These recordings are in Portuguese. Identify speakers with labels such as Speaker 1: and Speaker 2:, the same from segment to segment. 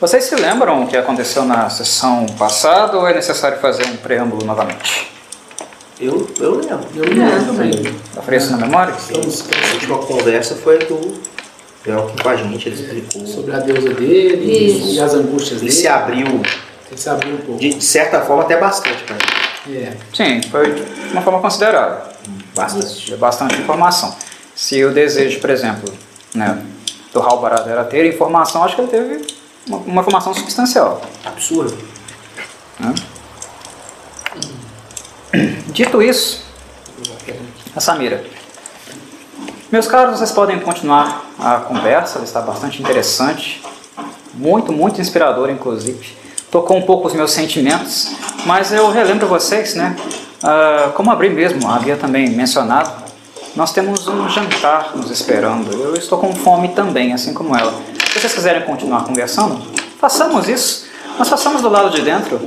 Speaker 1: Vocês se lembram o que aconteceu na sessão passada ou é necessário fazer um preâmbulo novamente?
Speaker 2: Eu, eu lembro.
Speaker 3: Eu lembro também.
Speaker 1: Tá fresco na memória?
Speaker 3: Estamos
Speaker 2: A última conversa foi a do Elkin com a gente, ele explicou.
Speaker 3: sobre a deusa dele
Speaker 4: Isso.
Speaker 3: e as angústias
Speaker 2: Ele
Speaker 3: dele.
Speaker 2: se abriu,
Speaker 3: Tem que se abrir um pouco.
Speaker 2: de, de certa forma, até bastante pra gente.
Speaker 3: É.
Speaker 1: Sim, foi de uma forma considerável.
Speaker 2: Bastante.
Speaker 1: É bastante informação. Se o desejo, por exemplo, né, do Raul Barada era ter informação, acho que ele teve uma, uma informação substancial.
Speaker 2: Absurdo.
Speaker 1: né? Dito isso, a Samira. Meus caros, vocês podem continuar a conversa, ela está bastante interessante, muito, muito inspiradora, inclusive. Tocou um pouco os meus sentimentos, mas eu relembro vocês, né? ah, como abri mesmo, havia também mencionado, nós temos um jantar nos esperando. Eu estou com fome também, assim como ela. Se vocês quiserem continuar conversando, façamos isso. Nós façamos do lado de dentro,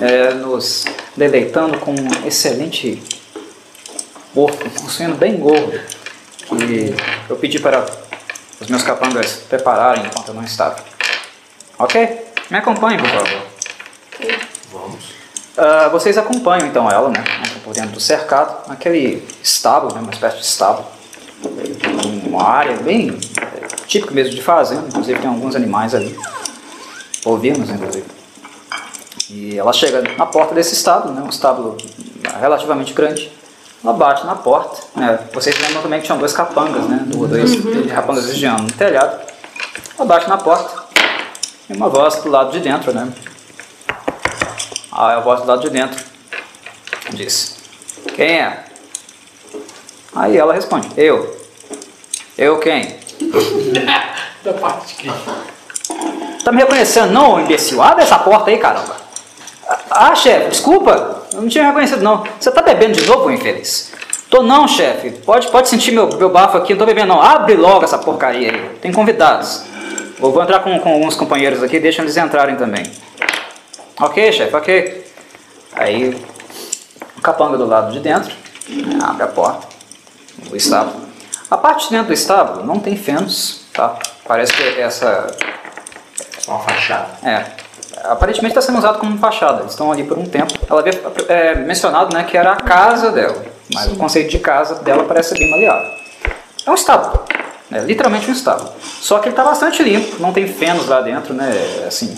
Speaker 1: eh, nos deleitando com um excelente porco, um suíno bem gordo, que eu pedi para os meus capangas prepararem enquanto eu não estava. Ok? Me acompanhem, por favor.
Speaker 2: Vamos.
Speaker 1: Ah, vocês acompanham então ela, né? Entram Por dentro do cercado, naquele estábulo, né? uma espécie de estábulo. Uma área bem eh, típica mesmo de fazenda, inclusive tem alguns animais ali. Ovinos, inclusive. E ela chega na porta desse estábulo, né? um estábulo relativamente grande. Ela bate na porta. Né? Vocês lembram também que tinham dois capangas, né? Dois capangas vigiando no telhado. Ela bate na porta. E uma voz do lado de dentro, né? Aí a voz do lado de dentro disse: Quem é? Aí ela responde: Eu. Eu quem?
Speaker 3: Da parte que.
Speaker 1: Tá me reconhecendo, não, imbecil? Abre essa porta aí, caramba. Ah, chefe, desculpa. Eu não tinha reconhecido, não. Você tá bebendo de novo, infeliz? Tô não, chefe. Pode, pode sentir meu, meu bafo aqui. Não tô bebendo, não. Abre logo essa porcaria aí. Tem convidados. Eu vou entrar com, com alguns companheiros aqui. Deixa eles entrarem também. Ok, chefe, ok. Aí o capanga do lado de dentro né, abre a porta. O estábulo. A parte de dentro do estábulo não tem fênix, tá? Parece que essa
Speaker 2: Só uma fachada.
Speaker 1: é. Aparentemente está sendo usado como fachada. Eles estão ali por um tempo. Ela havia é, mencionado né, que era a casa dela. Mas o conceito de casa dela parece bem maleável. É um estábulo. É literalmente um estábulo. Só que ele está bastante limpo. Não tem fenos lá dentro, né? Assim,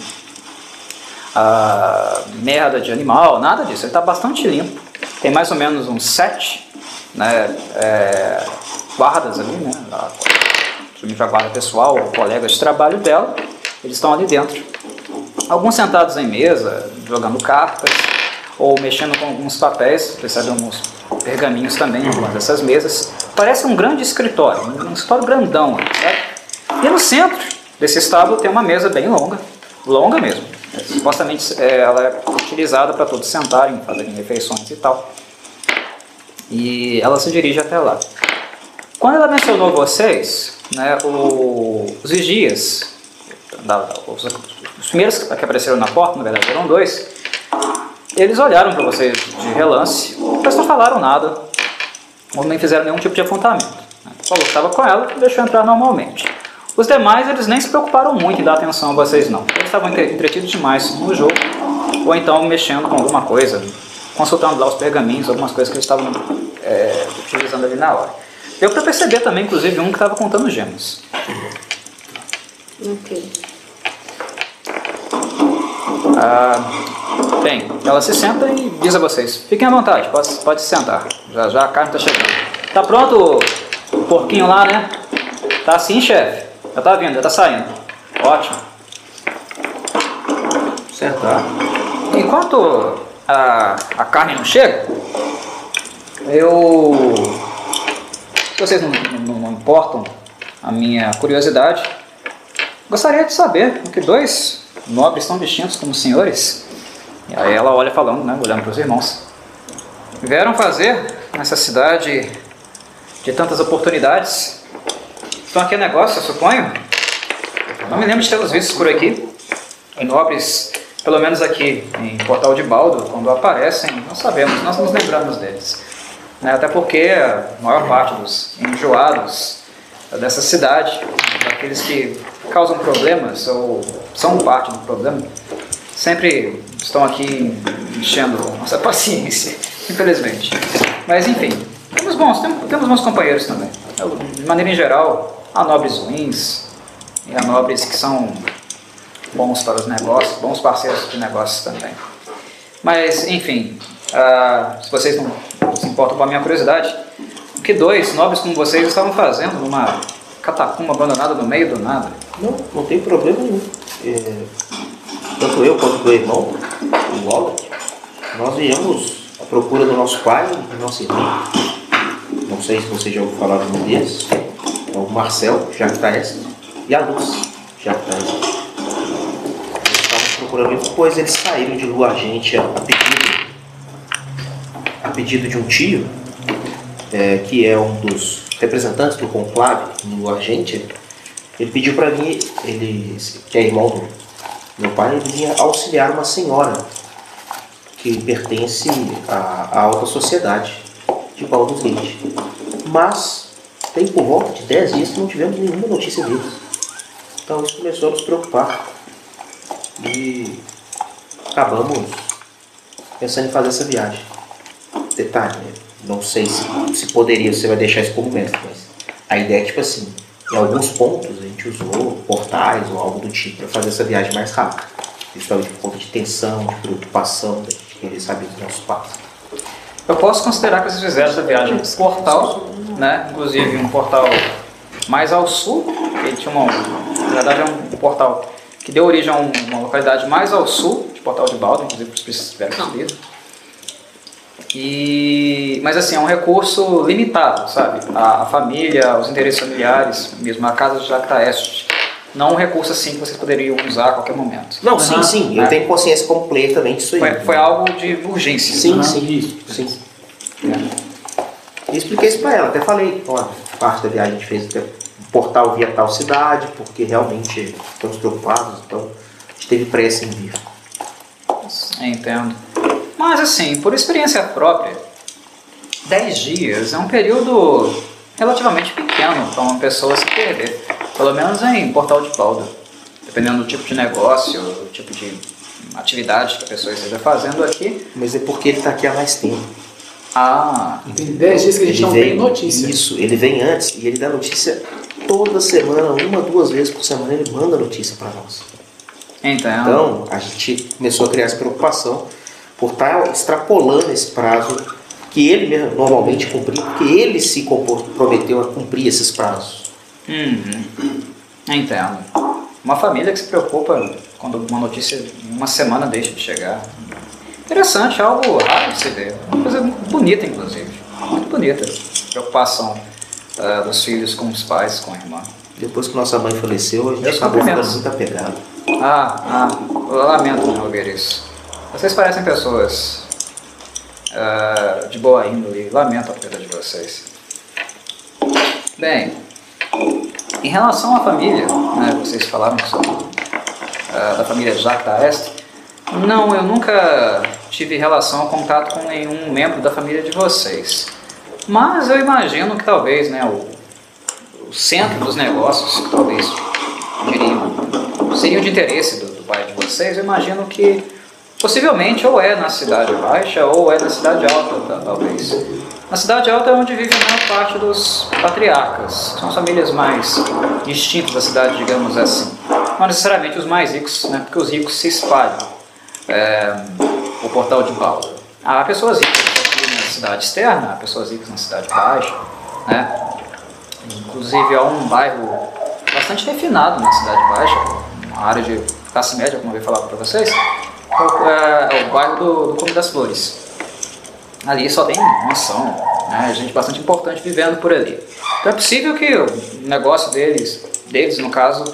Speaker 1: ah, merda de animal, nada disso. Ele está bastante limpo. Tem mais ou menos uns sete né, é, guardas ali, né? a- Principalmente a guarda pessoal, ou colegas de trabalho dela. Eles estão ali dentro. Alguns sentados em mesa, jogando cartas, ou mexendo com alguns papéis, percebe alguns pergaminhos também em algumas dessas mesas. Parece um grande escritório, um um escritório grandão. Sabe? E no centro desse estábulo tem uma mesa bem longa, longa mesmo. Supostamente eh, ela é utilizada para todos sentarem, fazerem refeições e tal. E ela se dirige até lá. Quando ela mencionou vocês, né, o- os vigias, da- os, os primeiros que apareceram na porta, na verdade eram dois, eles olharam para vocês de relance, mas não falaram nada, ou nem fizeram nenhum tipo de afrontamento. né. Falou que estava com ela e deixou entrar normalmente. Os demais, eles nem se preocuparam muito em dar atenção a vocês, não. Eles estavam entre- entretidos demais no jogo, ou então mexendo com alguma coisa, consultando lá os pergaminhos, algumas coisas que eles estavam é, utilizando ali na hora. Deu para perceber também, inclusive, um que estava contando gemas.
Speaker 4: Ok.
Speaker 1: Ah, Bem, ela se senta e diz a vocês: fiquem à vontade, pode, pode se sentar. Já já a carne tá chegando. Tá pronto o porquinho lá, né? Tá sim, chefe. Já tá vindo, já tá saindo. Ótimo.
Speaker 2: Sentar.
Speaker 1: Enquanto a, a carne não chega, eu. Se vocês não, não- não importam a minha curiosidade, gostaria de saber o que dois nobres tão distintos como os senhores, e aí ela olha falando, né, olhando para os irmãos, vieram fazer nessa cidade de tantas oportunidades. Estão aqui a negócio, eu suponho? Não me lembro de tê-los vistos por aqui. Os nobres, pelo menos aqui em Portal de Baldo, quando aparecem, não sabemos, nós nos lembramos deles. Né, Até porque a maior parte dos enjoados dessa cidade, daqueles que causam problemas ou são parte do problema sempre estão aqui enchendo nossa paciência, infelizmente. Mas enfim, temos bons, tem- temos bons companheiros também. Eu, De maneira em geral, há nobres ruins e há nobres que são bons para os negócios, bons parceiros de negócios também. Mas, enfim, ah, se vocês não se importam com a minha curiosidade, o que dois nobres como vocês estavam fazendo numa catacumba abandonada no meio do nada?
Speaker 2: Não, não tem problema nenhum. É, tanto eu quanto meu irmão, o Wallace, nós viemos à procura do nosso pai e do nosso irmão. Não sei se você já ouviu falar do nome deles. É o Marcel, Jactaes, e a Luz, Jactaes. Eles estavam procurando a mesma coisa, eles saíram de lua a gente a a pedido, a pedido de um tio, é, que é um dos representantes do conclave no Argentina, ele pediu para mim, ele, que é irmão do meu pai, ele vinha auxiliar uma senhora que pertence à, à alta sociedade de Paulo dos Leite. Mas tem por volta de 10 dias que não tivemos nenhuma notícia deles. Então isso começou a nos preocupar. E acabamos pensando em fazer essa viagem. Detalhe, né? não sei se, se poderia, você vai deixar isso como mesmo, mas a ideia é tipo assim, em alguns pontos a gente usou portais ou algo do tipo para fazer essa viagem mais rápida. Principalmente por conta de tensão, de preocupação, da gente querer saber dos nossos passos.
Speaker 1: Eu posso considerar que vocês fizeram essa viagem por portal, né? Inclusive um portal mais ao sul, que tinha uma, na verdade é um portal que deu origem a um- uma localidade mais ao sul, de Portal de Baldo, inclusive para os príncipes tiveram subido. E, mas assim, é um recurso limitado, sabe? A, a família, os interesses familiares, mesmo a casa de Lactaeste. Não um recurso assim que vocês poderiam usar a qualquer momento.
Speaker 2: Não, sim, sim, eu
Speaker 1: É.
Speaker 2: tenho consciência completamente disso aí.
Speaker 1: Foi, foi algo de urgência.
Speaker 2: Sim,
Speaker 3: Ah,
Speaker 2: sim.
Speaker 3: isso.
Speaker 2: Sim.
Speaker 1: né?
Speaker 2: Eu expliquei isso pra ela, até falei, ó, parte da viagem a gente fez até um portal via tal cidade, porque realmente estamos preocupados, então a gente teve pressa em vir.
Speaker 1: É, Entendo. Mas assim, por experiência própria, 10 dias é um período relativamente pequeno para uma pessoa se perder. Pelo menos em Portal de Balda. Dependendo do tipo de negócio, do tipo de atividade que a pessoa esteja fazendo aqui.
Speaker 2: Mas é porque ele está aqui há mais tempo.
Speaker 1: Ah,
Speaker 3: Tem 10 dias que a gente não tem notícia.
Speaker 2: Isso, ele vem antes e ele dá notícia toda semana, uma, duas vezes por semana, ele manda notícia para nós.
Speaker 1: entendo.
Speaker 2: Então, a gente começou a criar essa preocupação por estar extrapolando esse prazo que ele mesmo normalmente cumpria, porque ele se comprometeu a cumprir esses prazos.
Speaker 1: Uhum. Entendo. Uma família que se preocupa quando uma notícia em uma semana deixa de chegar. Interessante, algo raro de se ver. Uma coisa muito bonita, inclusive. Muito bonita. Preocupação ah, dos filhos com os pais, com a irmã.
Speaker 2: Depois que nossa mãe faleceu, a gente
Speaker 1: Meus
Speaker 2: acabou ficando
Speaker 1: cumprimentos.
Speaker 2: muito apegado.
Speaker 1: Ah, ah, eu lamento não ouvir isso. Vocês parecem pessoas ah, de boa índole. Lamento a perda de vocês. Bem, em relação à família, né, vocês falaram sobre, ah, da família Jacques da Este. Não, eu nunca tive relação ou contato com nenhum membro da família de vocês. Mas eu imagino que talvez né, o o centro dos negócios, que talvez diriam, seria de interesse do, do bairro de vocês, eu imagino que possivelmente ou é na cidade baixa ou é na cidade alta, ta- talvez. Na cidade alta é onde vive a maior parte dos patriarcas, são as famílias mais distintas da cidade, digamos assim. Não necessariamente os mais ricos, né, porque os ricos se espalham é, o portal de Balda. Há pessoas ricas aqui na cidade externa, há pessoas ricas na cidade baixa, né? Inclusive há um bairro bastante refinado na Cidade Baixa, uma área de classe média, como eu ouvi falar para vocês, é o, é, é o bairro do, do Cume das Flores. Ali só tem mansão, né, gente bastante importante vivendo por ali. Então é possível que o negócio deles, deles no caso,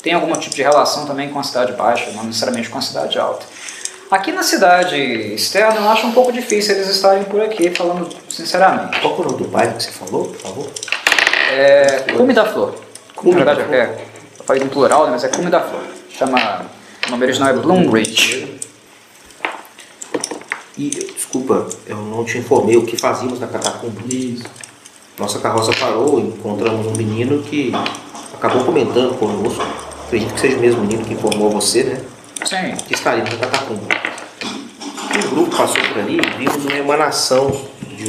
Speaker 1: tenha algum tipo de relação também com a Cidade Baixa, não necessariamente com a Cidade Alta. Aqui na cidade externa eu acho um pouco difícil eles estarem por aqui, falando sinceramente.
Speaker 2: Qual que é o nome do bairro que você falou, por favor?
Speaker 1: É cume da flor.
Speaker 2: Cume
Speaker 1: Na
Speaker 2: da
Speaker 1: verdade, é, eu falei no plural, né, mas é cume da flor. Chama, o nome original é Bloom Ridge.
Speaker 2: E, desculpa, eu não te informei o que fazíamos na catacumba.
Speaker 3: Isso.
Speaker 2: Nossa carroça parou, encontramos um menino que acabou comentando conosco acredito que seja o mesmo menino que informou você, né?
Speaker 1: Sim.
Speaker 2: que está ali no catacumba. Um grupo passou por ali e vimos uma emanação de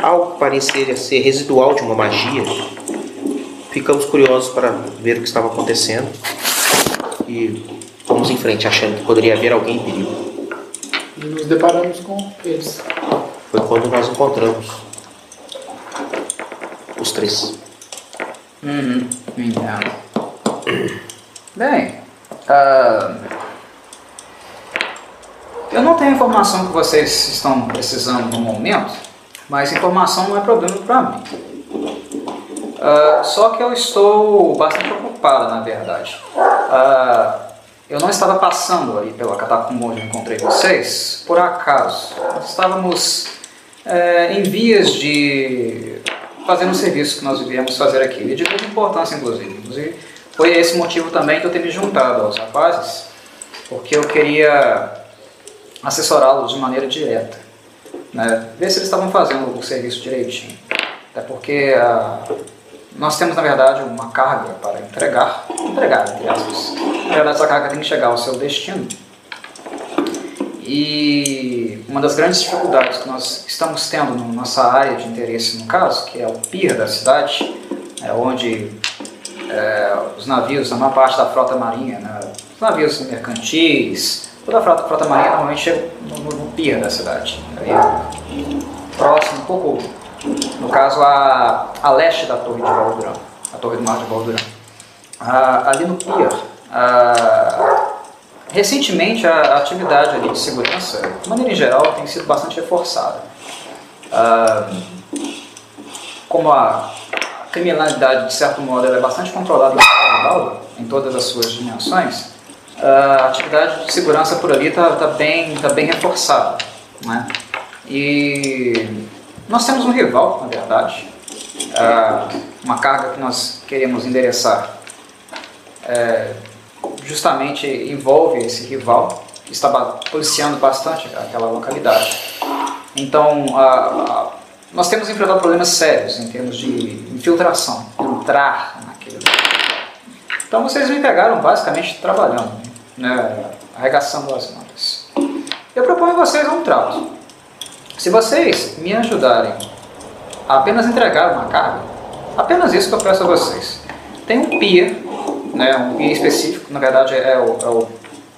Speaker 2: um, algo que parecia ser residual de uma magia. Ficamos curiosos para ver o que estava acontecendo e fomos em frente achando que poderia haver alguém em perigo.
Speaker 3: E nos deparamos com eles.
Speaker 2: Foi quando nós encontramos os três.
Speaker 1: Uhum, entendo. hum. Bem, ah, eu não tenho a informação que vocês estão precisando no momento, mas informação não é problema para mim. Ah, só que eu estou bastante preocupado, na verdade. Ah, eu não estava passando ali pela catacumba onde eu encontrei vocês, por acaso. Nós estávamos eh, em vias de fazer um serviço que nós viemos fazer aqui, e de grande importância, inclusive. Inclusive, foi esse motivo também que eu ter me juntado aos rapazes, porque eu queria assessorá-los de maneira direta, né? ver se eles estavam fazendo o serviço direitinho. Até porque ah, nós temos, na verdade, uma carga para entregar. Entregar, entre aspas. Na verdade, essa carga tem que chegar ao seu destino. E uma das grandes dificuldades que nós estamos tendo na nossa área de interesse, no caso, que é o pier da cidade, é onde é, os navios, a maior parte da frota marinha, né, os navios mercantis, toda a frota, frota marinha normalmente chega no, no, no pier da cidade. ali, próximo, um pouco, no caso, a, a leste da Torre de Valdurão, a Torre do Mar de Valdurão. Ah, ali no pier, ah, recentemente a, a atividade ali de segurança, de maneira em geral, tem sido bastante reforçada. Ah, como a criminalidade, de certo modo, ela é bastante controlada no Estado, em todas as suas dimensões, a atividade de segurança por ali está bem, tá bem reforçada. Né? E nós temos um rival, na verdade, ah, uma carga que nós queremos endereçar é, justamente envolve esse rival, que está ba- policiando bastante aquela localidade. Então, a- a- nós temos enfrentado problemas sérios em termos de infiltração, entrar naquele lugar. Então, vocês me pegaram basicamente trabalhando, né, arregaçando as mangas. Eu proponho a vocês um trato. Se vocês me ajudarem a apenas entregar uma carga, apenas isso que eu peço a vocês. Tem um PIA, né, um PIA específico, na verdade é o, é o-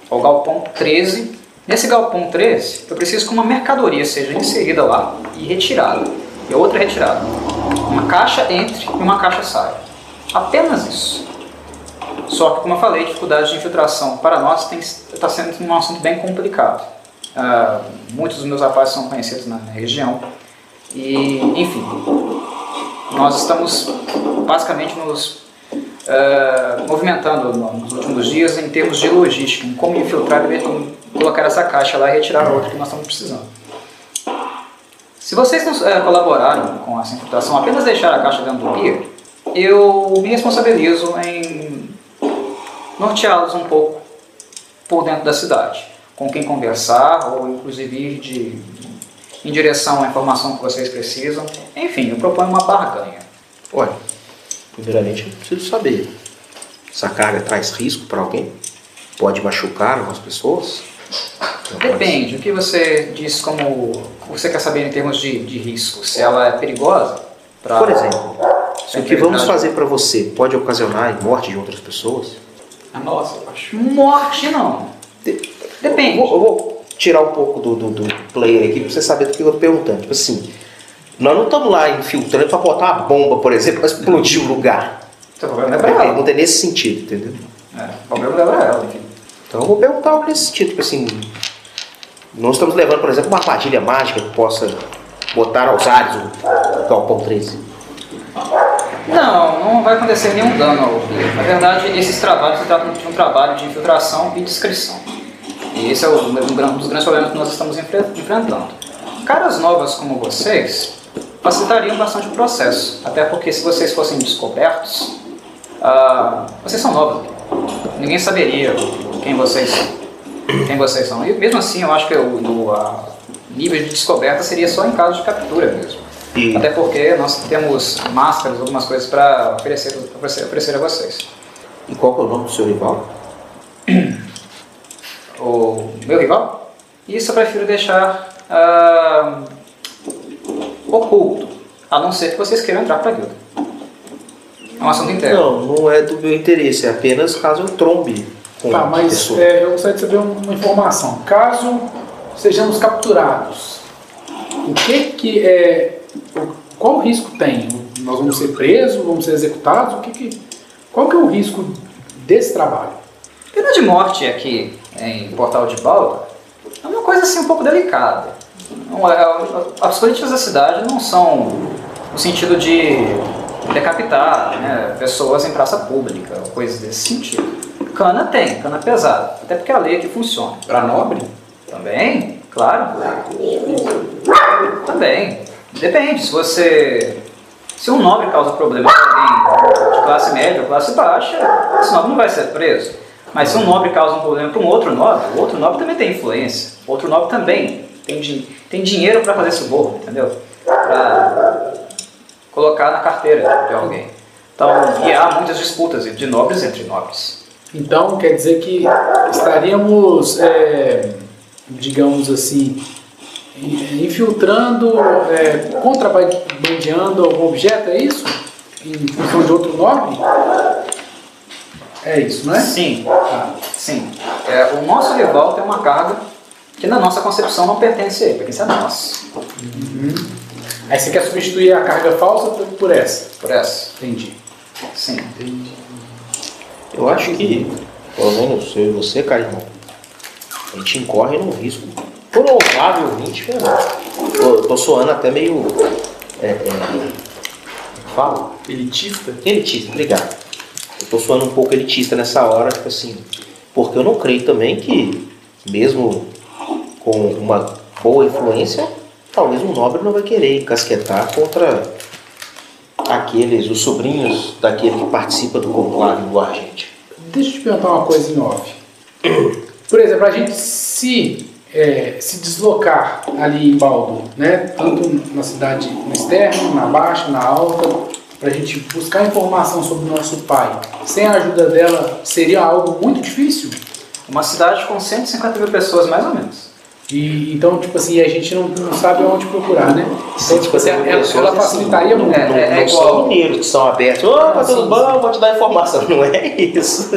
Speaker 1: é o galpão 13. Nesse galpão 13, eu preciso que uma mercadoria seja inserida lá e retirada, e outra retirada. Uma caixa entre e uma caixa sai. Apenas isso. Só que, como eu falei, dificuldade de infiltração para nós está sendo um assunto bem complicado. Ah, muitos dos meus rapazes são conhecidos na minha região. E, enfim, nós estamos basicamente nos ah, movimentando no- nos últimos dias em termos de logística, em como infiltrar, e em colocar essa caixa lá e retirar a outra que nós estamos precisando. Se vocês não eh, colaborarem com essa infiltração, apenas deixar a caixa dentro do pier, eu me responsabilizo em norteá-los um pouco por dentro da cidade, com quem conversar ou inclusive ir de, em direção à informação que vocês precisam. Enfim, eu proponho uma barganha.
Speaker 2: Olha, primeiramente eu preciso saber. Essa carga traz risco para alguém? Pode machucar algumas pessoas? Não pode
Speaker 1: Depende, o que você diz como o que você quer saber em termos de, de risco, se ela é perigosa pra-
Speaker 2: Por exemplo, se o que
Speaker 1: É Verdade.
Speaker 2: vamos fazer para você pode ocasionar a morte de outras pessoas,
Speaker 3: A nossa, eu acho.
Speaker 1: Morte não.
Speaker 2: De- eu
Speaker 1: Depende.
Speaker 2: vou, eu vou tirar um pouco do, do, do player aqui para você saber do que eu tô perguntando. Tipo assim, nós não estamos lá infiltrando para botar uma bomba, por exemplo, para explodir o lugar.
Speaker 1: Seu
Speaker 2: A
Speaker 1: problema é
Speaker 2: minha
Speaker 1: pra ela.
Speaker 2: pergunta é nesse sentido, entendeu?
Speaker 1: É, o problema é pra ela, enfim.
Speaker 2: Então eu vou perguntar algo nesse sentido, tipo assim, não estamos levando, por exemplo, uma armadilha mágica que possa botar aos ares o galpão 13.
Speaker 1: Não, não vai acontecer nenhum dano ao filho. Na verdade, esses trabalhos se tratam de um trabalho de infiltração e discrição. E esse é o- um, gran- um dos grandes problemas que nós estamos enfre- enfrentando. Caras novas como vocês facilitariam bastante o processo. Até porque se vocês fossem descobertos, ah, vocês são novos. Ninguém saberia quem vocês, quem vocês são. E mesmo assim, eu acho que o, o a- nível de descoberta seria só em caso de captura mesmo.
Speaker 2: E
Speaker 1: Até porque nós temos máscaras, algumas coisas para oferecer, pra oferecer oferecer a vocês.
Speaker 2: E qual que é o nome do seu rival?
Speaker 1: o meu rival. Isso eu prefiro deixar ah, oculto, a não ser que vocês queiram entrar para a guilda. É um assunto interno.
Speaker 2: Não, não é do meu interesse, é apenas caso eu trombe com
Speaker 3: Tá,
Speaker 2: a
Speaker 3: mas
Speaker 2: pessoa.
Speaker 3: é, eu gostaria de saber uma informação. Caso sejamos capturados, o que que é. o- Qual o risco tem? Nós vamos ser presos, vamos ser executados? O que que, qual que é o risco desse trabalho?
Speaker 1: Pena de morte aqui em Portal de Balda é uma coisa assim um pouco delicada. Não é- as políticas da cidade não são no sentido de decapitar né, pessoas em praça pública, ou coisas desse sentido. Cana tem, cana pesada, até porque é a lei aqui funciona.
Speaker 4: Pra nobre?
Speaker 1: Também, claro. Também. Depende, se você. Se um nobre causa problema para alguém de classe média ou classe baixa, esse nobre não vai ser preso. Mas se um nobre causa um problema para um outro nobre, o outro nobre também tem influência. O outro nobre também tem, din- tem dinheiro para fazer suborno, entendeu? Para colocar na carteira de alguém. Então, e há muitas disputas de nobres entre nobres.
Speaker 3: Então, quer dizer que estaríamos, é, digamos assim, in- infiltrando, é, contrabandeando algum objeto, é isso? Em função de outro nome? É isso, não é?
Speaker 1: Sim,
Speaker 3: Tá.
Speaker 1: Sim. É, o nosso rival tem uma carga que na nossa concepção não pertence a ele, pertence a nós.
Speaker 3: Aí você quer substituir a carga falsa por- por essa.
Speaker 1: Por essa.
Speaker 3: Entendi.
Speaker 1: Sim.
Speaker 2: Eu acho que, pelo menos eu e você, Carimão, a gente incorre num risco provavelmente menor. Eu, eu tô soando até meio. É, é, fala?
Speaker 3: Elitista?
Speaker 2: Elitista, obrigado. Eu tô soando um pouco elitista nessa hora, tipo assim. Porque eu não creio também que, mesmo com uma boa influência, talvez um nobre não vai querer encasquetar contra aqueles, os sobrinhos daquele que participa do conclave do Argente.
Speaker 3: Deixa eu te perguntar uma coisa em off. Por exemplo, a gente se, é, se deslocar ali em Baldo, né? Tanto na cidade no externo, na baixa, na alta, para a gente buscar informação sobre o nosso pai. Sem a ajuda dela, seria algo muito difícil.
Speaker 1: Uma cidade com 150 mil pessoas, mais ou menos.
Speaker 3: E então, tipo assim, a gente não, não sabe onde procurar, né? Então, tipo assim, ela, ela
Speaker 2: pessoas, assim,
Speaker 3: facilitaria muito. né?
Speaker 1: é,
Speaker 2: Não,
Speaker 1: é,
Speaker 2: não
Speaker 1: igual-
Speaker 2: são mineiros que são abertos. Opa, tudo bom? Vou te dar informação. Não é isso.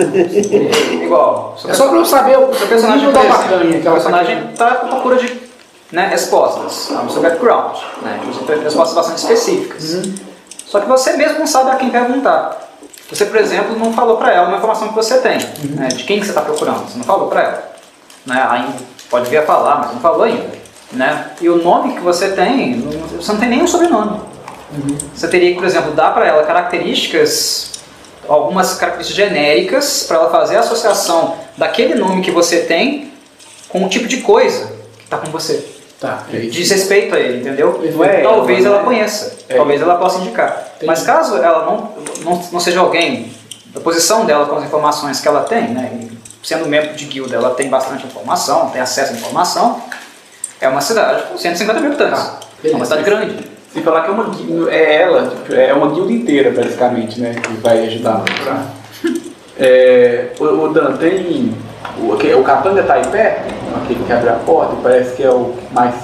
Speaker 1: Igual.
Speaker 3: É só para eu saber o
Speaker 1: seu personagem
Speaker 3: nível da
Speaker 1: preso.
Speaker 3: barganha que
Speaker 1: O
Speaker 3: ela tá
Speaker 1: personagem está à procura de né, respostas ao seu background. Né, de respostas bastante específicas.
Speaker 3: Uhum.
Speaker 1: Só que você mesmo não sabe a quem perguntar. Você, por exemplo, não falou para ela uma informação que você tem.
Speaker 3: Uhum.
Speaker 1: né, de quem que você está procurando. Você não falou para ela. Né, ainda pode vir a falar, mas não falou ainda. Né? E o nome que você tem, não- você não tem nenhum sobrenome.
Speaker 3: Uhum.
Speaker 1: Você teria que, por exemplo, dar para ela características, algumas características genéricas, para ela fazer a associação daquele nome que você tem com o tipo de coisa que está com você.
Speaker 3: Tá, é isso.
Speaker 1: Diz respeito a ele, entendeu?
Speaker 3: Não é ela,
Speaker 1: talvez
Speaker 3: né?
Speaker 1: ela conheça,
Speaker 3: É.
Speaker 1: talvez ela possa indicar.
Speaker 3: Entendi.
Speaker 1: Mas caso ela não, não, não seja alguém da posição dela com as informações que ela tem, né? e sendo membro de guilda, ela tem bastante informação, tem acesso à informação. É uma cidade com 150 mil habitantes.
Speaker 3: Tá,
Speaker 1: é
Speaker 3: beleza.
Speaker 1: uma cidade grande.
Speaker 4: Sem falar que é, uma, gui- é ela, tipo, é uma guilda inteira praticamente, né? Que vai ajudar. tá? É, o, o Dan, tem. O, aque- o Capanga tá aí perto? Aquele que abre a porta e parece que é o que mais.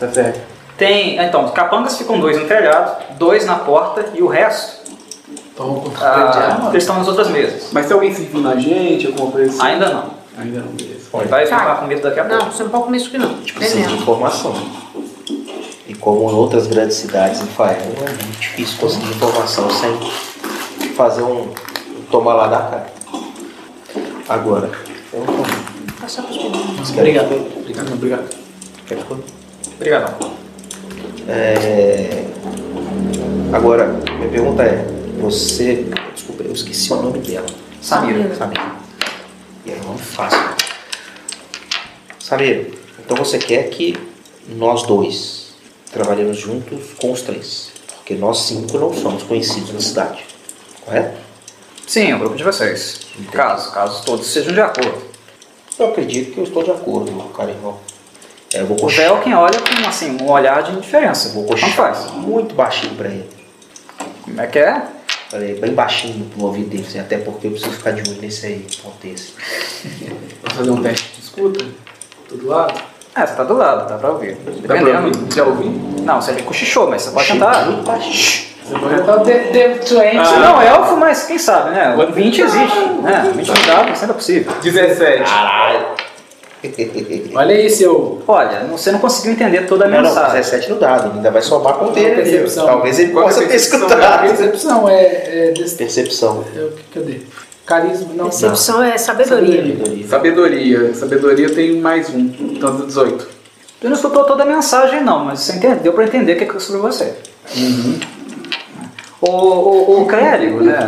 Speaker 4: Tá certo?
Speaker 1: Tem, então, os capangas ficam dois no telhado, dois na porta e o resto
Speaker 3: Então,
Speaker 1: ah, eles estão nas outras mesas.
Speaker 4: Mas tem alguém seguindo na gente, alguma coisa assim?
Speaker 1: Ainda não.
Speaker 4: Ainda não, beleza.
Speaker 1: Ele vai
Speaker 5: Tá.
Speaker 1: ficar com medo daqui a pouco.
Speaker 5: Não, você não pode comer isso aqui não. É
Speaker 2: Tipo, precisa de
Speaker 5: Veneno.
Speaker 2: informação. E como em outras grandes cidades em Fael, é muito difícil conseguir informação sem fazer um tomar lá da cara. Agora. eu não tomo.
Speaker 5: Passa pros meninos.
Speaker 2: Você quer-
Speaker 3: Obrigado. Obrigado, obrigado.
Speaker 2: quer que eu-
Speaker 1: Obrigadão.
Speaker 2: É, Agora, minha pergunta é, você. Desculpa, eu esqueci o nome dela.
Speaker 1: Samira.
Speaker 2: Samira. E era um nome fácil. Samira, então você quer que nós dois trabalhemos juntos com os três. Porque nós cinco não somos conhecidos na cidade. Correto?
Speaker 1: Sim, o grupo de vocês. Caso, caso todos sejam de acordo.
Speaker 2: Eu acredito que eu estou de acordo, meu caro irmão. É, eu vou
Speaker 1: O véu é quem olha com assim, um olhar de indiferença.
Speaker 2: Vou
Speaker 1: Não
Speaker 2: coxar
Speaker 1: faz.
Speaker 2: muito baixinho pra ele.
Speaker 1: Como é que é?
Speaker 2: Falei bem baixinho pro ouvido dele, assim, até porque eu preciso ficar de olho nesse aí, contexto.
Speaker 4: Vamos fazer um teste de escuta? Do lado?
Speaker 1: É, você tá do lado, dá pra ouvir.
Speaker 4: Dá pra
Speaker 1: Dependendo.
Speaker 4: ouvir? Já ouvi?
Speaker 1: Não, você cochichou, mas você pode tentar.
Speaker 2: Bem baixinho.
Speaker 3: Você pode
Speaker 4: tá
Speaker 3: estar dentro do ente.
Speaker 1: Você não é elfo, mas quem sabe, né? O 20 existe. Né? 20 não dá, mas sempre é possível.
Speaker 4: 17.
Speaker 2: Caralho.
Speaker 3: Olha aí, seu.
Speaker 1: Olha, não- você não conseguiu entender toda a
Speaker 2: Não, é não,
Speaker 1: mensagem.
Speaker 2: 17 no dado, ainda vai somar com o dele. ali.
Speaker 3: Percepção.
Speaker 2: Talvez ele
Speaker 4: Qual que é a
Speaker 2: possa ter
Speaker 4: percepção?
Speaker 2: escutado.
Speaker 3: Percepção é. é desse-
Speaker 2: Percepção.
Speaker 3: é o que- cadê? Carisma, não.
Speaker 5: Percepção é sabedoria.
Speaker 4: Sabedoria. Sabedoria tem mais um. Então, 18.
Speaker 1: Tu não escutou toda a mensagem, não, mas você entendeu, deu pra entender o que é sobre você.
Speaker 2: Uhum.
Speaker 1: O, o, o clérigo, né?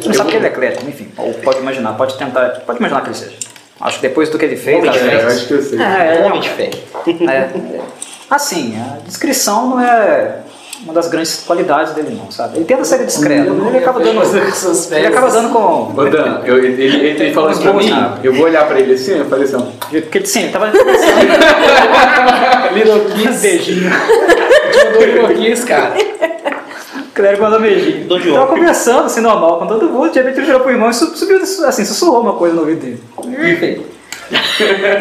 Speaker 1: Você não sabe que ele é clérigo, enfim. Ou pode imaginar, pode tentar, pode imaginar que ele seja. Acho que depois do que ele fez.
Speaker 2: Homem de
Speaker 1: às
Speaker 4: É, eu
Speaker 1: vezes-
Speaker 4: acho que eu sei.
Speaker 1: É, é,
Speaker 2: Homem de fé.
Speaker 1: é, é. Assim, a descrição não é uma das grandes qualidades dele, não, sabe? Ele tenta ser discreto, mas ele acaba dando. Ele acava dando com.
Speaker 4: Ô Dan, eu- ele, ele, ele falou isso pra mim, eu vou olhar pra ele assim, eu falei assim, ó,
Speaker 1: Porque sim, ele tava.
Speaker 3: Little Kiss. Beijinho. Te mandou Little Kiss, um cara.
Speaker 1: O clérigo mandou beijinho.
Speaker 2: Dou de
Speaker 1: Tava
Speaker 2: ombro.
Speaker 1: conversando, assim, normal, com todo mundo, de repente ele virou pro irmão e su- subiu, assim, sussurrou uma coisa no ouvido dele. Enfim.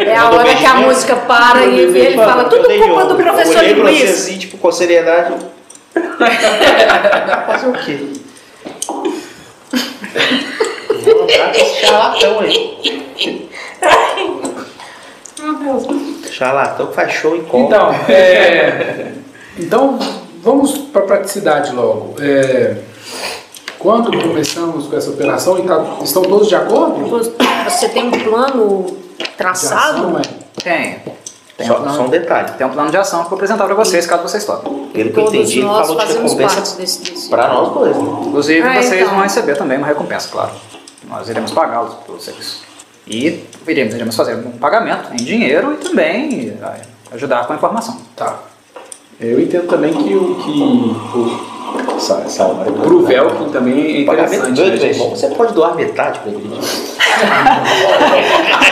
Speaker 5: É a hora que a música para e ele fala, tudo culpa do professor
Speaker 2: Eu olhei pra você
Speaker 5: Luiz.
Speaker 2: assim, tipo, com seriedade. Fazer o quê? Vou andar com esse charlatão aí. Charlatão que faz show em cola.
Speaker 3: Então, é, então vamos para a praticidade logo. É, quando começamos com essa operação, e tá- estão todos de acordo?
Speaker 5: Você tem um plano
Speaker 3: De ação,
Speaker 5: traçado?
Speaker 3: é?
Speaker 1: Tem. Tem um,
Speaker 2: só,
Speaker 1: plano,
Speaker 2: só um detalhe.
Speaker 1: tem um plano de ação que eu vou apresentar pra vocês, caso vocês toquem.
Speaker 2: Pelo que eu
Speaker 5: Todos
Speaker 2: entendi, ele
Speaker 5: nós
Speaker 2: falou de
Speaker 5: fazemos parte
Speaker 2: recompensa
Speaker 5: desse desse-
Speaker 2: pra nós dois. né?
Speaker 1: Inclusive,
Speaker 5: Ah,
Speaker 1: vocês
Speaker 5: então.
Speaker 1: vão receber também uma recompensa, claro. Nós iremos pagá-los por vocês. E iremos, iremos fazer um pagamento em dinheiro e também ah, ajudar com a informação.
Speaker 3: Tá.
Speaker 4: eu entendo também que o que o, pro Velkin também é
Speaker 2: Pagamento
Speaker 4: interessante, né,
Speaker 2: doido, meu
Speaker 4: gente?
Speaker 2: irmão. Você pode doar metade pra ele.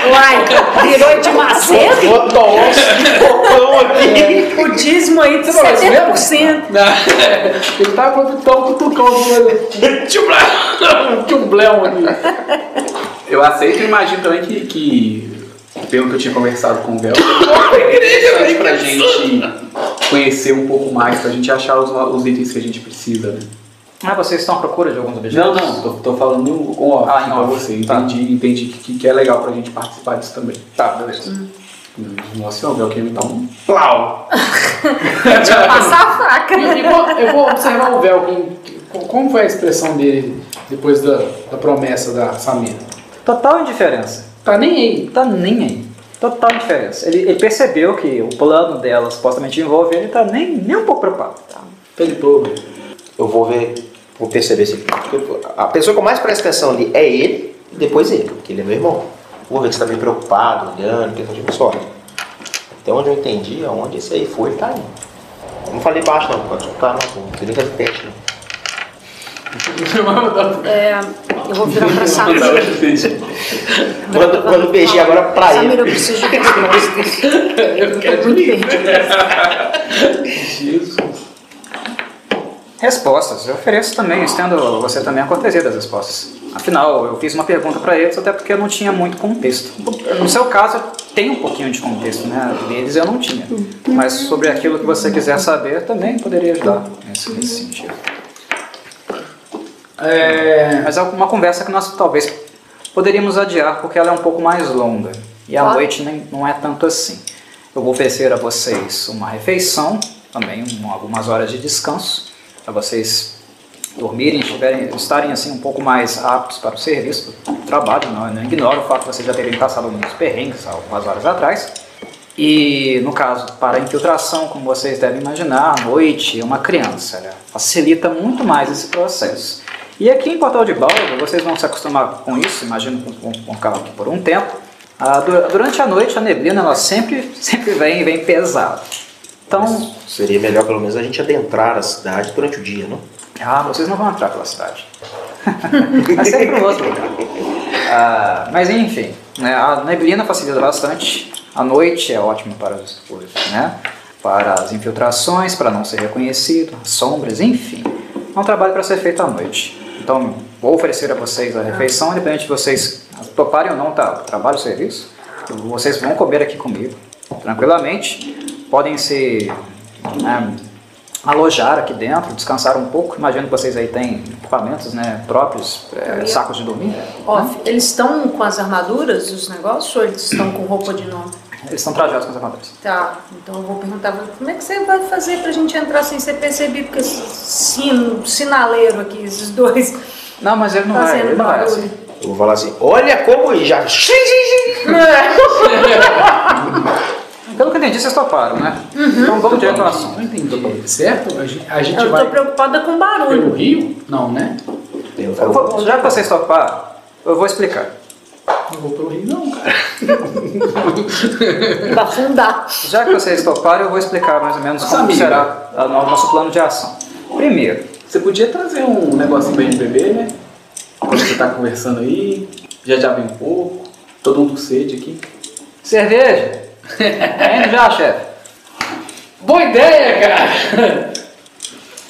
Speaker 5: Uai, virou de macedo?
Speaker 2: Bota osso de cocão aqui.
Speaker 5: O dízimo aí de 70%.
Speaker 3: Ele tá com o pão cutucão do Tchumblão! Tchumblão um ali.
Speaker 4: Eu aceito e imagino também que, que, pelo que eu tinha conversado com o Velkin, é interessante pra gente conhecer um pouco mais, pra gente achar os, os itens que a gente precisa, né?
Speaker 1: Ah, vocês estão à procura de alguns objetivos?
Speaker 4: Não, não, tô, tô falando com off
Speaker 1: Ah, em
Speaker 4: pra
Speaker 1: off,
Speaker 4: você,
Speaker 1: tá.
Speaker 4: entendi, entendi que, que é legal pra gente participar disso também.
Speaker 1: Tá, beleza.
Speaker 4: Hum, Nossa, o Velkin me dá um...
Speaker 2: Plau.
Speaker 5: Deixa eu passar a faca.
Speaker 3: E vou- Eu vou observar o Velkin. Como foi a expressão dele depois da, da promessa da Samira?
Speaker 1: Total indiferença.
Speaker 3: Tá nem aí.
Speaker 1: tá nem aí. Total indiferença. Ele, ele percebeu que o plano dela supostamente envolve ele, tá nem, nem um pouco preocupado.
Speaker 3: Felipou.
Speaker 2: Eu vou ver, vou perceber se porque a pessoa que eu mais presto atenção ali é ele e depois ele, porque ele é meu irmão. Vou ver se está bem preocupado, olhando, pensando tipo, só. Até onde eu entendi, aonde esse aí foi, ele tá aí. Eu não falei baixo não, pode tá não, não queria fazer teste não.
Speaker 5: É, eu vou virar pra Samira.
Speaker 2: Tá Manda, manda um beijinho agora pra
Speaker 5: Samira, eu
Speaker 2: ele.
Speaker 5: preciso de respostas. Eu tô muito perdida.
Speaker 1: Respostas. Eu ofereço também, estendo a você também a cortesia das respostas. Afinal, eu fiz uma pergunta para eles, até porque eu não tinha muito contexto. No seu caso, tem um pouquinho de contexto, né? Deles eu não tinha. Mas sobre aquilo que você quiser saber, também poderia ajudar nesse, nesse sentido.
Speaker 3: É,
Speaker 1: Mas é uma conversa que nós talvez poderíamos adiar, porque ela é um pouco mais longa. E à
Speaker 5: Claro.
Speaker 1: noite nem, não é tanto assim. Eu vou oferecer a vocês uma refeição, também um- algumas horas de descanso, para vocês dormirem, estiverem, estarem assim um pouco mais aptos para o serviço, para o trabalho. Não, eu não ignoro o fato de vocês já terem passado alguns perrengues há algumas horas atrás. E, no caso, para a infiltração, como vocês devem imaginar, à noite é uma criança. né? Facilita muito mais esse processo. E aqui em Portal de Baldo, vocês vão se acostumar com isso, imagino que vão vão ficar aqui por um tempo. Ah, du- durante a noite, a neblina ela sempre, sempre vem, vem pesada. Então,
Speaker 2: Seria melhor pelo menos a gente adentrar a cidade durante o dia, não?
Speaker 1: ah, vocês não vão entrar pela cidade. Vai sair para outro lugar. Ah, mas enfim, né, a neblina facilita bastante. A noite é ótima para os, os, né, para as infiltrações, para não ser reconhecido, as sombras, enfim. É um trabalho para ser feito à noite. Então, vou oferecer a vocês a refeição, independente de vocês toparem ou não tá, trabalho, serviço, vocês vão comer aqui comigo, tranquilamente. Podem se né, alojar aqui dentro, descansar um pouco. Imagino que vocês aí têm equipamentos né, próprios, é, sacos de dormir.
Speaker 5: Ó, eles estão com as armaduras, os negócios, ou eles estão com roupa de nome?
Speaker 1: Eles são trajados com as armaduras.
Speaker 5: Tá, então eu vou perguntar, como é que você vai fazer pra gente entrar sem ser percebido com esse sino, sinaleiro aqui, esses dois
Speaker 1: Não, mas ele não vai,
Speaker 5: fazendo
Speaker 1: ele não vai assim.
Speaker 5: barulho?
Speaker 2: Eu vou falar assim, olha como e já.
Speaker 1: Pelo que eu entendi, vocês toparam, né? Então vamos direto ao assunto.
Speaker 3: Não entendi. é Certo? A gente, a gente
Speaker 5: Eu
Speaker 3: vai
Speaker 5: tô preocupada com barulho.
Speaker 3: pelo rio? Não, né?
Speaker 2: Eu
Speaker 1: Eu
Speaker 2: falo,
Speaker 1: vou- já que vocês toparam, eu vou explicar.
Speaker 3: Não vou pelo rio, não, cara.
Speaker 5: Pra afundar.
Speaker 1: Já que vocês toparam, eu vou explicar mais ou menos como
Speaker 4: Samir.
Speaker 1: será a- o nosso plano de ação. Primeiro,
Speaker 4: Você podia trazer um negocinho pra gente beber, né? Quando você tá conversando aí, já já vem um pouco, todo mundo com sede aqui.
Speaker 1: cerveja. Ainda já, chefe.
Speaker 3: Boa ideia, cara!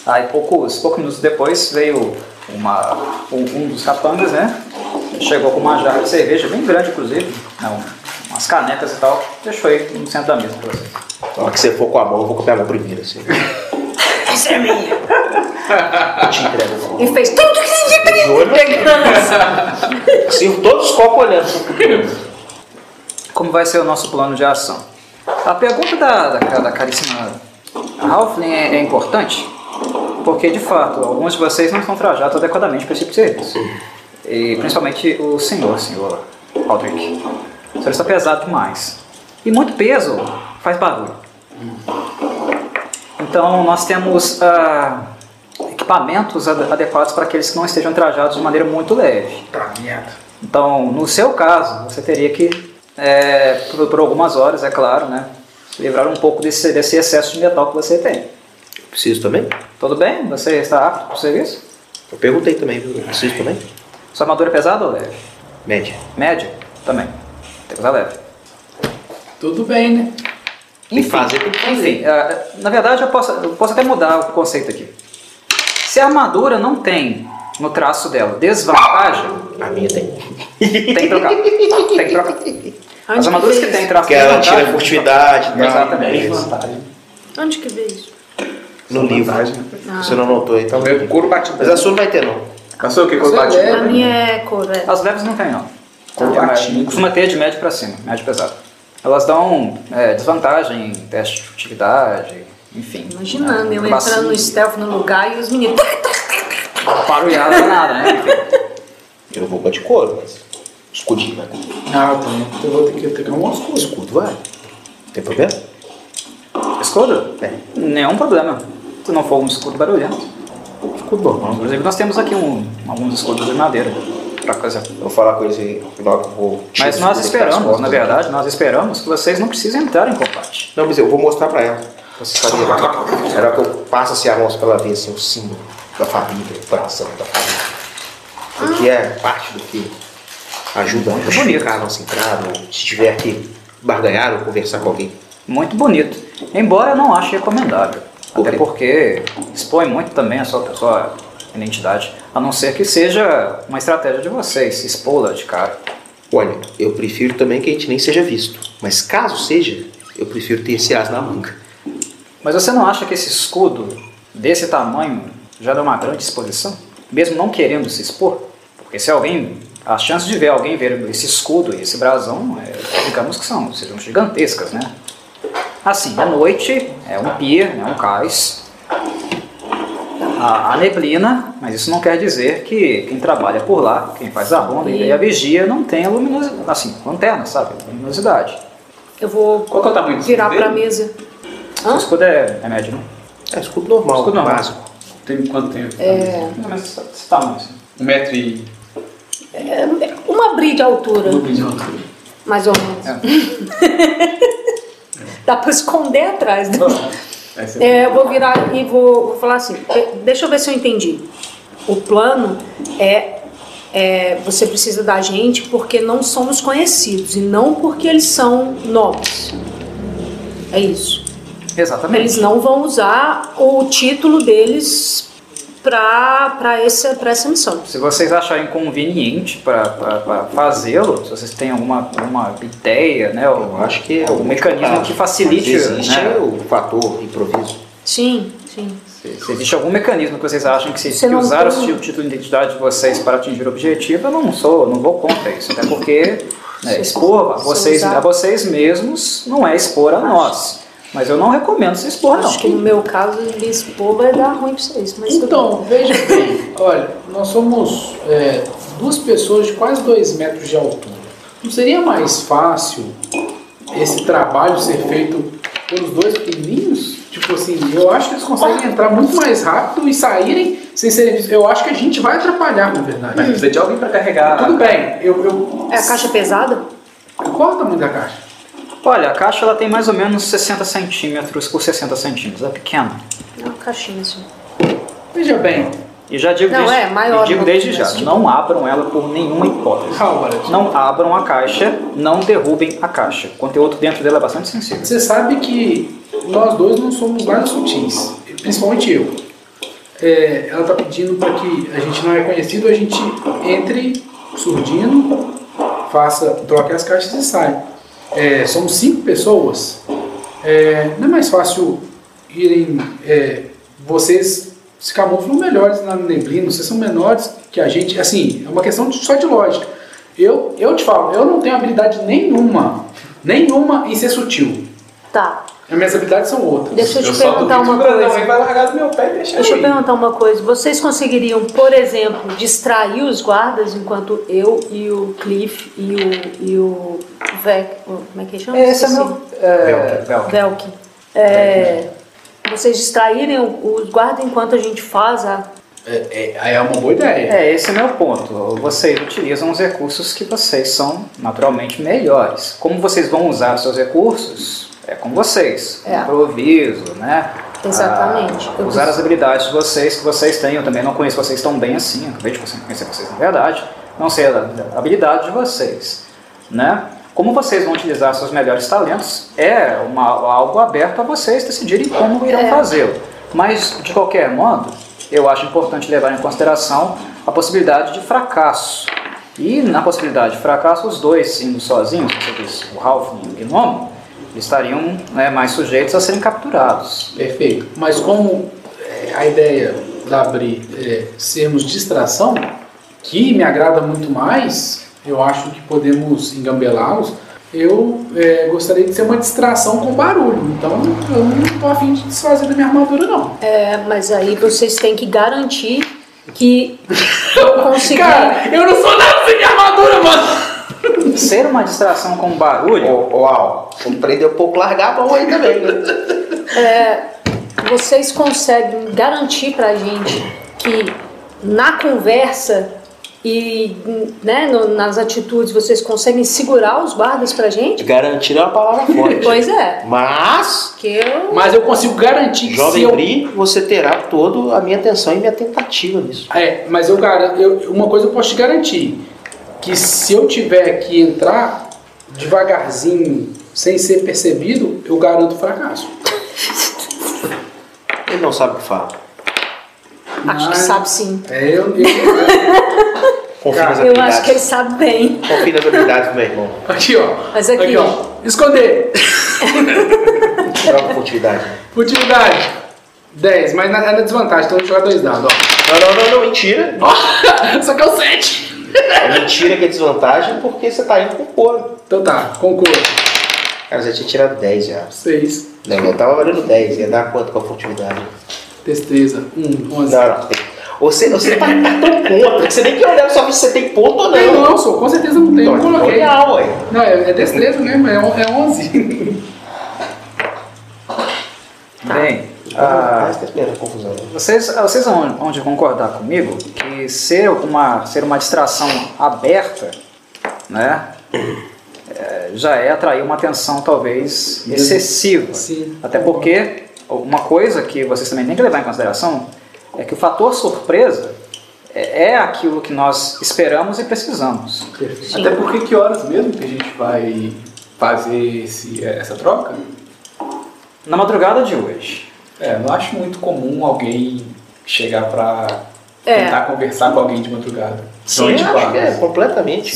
Speaker 1: Aí poucos, poucos minutos depois veio uma, um, um dos capangas, né? Chegou com uma jarra de cerveja bem grande, inclusive. Não, umas canecas e tal. Deixou aí no centro da mesa pra vocês.
Speaker 2: Na hora que você for com a mão, eu vou copiar a mão primeiro. Assim. Eu
Speaker 5: Essa é minha.
Speaker 2: te entrego a mão.
Speaker 5: E fez tudo que você tinha
Speaker 2: De olho.
Speaker 5: pegando assim.
Speaker 2: Assim, todos os copos olhando.
Speaker 1: como vai ser o nosso plano de ação. A pergunta da, da, da caríssima Halfling é, é importante, porque de fato, alguns de vocês não estão trajados adequadamente para esse tipo de serviço. E principalmente o senhor, senhor Aldrich. O senhor está pesado demais. E muito peso faz barulho. Então nós temos ah, equipamentos ad- adequados para aqueles que não estejam trajados de maneira muito leve.
Speaker 3: Tá, merda.
Speaker 1: Então, no seu caso, você teria que, é, por, por algumas horas, é claro, né, se livrar um pouco desse, desse excesso de metal que você tem.
Speaker 2: Preciso também?
Speaker 1: Tudo bem? Você está apto para o serviço?
Speaker 2: Eu perguntei também, viu? Preciso também?
Speaker 1: Sua armadura é pesada ou leve?
Speaker 2: Média.
Speaker 1: Média? Também. Tem que usar leve.
Speaker 3: Tudo bem, né?
Speaker 2: Tem que fazer, tem que fazer.
Speaker 1: Enfim, ah, na verdade, eu posso, eu posso até mudar o conceito aqui. Se a armadura não tem no traço dela desvantagem,
Speaker 2: A minha tem.
Speaker 1: tem que trocar. Tem que trocar. As armaduras que têm traço
Speaker 2: Porque ela
Speaker 1: desvantagem-
Speaker 2: tira furtividade tá? e tal.
Speaker 1: Exatamente.
Speaker 5: Onde que vê isso?
Speaker 2: No livro. Você não notou aí, tá?
Speaker 4: Talvez o couro batido.
Speaker 2: Mas a sua não vai ter, não.
Speaker 4: Caçou o que? Couro
Speaker 3: Você
Speaker 4: batido?
Speaker 3: É,
Speaker 5: A
Speaker 3: né?
Speaker 5: minha é cor, é.
Speaker 1: As leves não tem, não.
Speaker 4: Tá.
Speaker 1: É, mas Costuma ter de médio pra cima, médio pesado. Elas dão é, desvantagem em teste de furtividade, enfim. Né,
Speaker 5: Imaginando, eu
Speaker 1: Bacia,
Speaker 5: entrando no stealth no lugar e os meninos.
Speaker 1: Barulhada nada, né? Enfim.
Speaker 2: Eu vou com a de couro, mas. Escudinho vai ter.
Speaker 3: Ah, eu também. Eu vou ter que pegar um oscuro.
Speaker 2: Escudo vai. Tem problema?
Speaker 1: Escudo?
Speaker 2: É.
Speaker 1: Nenhum problema. Se não for um escudo barulhento.
Speaker 2: Escudo né? normal.
Speaker 1: Inclusive, nós temos aqui um, alguns escudos de madeira. Pra coisa.
Speaker 2: Eu vou falar com eles aí no final que tá eu vou.
Speaker 1: Mas nós esperamos,
Speaker 2: né?
Speaker 1: na verdade, nós esperamos que vocês não precisem entrar em combate.
Speaker 2: Não, mas eu vou mostrar pra ela. Você sabia? Era que eu passo assim a mão pra ela ver assim, o símbolo da família, o coração da família. O que é parte do que ajuda a justificar a nossa entrada, ou se tiver que barganhar ou conversar com alguém.
Speaker 1: Muito bonito. Embora eu não ache recomendável.
Speaker 2: Por
Speaker 1: Até
Speaker 2: quê?
Speaker 1: porque expõe muito também a sua, a sua identidade. A não ser que seja uma estratégia de vocês, expô-la de cara.
Speaker 2: Olha, eu prefiro também que a gente nem seja visto. Mas caso seja, eu prefiro ter esse as na manga.
Speaker 1: Mas você não acha que esse escudo desse tamanho já dá uma grande exposição? Mesmo não querendo se expor? Porque se alguém. A chance de ver alguém ver esse escudo e esse brasão, é, digamos que são, sejam gigantescas, né? Assim, à noite é um pier, né, um cais. A, a neblina, mas isso não quer dizer que quem trabalha por lá, quem faz a ronda e a vigia, não tenha luminosidade, assim, lanterna, sabe? Luminosidade.
Speaker 5: Eu vou
Speaker 4: Qual que é o tamanho do
Speaker 5: virar
Speaker 4: escudo
Speaker 5: pra
Speaker 4: dele?
Speaker 5: mesa.
Speaker 1: O
Speaker 5: Hã?
Speaker 1: escudo é, é médio, né?
Speaker 2: É escudo normal,
Speaker 1: Escudo normal.
Speaker 2: básico.
Speaker 4: Tem quanto tempo?
Speaker 5: É,
Speaker 1: Mais ou menos esse tamanho, assim.
Speaker 4: Um metro e...
Speaker 5: é uma brilha de altura,
Speaker 4: Um de altura.
Speaker 5: mais ou menos. Dá pra esconder atrás. do-
Speaker 4: Essa é
Speaker 5: É, eu vou virar e vou, vou falar assim. de- Deixa eu ver se eu entendi. O plano é, é, você precisa da gente porque não somos conhecidos e não porque eles são nobres. É isso.
Speaker 1: Exatamente.
Speaker 5: Eles não vão usar o título deles para essa missão.
Speaker 1: Se vocês acharem conveniente para fazê-lo, se vocês têm alguma, alguma ideia, né?
Speaker 2: Eu
Speaker 1: Ou,
Speaker 2: acho que é
Speaker 1: o mecanismo que facilite,
Speaker 2: Se existe
Speaker 1: né?
Speaker 2: é o fator improviso.
Speaker 5: Sim, sim.
Speaker 1: se, se existe algum mecanismo que vocês acham que se
Speaker 5: Você
Speaker 1: que
Speaker 5: não
Speaker 1: usar
Speaker 5: tem-
Speaker 1: o título de identidade de vocês para atingir o objetivo, eu não sou, não vou contra isso. Até porque né,
Speaker 5: Se-
Speaker 1: expor a
Speaker 5: se
Speaker 1: vocês,
Speaker 5: usar-
Speaker 1: a vocês mesmos não é expor a nós. Mas eu não recomendo se expor, não.
Speaker 5: Acho que no meu caso, expor vai dar ruim pra vocês. Mas
Speaker 3: Então, veja bem, olha, nós somos é, duas pessoas de quase dois metros de altura. Não seria mais fácil esse trabalho ser feito pelos dois pequenininhos? Tipo assim, eu acho que eles conseguem entrar muito mais rápido e saírem sem serem vistos. Eu acho que a gente vai atrapalhar, na
Speaker 4: Mas
Speaker 3: verdade.
Speaker 4: precisa de alguém pra carregar.
Speaker 3: Tudo bem, eu, eu,
Speaker 5: Hum. É a caixa pesada?
Speaker 3: Qual o tamanho da caixa?
Speaker 1: Olha, a caixa ela tem mais ou menos 60 centímetros por 60 centímetros. É pequena.
Speaker 5: É uma caixinha assim.
Speaker 3: Veja bem,
Speaker 1: E já digo
Speaker 5: Não,
Speaker 1: desde,
Speaker 5: é maior
Speaker 1: e digo
Speaker 5: um
Speaker 1: desde
Speaker 5: pouquinho,
Speaker 1: já,
Speaker 5: mas, tipo-
Speaker 1: não abram ela por nenhuma hipótese.
Speaker 3: calma, Alex.
Speaker 1: Não abram a caixa, não derrubem a caixa. O conteúdo dentro dela é bastante sensível.
Speaker 3: Você sabe que nós dois não somos nada sutis, principalmente eu. É, ela está pedindo para que a gente não é conhecido, a gente entre surdino, faça, troque as caixas e saia. É, somos cinco pessoas. É, não é mais fácil irem. é, vocês se camuflam melhores na neblina, vocês são menores que a gente. Assim, é uma questão de- só de lógica. Eu, eu te falo, eu não tenho habilidade nenhuma, nenhuma em ser sutil.
Speaker 5: Tá.
Speaker 3: As minhas habilidades são outras.
Speaker 5: Deixa eu te
Speaker 4: Eu só
Speaker 5: perguntar
Speaker 4: duvido
Speaker 5: uma
Speaker 4: que alguém
Speaker 5: coisa.
Speaker 4: vai largar do meu pé e deixar
Speaker 5: Deixa eu
Speaker 4: eu ir.
Speaker 5: perguntar uma coisa. Vocês conseguiriam, por exemplo, distrair os guardas enquanto eu e o Cliff e o. e o. Vec. Como é que chama?
Speaker 1: Esse é
Speaker 5: Esqueci.
Speaker 1: meu. É, Belk.
Speaker 5: Velk. É, vocês distraírem o- os guardas enquanto a gente faz a.
Speaker 3: É, é, é uma boa ideia.
Speaker 1: É, esse é meu ponto. Vocês utilizam os recursos que vocês são naturalmente melhores. Como vocês vão usar os seus recursos é com vocês.
Speaker 5: É.
Speaker 1: Improviso, né?
Speaker 5: Exatamente.
Speaker 1: Ah,
Speaker 5: Eu
Speaker 1: usar
Speaker 5: preciso-
Speaker 1: as habilidades de vocês que vocês têm. Eu também não conheço vocês tão bem assim. Eu acabei de conhecer vocês na verdade. Não sei a a habilidade de vocês, né? Como vocês vão utilizar seus melhores talentos é uma, algo aberto a vocês decidirem como irão
Speaker 5: É.
Speaker 1: fazê-lo. Mas, de qualquer modo, eu acho importante levar em consideração a possibilidade de fracasso. E na possibilidade de fracasso, os dois indo sozinhos, você disse, o Ralph e o Gnomo, eles estariam né, mais sujeitos a serem
Speaker 5: É.
Speaker 1: capturados.
Speaker 3: Perfeito. Mas como é, a ideia da Bri é sermos distração, que me agrada muito mais, eu acho que podemos engambelá-los. Eu é, gostaria de ser uma distração com barulho, então eu não tô afim de desfazer da minha armadura, não.
Speaker 5: É, mas aí vocês têm que garantir que eu consiga.
Speaker 3: Cara, eu não sou nada sem minha armadura, mano!
Speaker 1: Ser uma distração com barulho
Speaker 2: Ô, ô Al, compreendeu pouco largar a mão aí também, né?
Speaker 5: Vocês conseguem garantir pra gente que na conversa e né, no- nas atitudes vocês conseguem segurar os guardas pra gente?
Speaker 2: Garantir é uma palavra forte.
Speaker 5: Pois é,
Speaker 2: Mas,
Speaker 5: que eu.
Speaker 3: Mas eu consigo garantir que se
Speaker 2: jovem
Speaker 3: eu
Speaker 2: Bri, você terá toda a minha atenção e minha tentativa nisso.
Speaker 3: É, mas eu garanto, eu- uma coisa eu posso te garantir, que se eu tiver que entrar devagarzinho, sem ser percebido, eu garanto fracasso.
Speaker 2: Ele não sabe o que fala.
Speaker 5: Acho que
Speaker 3: Mas-
Speaker 5: sabe sim.
Speaker 3: É, eu, eu-
Speaker 2: Confia nas
Speaker 5: Eu acho que ele
Speaker 2: habilidades.
Speaker 5: sabe bem.
Speaker 2: Confia nas habilidades do meu irmão.
Speaker 3: aqui, ó.
Speaker 5: Mas aqui-
Speaker 3: ó. Esconder.
Speaker 2: Joga com utilidade.
Speaker 3: Utilidade. 10, mas na, é na desvantagem, então eu vou jogar dois dados, ó.
Speaker 2: Não, não, não, não, mentira.
Speaker 3: Só que é o 7.
Speaker 2: É mentira que é desvantagem porque você tá indo com couro.
Speaker 3: Então tá, concurso.
Speaker 2: Cara, você tinha tirado 10 já.
Speaker 3: 6,
Speaker 2: Não, eu tava valendo 10. Ia dar quanto com a furtividade?
Speaker 3: destreza, 1, 11.
Speaker 2: Não, não. tem. Você, você tá, tá tão contra que você nem quer olhar só ver se você tem ponto ou
Speaker 3: Não,
Speaker 2: não.
Speaker 3: não, sou, com certeza não tem, eu
Speaker 2: Então,
Speaker 3: coloquei.
Speaker 2: Não, ué.
Speaker 3: Não, é, é destreza, né, mas é on- é 11.
Speaker 1: Bem,
Speaker 2: Ah, você tá esperando confusão. né?
Speaker 1: vocês, ah, vocês vão, vão de concordar comigo que ser uma, ser uma distração aberta, né, é, já é atrair uma atenção talvez excessiva.
Speaker 3: Sim.
Speaker 1: Até porque uma coisa que vocês também têm que levar em consideração é que o fator surpresa é, é aquilo que nós esperamos e precisamos.
Speaker 3: Perfeito.
Speaker 4: Até porque que horas mesmo que a gente vai fazer esse- é, essa troca?
Speaker 1: Na madrugada de hoje,
Speaker 4: É, não acho muito comum alguém chegar pra
Speaker 5: É.
Speaker 4: tentar conversar com alguém de madrugada.
Speaker 5: Sim,
Speaker 4: Principalmente
Speaker 2: Eu acho que é
Speaker 4: barras.
Speaker 2: completamente.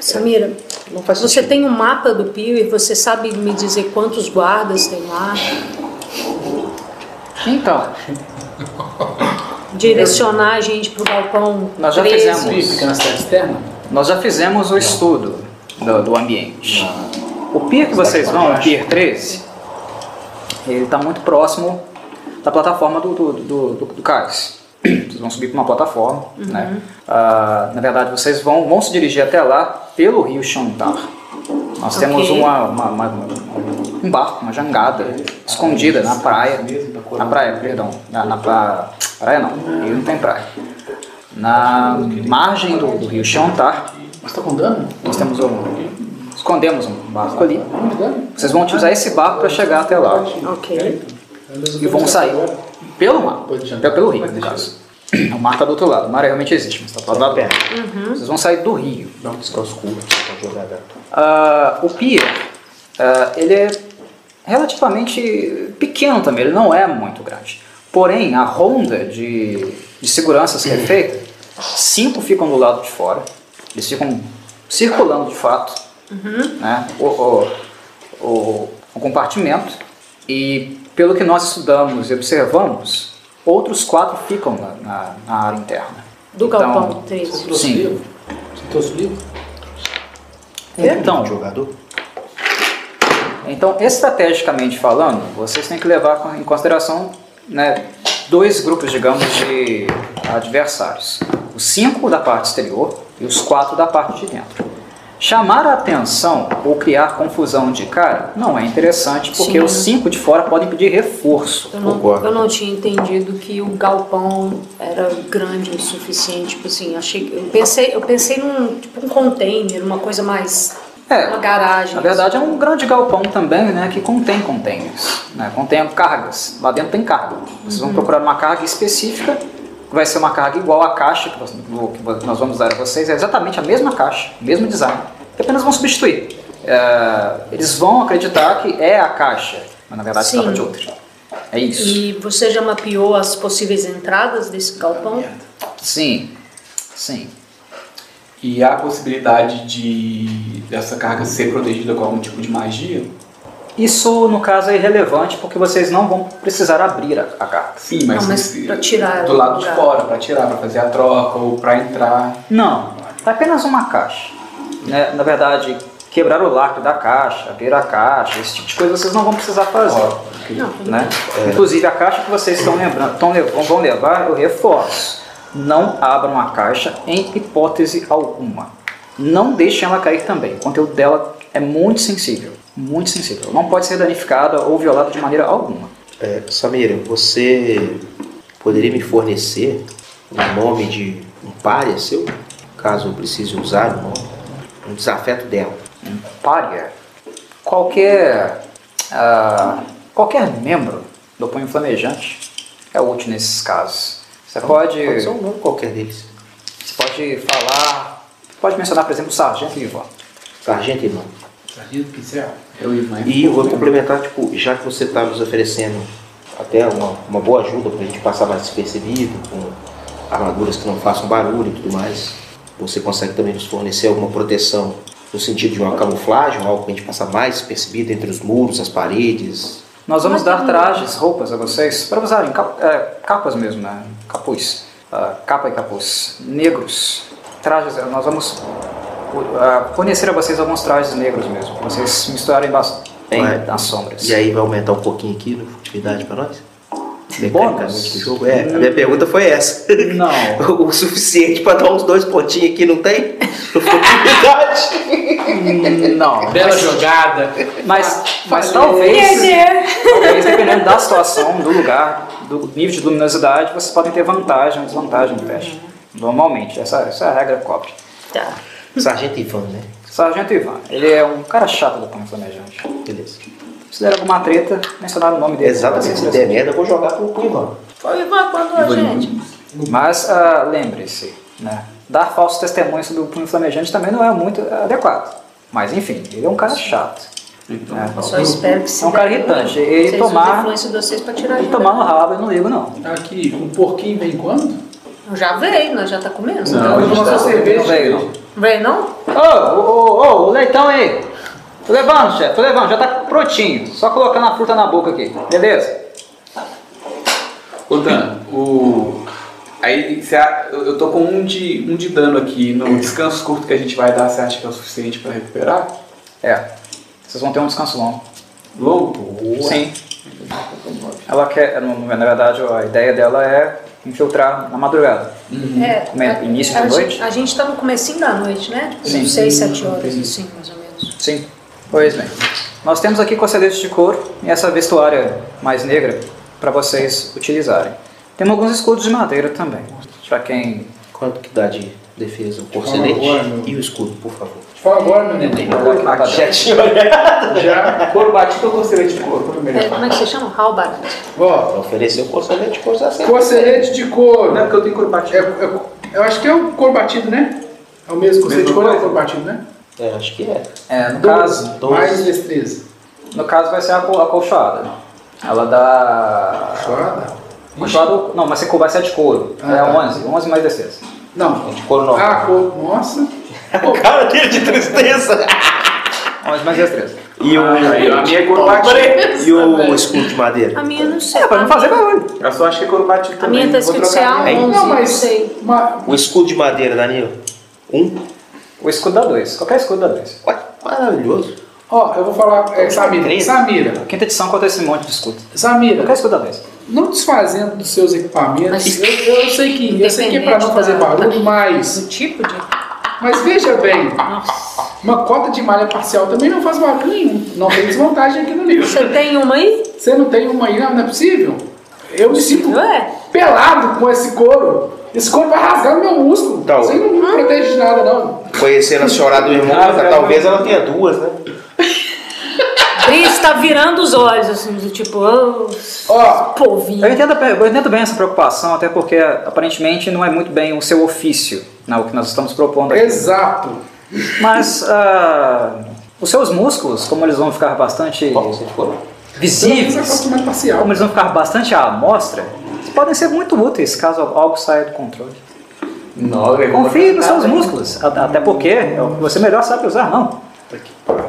Speaker 5: Samira,
Speaker 2: Não faz
Speaker 5: você
Speaker 2: sentido.
Speaker 5: tem um mapa do Pio e você sabe me dizer quantos guardas tem lá?
Speaker 1: Então,
Speaker 5: Direcionar a gente pro galpão
Speaker 1: Nós já
Speaker 5: 13?
Speaker 1: fizemos.
Speaker 3: Sim, fica na cidade externa.
Speaker 1: nós já fizemos o estudo do, do ambiente. O pier que vocês vão, o pier 13, ele está muito próximo da plataforma do, do, do, do, do cais. Vocês vão subir para uma plataforma, né? Ah, na verdade, vocês vão, vão se dirigir até lá pelo rio Xantar. Nós
Speaker 5: Ok.
Speaker 1: temos uma, uma- uma- uma- um barco, uma jangada escondida na praia. Na praia, perdão. Na, na pra- praia não, rio não tem praia. Na margem do, do rio Xantar,
Speaker 3: Mas tá com dano?
Speaker 1: nós temos um. Escondemos um barco ali.
Speaker 3: Não me Tá dano?
Speaker 1: Vocês vão utilizar esse barco para chegar até lá.
Speaker 5: Ok.
Speaker 1: E vão sair pelo mar.
Speaker 3: Pode já.
Speaker 1: Pelo, pelo rio, no caso. O mar está do outro lado. O mar realmente existe, mas está do lado do lado. Vocês vão sair do rio.
Speaker 2: Dá um descanso curto pra jogar dentro.
Speaker 1: Ah, o pier, ah, ele é relativamente pequeno também. Ele não é muito grande. Porém, a ronda de, de seguranças que é feita, cinco ficam do lado de fora. Eles ficam circulando de fato
Speaker 5: Uhum.
Speaker 1: né, o, o- o- o compartimento. E pelo que nós estudamos e observamos, outros quatro ficam na, na- na área interna.
Speaker 5: Do
Speaker 1: Então,
Speaker 5: galpão 13.
Speaker 3: Você trouxe
Speaker 1: Sim.
Speaker 3: livro? Você trouxe livro?
Speaker 1: Então,
Speaker 2: jogador?
Speaker 1: Então, estrategicamente falando, vocês têm que levar em consideração né, dois grupos, digamos, de adversários: os cinco da parte exterior e os quatro da parte de dentro. Chamar a atenção ou criar confusão de cara não é interessante, porque
Speaker 5: Sim.
Speaker 1: os cinco de fora podem pedir reforço.
Speaker 5: Eu não,
Speaker 2: Concordo.
Speaker 5: eu não tinha entendido que o galpão era grande o suficiente, tipo assim, achei, eu pensei, eu pensei num tipo um container, uma coisa mais,
Speaker 1: É,
Speaker 5: uma garagem.
Speaker 1: na verdade é um grande galpão também, né, que contém containers, né, contém cargas. Lá dentro tem carga. Vocês
Speaker 5: Uhum.
Speaker 1: vão procurar uma carga específica, que vai ser uma carga igual à caixa que nós, do- que nós vamos dar a vocês, é exatamente a mesma caixa, mesmo design. Que apenas vão substituir. É, eles vão acreditar que é a caixa, mas na verdade se
Speaker 5: Sim.
Speaker 1: trata de outra. É isso.
Speaker 5: E você já mapeou as possíveis entradas desse galpão?
Speaker 1: Sim, sim.
Speaker 4: E há a possibilidade de dessa carga ser protegida com algum tipo de magia?
Speaker 1: Isso no caso é irrelevante porque vocês não vão precisar abrir a, a carga.
Speaker 4: Sim, mas,
Speaker 5: Não, mas
Speaker 4: se-
Speaker 5: pra tirar
Speaker 4: do
Speaker 5: ela
Speaker 4: lado
Speaker 5: do
Speaker 4: de
Speaker 5: lugar.
Speaker 4: fora, pra tirar, pra fazer a troca ou pra entrar.
Speaker 1: Não, é apenas uma caixa. né? Na verdade, quebrar o lacre da caixa, abrir a caixa, esse tipo de coisa vocês não vão precisar fazer.
Speaker 4: Ó, ok.
Speaker 5: Não, tudo
Speaker 1: né?
Speaker 5: bem.
Speaker 1: Inclusive a caixa que vocês estão lembrando, estão lev- vão levar, eu reforço. Não abram a caixa em hipótese alguma. Não deixem ela cair também. O conteúdo dela é muito sensível. Muito sensível. Não pode ser danificada ou violada de maneira alguma.
Speaker 2: É, Samira, você poderia me fornecer o nome de um pária seu? Caso eu precise usar o nome. Um desafeto dela.
Speaker 1: Pária. Qualquer. ah, qualquer membro do punho flamejante é útil nesses casos. Você pode.
Speaker 2: Pode ser um nome qualquer deles.
Speaker 1: Você pode falar. Pode mencionar, por exemplo, o sargento Ivan.
Speaker 2: Sargento irmão.
Speaker 3: Sargento pincel.
Speaker 4: Eu e é mãe.
Speaker 2: E eu vou complementar, tipo, já que você está nos oferecendo até uma, uma boa ajuda para a gente passar mais despercebido, com armaduras que não façam barulho e tudo mais, você consegue também nos fornecer alguma proteção no sentido de uma camuflagem, um algo para a gente passar mais despercebido entre os muros, as paredes.
Speaker 1: Nós vamos
Speaker 5: Mas
Speaker 1: dar
Speaker 5: tem-
Speaker 1: trajes, roupas a vocês, para usarem cap- é, capas mesmo, né? Capuz. Ah, capa e capuz. Negros. Trajes, eh, nós vamos ah, fornecer a vocês alguns trajes negros mesmo, para vocês misturarem bem
Speaker 2: Vai.
Speaker 1: nas sombras.
Speaker 2: E aí vai aumentar um pouquinho aqui no furtividade para nós?
Speaker 1: Bônus?
Speaker 2: Do jogo? É, a minha pergunta foi essa.
Speaker 1: Não.
Speaker 2: O suficiente para dar uns dois pontinhos aqui, não tem? No furtividade.
Speaker 1: Não.
Speaker 3: Bela jogada.
Speaker 1: Mas, mas
Speaker 3: Falei.
Speaker 1: talvez, talvez, dependendo da situação, do lugar, do nível de luminosidade, vocês podem ter vantagem ou desvantagem no teste. Normalmente, essa, essa é a regra que cobre.
Speaker 5: Tá.
Speaker 2: Sargento Ivan, né?
Speaker 1: Sargento Ivan, ele é um cara chato do Punho Flamejante.
Speaker 2: Beleza.
Speaker 1: Se der alguma treta, mencionar o nome dele.
Speaker 2: Exatamente, se der merda, eu vou jogar pro cu, mano.
Speaker 5: Foi Ivan, quando a gente.
Speaker 1: Mas ah, lembre-se, né? Dar falso testemunho sobre o Punho Flamejante também não é muito adequado. Mas enfim, ele é um cara chato.
Speaker 4: Então,
Speaker 1: É.
Speaker 5: Só espero que se
Speaker 1: É um cara irritante. E
Speaker 5: vocês
Speaker 1: tomar-
Speaker 5: usem a influência de vocês pra tirar
Speaker 1: E
Speaker 5: ele.
Speaker 1: tomar no rabo, eu não ligo não.
Speaker 3: Tá Aqui, o porquinho vem quando?
Speaker 5: Eu Já veio, nós já tá comendo.
Speaker 4: Não.
Speaker 3: Então,
Speaker 4: a
Speaker 3: eu
Speaker 4: gente
Speaker 3: vou
Speaker 4: tá-
Speaker 3: tomar só cerveja.
Speaker 1: não veio, não.
Speaker 5: Veio não?
Speaker 1: Ô, ô, ô, ô, o leitão aí. Tô levando, chefe, tô levando, já tá prontinho. Só colocando a fruta na boca aqui, beleza?
Speaker 4: Ô Dan, o. Aí você a- eu eu tô com um de, um de dano aqui. No descanso curto que a gente vai dar, você acha que é o suficiente pra recuperar?
Speaker 1: É. Vocês vão ter um descanso longo.
Speaker 4: Louco?
Speaker 1: Sim. Ela quer, no- na verdade, a ideia dela é infiltrar na madrugada.
Speaker 5: É.
Speaker 1: Como é? Início
Speaker 5: a,
Speaker 1: da
Speaker 5: a
Speaker 1: noite?
Speaker 5: Gente, a gente tá no comecinho da noite, né? Tipo,
Speaker 1: Sim.
Speaker 5: 6, 7 horas, assim, mais ou menos.
Speaker 1: Sim. Pois bem. Nós temos aqui coceletes de couro e essa vestuária mais negra para vocês utilizarem. Temos alguns escudos de madeira também. Para quem
Speaker 2: Quanto que dá de defesa? O
Speaker 3: agora, meu.
Speaker 2: porcelete e o escudo, por favor.
Speaker 3: Fala agora, meu neném.
Speaker 4: Couro batido.
Speaker 2: Já tinha olhado.
Speaker 3: Já.
Speaker 4: Couro batido ou corcelete de couro? Qual é o
Speaker 5: É,
Speaker 4: melhor?
Speaker 5: como é que você chama? Halbard.
Speaker 3: Ó,
Speaker 2: Ofereceu o porcelete, coisa assim.
Speaker 3: cocelete de couro.
Speaker 4: Não é porque eu tenho couro batido.
Speaker 3: É- é- eu acho que é o couro batido, né? É o mesmo cocelete de
Speaker 4: Mesma
Speaker 3: couro, é o
Speaker 4: coisa.
Speaker 3: couro batido, né?
Speaker 2: É, acho que é.
Speaker 1: é, no caso,
Speaker 2: Doze.
Speaker 3: Mais destreza.
Speaker 1: no caso vai ser a co- a colchoada. Ela dá
Speaker 3: Chorada?
Speaker 1: colchoada, não, mas se vai ser de couro.
Speaker 3: Ah,
Speaker 1: é
Speaker 3: tá.
Speaker 1: 11, 11 mais destreza.
Speaker 3: Não.
Speaker 2: De couro normal.
Speaker 3: Ah, cor. Nossa.
Speaker 2: Cara dele de tristeza.
Speaker 1: 11 mais destreza.
Speaker 2: E o,
Speaker 4: Aí, a minha é couro batido.
Speaker 2: e o escudo de madeira?
Speaker 5: A minha não sei.
Speaker 1: É, para não fazer barulho.
Speaker 4: Eu só acho que é couro batido
Speaker 5: A minha
Speaker 4: também.
Speaker 5: tá
Speaker 4: Vou
Speaker 5: escrito
Speaker 4: trocar a
Speaker 5: CA11,
Speaker 4: minha.
Speaker 5: não,
Speaker 3: Não, mas-
Speaker 5: sei.
Speaker 3: Uma,
Speaker 2: O escudo de madeira, Danilo. Um.
Speaker 1: O escudo dá 2, qualquer escudo dá 2.
Speaker 2: Ué, maravilhoso.
Speaker 3: ó, eu vou falar. É, Samira.
Speaker 2: Três.
Speaker 3: Samira.
Speaker 1: Quinta edição conta esse monte de escudo. Qualquer
Speaker 3: Samira,
Speaker 1: escudo dá 2.
Speaker 3: não desfazendo dos seus equipamentos.
Speaker 5: Mas-
Speaker 3: Eu, eu sei que eu sei que é pra não fazer barulho, mas.
Speaker 5: Do tipo de.
Speaker 3: Mas veja bem,
Speaker 5: Nossa.
Speaker 3: uma cota de malha parcial também não faz barulho nenhum. Não tem desvantagem aqui no livro.
Speaker 5: Você tem uma aí?
Speaker 3: Você não tem uma aí, não, não é possível? Eu me sinto
Speaker 5: Não é?
Speaker 3: pelado com esse couro. Esse couro vai rasgar o meu músculo.
Speaker 2: Tá,
Speaker 3: Isso aí não me protege de nada, não.
Speaker 2: Conhecendo a senhora do irmão,
Speaker 4: Ah, velho,
Speaker 2: talvez
Speaker 4: não.
Speaker 2: ela tenha duas, né?
Speaker 5: Brice tá virando os olhos, assim, do tipo, ô,
Speaker 3: Ó,
Speaker 5: povinho.
Speaker 1: Eu entendo, eu entendo bem essa preocupação, até porque aparentemente não é muito bem o seu ofício, né, o que nós estamos propondo aqui.
Speaker 3: exato.
Speaker 1: Mas ah, os seus músculos, como eles vão ficar bastante
Speaker 2: Bom, se for.
Speaker 3: Pelo menos a cota
Speaker 1: visíveis,
Speaker 3: de malha parcial.
Speaker 1: como eles vão ficar bastante à amostra, eles podem ser muito úteis caso algo saia do controle.
Speaker 4: Não, é eu vou
Speaker 1: Confie nos
Speaker 4: trocar.
Speaker 1: seus músculos, a- até porque é o que você melhor sabe usar, não.
Speaker 3: Puta que pariu.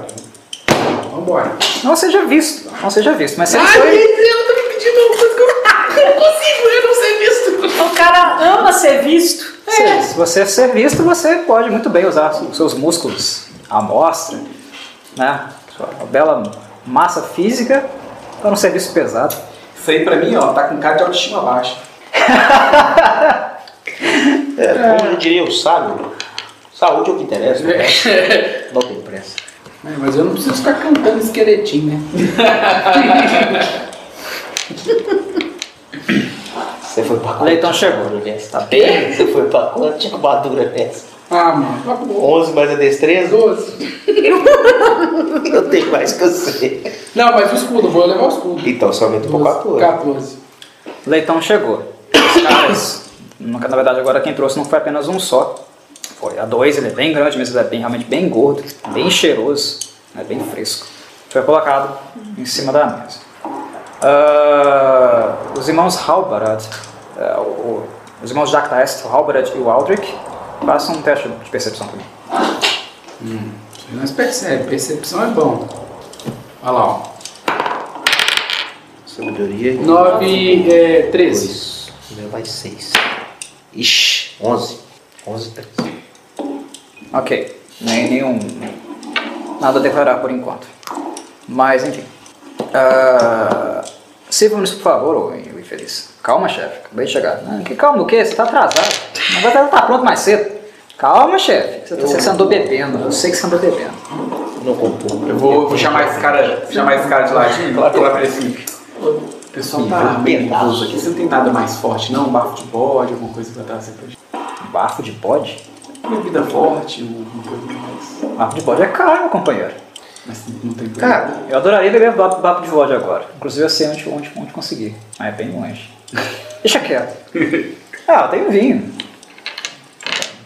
Speaker 3: Vambora.
Speaker 1: Não seja visto, não seja visto, mas se eles
Speaker 3: Ai,
Speaker 1: forem...
Speaker 3: eu tô tá me pedindo uma coisa que eu não consigo, eu não sei visto.
Speaker 5: O cara ama ser visto.
Speaker 1: Se, se você ser visto, você pode muito bem usar os seus músculos à mostra, né? Sua bela massa física para um serviço pesado.
Speaker 4: Isso aí pra mim, ó, tá com cara de autoestima baixa.
Speaker 2: É, como eu diria o sábio, saúde é o que interessa. né? Não tem pressa.
Speaker 3: É, mas eu não preciso ficar cantando esqueletinho, né?
Speaker 2: Você foi pra
Speaker 1: Leitão chegou.
Speaker 2: nessa. Tá bem? Você foi pra quanto de armadura nessa?
Speaker 3: Ah, mano. Tá bom.
Speaker 2: 11 mais a destreza?
Speaker 3: 12.
Speaker 2: Eu tenho mais que eu sei.
Speaker 3: Não, mas o escudo, vou levar o escudo.
Speaker 2: Então, você aumenta pra 14.
Speaker 3: 14.
Speaker 1: Leitão chegou. Os caras, na na verdade, agora quem trouxe não foi apenas um só. Foi a dois, ele é bem grande mesmo, ele é bem, realmente bem gordo, bem cheiroso, né, bem fresco. Foi colocado em cima da mesa. Ah, os irmãos Halbarad, ah, o- o- os irmãos Jack Test, o Halbarad e o Aldrich, façam um teste de percepção para mim.
Speaker 3: Nós percebe, percepção é bom. Olha lá, ó.
Speaker 2: Sabedoria.
Speaker 3: 9, é, 13.
Speaker 2: 2. O meu vai 6. Ixi, 11. 11, 3.
Speaker 1: Ok. Nem nenhum. Nada a declarar por enquanto. Mas enfim. Ah, Sirva-nos, por favor, ô ô infeliz. Calma, chefe. Acabei de chegar. Não, que calma o quê? Você tá atrasado. Na verdade, tá pronto mais cedo. Calma, chefe. Você, tá você andou bebendo. Eu sei que você andou bebendo.
Speaker 2: Não compor.
Speaker 4: Eu vou, vou chamar esse cara, chamar esse cara de ladinho, falar pra ele assim. O pessoal tá meio nervoso aqui, você não tem nada mais forte, não? Um bafo de bode, alguma coisa pra dar assim pra gente.
Speaker 1: Bafo de bode?
Speaker 4: Bebida forte, alguma coisa mais.
Speaker 1: Bafo de bode é caro, meu companheiro.
Speaker 4: Mas não tem problema.
Speaker 2: Cara,
Speaker 1: Eu adoraria beber ba- bafo de bode agora. Inclusive, eu sei onde, onde, onde conseguir. Mas é bem longe. Deixa quieto. Ah, eu tenho vinho.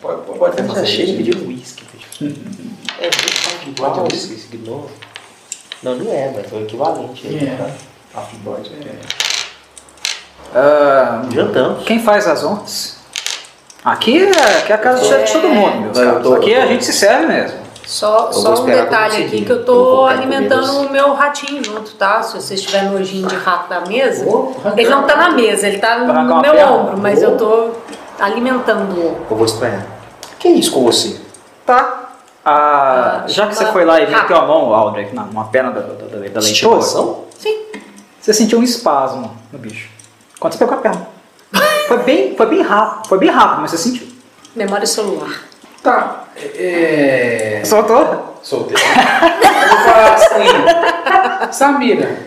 Speaker 4: pode, pode, pode ser
Speaker 2: eu achei
Speaker 4: você.
Speaker 2: ele pediu uísque. pediu. É, eu falo de bode, eu esqueci de novo. Não, não é, mas é o equivalente. aí,
Speaker 3: É.
Speaker 2: tá?
Speaker 4: Afterboard é.
Speaker 1: Ah,
Speaker 2: Jantamos.
Speaker 1: quem faz as honras? Aqui é, aqui é a casa de todo mundo, meus
Speaker 2: É, eu
Speaker 1: caros.
Speaker 2: tô-
Speaker 1: Aqui a
Speaker 2: tô-
Speaker 1: gente se serve mesmo.
Speaker 5: Só,
Speaker 2: vou
Speaker 5: só um
Speaker 2: esperar
Speaker 5: detalhe
Speaker 2: pra conseguir.
Speaker 5: aqui que eu
Speaker 2: Eu vou
Speaker 5: tô
Speaker 2: colocar
Speaker 5: alimentando
Speaker 2: comidas.
Speaker 5: o meu ratinho junto, tá? Se vocês tiverem nojinho de rato na mesa,
Speaker 3: Opa.
Speaker 5: ele não tá na mesa, ele tá
Speaker 1: Vai arrancar
Speaker 5: no
Speaker 1: uma
Speaker 5: meu
Speaker 1: perna?
Speaker 5: ombro, mas eu tô alimentando.
Speaker 2: Eu vou estranhar. Que é isso com você?
Speaker 1: Tá. Ah,
Speaker 5: Ah,
Speaker 1: já que você
Speaker 5: chama-
Speaker 1: foi lá e viu
Speaker 5: Ah.
Speaker 1: que a mão, Aldrich, na, uma perna da, da, da, da leitura,
Speaker 2: Estimação?
Speaker 5: Sim.
Speaker 1: você sentiu um espasmo no bicho. Quando você pegou a perna. Foi bem, foi bem rápido, foi bem rápido, mas você sentiu.
Speaker 5: Memória celular.
Speaker 3: Tá. É...
Speaker 1: Soltou?
Speaker 3: Solteiro. Eu vou falar assim. Samira,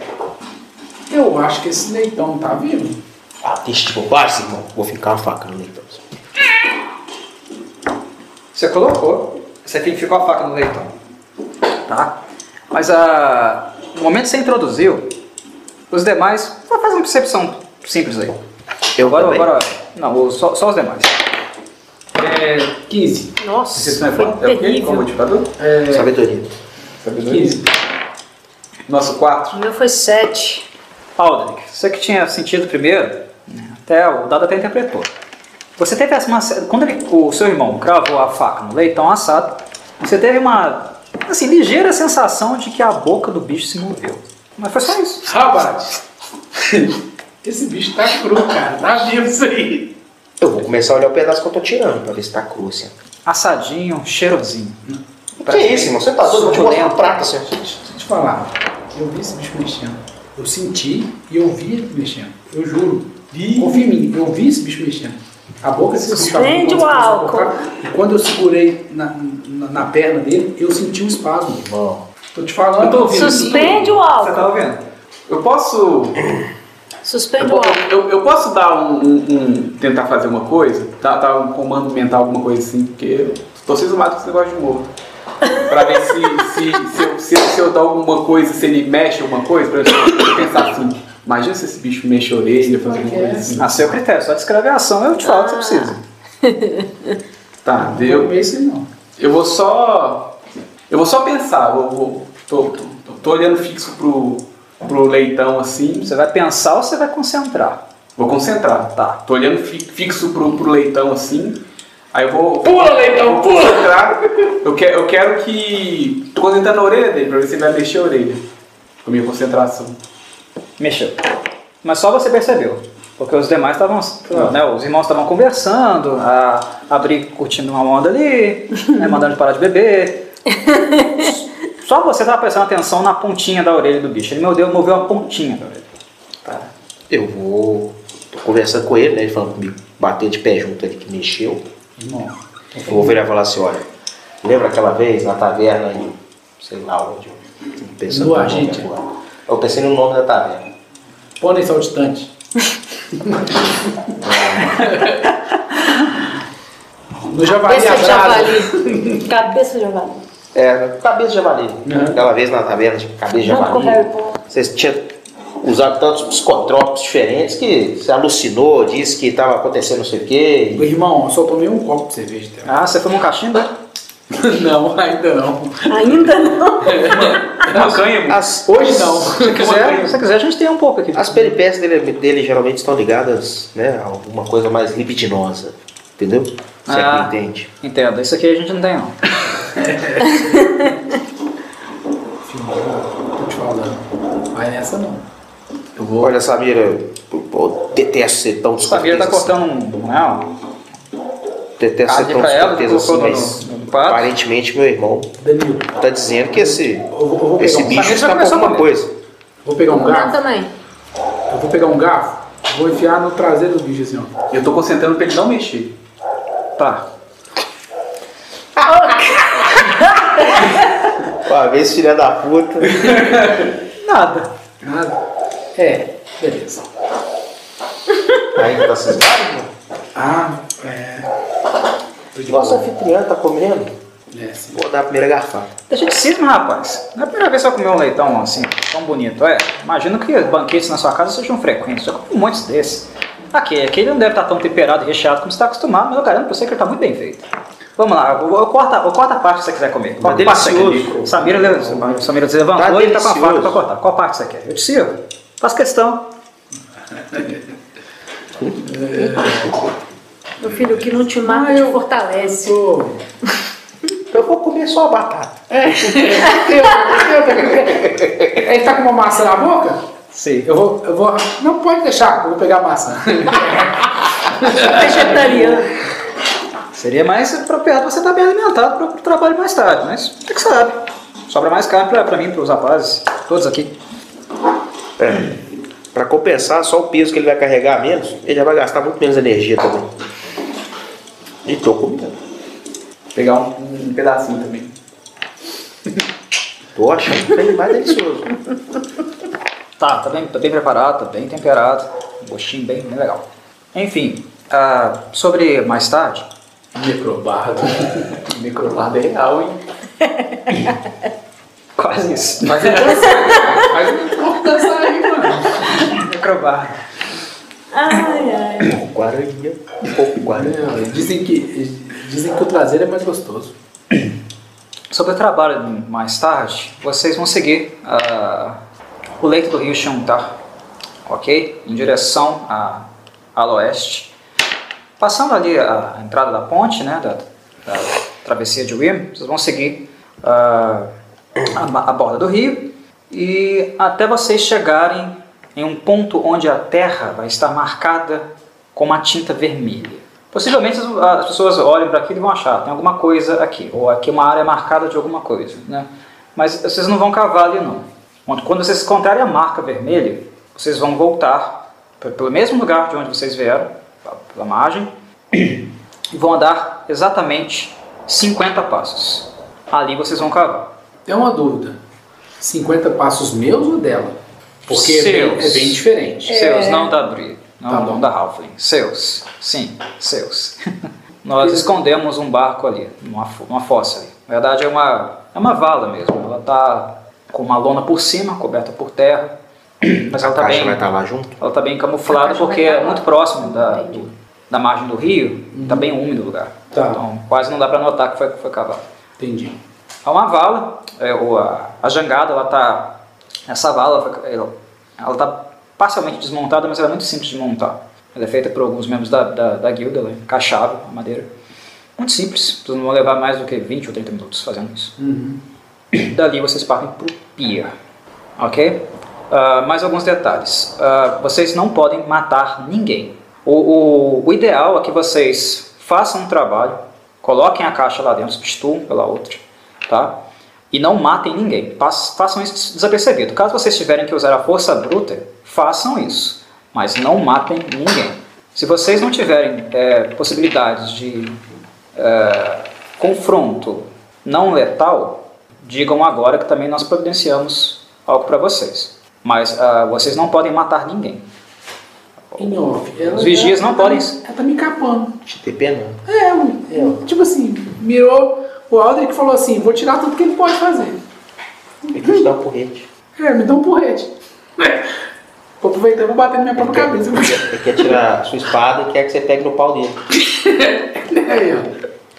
Speaker 3: eu acho que esse leitão tá vivo.
Speaker 2: Ah, deixa de bobagem, irmão. Vou ficar uma faca no leitão.
Speaker 1: Você colocou, você ficou a faca no leitão. Tá? Mas ah, no momento que você introduziu, os demais. Só faz uma percepção simples aí.
Speaker 2: Eu
Speaker 1: Agora,
Speaker 2: também.
Speaker 1: agora. Não, o- só, só os demais.
Speaker 4: É 15.
Speaker 5: Nossa, foi
Speaker 4: é o quê? Qual o
Speaker 5: terrível.
Speaker 4: modificador?
Speaker 3: É,
Speaker 2: Sabedoria.
Speaker 4: Sabedoria.
Speaker 3: 15.
Speaker 4: Nosso 4.
Speaker 5: O meu foi sete.
Speaker 1: Aldrich, você que tinha sentido primeiro, até o dado até interpretou. Você teve uma, quando ele- o seu irmão cravou a faca no leitão assado, você teve uma assim ligeira sensação de que a boca do bicho se moveu. Mas foi só isso.
Speaker 3: Rabat. Esse bicho tá cru, cara. Tá vivo isso aí.
Speaker 2: Eu vou começar a olhar o pedaço que eu tô tirando pra ver se tá cru, assim.
Speaker 1: Assadinho, cheirosinho.
Speaker 2: Que é isso, irmão? Você tá doido? Eu vou te botar
Speaker 1: Suculento.
Speaker 2: uma prata, assim.
Speaker 3: Deixa eu te falar. Eu vi esse bicho mexendo. Eu senti e eu vi ele mexendo. Eu juro. Confia em mim. Eu vi esse bicho mexendo. A boca se escapou.
Speaker 5: Suspende o álcool.
Speaker 3: E quando eu segurei na, na, na perna dele, eu senti um espasmo.
Speaker 2: Irmão.
Speaker 3: Tô te falando.
Speaker 4: Eu tô ouvindo.
Speaker 5: Suspende o
Speaker 4: Você
Speaker 5: álcool.
Speaker 4: tá ouvindo? Eu posso. Eu,
Speaker 5: Suspende o
Speaker 4: po-
Speaker 5: álcool.
Speaker 4: eu- eu posso dar um, um- um- tentar fazer uma coisa? Dar, dar um comando mental, alguma coisa assim, porque eu tô cismado com esse negócio de morto. Pra ver se, se, se, eu, se, se eu dar alguma coisa, se ele mexe alguma coisa, pra eu pensar assim, imagina se esse bicho mexe a orelha, fazer alguma coisa assim.
Speaker 1: A seu critério, só descreve a ação, eu te falo o que você precisa.
Speaker 4: Tá,
Speaker 3: Eu
Speaker 4: eu,
Speaker 3: não vi isso aí, não.
Speaker 4: eu vou só. Eu vou só pensar, eu vou. Tô, tô, tô- tô olhando fixo pro, pro leitão assim,
Speaker 1: Você vai pensar ou você vai concentrar?
Speaker 4: vou concentrar.
Speaker 1: Tá.
Speaker 4: Tô olhando fi- fixo pro, pro leitão assim. Aí eu vou.
Speaker 3: Pula, leitão,
Speaker 4: vou concentrar. Eu, que, eu quero que. Tô concentrando na orelha dele pra ver se ele vai mexer a orelha. Com a minha concentração.
Speaker 1: Mexeu. Mas só você percebeu. Porque os demais estavam. né, os irmãos estavam conversando, a abrir curtindo uma onda ali, né, mandando parar de beber. só você estava prestando atenção na pontinha da orelha do bicho. Ele moveu, moveu a pontinha da orelha.
Speaker 2: Eu vou. Tô conversando com ele, né? Ele falando comigo. Bateu de pé junto ali que mexeu.
Speaker 3: Irmão.
Speaker 2: Eu vou virar e falar assim: olha, lembra aquela vez na taverna em. sei lá onde. eu- Pensando
Speaker 3: Lua,
Speaker 2: no nome
Speaker 3: gente.
Speaker 2: agora. Eu pensei no nome da taverna.
Speaker 3: Pônei saltitante. No javali
Speaker 5: Cabeça de
Speaker 3: abrado.
Speaker 5: javali. Cabeça de javali.
Speaker 2: É, cabeça de javali.
Speaker 3: Uhum.
Speaker 2: Aquela vez na taverna de cabeça de
Speaker 5: Junto com o Harry
Speaker 2: javali.
Speaker 5: Potter.
Speaker 2: Vocês tinham usado tantos psicotrópicos diferentes que se alucinou, disse que estava acontecendo não sei o quê.
Speaker 3: Irmão, eu só tomei um copo de cerveja. até
Speaker 1: Ah, você tomou um cachimba?
Speaker 3: agora. Não, ainda não.
Speaker 5: Ainda não.
Speaker 4: Uma canha, mano.
Speaker 2: As,
Speaker 3: Hoje não.
Speaker 1: Se quiser, se quiser, a gente tem um pouco aqui.
Speaker 2: as peripécias dele, dele geralmente estão ligadas né, a alguma coisa mais libidinosa. Entendeu? Se
Speaker 1: Ah.
Speaker 2: é que me entende.
Speaker 1: Entendo, isso aqui a gente não tem não.
Speaker 3: Tô te falando. Vai nessa não.
Speaker 2: Eu vou. Olha, Samira, eu, eu detesto ser tão
Speaker 1: Samira
Speaker 2: descortês.
Speaker 1: tá
Speaker 2: assim.
Speaker 1: cortando um. Não,
Speaker 2: Detesto
Speaker 1: Ah,
Speaker 2: ser
Speaker 1: de
Speaker 2: tão
Speaker 1: pra ela,
Speaker 2: descortês
Speaker 1: colocou
Speaker 2: assim,
Speaker 1: no-
Speaker 2: mas
Speaker 1: no prato.
Speaker 2: aparentemente meu irmão
Speaker 3: Danilo,
Speaker 2: tá dizendo que esse,
Speaker 3: eu vou, eu vou pegar
Speaker 2: esse
Speaker 3: um,
Speaker 1: Samira
Speaker 2: bicho
Speaker 1: já
Speaker 2: está com
Speaker 1: começou a
Speaker 2: alguma
Speaker 1: comer.
Speaker 2: coisa.
Speaker 3: vou pegar um
Speaker 5: Não
Speaker 3: garfo.
Speaker 5: também.
Speaker 3: Eu vou pegar um garfo. Vou enfiar no traseiro do bicho assim, ó.
Speaker 4: Eu tô concentrando pra ele não mexer.
Speaker 1: tá.
Speaker 2: Uma vez filha da puta.
Speaker 1: Nada.
Speaker 3: Nada. É, beleza.
Speaker 2: Ainda tá cismado?
Speaker 3: Ah, é.
Speaker 2: Nossa, anfitriã tá comendo?
Speaker 3: É, sim.
Speaker 2: Vou dar a primeira garfada.
Speaker 1: Deixa de cisma, rapaz. Não é a primeira vez que você comeu um leitão assim, tão bonito, é. Imagino que banquetes na sua casa sejam frequentes, só que um monte desses. Aqui, aquele não deve estar tão temperado e recheado como você está acostumado, mas eu garanto pra você que ele está tá muito bem feito. Vamos lá, eu, eu corto, a- eu corto a parte que você quiser comer. Qual parte você quer?
Speaker 2: Tá delicioso.
Speaker 1: Samira, le- Samira se levantou
Speaker 2: Tá
Speaker 1: e tá com a faca
Speaker 2: delicioso.
Speaker 1: pra cortar. Qual parte você quer? Eu te sirvo. Faço questão.
Speaker 5: Meu filho, o que não te mata
Speaker 3: Ah,
Speaker 5: te
Speaker 3: eu-
Speaker 5: fortalece.
Speaker 3: Sou-
Speaker 2: Então Eu vou comer só a batata.
Speaker 3: Ele tá com uma maçã na boca?
Speaker 1: Sim.
Speaker 3: Eu vou, eu vou. Não pode deixar, eu vou pegar a maçã.
Speaker 5: Vegetariano.
Speaker 1: Seria mais apropriado você estar bem alimentado para o trabalho mais tarde, mas você que sabe. Sobra mais carne pra, pra mim, pros rapazes, todos aqui.
Speaker 2: É. Pra compensar só o peso que ele vai carregar a menos, ele já vai gastar muito menos energia também. E tô comendo.
Speaker 4: Pegar um, um pedacinho também.
Speaker 2: Tô achando que ele é mais delicioso.
Speaker 1: Tá, tá bem, tá bem preparado, tá bem temperado, um gostinho bem, bem legal. Enfim, ah, sobre mais tarde,
Speaker 4: Microbardo. Microbardo é real, hein?
Speaker 1: quase isso.
Speaker 4: Mas é
Speaker 3: Mas não vou dançar um aí, mano.
Speaker 1: Acrobar.
Speaker 5: Ai, ai.
Speaker 2: Um guaranha, um pouco guaranha.
Speaker 3: Não, Dizem que, dizem que o traseiro é mais gostoso.
Speaker 1: Sobre o trabalho mais tarde, vocês vão seguir ah, o leito do rio Xantar, ok? Em direção a, ao oeste. Passando ali a, a entrada da ponte, né, da, da travessia de Wim, vocês vão seguir ah, a, ba- a borda do rio e até vocês chegarem em um ponto onde a terra vai estar marcada com uma tinta vermelha. Possivelmente as- as pessoas olhem para aquilo e vão achar, tem alguma coisa aqui, ou aqui uma área marcada de alguma coisa, né? Mas vocês não vão cavar ali não. Quando- Quando vocês encontrarem a marca vermelha, vocês vão voltar pe- pelo mesmo lugar de onde vocês vieram, pa- pela margem, e vão andar exatamente 50 passos. Ali vocês vão cavar.
Speaker 3: Tem uma dúvida: 50 passos meus ou dela? Porque é bem,
Speaker 1: Seus.
Speaker 3: é bem diferente.
Speaker 1: Seus, não da Bri. Não,
Speaker 3: É. Tá
Speaker 1: não
Speaker 3: bom.
Speaker 1: da Halfling. Seus. Sim, seus. Nós escondemos um barco ali, numa, fo- numa fossa ali. Na verdade, é uma, é uma vala mesmo. Ela tá com uma lona por cima, coberta por terra. Mas ela
Speaker 2: A
Speaker 1: tá
Speaker 2: caixa
Speaker 1: bem,
Speaker 2: vai estar lá junto?
Speaker 1: ela tá bem camuflada
Speaker 5: Essa caixa
Speaker 1: porque
Speaker 5: vai tá
Speaker 1: é
Speaker 5: lá.
Speaker 1: muito próximo da,
Speaker 5: Entendi. Uhum.
Speaker 1: do- da margem do rio. Tá bem úmido o lugar.
Speaker 3: Tá.
Speaker 1: Então, quase não dá para notar que foi, foi cavado.
Speaker 3: Entendi.
Speaker 1: Há uma vala, é, o- a, a jangada, ela tá. Essa vala, ela foi- ela, ela tá parcialmente desmontada, mas ela é muito simples de montar. Ela é feita por alguns membros da, da, da guilda, ela é encaixável, a madeira. Muito simples, vocês não vão levar mais do que 20 ou 30 minutos fazendo isso.
Speaker 3: Uhum.
Speaker 1: Dali vocês partem para o Pier. Ok? Ah, mais alguns detalhes. Ah, vocês não podem matar ninguém. O, o- o ideal é que vocês façam um trabalho, coloquem a caixa lá dentro, substituam pela outra, tá? E não matem ninguém. Pas- façam isso desapercebido. Caso vocês tiverem que usar a força bruta, façam isso. Mas não matem ninguém. Se vocês não tiverem eh, possibilidades de é, confronto não letal, digam agora que também nós providenciamos algo para vocês. Mas ah, vocês não podem matar ninguém.
Speaker 3: Em off, ela
Speaker 1: Os vigias não
Speaker 3: ela tá
Speaker 1: podem-
Speaker 3: me- Ela tá me capando.
Speaker 2: XTP não.
Speaker 3: É, um- tipo assim, mirou o Aldrich e falou assim: vou tirar tudo que ele pode fazer.
Speaker 2: Ele te dá um porrete.
Speaker 3: É, me dá um porrete. É. Vou aproveitar e vou bater na minha própria cabeça.
Speaker 2: Ele quer tirar a sua espada e quer que você pegue no pau dele.
Speaker 3: Aí, ó.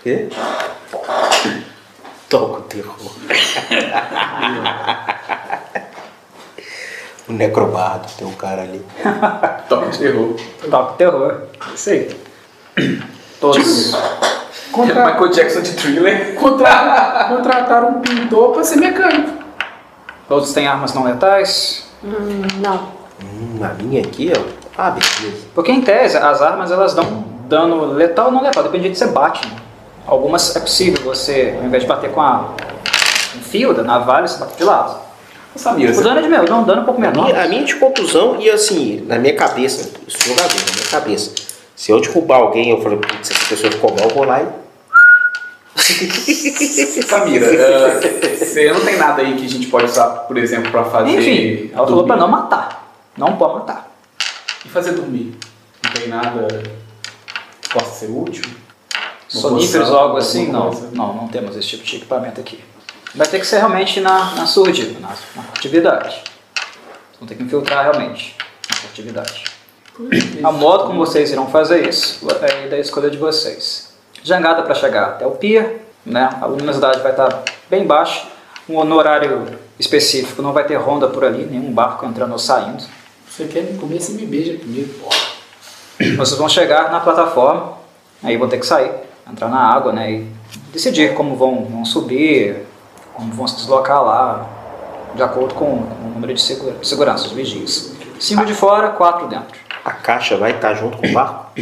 Speaker 2: Quê? Toca o terror. o necrobardo tem um cara ali.
Speaker 4: Toque de terror.
Speaker 1: Toque terror. Isso aí. Todos.
Speaker 3: Contra-
Speaker 4: Michael Jackson de thriller.
Speaker 3: contra- contrataram um pintor pra ser mecânico.
Speaker 1: Todos têm armas não letais.
Speaker 5: Hum, não.
Speaker 2: Hum, a minha aqui, ó. Ah, beleza.
Speaker 1: Porque em tese, as armas elas dão dano letal ou não letal, depende de onde você bate. né? Algumas é possível você, ao invés de bater com a um fio da navalha, você bate de lado.
Speaker 4: Samira,
Speaker 1: O
Speaker 4: você
Speaker 1: dano é de menos, dá um dano um pouco
Speaker 2: A
Speaker 1: menor.
Speaker 2: minha, a minha é de contusão e assim, na minha cabeça, eu sou jogador, na minha cabeça. Se eu derrubar alguém, eu falo, putz, essa pessoa ficou mal, eu vou lá e.
Speaker 4: Samira, ah, você não tem nada aí que a gente pode usar, por exemplo, pra fazer.
Speaker 1: Enfim, ela falou
Speaker 4: dormir?
Speaker 1: pra não matar. Não pode matar.
Speaker 4: E fazer dormir? Não tem nada que possa ser útil? Uma
Speaker 1: Soníferos
Speaker 4: poção,
Speaker 1: ou algo assim?
Speaker 4: alguma
Speaker 1: Não,
Speaker 4: coisa.
Speaker 1: não, não temos esse tipo de equipamento aqui. Vai ter que ser realmente na, na surdina, na, na furtividade. Vocês vão ter que infiltrar realmente na furtividade. A modo como vocês irão fazer isso é da escolha de vocês. jangada para chegar até o pier, né? a luminosidade vai estar bem baixa, um no horário específico não vai ter ronda por ali, nenhum barco entrando ou saindo.
Speaker 3: Você quer me comer, você me beija primeiro, porra.
Speaker 1: Vocês vão chegar na plataforma, aí vão ter que sair, entrar na água, né? E decidir como vão, vão subir, como vão se deslocar lá, de acordo com, com o número de segura, segurança, os vigias. Cinco de fora, quatro dentro.
Speaker 2: A caixa vai estar junto com o barco?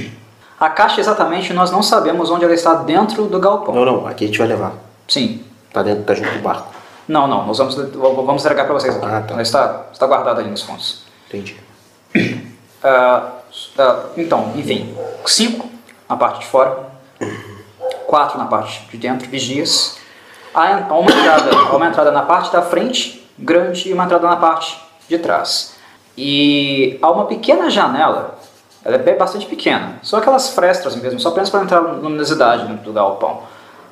Speaker 1: A caixa exatamente nós não sabemos onde ela está dentro do galpão.
Speaker 2: Não, não. Aqui a gente vai levar.
Speaker 1: Sim.
Speaker 2: Tá dentro, tá junto com o barco.
Speaker 1: Não, não, nós vamos, vamos entregar para vocês aqui.
Speaker 2: Ah, tá.
Speaker 1: Ela está, está guardada ali nos fundos.
Speaker 2: Entendi.
Speaker 1: Ah, ah, então, enfim, cinco na parte de fora, quatro na parte de dentro, vigias. Há há uma entrada, há uma entrada na parte da frente, grande, e uma entrada na parte de trás. E há uma pequena janela, ela é bem- bastante pequena, só aquelas frestas mesmo, só apenas para entrar na luminosidade dentro do galpão,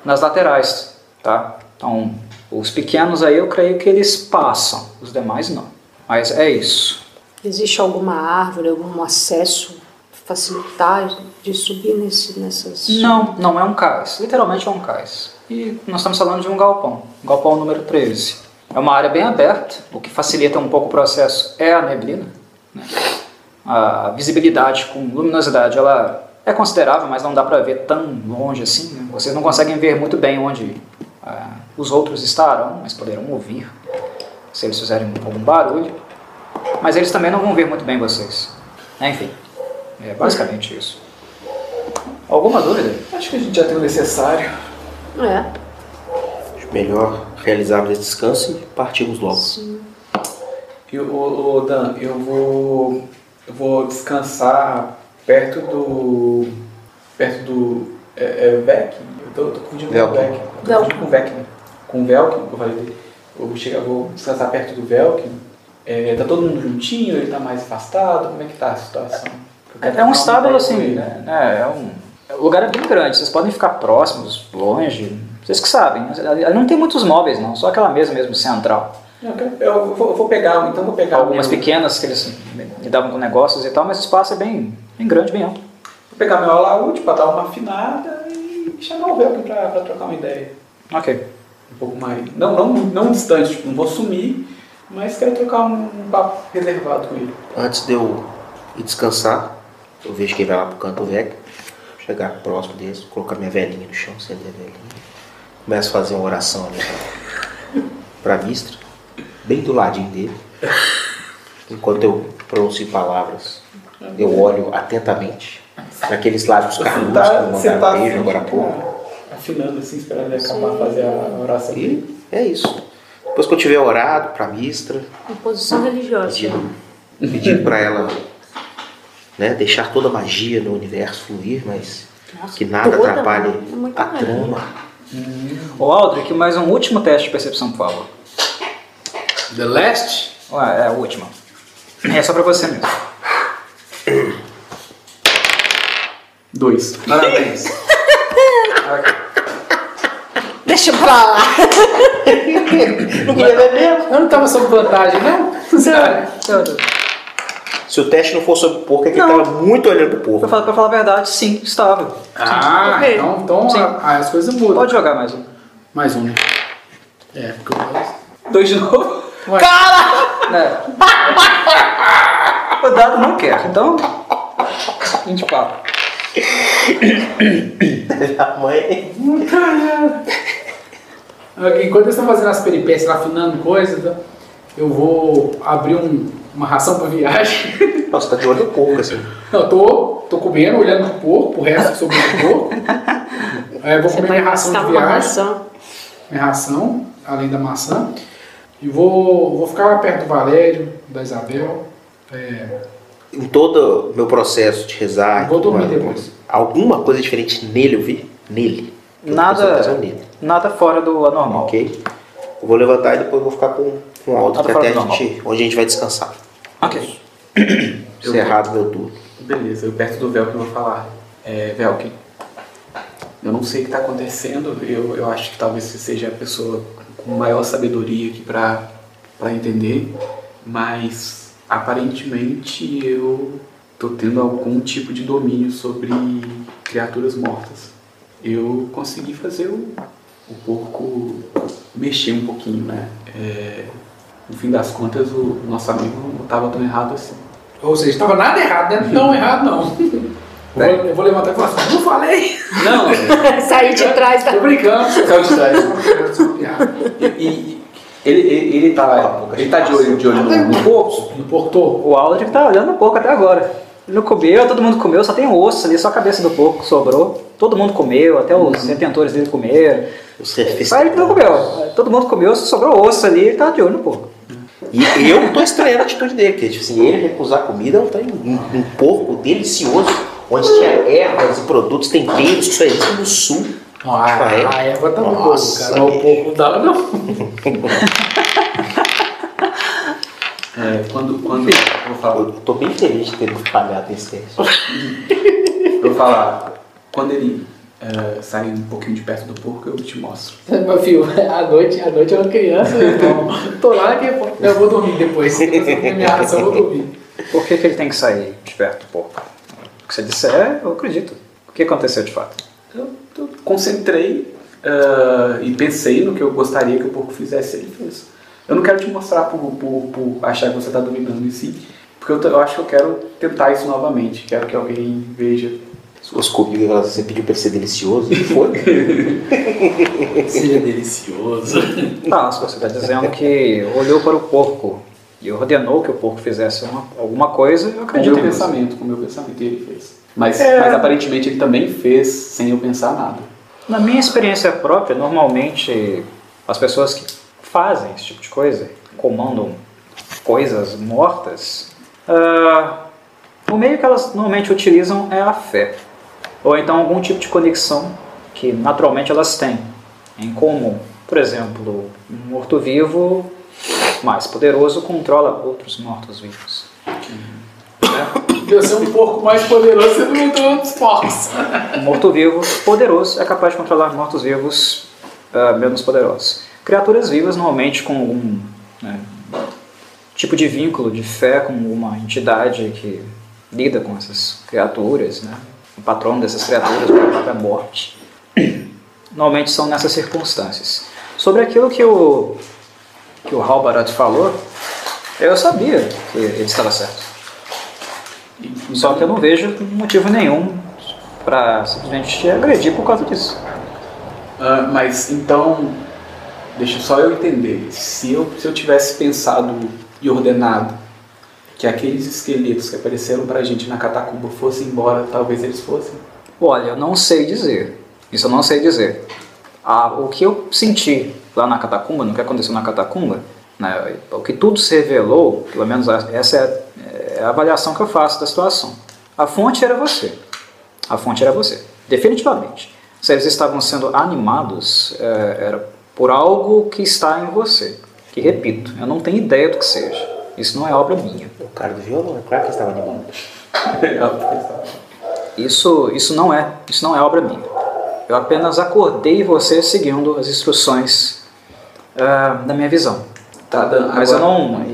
Speaker 1: nas laterais, tá? Então, os pequenos aí eu creio que eles passam, os demais não. Mas é isso.
Speaker 5: Existe alguma árvore, algum acesso facilitar de subir nesse, nessas.
Speaker 1: Não, não é um cais. Literalmente é um cais. E nós estamos falando de um galpão. Galpão número 13. É uma área bem aberta, o que facilita um pouco o processo é a neblina. né? A visibilidade com luminosidade ela é considerável, mas não dá para ver tão longe assim. né? Vocês não conseguem ver muito bem onde ah, os outros estarão, mas poderão ouvir se eles fizerem algum barulho. Mas eles também não vão ver muito bem vocês. Enfim, é basicamente isso. Alguma dúvida?
Speaker 4: Acho que a gente já tem o necessário.
Speaker 5: É.
Speaker 2: Acho melhor realizarmos esse descanso e partirmos logo.
Speaker 4: Eu, ô, ô, Dan, eu vou. Eu vou descansar perto do. perto do. É, é Vec? Eu tô, tô confundindo com o
Speaker 2: Velkin.
Speaker 4: Vec. Eu Tô confundindo com o Vec. né? Com o Velkin, que eu falei dele. Eu vou, chegar, vou descansar perto do Velkin. É, tá todo mundo juntinho? Ele tá mais afastado? Como é que tá a situação? Eu quero
Speaker 1: É é um
Speaker 4: dar
Speaker 1: estábulo
Speaker 4: ideia com
Speaker 1: assim,
Speaker 4: ele.
Speaker 1: né? né, É um... O lugar é bem grande, vocês podem ficar próximos, longe, vocês que sabem. mas ali- ali Não tem muitos móveis não, só aquela mesa mesmo central.
Speaker 4: Não, Eu, quero- eu vou, eu vou pegar, então eu vou pegar
Speaker 1: Algumas
Speaker 4: meu,
Speaker 1: pequenas que eles lidavam com negócios e tal, mas o espaço é bem, bem grande, bem amplo.
Speaker 4: vou pegar meu alaúde pra dar uma afinada e chamar o Velkin pra, pra trocar uma ideia.
Speaker 1: Ok.
Speaker 4: um pouco mais. Não, não, não distante, tipo, não vou sumir, mas quero trocar um, um papo reservado com ele.
Speaker 2: Antes de eu ir descansar, eu vejo quem vai lá pro canto velho, chegar próximo deles, colocar minha velhinha no chão, acender a velhinha. Começo a fazer uma oração ali pra, pra Mistra, bem do ladinho dele. Enquanto eu pronuncio palavras, eu olho atentamente naqueles lábios carnudos que eu mandava beijo agora há pouco.
Speaker 4: afinando assim, esperando
Speaker 3: né?
Speaker 4: ele acabar de fazer a oração dele.
Speaker 2: E é isso. Depois que eu tiver orado pra Mistra,
Speaker 5: Uma posição religiosa.
Speaker 2: pedindo, pedindo para um ela né, deixar toda a magia no universo fluir, mas
Speaker 5: Nossa,
Speaker 2: que nada
Speaker 5: toda,
Speaker 2: atrapalhe
Speaker 5: né? É muita
Speaker 2: a
Speaker 5: magia.
Speaker 2: trama.
Speaker 1: Ô Aldrich, mais um último teste de percepção, por favor.
Speaker 3: The Last?
Speaker 1: Ué, é a última. É só pra você mesmo.
Speaker 4: Dois. Parabéns.
Speaker 5: Deixa pra lá.
Speaker 2: Não queria ver mesmo.
Speaker 3: Eu não tava sob vantagem, não?
Speaker 2: Se o teste não for sobre o porco, é que ele tava muito olhando pro
Speaker 1: Pra
Speaker 2: porco.
Speaker 1: falar, pra falar a verdade, sim, estável.
Speaker 3: Ah,
Speaker 5: Ok.
Speaker 3: então, então
Speaker 1: Sim.
Speaker 3: a- a- as coisas mudam.
Speaker 1: Pode jogar mais um.
Speaker 3: Mais um, né? É, porque eu gosto.
Speaker 4: Dois de novo.
Speaker 1: É. O dado não quer, então. 24.
Speaker 2: A "Ah, mãe.
Speaker 3: Enquanto Ah, eles estão fazendo as peripécias, lá, afinando coisas, tá? eu vou abrir um- uma ração pra viagem.
Speaker 2: Nossa, tá de olho no porco assim.
Speaker 3: Não, eu tô, tô comendo, olhando pro porco, pro resto que sobrou do porco. É, vou
Speaker 5: Você
Speaker 3: comer
Speaker 5: vai
Speaker 3: minha ração
Speaker 5: gastar
Speaker 3: de
Speaker 5: uma
Speaker 3: viagem.
Speaker 5: ração.
Speaker 3: minha ração, além da maçã. E vou, vou ficar lá perto do Valério, da Isabel. É,
Speaker 2: Em todo o meu processo de rezar. e
Speaker 3: Vou
Speaker 2: tudo
Speaker 3: dormir
Speaker 2: mais,
Speaker 3: depois.
Speaker 2: Alguma coisa diferente nele eu vi? Nele. Eu tô prestando atenção
Speaker 1: Nada,
Speaker 2: Nele.
Speaker 1: nada fora do anormal.
Speaker 2: Ok? Eu vou levantar e depois vou ficar com, com o áudio,
Speaker 1: Nada
Speaker 2: que
Speaker 1: fora
Speaker 2: até
Speaker 1: do
Speaker 2: a gente, onde a gente vai descansar.
Speaker 1: Ok.
Speaker 2: Encerrado meu turno.
Speaker 4: Beleza, eu perto do Velkin vou falar. É, Velkin, eu não sei o que tá acontecendo, eu, eu acho que talvez você seja a pessoa com maior sabedoria aqui pra, pra entender, mas aparentemente eu tô tendo algum tipo de domínio sobre criaturas mortas. eu consegui fazer o, o porco mexer um pouquinho, né? É, no fim das contas, o nosso amigo não estava tão errado assim.
Speaker 3: Ou seja, estava nada errado, né?
Speaker 5: Uhum.
Speaker 3: Não errado, não. Eu vou, eu vou levantar e falar assim, não falei.
Speaker 4: Não,
Speaker 5: Sair de trás tá? da.
Speaker 3: Tô brincando.
Speaker 4: saiu de trás.
Speaker 3: Isso é uma piada.
Speaker 4: E, e- ele, ele, ele tá, ele tá de olho, de olho no, no porco.
Speaker 3: No portô.
Speaker 1: O Aldrin tá olhando um pouco até agora. Ele não comeu, todo mundo comeu, só tem um osso ali, só a cabeça do porco que sobrou. Todo mundo comeu, até os detentores dele comeram.
Speaker 2: Os refis-
Speaker 1: Só ele que não comeu. Todo mundo comeu, só sobrou osso ali, ele tá de olho no porco.
Speaker 2: E eu tô estranhando a atitude dele, porque tipo assim, ele recusar comida é um, trem- um, um porco delicioso, onde tinha ervas e produtos, temperos, que só existe é no sul.
Speaker 3: Não, a,
Speaker 2: Ah, é?
Speaker 3: a erva tá no pouco,
Speaker 2: Nossa.
Speaker 3: cara. O pouco não dava, não.
Speaker 4: É, quando, quando eu vou falar,
Speaker 2: Eu tô bem feliz de ter falhado esse teste.
Speaker 4: eu vou falar, quando ele é, sair um pouquinho de perto do porco, eu te mostro.
Speaker 3: Meu filho, à noite, à noite eu era criança, então tô lá que eu vou dormir depois. Depois eu tenho minha ração, eu vou dormir.
Speaker 1: Por que, que ele tem que sair de perto do porco? O que você disser, eu acredito. O que aconteceu de fato?
Speaker 4: Eu, eu concentrei é, e pensei no que eu gostaria que o porco fizesse, ele fez. Eu não quero te mostrar por, por, por achar que você está dominando em si, porque eu, t- eu acho que eu quero tentar isso novamente, quero que alguém veja.
Speaker 2: Suas comidas, você pediu pra ele ser delicioso, ele foi.
Speaker 3: Seja delicioso.
Speaker 1: Tá, se você está dizendo que olhou para o porco e ordenou que o porco fizesse uma- alguma coisa, eu
Speaker 4: Com o meu
Speaker 1: acredito em você.
Speaker 4: pensamento, com o meu pensamento, e ele fez. Mas,
Speaker 1: É.
Speaker 4: mas aparentemente ele também fez sem eu pensar nada.
Speaker 1: Na minha experiência própria, normalmente as pessoas que fazem esse tipo de coisa, comandam coisas mortas, ah, o meio que elas normalmente utilizam é a fé. Ou então algum tipo de conexão que naturalmente elas têm em comum. Por exemplo, um morto-vivo mais poderoso controla outros mortos-vivos.
Speaker 3: Eu ser um pouco mais poderoso, você não entrou nos porcos.
Speaker 1: Um morto-vivo poderoso é capaz de controlar mortos-vivos ah, menos poderosos. Criaturas vivas, normalmente com algum né, tipo de vínculo de fé com uma entidade que lida com essas criaturas, né, o patrono dessas criaturas, a própria morte, normalmente são nessas circunstâncias. Sobre aquilo que o, que o Halbarat falou, eu sabia que ele estava certo. Só que eu não vejo motivo nenhum pra simplesmente te agredir por causa disso.
Speaker 4: Ah, mas então, deixa só eu entender. Se eu, se eu tivesse pensado e ordenado que aqueles esqueletos que apareceram pra gente na catacumba fossem embora, talvez eles fossem.
Speaker 1: Olha, eu não sei dizer. Isso eu não sei dizer. Ah, o que eu senti lá na catacumba, no que aconteceu na catacumba, né, o que tudo se revelou, pelo menos a- essa é a, é a avaliação que eu faço da situação. A fonte era você. A fonte era você. Definitivamente. Se eles estavam sendo animados, é, era por algo que está em você. Que, repito, eu não tenho ideia do que seja. Isso não é obra minha.
Speaker 2: O cara do violão, é claro que ele estava animado.
Speaker 1: Isso, isso não é, isso não é obra minha. Eu apenas acordei você seguindo as instruções ah, da minha visão.
Speaker 4: Tá, Dan,
Speaker 1: Mas eu
Speaker 4: agora-
Speaker 1: não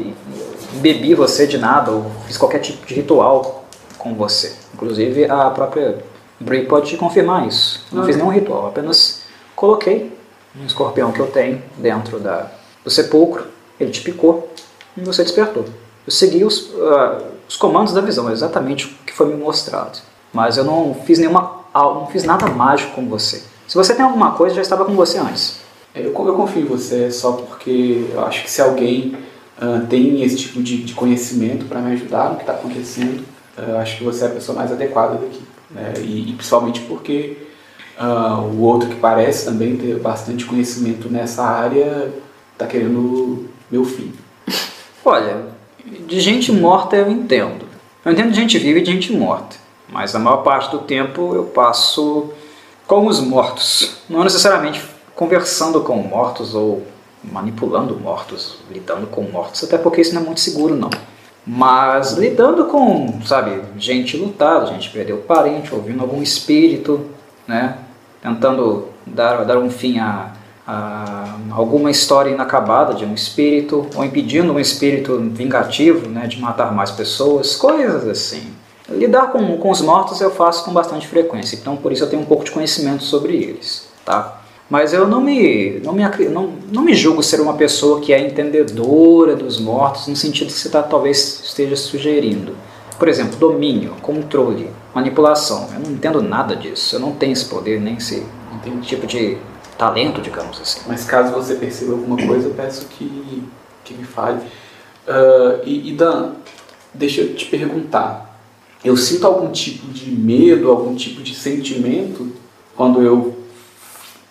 Speaker 1: bebi você de nada ou fiz qualquer tipo de ritual com você. Inclusive a própria Brie pode te confirmar isso. Não fiz nenhum ritual, apenas coloquei um escorpião que eu tenho dentro da, do sepulcro, ele te picou e você despertou. Eu segui os, ah, os comandos da visão, exatamente o que foi me mostrado. Mas eu não fiz nenhuma, al- não fiz nada mágico com você. Se você tem alguma coisa, já estava com você antes.
Speaker 4: É, Eu, eu confio em você é só porque eu acho que se alguém ah, tem esse tipo de, de conhecimento para me ajudar no que está acontecendo, ah, eu acho que você é a pessoa mais adequada daqui. né? E, e principalmente porque ah, o outro que parece também ter bastante conhecimento nessa área está querendo meu fim.
Speaker 1: Olha, de gente morta eu entendo. Eu entendo de gente viva e de gente morta. Mas a maior parte do tempo eu passo com os mortos. Não necessariamente conversando com mortos ou manipulando mortos, lidando com mortos, até porque isso não é muito seguro não. Mas lidando com, sabe, gente lutada, gente que perdeu parente, ouvindo algum espírito, né? Tentando dar, dar um fim a, a alguma história inacabada de um espírito, ou impedindo um espírito vingativo, né? De matar mais pessoas, coisas assim. Lidar com, com os mortos eu faço com bastante frequência, então por isso eu tenho um pouco de conhecimento sobre eles, tá? Mas eu não me, não me, acri- não, não me julgo ser uma pessoa que é entendedora dos mortos, no sentido que você tá, talvez esteja sugerindo. Por exemplo, domínio, controle, manipulação. Eu não entendo nada disso, eu não tenho esse poder, nem esse tipo de talento, digamos assim.
Speaker 4: Mas caso você perceba alguma coisa, eu peço que, que me fale. Ah, e, e Dan, deixa eu te perguntar. Eu sinto algum tipo de medo, algum tipo de sentimento quando eu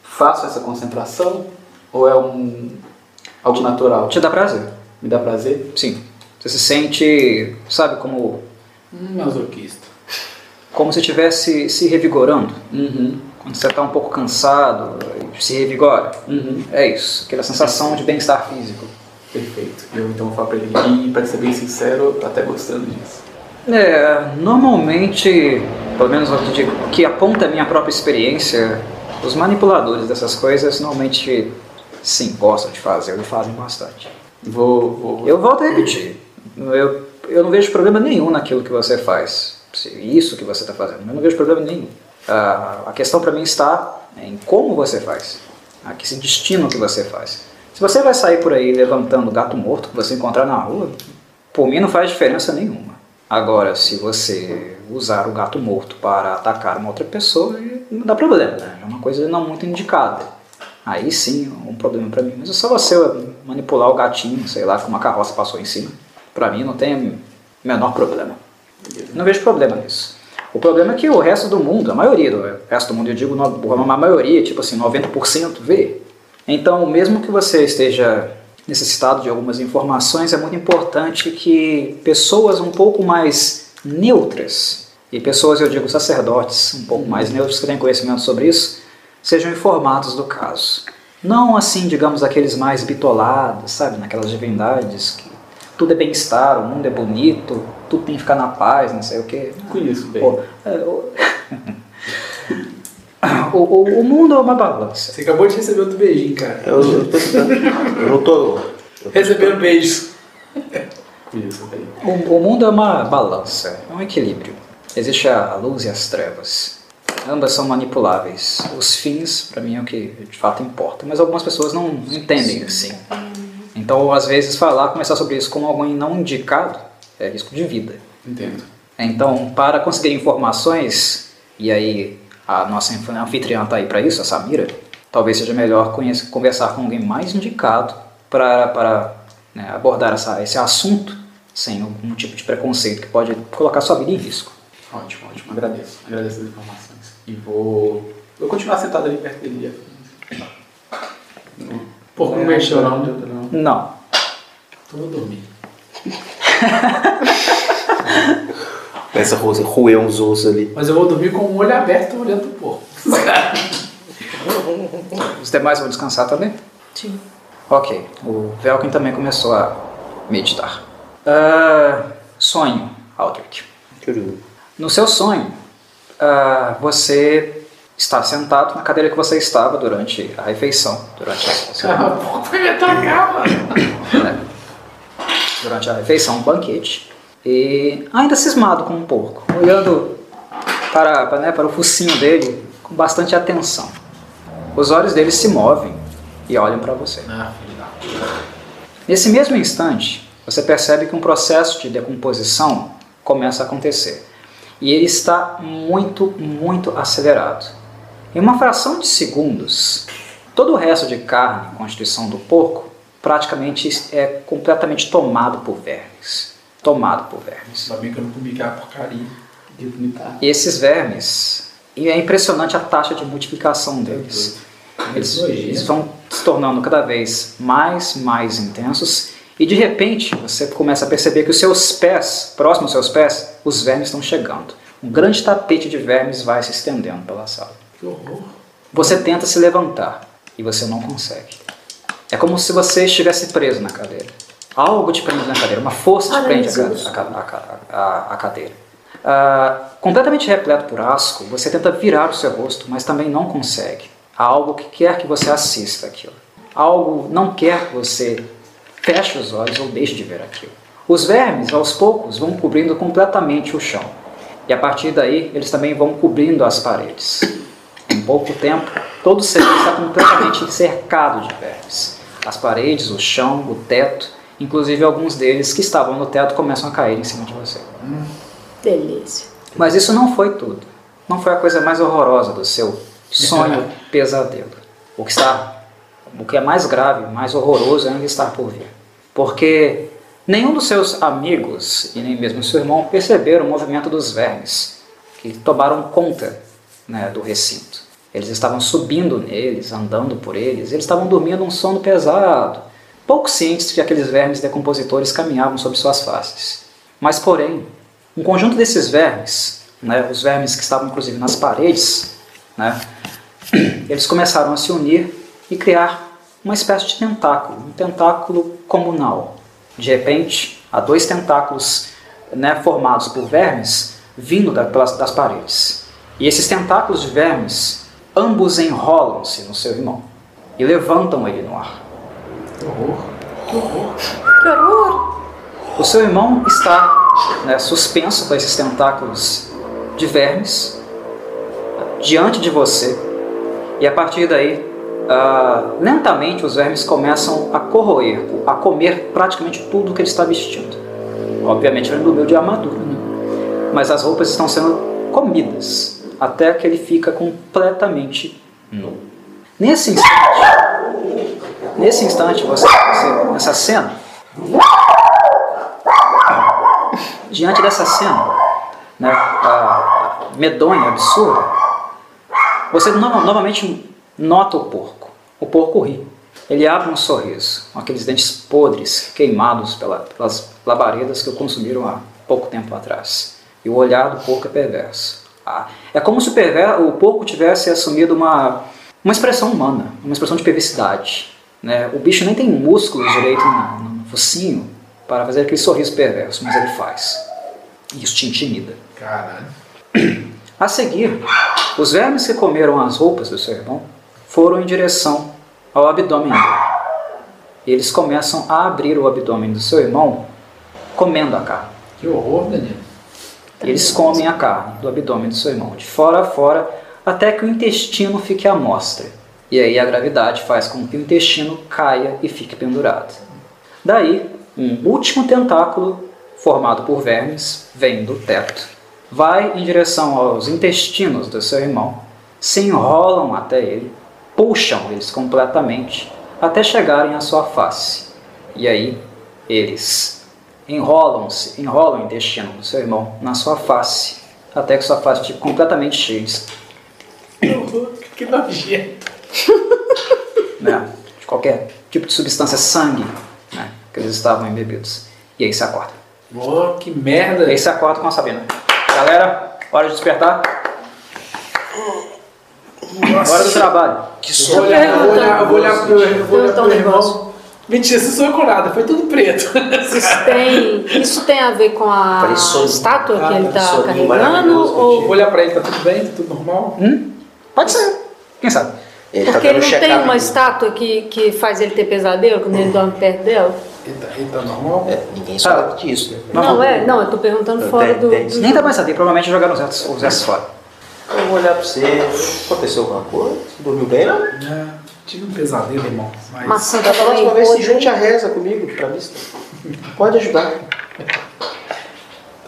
Speaker 4: faço essa concentração? Ou é um algo natural?
Speaker 1: Te dá prazer?
Speaker 4: Me dá prazer?
Speaker 1: Sim. Você se sente, sabe, como,
Speaker 3: Hum, masoquista.
Speaker 1: como se estivesse se revigorando.
Speaker 4: Uhum,
Speaker 1: Quando você está um pouco cansado, se revigora.
Speaker 4: uhum.
Speaker 1: É isso, aquela sensação de bem-estar físico.
Speaker 4: Perfeito. Eu então vou falar pra ele. E pra ser bem sincero, eu tô até gostando disso.
Speaker 1: É, normalmente, pelo menos o que, digo, o que aponta a minha própria experiência, os manipuladores dessas coisas normalmente sim gostam de fazer e fazem bastante.
Speaker 4: Vou. vou...
Speaker 1: Eu volto a repetir, eu, eu não vejo problema nenhum naquilo que você faz, se isso que você está fazendo, eu não vejo problema nenhum. A, a questão para mim está em como você faz, a que se destina o que você faz. Se você vai sair por aí levantando gato morto que você encontrar na rua, por mim não faz diferença nenhuma. Agora, se você usar o gato morto para atacar uma outra pessoa, aí não dá problema, né? é uma coisa não muito indicada. Aí sim, é um problema para mim. Mas é só você manipular o gatinho, sei lá, que uma carroça passou em cima. Para mim não tem o menor problema. Não vejo problema nisso. O problema é que o resto do mundo, a maioria do resto do mundo, eu digo no- a maioria, tipo assim, 90% vê. Então, mesmo que você esteja necessitado de algumas informações, é muito importante que pessoas um pouco mais neutras, e pessoas, eu digo sacerdotes, um pouco mais neutros que têm conhecimento sobre isso, sejam informados do caso. Não assim, digamos, aqueles mais bitolados, sabe, naquelas divindades que tudo é bem-estar, o mundo é bonito, tudo tem que ficar na paz, não sei o quê.
Speaker 4: Conheço bem.
Speaker 1: Pô, é, o- o, o- o mundo é uma balança.
Speaker 3: Você acabou de receber outro beijinho, cara.
Speaker 2: Eu, eu tô escutando. Eu não tô. eu tô-
Speaker 3: Recebendo beijos.
Speaker 4: Conheço bem.
Speaker 1: O, o mundo é uma balança, é um equilíbrio. Existe a luz e as trevas. Ambas são manipuláveis. Os fins, para mim, é o que de fato importa. Mas algumas pessoas não entendem assim. Então, às vezes, falar, conversar sobre isso com alguém não indicado é risco de vida.
Speaker 4: Entendo.
Speaker 1: Então, para conseguir informações, e aí a nossa anf- anfitriã está aí para isso, a Samira, talvez seja melhor conhece- conversar com alguém mais indicado para, para né, abordar essa, esse assunto sem algum tipo de preconceito que pode colocar sua vida em risco.
Speaker 4: Ótimo, ótimo. Agradeço. Agradeço as informações. E vou. Vou continuar sentado ali perto dele.
Speaker 3: Pô, como é chorar? né?
Speaker 4: não.
Speaker 1: Não.
Speaker 3: Tô dormindo.
Speaker 2: Essa rosa roeu assim, uns ossos ali.
Speaker 3: Mas eu vou dormir com o olho aberto olhando pro povo.
Speaker 1: Os demais vão descansar também?
Speaker 5: Sim.
Speaker 1: Ok. O Velkin também começou a meditar. Ah, sonho, Aldrich. No seu sonho, ah, você está sentado na cadeira que você estava durante a refeição, durante a, né,
Speaker 3: Ah, pouco vai me atacar, mano.
Speaker 1: durante a refeição, um banquete, e ainda cismado com um porco, olhando para, para, né, para o focinho dele com bastante atenção. Os olhos dele se movem e olham para você.
Speaker 3: Ah, filho da puta.
Speaker 1: Nesse mesmo instante, você percebe que um processo de decomposição começa a acontecer. E ele está muito, muito acelerado. Em uma fração de segundos, todo o resto de carne, constituição do porco, praticamente é completamente tomado por vermes. Tomado por vermes.
Speaker 3: Ainda bem que eu não comi aquela porcaria.
Speaker 4: De vomitar.
Speaker 1: E esses vermes, e é impressionante a taxa de multiplicação deles. Eles,
Speaker 3: Doido.
Speaker 1: eles vão se tornando cada vez mais, mais intensos. E de repente você começa a perceber que os seus pés, próximo aos seus pés, os vermes estão chegando. Um grande tapete de vermes vai se estendendo pela sala.
Speaker 3: Que horror.
Speaker 1: Você tenta se levantar e você não consegue. É como se você estivesse preso na cadeira. Algo te prende na cadeira, uma força te
Speaker 5: Ai,
Speaker 1: prende a ca-
Speaker 5: Jesus.
Speaker 1: a ca- a ca- a- a cadeira. Ah, completamente repleto por asco, você tenta virar o seu rosto, mas também não consegue. Há algo que quer que você assista aquilo. Algo não quer que você feche os olhos ou deixe de ver aquilo. Os vermes, aos poucos, vão cobrindo completamente o chão. E a partir daí, eles também vão cobrindo as paredes. Em pouco tempo, todo o serviço está completamente cercado de vermes. As paredes, o chão, o teto, inclusive alguns deles que estavam no teto começam a cair em cima de você.
Speaker 5: Delícia.
Speaker 1: Mas isso não foi tudo. Não foi a coisa mais horrorosa do seu sonho pesadelo. O que está, o que é mais grave, mais horroroso é ainda está por vir. Porque nenhum dos seus amigos e nem mesmo seu irmão perceberam o movimento dos vermes que tomaram conta né, do recinto. Eles estavam subindo neles, andando por eles. Eles estavam dormindo um sono pesado, pouco cientes que aqueles vermes decompositores caminhavam sobre suas faces. Mas, porém, um conjunto desses vermes, né, os vermes que estavam inclusive nas paredes, né, eles começaram a se unir e criar uma espécie de tentáculo, um tentáculo comunal. De repente, há dois tentáculos né, formados por vermes vindo da- pelas- das paredes. E esses tentáculos de vermes, ambos enrolam-se no seu irmão e levantam ele no ar.
Speaker 5: Que horror!
Speaker 1: O seu irmão está né, suspenso por esses tentáculos de vermes diante de você. E a partir daí, ah, lentamente os vermes começam a corroer, a comer praticamente tudo que ele está vestindo. Obviamente ele não dormiu de armadura, né? mas as roupas estão sendo comidas até que ele fica completamente nu. Nesse instante, nesse instante você, você essa cena diante dessa cena, né, a- a medonha, absurda, você no- novamente nota o porco. O porco ri. Ele abre um sorriso, com aqueles dentes podres, queimados pela- pelas labaredas que o consumiram há pouco tempo atrás. E o olhar do porco é perverso. Ah, é como se o, perver- o porco tivesse assumido uma, uma expressão humana, uma expressão de perversidade. né? O bicho nem tem músculos direito no, no focinho para fazer aquele sorriso perverso, mas ele faz. E isso te intimida.
Speaker 3: Caralho.
Speaker 1: A seguir, os vermes que comeram as roupas do seu irmão foram em direção ao abdômen dele. E eles começam a abrir o abdômen do seu irmão comendo a carne.
Speaker 3: Que horror, Danilo.
Speaker 1: E eles comem a carne do abdômen do seu irmão, de fora a fora, até que o intestino fique à mostra. E aí a gravidade faz com que o intestino caia e fique pendurado. Daí, um último tentáculo, formado por vermes, vem do teto. Vai em direção aos intestinos do seu irmão, se enrolam até ele, puxam eles completamente, até chegarem à sua face. E aí, eles enrolam-se, enrolam o intestino do seu irmão na sua face, até que sua face fique completamente cheia, de-
Speaker 3: Que nojento.
Speaker 1: né, de qualquer tipo de substância sangue, né, que eles estavam embebidos. E aí se acorda.
Speaker 3: Oh, que merda.
Speaker 1: E aí se acorda com a Sabina. Galera, hora de despertar, hora do trabalho.
Speaker 3: Que sonho. Eu vou olhar, eu vou olhar pro meu, eu vou olhar pro meu irmão. Mentira, você sonhou com nada, foi tudo preto.
Speaker 5: Isso tem, isso tem a ver com a
Speaker 2: Parece sonho.
Speaker 5: estátua que
Speaker 3: Ah,
Speaker 5: ele está
Speaker 2: sonho
Speaker 5: carregando?
Speaker 2: maravilhoso que eu
Speaker 5: Ou
Speaker 3: Vou olhar pra ele, tá tudo bem? Tá tudo normal?
Speaker 1: Hum? Pode ser. Quem sabe?
Speaker 2: Ele tá dando
Speaker 5: porque ele
Speaker 2: um
Speaker 5: não
Speaker 2: check-up.
Speaker 5: tem uma estátua que, que faz ele ter pesadelo quando ele dorme perto dela?
Speaker 3: Ele tá, ele tá normal?
Speaker 2: É, ninguém sabe disso, né?
Speaker 1: Mas
Speaker 5: não,
Speaker 1: vou-
Speaker 5: é? Não, eu tô perguntando
Speaker 2: Tem-
Speaker 5: fora do.
Speaker 2: tem.
Speaker 5: do
Speaker 1: Nem dá mais saber, provavelmente jogaram os restos, os restos fora.
Speaker 2: Eu vou olhar pra você. Aconteceu alguma coisa? Você dormiu bem, não?
Speaker 3: Ah, tive um pesadelo, irmão. Mas...
Speaker 5: Maçã
Speaker 2: Da
Speaker 5: tá
Speaker 2: próxima
Speaker 5: falando
Speaker 2: vez se junte a reza comigo, pra mim. você Pode ajudar.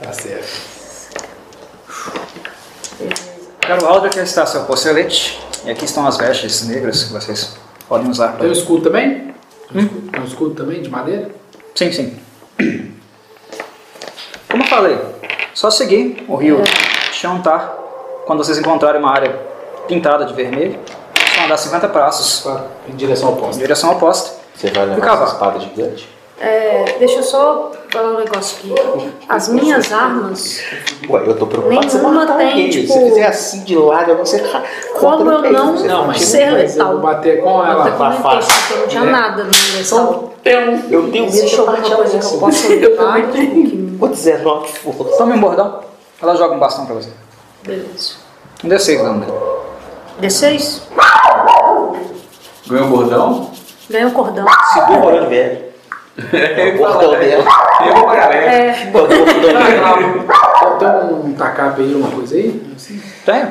Speaker 3: Tá certo.
Speaker 1: Quero Aldo que está seu pocelete. E aqui estão as vestes negras que vocês podem usar para
Speaker 3: Tem um escudo também? Tem um escudo- Tem um escudo também de madeira?
Speaker 1: Sim, sim. Como eu falei, só seguir o rio Xantar. Quando vocês encontrarem uma área pintada de vermelho, só andar 50 passos
Speaker 3: Claro, em direção ao
Speaker 1: em
Speaker 3: poste.
Speaker 1: direção ao poste.
Speaker 2: Você vai levar
Speaker 1: Ficava.
Speaker 2: essa espada gigante?
Speaker 5: É, deixa eu só falar um negócio aqui. As minhas armas,
Speaker 2: Ué, eu tô preocupado se você
Speaker 5: Nenhuma
Speaker 2: matar
Speaker 5: tem,
Speaker 2: alguém. Se
Speaker 5: tipo-
Speaker 2: você fizer assim de lado, você tá
Speaker 5: Como eu não-
Speaker 3: Não, mas
Speaker 5: Ser
Speaker 3: mas eu
Speaker 5: letal. tá
Speaker 3: vou bater com
Speaker 5: eu até
Speaker 3: ela. um
Speaker 5: comentei
Speaker 2: fácil.
Speaker 5: isso, que eu não tinha
Speaker 3: É.
Speaker 5: nada no
Speaker 2: Eu
Speaker 5: universal.
Speaker 2: tenho medo de
Speaker 5: Existe
Speaker 2: chamar
Speaker 5: alguma
Speaker 2: de
Speaker 5: coisa
Speaker 3: assim.
Speaker 5: que eu possa né? levar? que-
Speaker 2: O 19 força.
Speaker 1: Tome um bordão. Ela joga um bastão para você.
Speaker 5: Beleza.
Speaker 1: Um D6 dando nele.
Speaker 5: D6?
Speaker 4: Ganhou o bordão?
Speaker 5: Ganha um cordão.
Speaker 2: Do tá Morando Velho.
Speaker 4: É,
Speaker 2: O bordão dela.
Speaker 4: Pegou pra galera.
Speaker 5: É,
Speaker 2: O bordão dela.
Speaker 4: Não, não.
Speaker 1: O
Speaker 3: tem um tacape aí, uma coisa aí? Assim.
Speaker 1: Tem?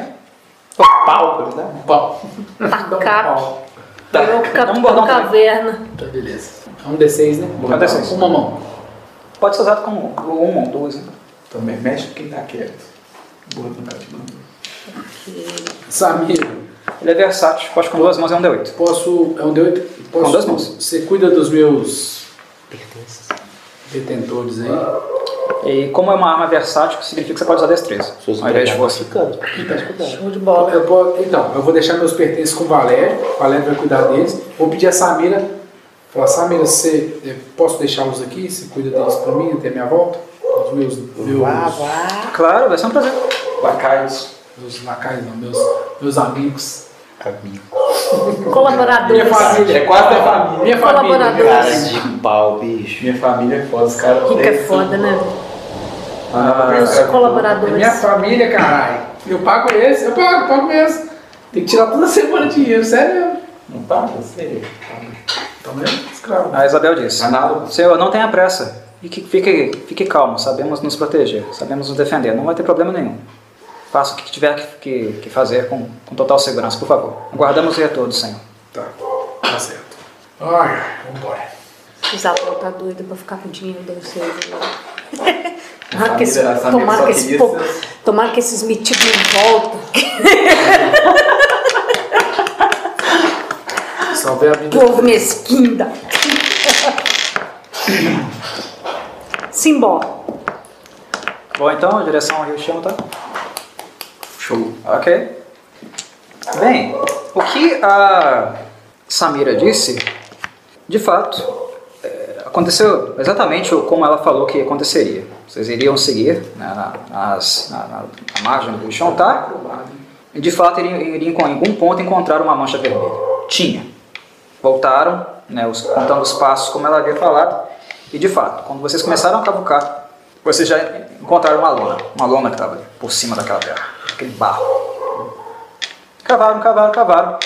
Speaker 1: Pô, Pau, por exemplo.
Speaker 3: Um pau. Dá um
Speaker 5: Tacape.
Speaker 3: pau.
Speaker 1: Tá.
Speaker 5: Eu,
Speaker 1: Dá um
Speaker 5: Capitão
Speaker 1: bordão pra mim.
Speaker 5: Caverna.
Speaker 3: Tá, beleza. É um D6, né?
Speaker 1: É um D6.
Speaker 3: Uma mão.
Speaker 1: Pode ser usado como uma ou duas. né?
Speaker 4: Também mexe com quem tá quieto. tá Boa do cara de mano.
Speaker 3: Samir,
Speaker 1: Ele é versátil, pode com duas mãos é um D8.
Speaker 3: posso. É um D8? Posso,
Speaker 1: Com duas mãos.
Speaker 3: Você cuida dos meus. Detentores aí.
Speaker 1: E como é uma arma versátil, significa que você pode usar destreza.
Speaker 2: Suas
Speaker 1: Ao invés de
Speaker 2: empregadas
Speaker 1: força.
Speaker 2: ficando. Tá escutando.
Speaker 5: Show de bola.
Speaker 3: Eu vou- então, eu vou deixar meus pertences com o Valério, o Valério vai cuidar deles. Vou pedir a Samira, falar, Samira, você, eh, posso deixá-los aqui? Você cuida deles para mim até minha volta? Os meus, meus,
Speaker 2: Vá, vá.
Speaker 1: Claro, vai ser um prazer.
Speaker 4: Lacaios.
Speaker 3: meus lacaios, não, meus, meus amigos.
Speaker 5: Colaboradores.
Speaker 3: Minha família.
Speaker 4: É quase da família.
Speaker 3: Minha família.
Speaker 5: Colaboradores.
Speaker 3: minha
Speaker 2: Cara
Speaker 3: família.
Speaker 2: de pau, bicho.
Speaker 4: Minha família é foda, os caras.
Speaker 5: Rico
Speaker 4: têm-
Speaker 5: é foda, né?
Speaker 4: Ah,
Speaker 5: Meus
Speaker 4: é-
Speaker 5: colaboradores.
Speaker 3: Minha família, caralho. Eu pago esse, eu pago, pago mesmo. Tem que tirar toda semana dinheiro, sério mesmo.
Speaker 4: Não tá, não sei.
Speaker 3: Tá vendo? Escravo.
Speaker 1: A Isabel disse:
Speaker 4: Análogo.
Speaker 1: Senhor, não tenha pressa. Fique, fique, fique calmo, sabemos nos proteger, sabemos nos defender, não vai ter problema nenhum. Faça o que tiver que, que- que fazer com, com total segurança, por favor. Aguardamos o retorno, Senhor.
Speaker 3: Tá, tá certo. Ai, ai, vambora.
Speaker 5: Isabel tá doida pra ficar com dinheiro da vocês agora.
Speaker 4: Família
Speaker 5: Tomara que, esse,
Speaker 4: da Samir
Speaker 5: tomara,
Speaker 4: só
Speaker 5: que esse
Speaker 4: queria
Speaker 5: povo,
Speaker 4: ser-
Speaker 5: tomara que esses metidos não voltam.
Speaker 3: Salve a vida.
Speaker 5: Povo mesquinda. Simbó.
Speaker 1: Bom, então, em direção ao Rio Chão, tá?
Speaker 4: Show.
Speaker 1: Ok. Bem, o que a Samira disse, de fato, é, aconteceu exatamente o- como ela falou que aconteceria. Vocês iriam seguir né, na, nas- na- na- na margem do chão, tá? E de fato iriam, iriam em algum ponto encontrar uma mancha vermelha. Tinha. Voltaram, né, os- contando os passos como ela havia falado. E de fato, quando vocês começaram a cavucar, vocês já encontraram uma lona. Uma lona que estava ali, por cima daquela terra. Aquele barro. Cavaram, cavaram, cavaram.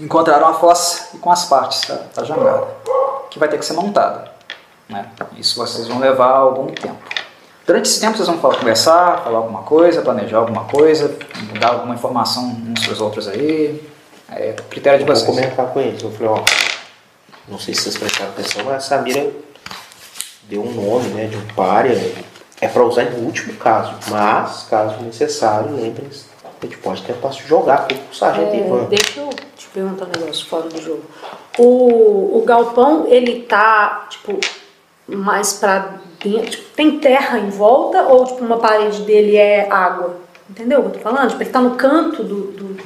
Speaker 1: um Encontraram a fossa e com as partes da, da jangada, que vai ter que ser montada. né? Isso vocês vão levar algum tempo. Durante esse tempo vocês vão falar- conversar, falar alguma coisa, planejar alguma coisa, dar alguma informação uns para os outros aí. É critério de
Speaker 2: Vou
Speaker 1: vocês.
Speaker 5: tá
Speaker 2: comentar com eles. Eu falei, ó, não sei se vocês prestaram atenção, mas a Samira deu um nome, né, de um pária. É pra usar em último caso, mas caso necessário, lembrem-se, a gente pode tentar se jogar com o
Speaker 5: É.
Speaker 2: sargento Ivan.
Speaker 5: Deixa eu te perguntar um negócio fora do jogo. O, o galpão, ele tá, tipo, mais pra dentro. Tipo, tem terra em volta ou, tipo, uma parede dele é água? Entendeu o que eu tô falando? Tipo, ele tá no canto do. do-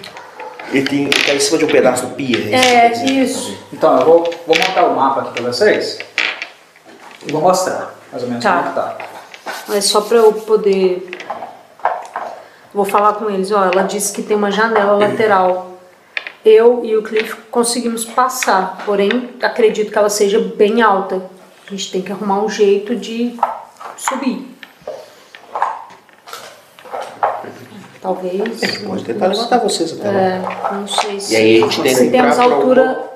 Speaker 2: Ele tem, ele tá em cima de um pedaço do pia. isso que
Speaker 5: É,
Speaker 2: eu quis dizer.
Speaker 5: isso.
Speaker 1: Então, eu vou, vou montar o mapa aqui para vocês e vou mostrar mais
Speaker 2: é
Speaker 1: ou menos
Speaker 5: Tá.
Speaker 1: como que tá.
Speaker 5: Mas só pra eu poder. Vou falar com eles. Ó, ela disse que tem uma janela lateral. Eu e o Cliff conseguimos passar, porém acredito que ela seja bem alta. A gente tem que arrumar um jeito de subir. Talvez.
Speaker 2: A gente É, pode tentar levantar vocês até lá.
Speaker 5: É, não sei se,
Speaker 2: E aí a gente tem
Speaker 5: se
Speaker 2: que
Speaker 5: temos
Speaker 2: entrar pra
Speaker 5: altura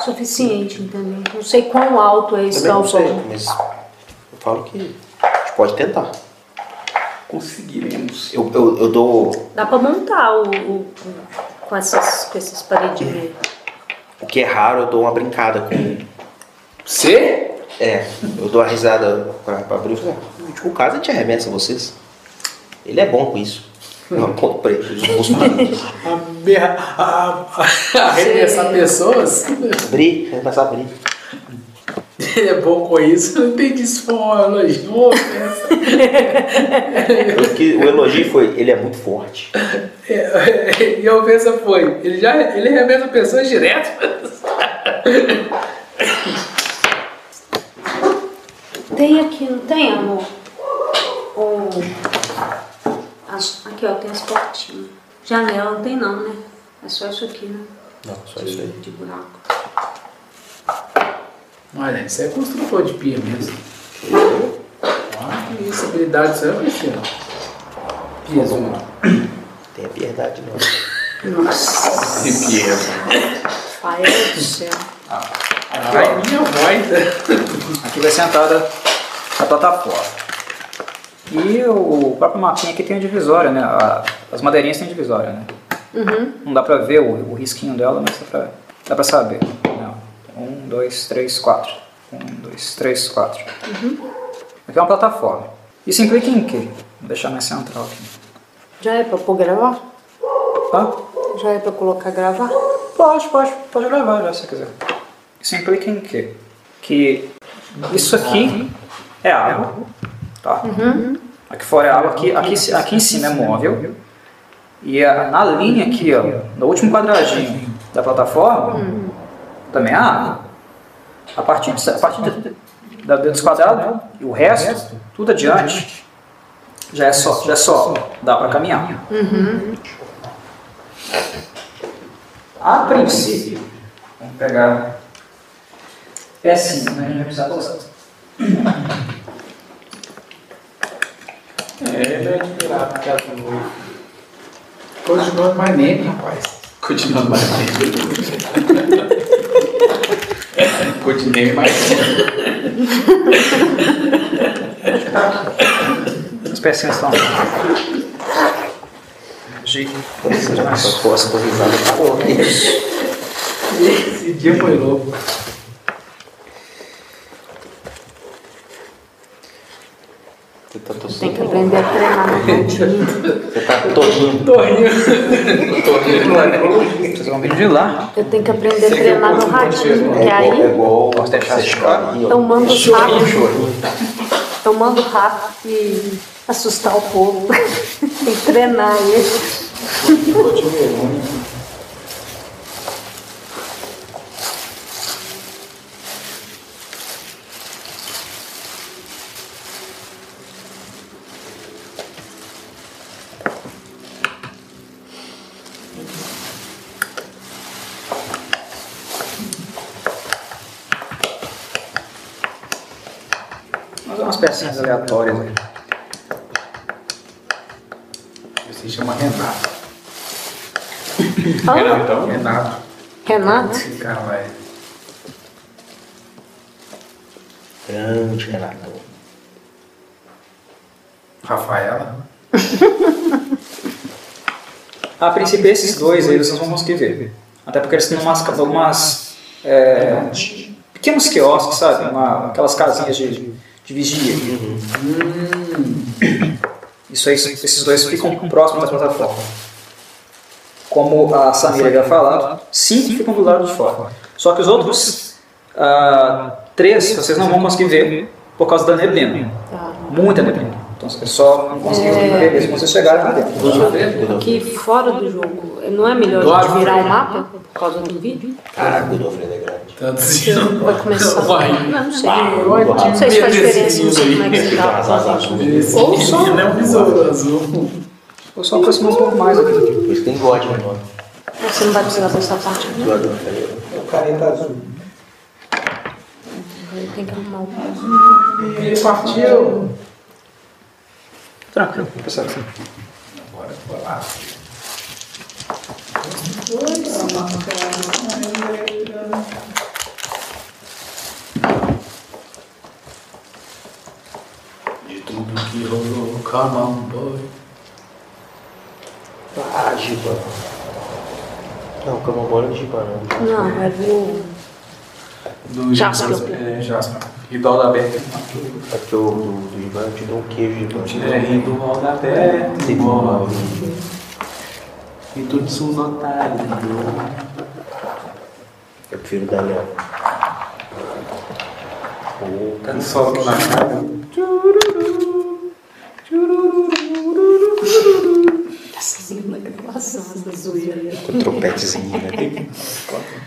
Speaker 5: suficiente, entendeu? Não sei quão alto é esse
Speaker 2: Também não sei,
Speaker 5: galpão.
Speaker 2: mas eu falo que a gente pode tentar.
Speaker 4: Conseguiremos.
Speaker 2: Eu, eu, eu dou
Speaker 5: Dá pra montar o, o- com, essas, com essas paredinhas aí.
Speaker 2: o que é raro, eu dou uma brincada com
Speaker 3: Você?
Speaker 2: É, eu dou uma risada pra, pra abrir e falei, "Ah, no último caso a gente arremessa vocês. Ele é bom com isso. Eu aponto pra ele, eu mostro pra ele.
Speaker 3: A, berra- a, a, arremessar pessoas?
Speaker 2: Abrir, arremessar, abrir.
Speaker 3: Ele é bom com isso? Eu não entendi se foi um elogio ou uma ofensa.
Speaker 2: O, que, o elogio foi, ele é muito forte.
Speaker 3: É, E a ofensa foi. Ele já ele arremessa pessoas direto.
Speaker 5: Tem aqui, não tem, amor? Ou. as- Aqui, ó, tem as portinhas. Janela não tem, não, né? É só isso aqui, né?
Speaker 2: Não, só isso aí.
Speaker 5: De buraco.
Speaker 3: Olha, isso é construtor de pia mesmo. Ah, que isso, habilidade isso aí, Cristiano. Piazuma.
Speaker 2: Tenha piedade, não.
Speaker 5: Nossa,
Speaker 4: Se pierda.
Speaker 5: pai do céu.
Speaker 3: Ai, minha voz.
Speaker 1: Aqui vai sentada a plataforma. E o próprio mapinha aqui tem a divisória, né? A- as madeirinhas têm divisória, né? Não dá pra ver o, o risquinho dela, mas dá pra, dá pra saber. né? Um, dois, três, quatro. Um, dois, três, quatro. Aqui é uma plataforma. Isso implica em quê? Vou deixar mais central aqui.
Speaker 5: Já é pra pôr gravar?
Speaker 1: Tá?
Speaker 5: Já é pra colocar gravar?
Speaker 1: Pode, pode, pode gravar já se quiser. Isso implica em quê? Que isso aqui é água, tá? Aqui fora é água, aqui, aqui, ci- aqui em cima é móvel. E a- na linha aqui, ó, no último quadradinho da plataforma, também é água. A partir, de, a partir de- da, dos quadrados né, e o resto, tudo adiante, já é só, já é só, dá para caminhar. A princípio, vamos pegar. É assim, né? A gente vai precisar dessa-
Speaker 3: Coisa de nome mais nem, rapaz.
Speaker 4: Continuando mais Continuei mais
Speaker 1: As pecinhas estão. Jeito.
Speaker 2: Essa força com risada tá boa.
Speaker 3: Esse dia foi louco.
Speaker 2: Você tá
Speaker 5: Tem que
Speaker 2: tossindo.
Speaker 5: aprender a treinar na pontinha.
Speaker 2: Você tá tossindo.
Speaker 1: Vocês vão vir de lá.
Speaker 5: Eu tenho que aprender a treinar no radinho, que aí
Speaker 2: É
Speaker 5: Então
Speaker 2: igual.
Speaker 1: Posso deixar
Speaker 2: Você
Speaker 1: assim?
Speaker 2: chora, né?
Speaker 5: tomando rápido,
Speaker 2: Choro.
Speaker 5: tomando rápido e assustar o povo. Tem que treinar ele.
Speaker 1: Fazer umas pecinhas aleatórias aí. Assim
Speaker 3: Você chama Renato.
Speaker 5: Ah,
Speaker 4: então.
Speaker 3: Renato.
Speaker 5: Renato?
Speaker 3: Esse cara vai.
Speaker 2: Grande Renato.
Speaker 3: Rafaela.
Speaker 1: A princípio, esses dois aí vocês vão conseguir ver. Até porque eles têm umas, ca- algumas. é, pequenos quiosques, sabe? Uma- aquelas casinhas de, de vigia. Hum. Isso aí, esses dois ficam próximos da plataforma. Como a Samira havia falado, cinco ficam do lado de fora. Só que os outros ah, três vocês não vão conseguir ver por causa da neblina.
Speaker 5: Tá.
Speaker 1: Muita neblina. Então vocês só não conseguem ver mesmo quando vocês chegarem lá dentro.
Speaker 2: Godofredo.
Speaker 5: Aqui fora do jogo, não é melhor a gente virar o mapa por causa do vídeo?
Speaker 2: Caraca, Godofredo é grande.
Speaker 3: Tanto
Speaker 5: Vai começar.
Speaker 4: Vai.
Speaker 5: Não, não sei.
Speaker 3: Vai,
Speaker 5: Não sei se faz diferença, não sei como é que
Speaker 2: Ele
Speaker 5: se
Speaker 2: tem as asas
Speaker 5: dá.
Speaker 2: azuis.
Speaker 5: Ou só-
Speaker 3: Ele é um besouro azul.
Speaker 1: Vou só aproximar um pouco mais aqui.
Speaker 2: Por isso tem God no nome.
Speaker 5: Você não vai precisar dessa parte, né?
Speaker 2: Godofredo.
Speaker 5: Tem que arrumar um.
Speaker 3: Ele partiu.
Speaker 1: Tranquilo, pessoal.
Speaker 3: Bora, bora lá.
Speaker 4: De tudo que rolou, Camamboy.
Speaker 2: Ah, Giba. Não, Camambora é de Giba, não.
Speaker 5: Não, é do.
Speaker 4: Do
Speaker 5: Jasper.
Speaker 4: É,
Speaker 3: Jasper.
Speaker 4: E do Aldaberto.
Speaker 2: É porque o do, do Giba eu te dou um queijo, Giba.
Speaker 4: É, e do Aldaberto.
Speaker 2: Tem
Speaker 4: igual.
Speaker 2: um-
Speaker 4: E todos os otários.
Speaker 2: Eu prefiro o Daniel. Ou
Speaker 4: Tá no solo que na cara.
Speaker 5: Essa gravação, essa zoeira.
Speaker 2: com tropetezinho, né?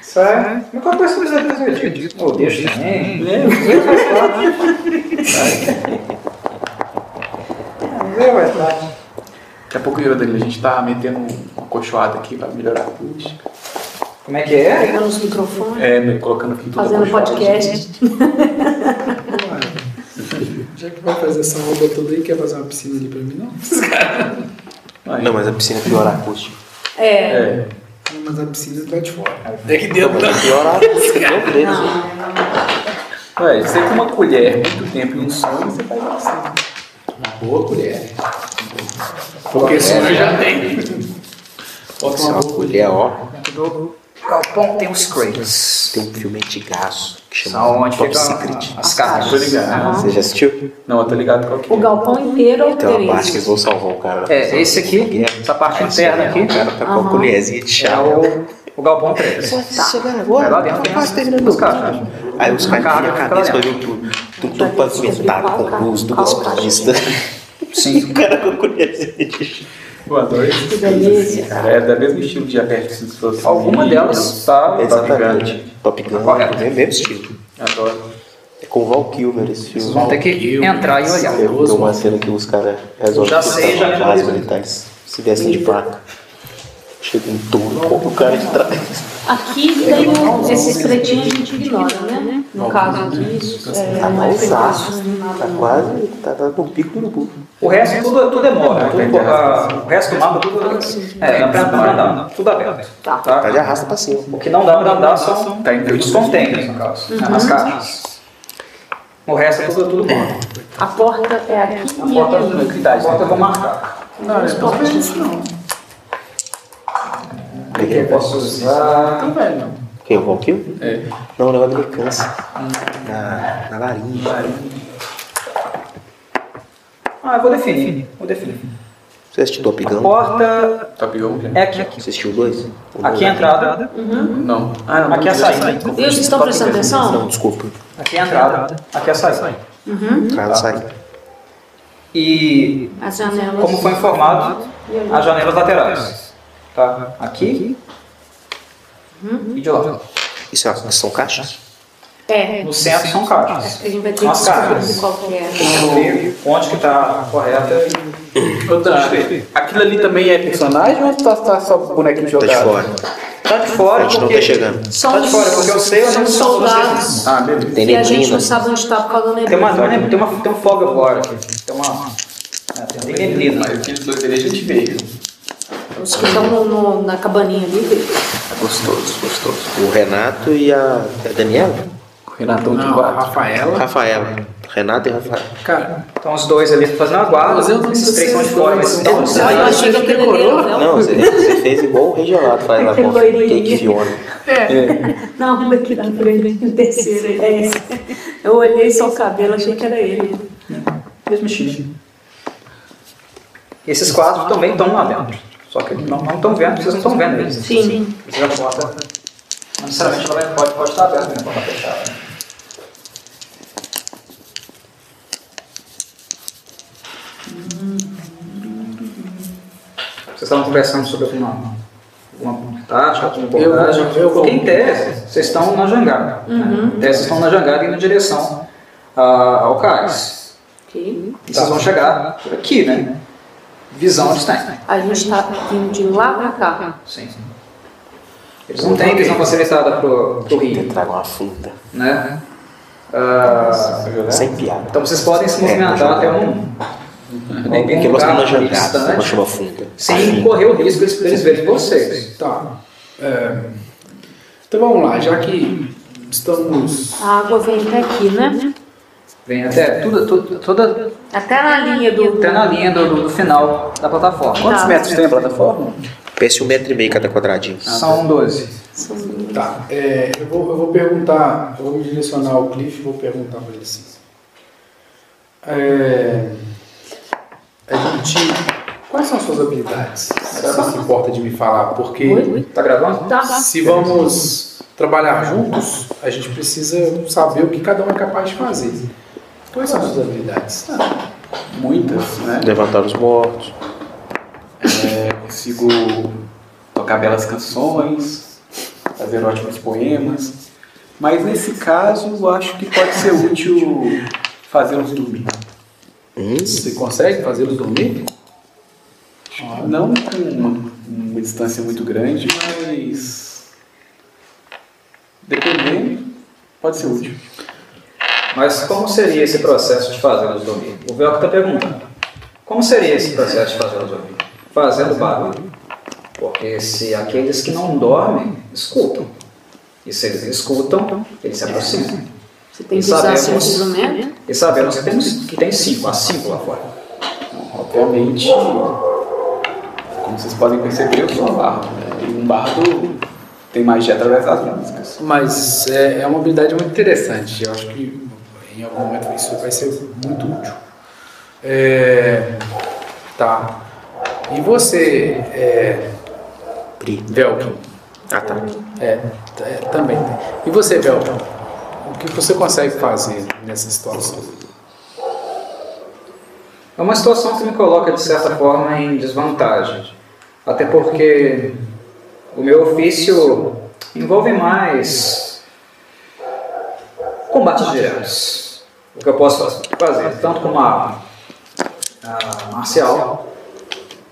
Speaker 1: Isso é. Mas qual coisa você precisa Pô, deixa também.
Speaker 4: Daqui a pouco, Irodani, a gente tá metendo uma cochoada aqui pra melhorar a acústica.
Speaker 1: Como é que é?
Speaker 5: Pegando os microfones,
Speaker 4: É, me- colocando aqui tudo
Speaker 5: fazendo
Speaker 4: acolchoado.
Speaker 5: podcast.
Speaker 3: Já que vai fazer essa roupa toda aí, quer fazer uma piscina ali pra mim? Não.
Speaker 4: Aí.
Speaker 2: Não, mas a piscina é pior acústica.
Speaker 5: É.
Speaker 4: É.
Speaker 3: Não, mas a piscina é lá de fora.
Speaker 2: Não, mas é pior acústica. Meu Deus.
Speaker 4: Ué, você com uma colher muito tempo e um som, você faz assim.
Speaker 3: Boa colher.
Speaker 4: Porque
Speaker 3: É.
Speaker 4: senão já tem.
Speaker 3: Bota uma boa colher.
Speaker 2: Ele é ó.
Speaker 1: Galpão tem os crates.
Speaker 2: Tem um filme antigaço que
Speaker 1: São
Speaker 2: chama
Speaker 1: onde é
Speaker 2: Top
Speaker 1: ficam
Speaker 2: Secret.
Speaker 1: as caixas.
Speaker 4: Tô
Speaker 1: Ah.
Speaker 4: ligado.
Speaker 2: Você já assistiu?
Speaker 4: Não, eu tô ligado qual que
Speaker 5: O
Speaker 4: é.
Speaker 5: galpão inteiro é
Speaker 2: Tem uma
Speaker 5: o
Speaker 2: parte Então, que
Speaker 5: interesse.
Speaker 2: eles vão salvar o cara. da
Speaker 1: É,
Speaker 2: prisão.
Speaker 1: esse aqui,
Speaker 2: Guerra.
Speaker 1: essa parte
Speaker 2: Esse
Speaker 1: interna
Speaker 2: é,
Speaker 1: aqui,
Speaker 2: O cara tá com
Speaker 5: Aham.
Speaker 2: a colherzinha de
Speaker 1: é
Speaker 2: chá.
Speaker 1: o, o galpão 3.
Speaker 2: tá Chegando
Speaker 1: É
Speaker 2: agora, Tá
Speaker 1: lá dentro né? tem
Speaker 2: quase
Speaker 1: as-
Speaker 2: terminando
Speaker 1: as
Speaker 2: o
Speaker 1: caras.
Speaker 2: filme. Aí os caras
Speaker 1: Carga
Speaker 2: viram a
Speaker 1: fica lá
Speaker 2: cabeça
Speaker 1: dentro.
Speaker 2: olhando tudo, tudo, tudo pavimentado com luz do golpista.
Speaker 1: Sim.
Speaker 2: O cara com a colherzinha de chá.
Speaker 4: Pô, adorei esse
Speaker 5: Que
Speaker 4: filme,
Speaker 5: delícia.
Speaker 4: assim, cara. É da mesmo estilo de Aperte fosse.
Speaker 1: Alguma delas tá.
Speaker 2: Exatamente. Top Gun,
Speaker 1: Correto.
Speaker 2: é mesmo estilo.
Speaker 4: Adoro.
Speaker 2: É com o Val Kilmer esse filme.
Speaker 1: Vão ter que entrar e olhar.
Speaker 2: Tem tem uma cena que os caras resolvem
Speaker 1: Já sei, já
Speaker 2: contratar os militares se vestem de placa. Chega um touro, compra o cara de trás.
Speaker 5: Aqui tem o- esses cretinhos a gente ignora, né? No caso aqui, é,
Speaker 2: Tá
Speaker 5: não é
Speaker 2: mausaço.
Speaker 5: frequentado, não é nada
Speaker 2: Tá
Speaker 5: não.
Speaker 2: quase, tá dando um pico no burro.
Speaker 1: O resto tudo, tudo é móvel. Tudo, ah, o resto do mapa tudo é, dá pra pra andar, tudo aberto.
Speaker 5: Tá.
Speaker 2: Tá de arrasta pra cima. pô.
Speaker 1: O que não dá pra andar são Tá os containers, no caso, né, nas caixas. O resto é tudo, tudo móvel.
Speaker 5: A porta é aqui
Speaker 1: A
Speaker 5: e
Speaker 1: porta
Speaker 5: aqui.
Speaker 1: é utilidade, a porta eu vou marcar.
Speaker 3: Ah,
Speaker 4: Não,
Speaker 3: é
Speaker 4: eu tô vendo isso não.
Speaker 1: Aqui eu posso assim.
Speaker 3: Tá
Speaker 1: usar.
Speaker 3: Ah.
Speaker 4: Não, velho, não.
Speaker 2: Quem? O Val Kilmer?
Speaker 4: É.
Speaker 2: Não, o negócio dele câncer. Na, na laringe.
Speaker 1: Ah, eu vou definir. Vou definir.
Speaker 2: Você assistiu Top
Speaker 1: A
Speaker 2: Gun?
Speaker 1: porta
Speaker 4: Top Gun?
Speaker 1: é aqui.
Speaker 2: Você assistiu dois? O dois?
Speaker 1: Aqui é a entrada,
Speaker 4: Não. Ah, não.
Speaker 1: aqui é a saída.
Speaker 5: Deus, vocês estão prestando
Speaker 2: Não,
Speaker 5: atenção?
Speaker 2: desculpa.
Speaker 1: Aqui é a entrada, aqui é a saída.
Speaker 2: Cara, sai.
Speaker 1: E
Speaker 5: As janelas.
Speaker 1: como foi informado, as janelas laterais. Tá? Aqui e de lá.
Speaker 2: Isso é uma- são caixas?
Speaker 5: É,
Speaker 1: No centro são caixas.
Speaker 5: a gente vai ter que
Speaker 1: As caras.
Speaker 5: descobrir qual que é.
Speaker 1: Tá Uhum. No onde que está correta.
Speaker 4: Ô, Dan, Aquilo ali também é personagem ou tá, tá só bonequinho
Speaker 2: Tá de
Speaker 4: jogado?
Speaker 2: fora.
Speaker 1: Tá de
Speaker 2: A
Speaker 1: fora
Speaker 2: gente não
Speaker 1: porque
Speaker 2: tá chegando.
Speaker 1: Tá de fora, porque eu sei onde
Speaker 5: são
Speaker 1: são
Speaker 5: soldados.
Speaker 4: Ah, beleza.
Speaker 2: Tem
Speaker 5: E a gente
Speaker 2: neblina.
Speaker 5: não sabe onde está por causa da
Speaker 1: Tem uma,
Speaker 5: neblina.
Speaker 1: tem uma, tem um fog agora aqui. Tem uma. é, Tem tem neblina.
Speaker 4: Mas aqueles dois ali a gente veio.
Speaker 5: Os que estão no- no- na cabaninha ali.
Speaker 4: É
Speaker 2: Gostoso, gostoso. O Renato e a, a Daniela?
Speaker 4: Renatão de
Speaker 3: Não, a
Speaker 4: quatro.
Speaker 3: Rafaela.
Speaker 2: Rafaela. Renato e Rafaela.
Speaker 3: Cara,
Speaker 1: Então os dois ali fazendo a guarda,
Speaker 3: Mas eu não
Speaker 1: esses três
Speaker 3: sei
Speaker 1: são de fora, mas
Speaker 3: se um
Speaker 1: então.
Speaker 3: eu
Speaker 5: Eu
Speaker 3: Aí,
Speaker 5: achei que
Speaker 3: você
Speaker 5: aquele
Speaker 3: decorou?
Speaker 5: ali era o
Speaker 2: Não, você, você fez igual o Rei Gelado faz lá com
Speaker 5: Loirinho.
Speaker 2: Cake Fiona.
Speaker 5: Não, daqui da frente, o terceiro, é esse. Eu olhei só o cabelo, achei que era ele.
Speaker 1: Mesmo estilo. Esses quatro também estão lá dentro. Só que não não estão vendo, vocês não estão vendo eles.
Speaker 5: Sim.
Speaker 1: Precisa a porta. Não necessariamente ela vai- pode, pode estar aberta, né? Pode estar fechada. né? Vocês estavam conversando sobre alguma, alguma tática, alguma
Speaker 3: Eu-
Speaker 1: abordagem?
Speaker 3: eu-
Speaker 1: Porque em tese, vocês estão na jangada. Né? Em tese, vocês estão na jangada indo em direção ah, ao cais.
Speaker 5: Ok.
Speaker 1: E vocês vão chegar por aqui, né? Visão eles têm.
Speaker 5: A gente está vindo de lá pra cá.
Speaker 1: Sim. Eles não têm visão facilitada pro, pro
Speaker 2: Tem
Speaker 1: rio,
Speaker 2: que trago uma funda.
Speaker 1: né? Ah,
Speaker 2: Sem piada.
Speaker 1: então vocês podem se movimentar até um
Speaker 2: Porque
Speaker 1: algum
Speaker 2: nós estamos na
Speaker 1: lugar né?
Speaker 2: jangada, nós
Speaker 1: distante,
Speaker 2: chama funda.
Speaker 1: sem correr o risco deles, deles verem vocês.
Speaker 3: tá. É, Então vamos lá, já que estamos
Speaker 5: A água vem até aqui, né?
Speaker 1: Vem até tudo, tudo, toda
Speaker 5: Até na linha do.
Speaker 1: até na linha do, do final da plataforma. Quantos
Speaker 5: Tá.
Speaker 1: metros tem a plataforma?
Speaker 2: Pense um metro e meio cada quadradinho.
Speaker 3: Ah.
Speaker 1: São 12.
Speaker 3: Tá, é, eu, vou, eu vou perguntar, eu vou me direcionar ao Cliff e vou perguntar para ele assim. É, a gente. Quais são as suas habilidades? Se você se importa de me falar, porque
Speaker 5: Oi?
Speaker 1: Tá gravando?
Speaker 5: Tá.
Speaker 3: se vamos trabalhar juntos, a gente precisa saber o que cada um é capaz de fazer. Quais são as suas habilidades?
Speaker 4: Muitas, né?
Speaker 2: Levantar os mortos.
Speaker 4: Eu consigo tocar belas canções, fazer ótimos poemas. Mas nesse caso, eu acho que pode ser útil um fazê-los dormir.
Speaker 2: Hum,
Speaker 4: Você consegue fazê-los dormir? Não com uma, uma distância muito grande, mas. Dependendo, pode ser útil.
Speaker 1: Mas como seria esse processo de fazê-los dormir? O Velcro está perguntando. Como seria esse processo de fazê-los dormir? Fazendo barulho. Porque se aqueles que não dormem, escutam. E se eles escutam, eles se aproximam.
Speaker 5: Você tem
Speaker 1: E
Speaker 5: que usar
Speaker 1: sabemos.
Speaker 5: seu instrumento.
Speaker 1: um E sabemos que, temos, que tem cinco, há cinco lá fora.
Speaker 4: realmente, como vocês podem perceber, eu sou um bardo. Né? E um bardo tem magia através das músicas.
Speaker 3: Mas é, é uma habilidade muito interessante. Eu acho que em algum momento isso vai ser muito útil. É, tá. E você, é, Velkin? Ah, tá. É, t- é, também. E você, Velkin? O que você consegue fazer nessa situação?
Speaker 1: É uma situação que me coloca, de certa forma, em desvantagem. Até porque o meu ofício envolve mais combates diretos. O que eu posso fazer, tanto com uma arma ah, marcial,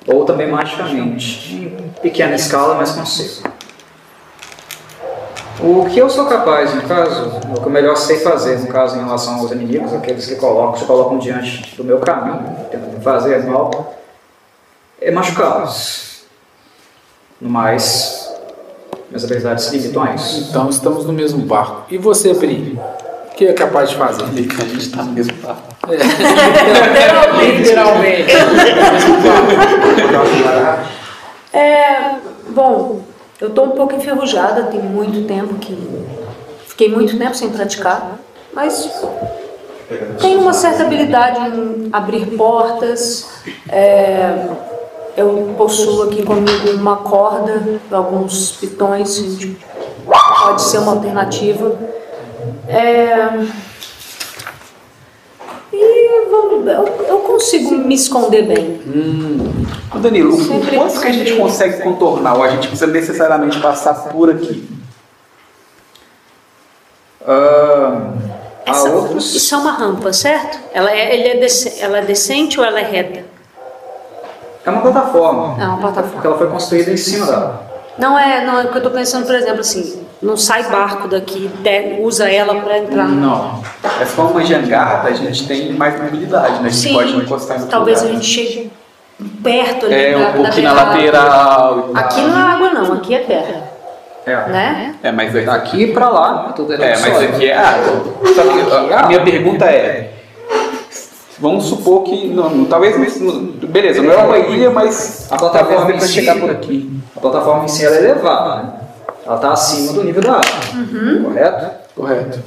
Speaker 1: ou também magicamente, em pequena escala, mas consigo. O que eu sou capaz, no caso, o que eu melhor sei fazer, no caso, em relação aos inimigos, aqueles que colocam, se colocam diante do meu caminho, tentando fazer mal, é machucá-los. No mais, minhas habilidades se limitam a isso.
Speaker 3: Então, estamos no mesmo barco. E você, Pri? O que é capaz de fazer?
Speaker 4: Meio que a gente tá no mesmo barco.
Speaker 3: Literalmente. Literalmente.
Speaker 5: É, bom, eu tô um pouco enferrujada, tem muito tempo que. Fiquei muito tempo sem praticar, mas tenho uma certa habilidade em abrir portas. é, eu possuo aqui comigo uma corda, alguns pitões, que pode ser uma alternativa. É, e vamos- eu, eu consigo me esconder bem.
Speaker 4: Ô, Danilo, o
Speaker 5: Sempre-
Speaker 4: quanto que a gente
Speaker 5: sempre-
Speaker 4: consegue contornar? Ou a gente precisa necessariamente passar por aqui?
Speaker 1: Ah, há
Speaker 5: Essa-
Speaker 1: outros.
Speaker 5: Isso é uma rampa, certo? Ela é, ele é dece- ela é decente ou ela é reta?
Speaker 1: É uma plataforma,
Speaker 5: É uma plataforma.
Speaker 1: porque ela foi construída em cima dela.
Speaker 5: Não é, não é o que eu tô pensando, por exemplo, assim, não sai barco daqui, de- usa ela para entrar.
Speaker 4: Não. É só uma jangada, a gente tem mais mobilidade, né? A gente
Speaker 5: Sim,
Speaker 4: pode encostar em
Speaker 5: talvez a
Speaker 4: outro lugar.
Speaker 5: gente chegue perto ali
Speaker 4: É,
Speaker 5: da,
Speaker 4: um pouquinho na
Speaker 5: da beirada.
Speaker 4: lateral. e tal.
Speaker 5: Aqui não é água não, aqui é terra,
Speaker 1: É.
Speaker 5: né?
Speaker 4: É, mas aqui
Speaker 1: Daqui pra lá, tudo é,
Speaker 4: É, mas
Speaker 1: sólido.
Speaker 4: aqui é água. Só que ah, a- a minha pergunta é: vamos supor que. Não, não, talvez. isso não- Beleza, não é uma ilha, mas.
Speaker 1: A plataforma
Speaker 4: talvez dê
Speaker 1: em
Speaker 4: pra
Speaker 1: si-
Speaker 4: chegar por aqui.
Speaker 1: A plataforma em si ela é elevada, né? Ela está acima do nível da água, correto?
Speaker 4: Correto.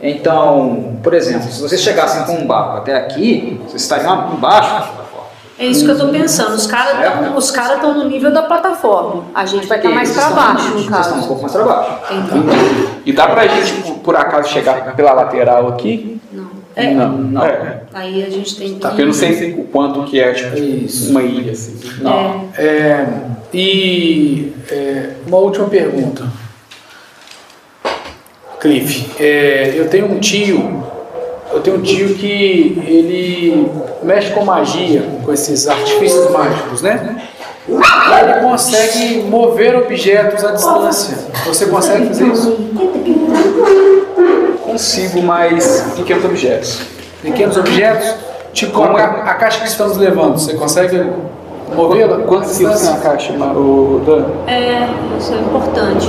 Speaker 1: Então, por exemplo, se vocês chegassem com um barco até aqui, vocês estariam embaixo da plataforma.
Speaker 5: É isso que eu tô pensando, os caras
Speaker 4: É.
Speaker 5: estão os cara tão no nível da plataforma, a gente vai estar mais
Speaker 1: Vocês
Speaker 5: para
Speaker 1: estão-
Speaker 5: baixo no
Speaker 1: Vocês estão um
Speaker 5: caso.
Speaker 1: pouco mais para baixo.
Speaker 5: Entendi.
Speaker 4: E dá pra gente, por- por acaso, chegar pela lateral aqui?
Speaker 5: Não. É,
Speaker 4: não. É.
Speaker 5: Aí a gente tem que...
Speaker 4: Tá, porque eu não sei o quanto que é, tipo,
Speaker 3: Isso.
Speaker 4: uma ilha, assim.
Speaker 5: É,
Speaker 3: É, e é, uma última pergunta. Cliff, é, eu tenho um tio, eu tenho um tio que ele mexe com magia, com esses artifícios mágicos, né? Ele consegue mover objetos à distância. Você consegue fazer isso?
Speaker 4: Consigo mais pequenos objetos.
Speaker 3: Pequenos objetos, tipo como a, a caixa que estamos levando, você consegue movê-la?
Speaker 4: Quantos quilos tem a caixa,
Speaker 3: Tá.
Speaker 4: o Dan?
Speaker 5: é, isso é importante.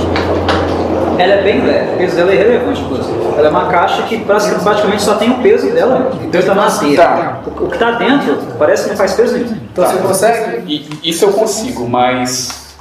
Speaker 1: Ela é bem leve, o peso dela é irrelevante, inclusive. Ela é uma caixa que praticamente praticamente só tem o peso dela, o peso da madeira.
Speaker 4: Tá.
Speaker 1: O o que está dentro parece que não faz peso nenhum.
Speaker 3: Então você consegue?
Speaker 4: E isso eu consigo, mas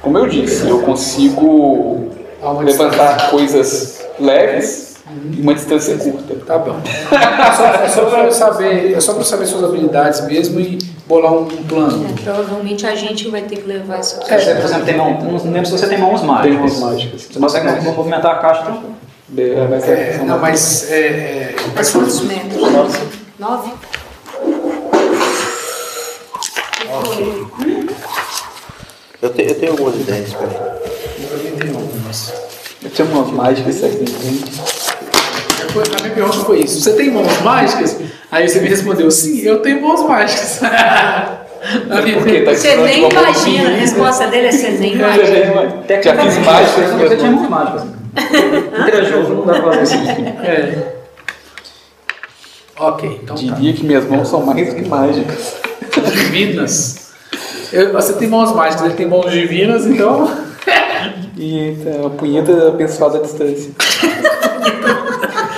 Speaker 4: como eu disse, eu consigo
Speaker 3: A uma
Speaker 4: levantar coisas leves e uma distância curta.
Speaker 3: Tá bom. Só- É só, pra eu saber, é só pra eu saber suas habilidades mesmo e bolar um, um plano.
Speaker 5: É, provavelmente a gente vai ter que levar essa
Speaker 1: Se É, você, por exemplo, tem mão, eu não lembro se você tem mãos mágicas.
Speaker 4: mãos mágicas.
Speaker 1: Você consegue movimentar a caixa então, tranquilo.
Speaker 4: É, mas
Speaker 3: É,
Speaker 4: é-
Speaker 3: não, mas é, é,
Speaker 5: Mas quantos metros? Nove?
Speaker 2: Eu, te- eu tenho algumas ideias pra ele.
Speaker 4: Eu tinha umas mágicas isso aqui.
Speaker 3: foi- a minha pergunta foi isso. Você tem mãos mágicas? Aí você me respondeu, sim, eu tenho mãos mágicas.
Speaker 4: Por quê? Tá
Speaker 5: Você
Speaker 4: precisando de
Speaker 5: nem
Speaker 4: uma mão
Speaker 5: imagina, a
Speaker 4: pequena.
Speaker 5: resposta dele é você nem
Speaker 4: Já
Speaker 5: imagina.
Speaker 4: fiz- já fiz mágicas.
Speaker 1: Você tinha mãos
Speaker 4: mesmo.
Speaker 1: mágicas. Intrajogo não dá pra fazer isso.
Speaker 3: É. Ok, então tá.
Speaker 4: Diria que minhas mãos são mais que mágicas.
Speaker 3: Divinas. Eu- você tem mãos mágicas, ele tem mãos divinas, então...
Speaker 4: é, E a punheta abençoada à distância.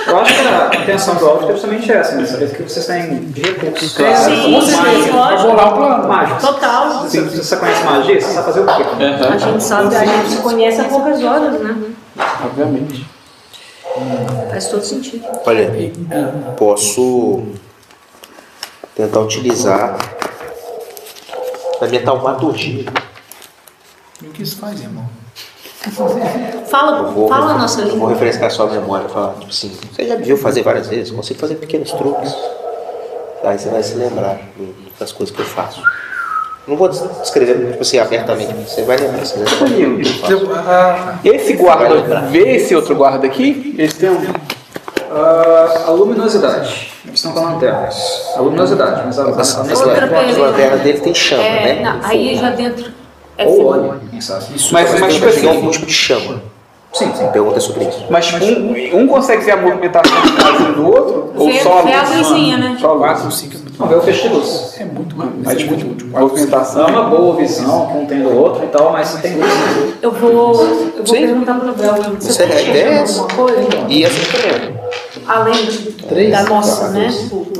Speaker 1: Eu acho que a intenção do áudio é justamente essa, né? Saber que vocês têm de recursos.
Speaker 3: Claro.
Speaker 5: Sim,
Speaker 3: Com
Speaker 5: sim,
Speaker 3: certeza. Pra
Speaker 5: lógico.
Speaker 3: bolar o plano.
Speaker 1: Mágicos.
Speaker 5: Total.
Speaker 1: Você, você conhece magia? Você sabe fazer o quê?
Speaker 5: A gente sabe, a gente se conhece há poucas horas, né?
Speaker 3: Obviamente.
Speaker 5: Faz todo sentido.
Speaker 2: Olha, posso tentar utilizar a minha taumaturgia.
Speaker 3: E o que isso faz, irmão?
Speaker 5: Fala,
Speaker 2: Eu vou,
Speaker 5: fala a nossa
Speaker 2: eu vou
Speaker 5: língua.
Speaker 2: refrescar sua memória. Falar, tipo assim, você já me viu fazer várias vezes, eu consigo fazer pequenos truques. Aí você vai se lembrar do- das coisas que eu faço. Não vou des- descrever tipo assim, abertamente, mas você vai lembrar. Você vai lembrar do que eu faço.
Speaker 4: Esse guarda vê esse outro guarda aqui? Eles têm um.
Speaker 1: Ah, a luminosidade. Eles estão com lanternas. A luminosidade, mas tá a, a,
Speaker 2: As, as,
Speaker 5: Outra
Speaker 2: lan- as
Speaker 5: pergunta.
Speaker 2: lanternas dele tem chama,
Speaker 5: É,
Speaker 2: né?
Speaker 5: na- aí já dentro é
Speaker 1: Ou
Speaker 5: fogo.
Speaker 1: óleo, quem sabe.
Speaker 4: Mas, mas tipo
Speaker 2: chegar a algum
Speaker 4: assim.
Speaker 2: tipo de chama.
Speaker 1: Sim, sim.
Speaker 2: Pergunta sobre isso.
Speaker 4: Mas tipo, um, um consegue ver a movimentação de casa do outro? Ou
Speaker 5: Vê-
Speaker 4: só a
Speaker 5: vê a
Speaker 4: luz?
Speaker 5: luzinha, né?
Speaker 4: Só a luz.
Speaker 3: 4, 5 é muito
Speaker 1: Vamos ver o fecho de luz.
Speaker 3: É muito rápido.
Speaker 4: Mas,
Speaker 3: Mas é
Speaker 4: tipo,
Speaker 3: muito útil.
Speaker 1: Não
Speaker 4: movimentação.
Speaker 1: é uma boa visão, que um tem do outro e tal, mas você tem luz.
Speaker 5: Eu vou, eu vou perguntar pro Bel.
Speaker 2: Você
Speaker 5: Você
Speaker 2: tem ideia?
Speaker 5: alguma coisa?
Speaker 2: E essa também.
Speaker 5: Além da nossa, né?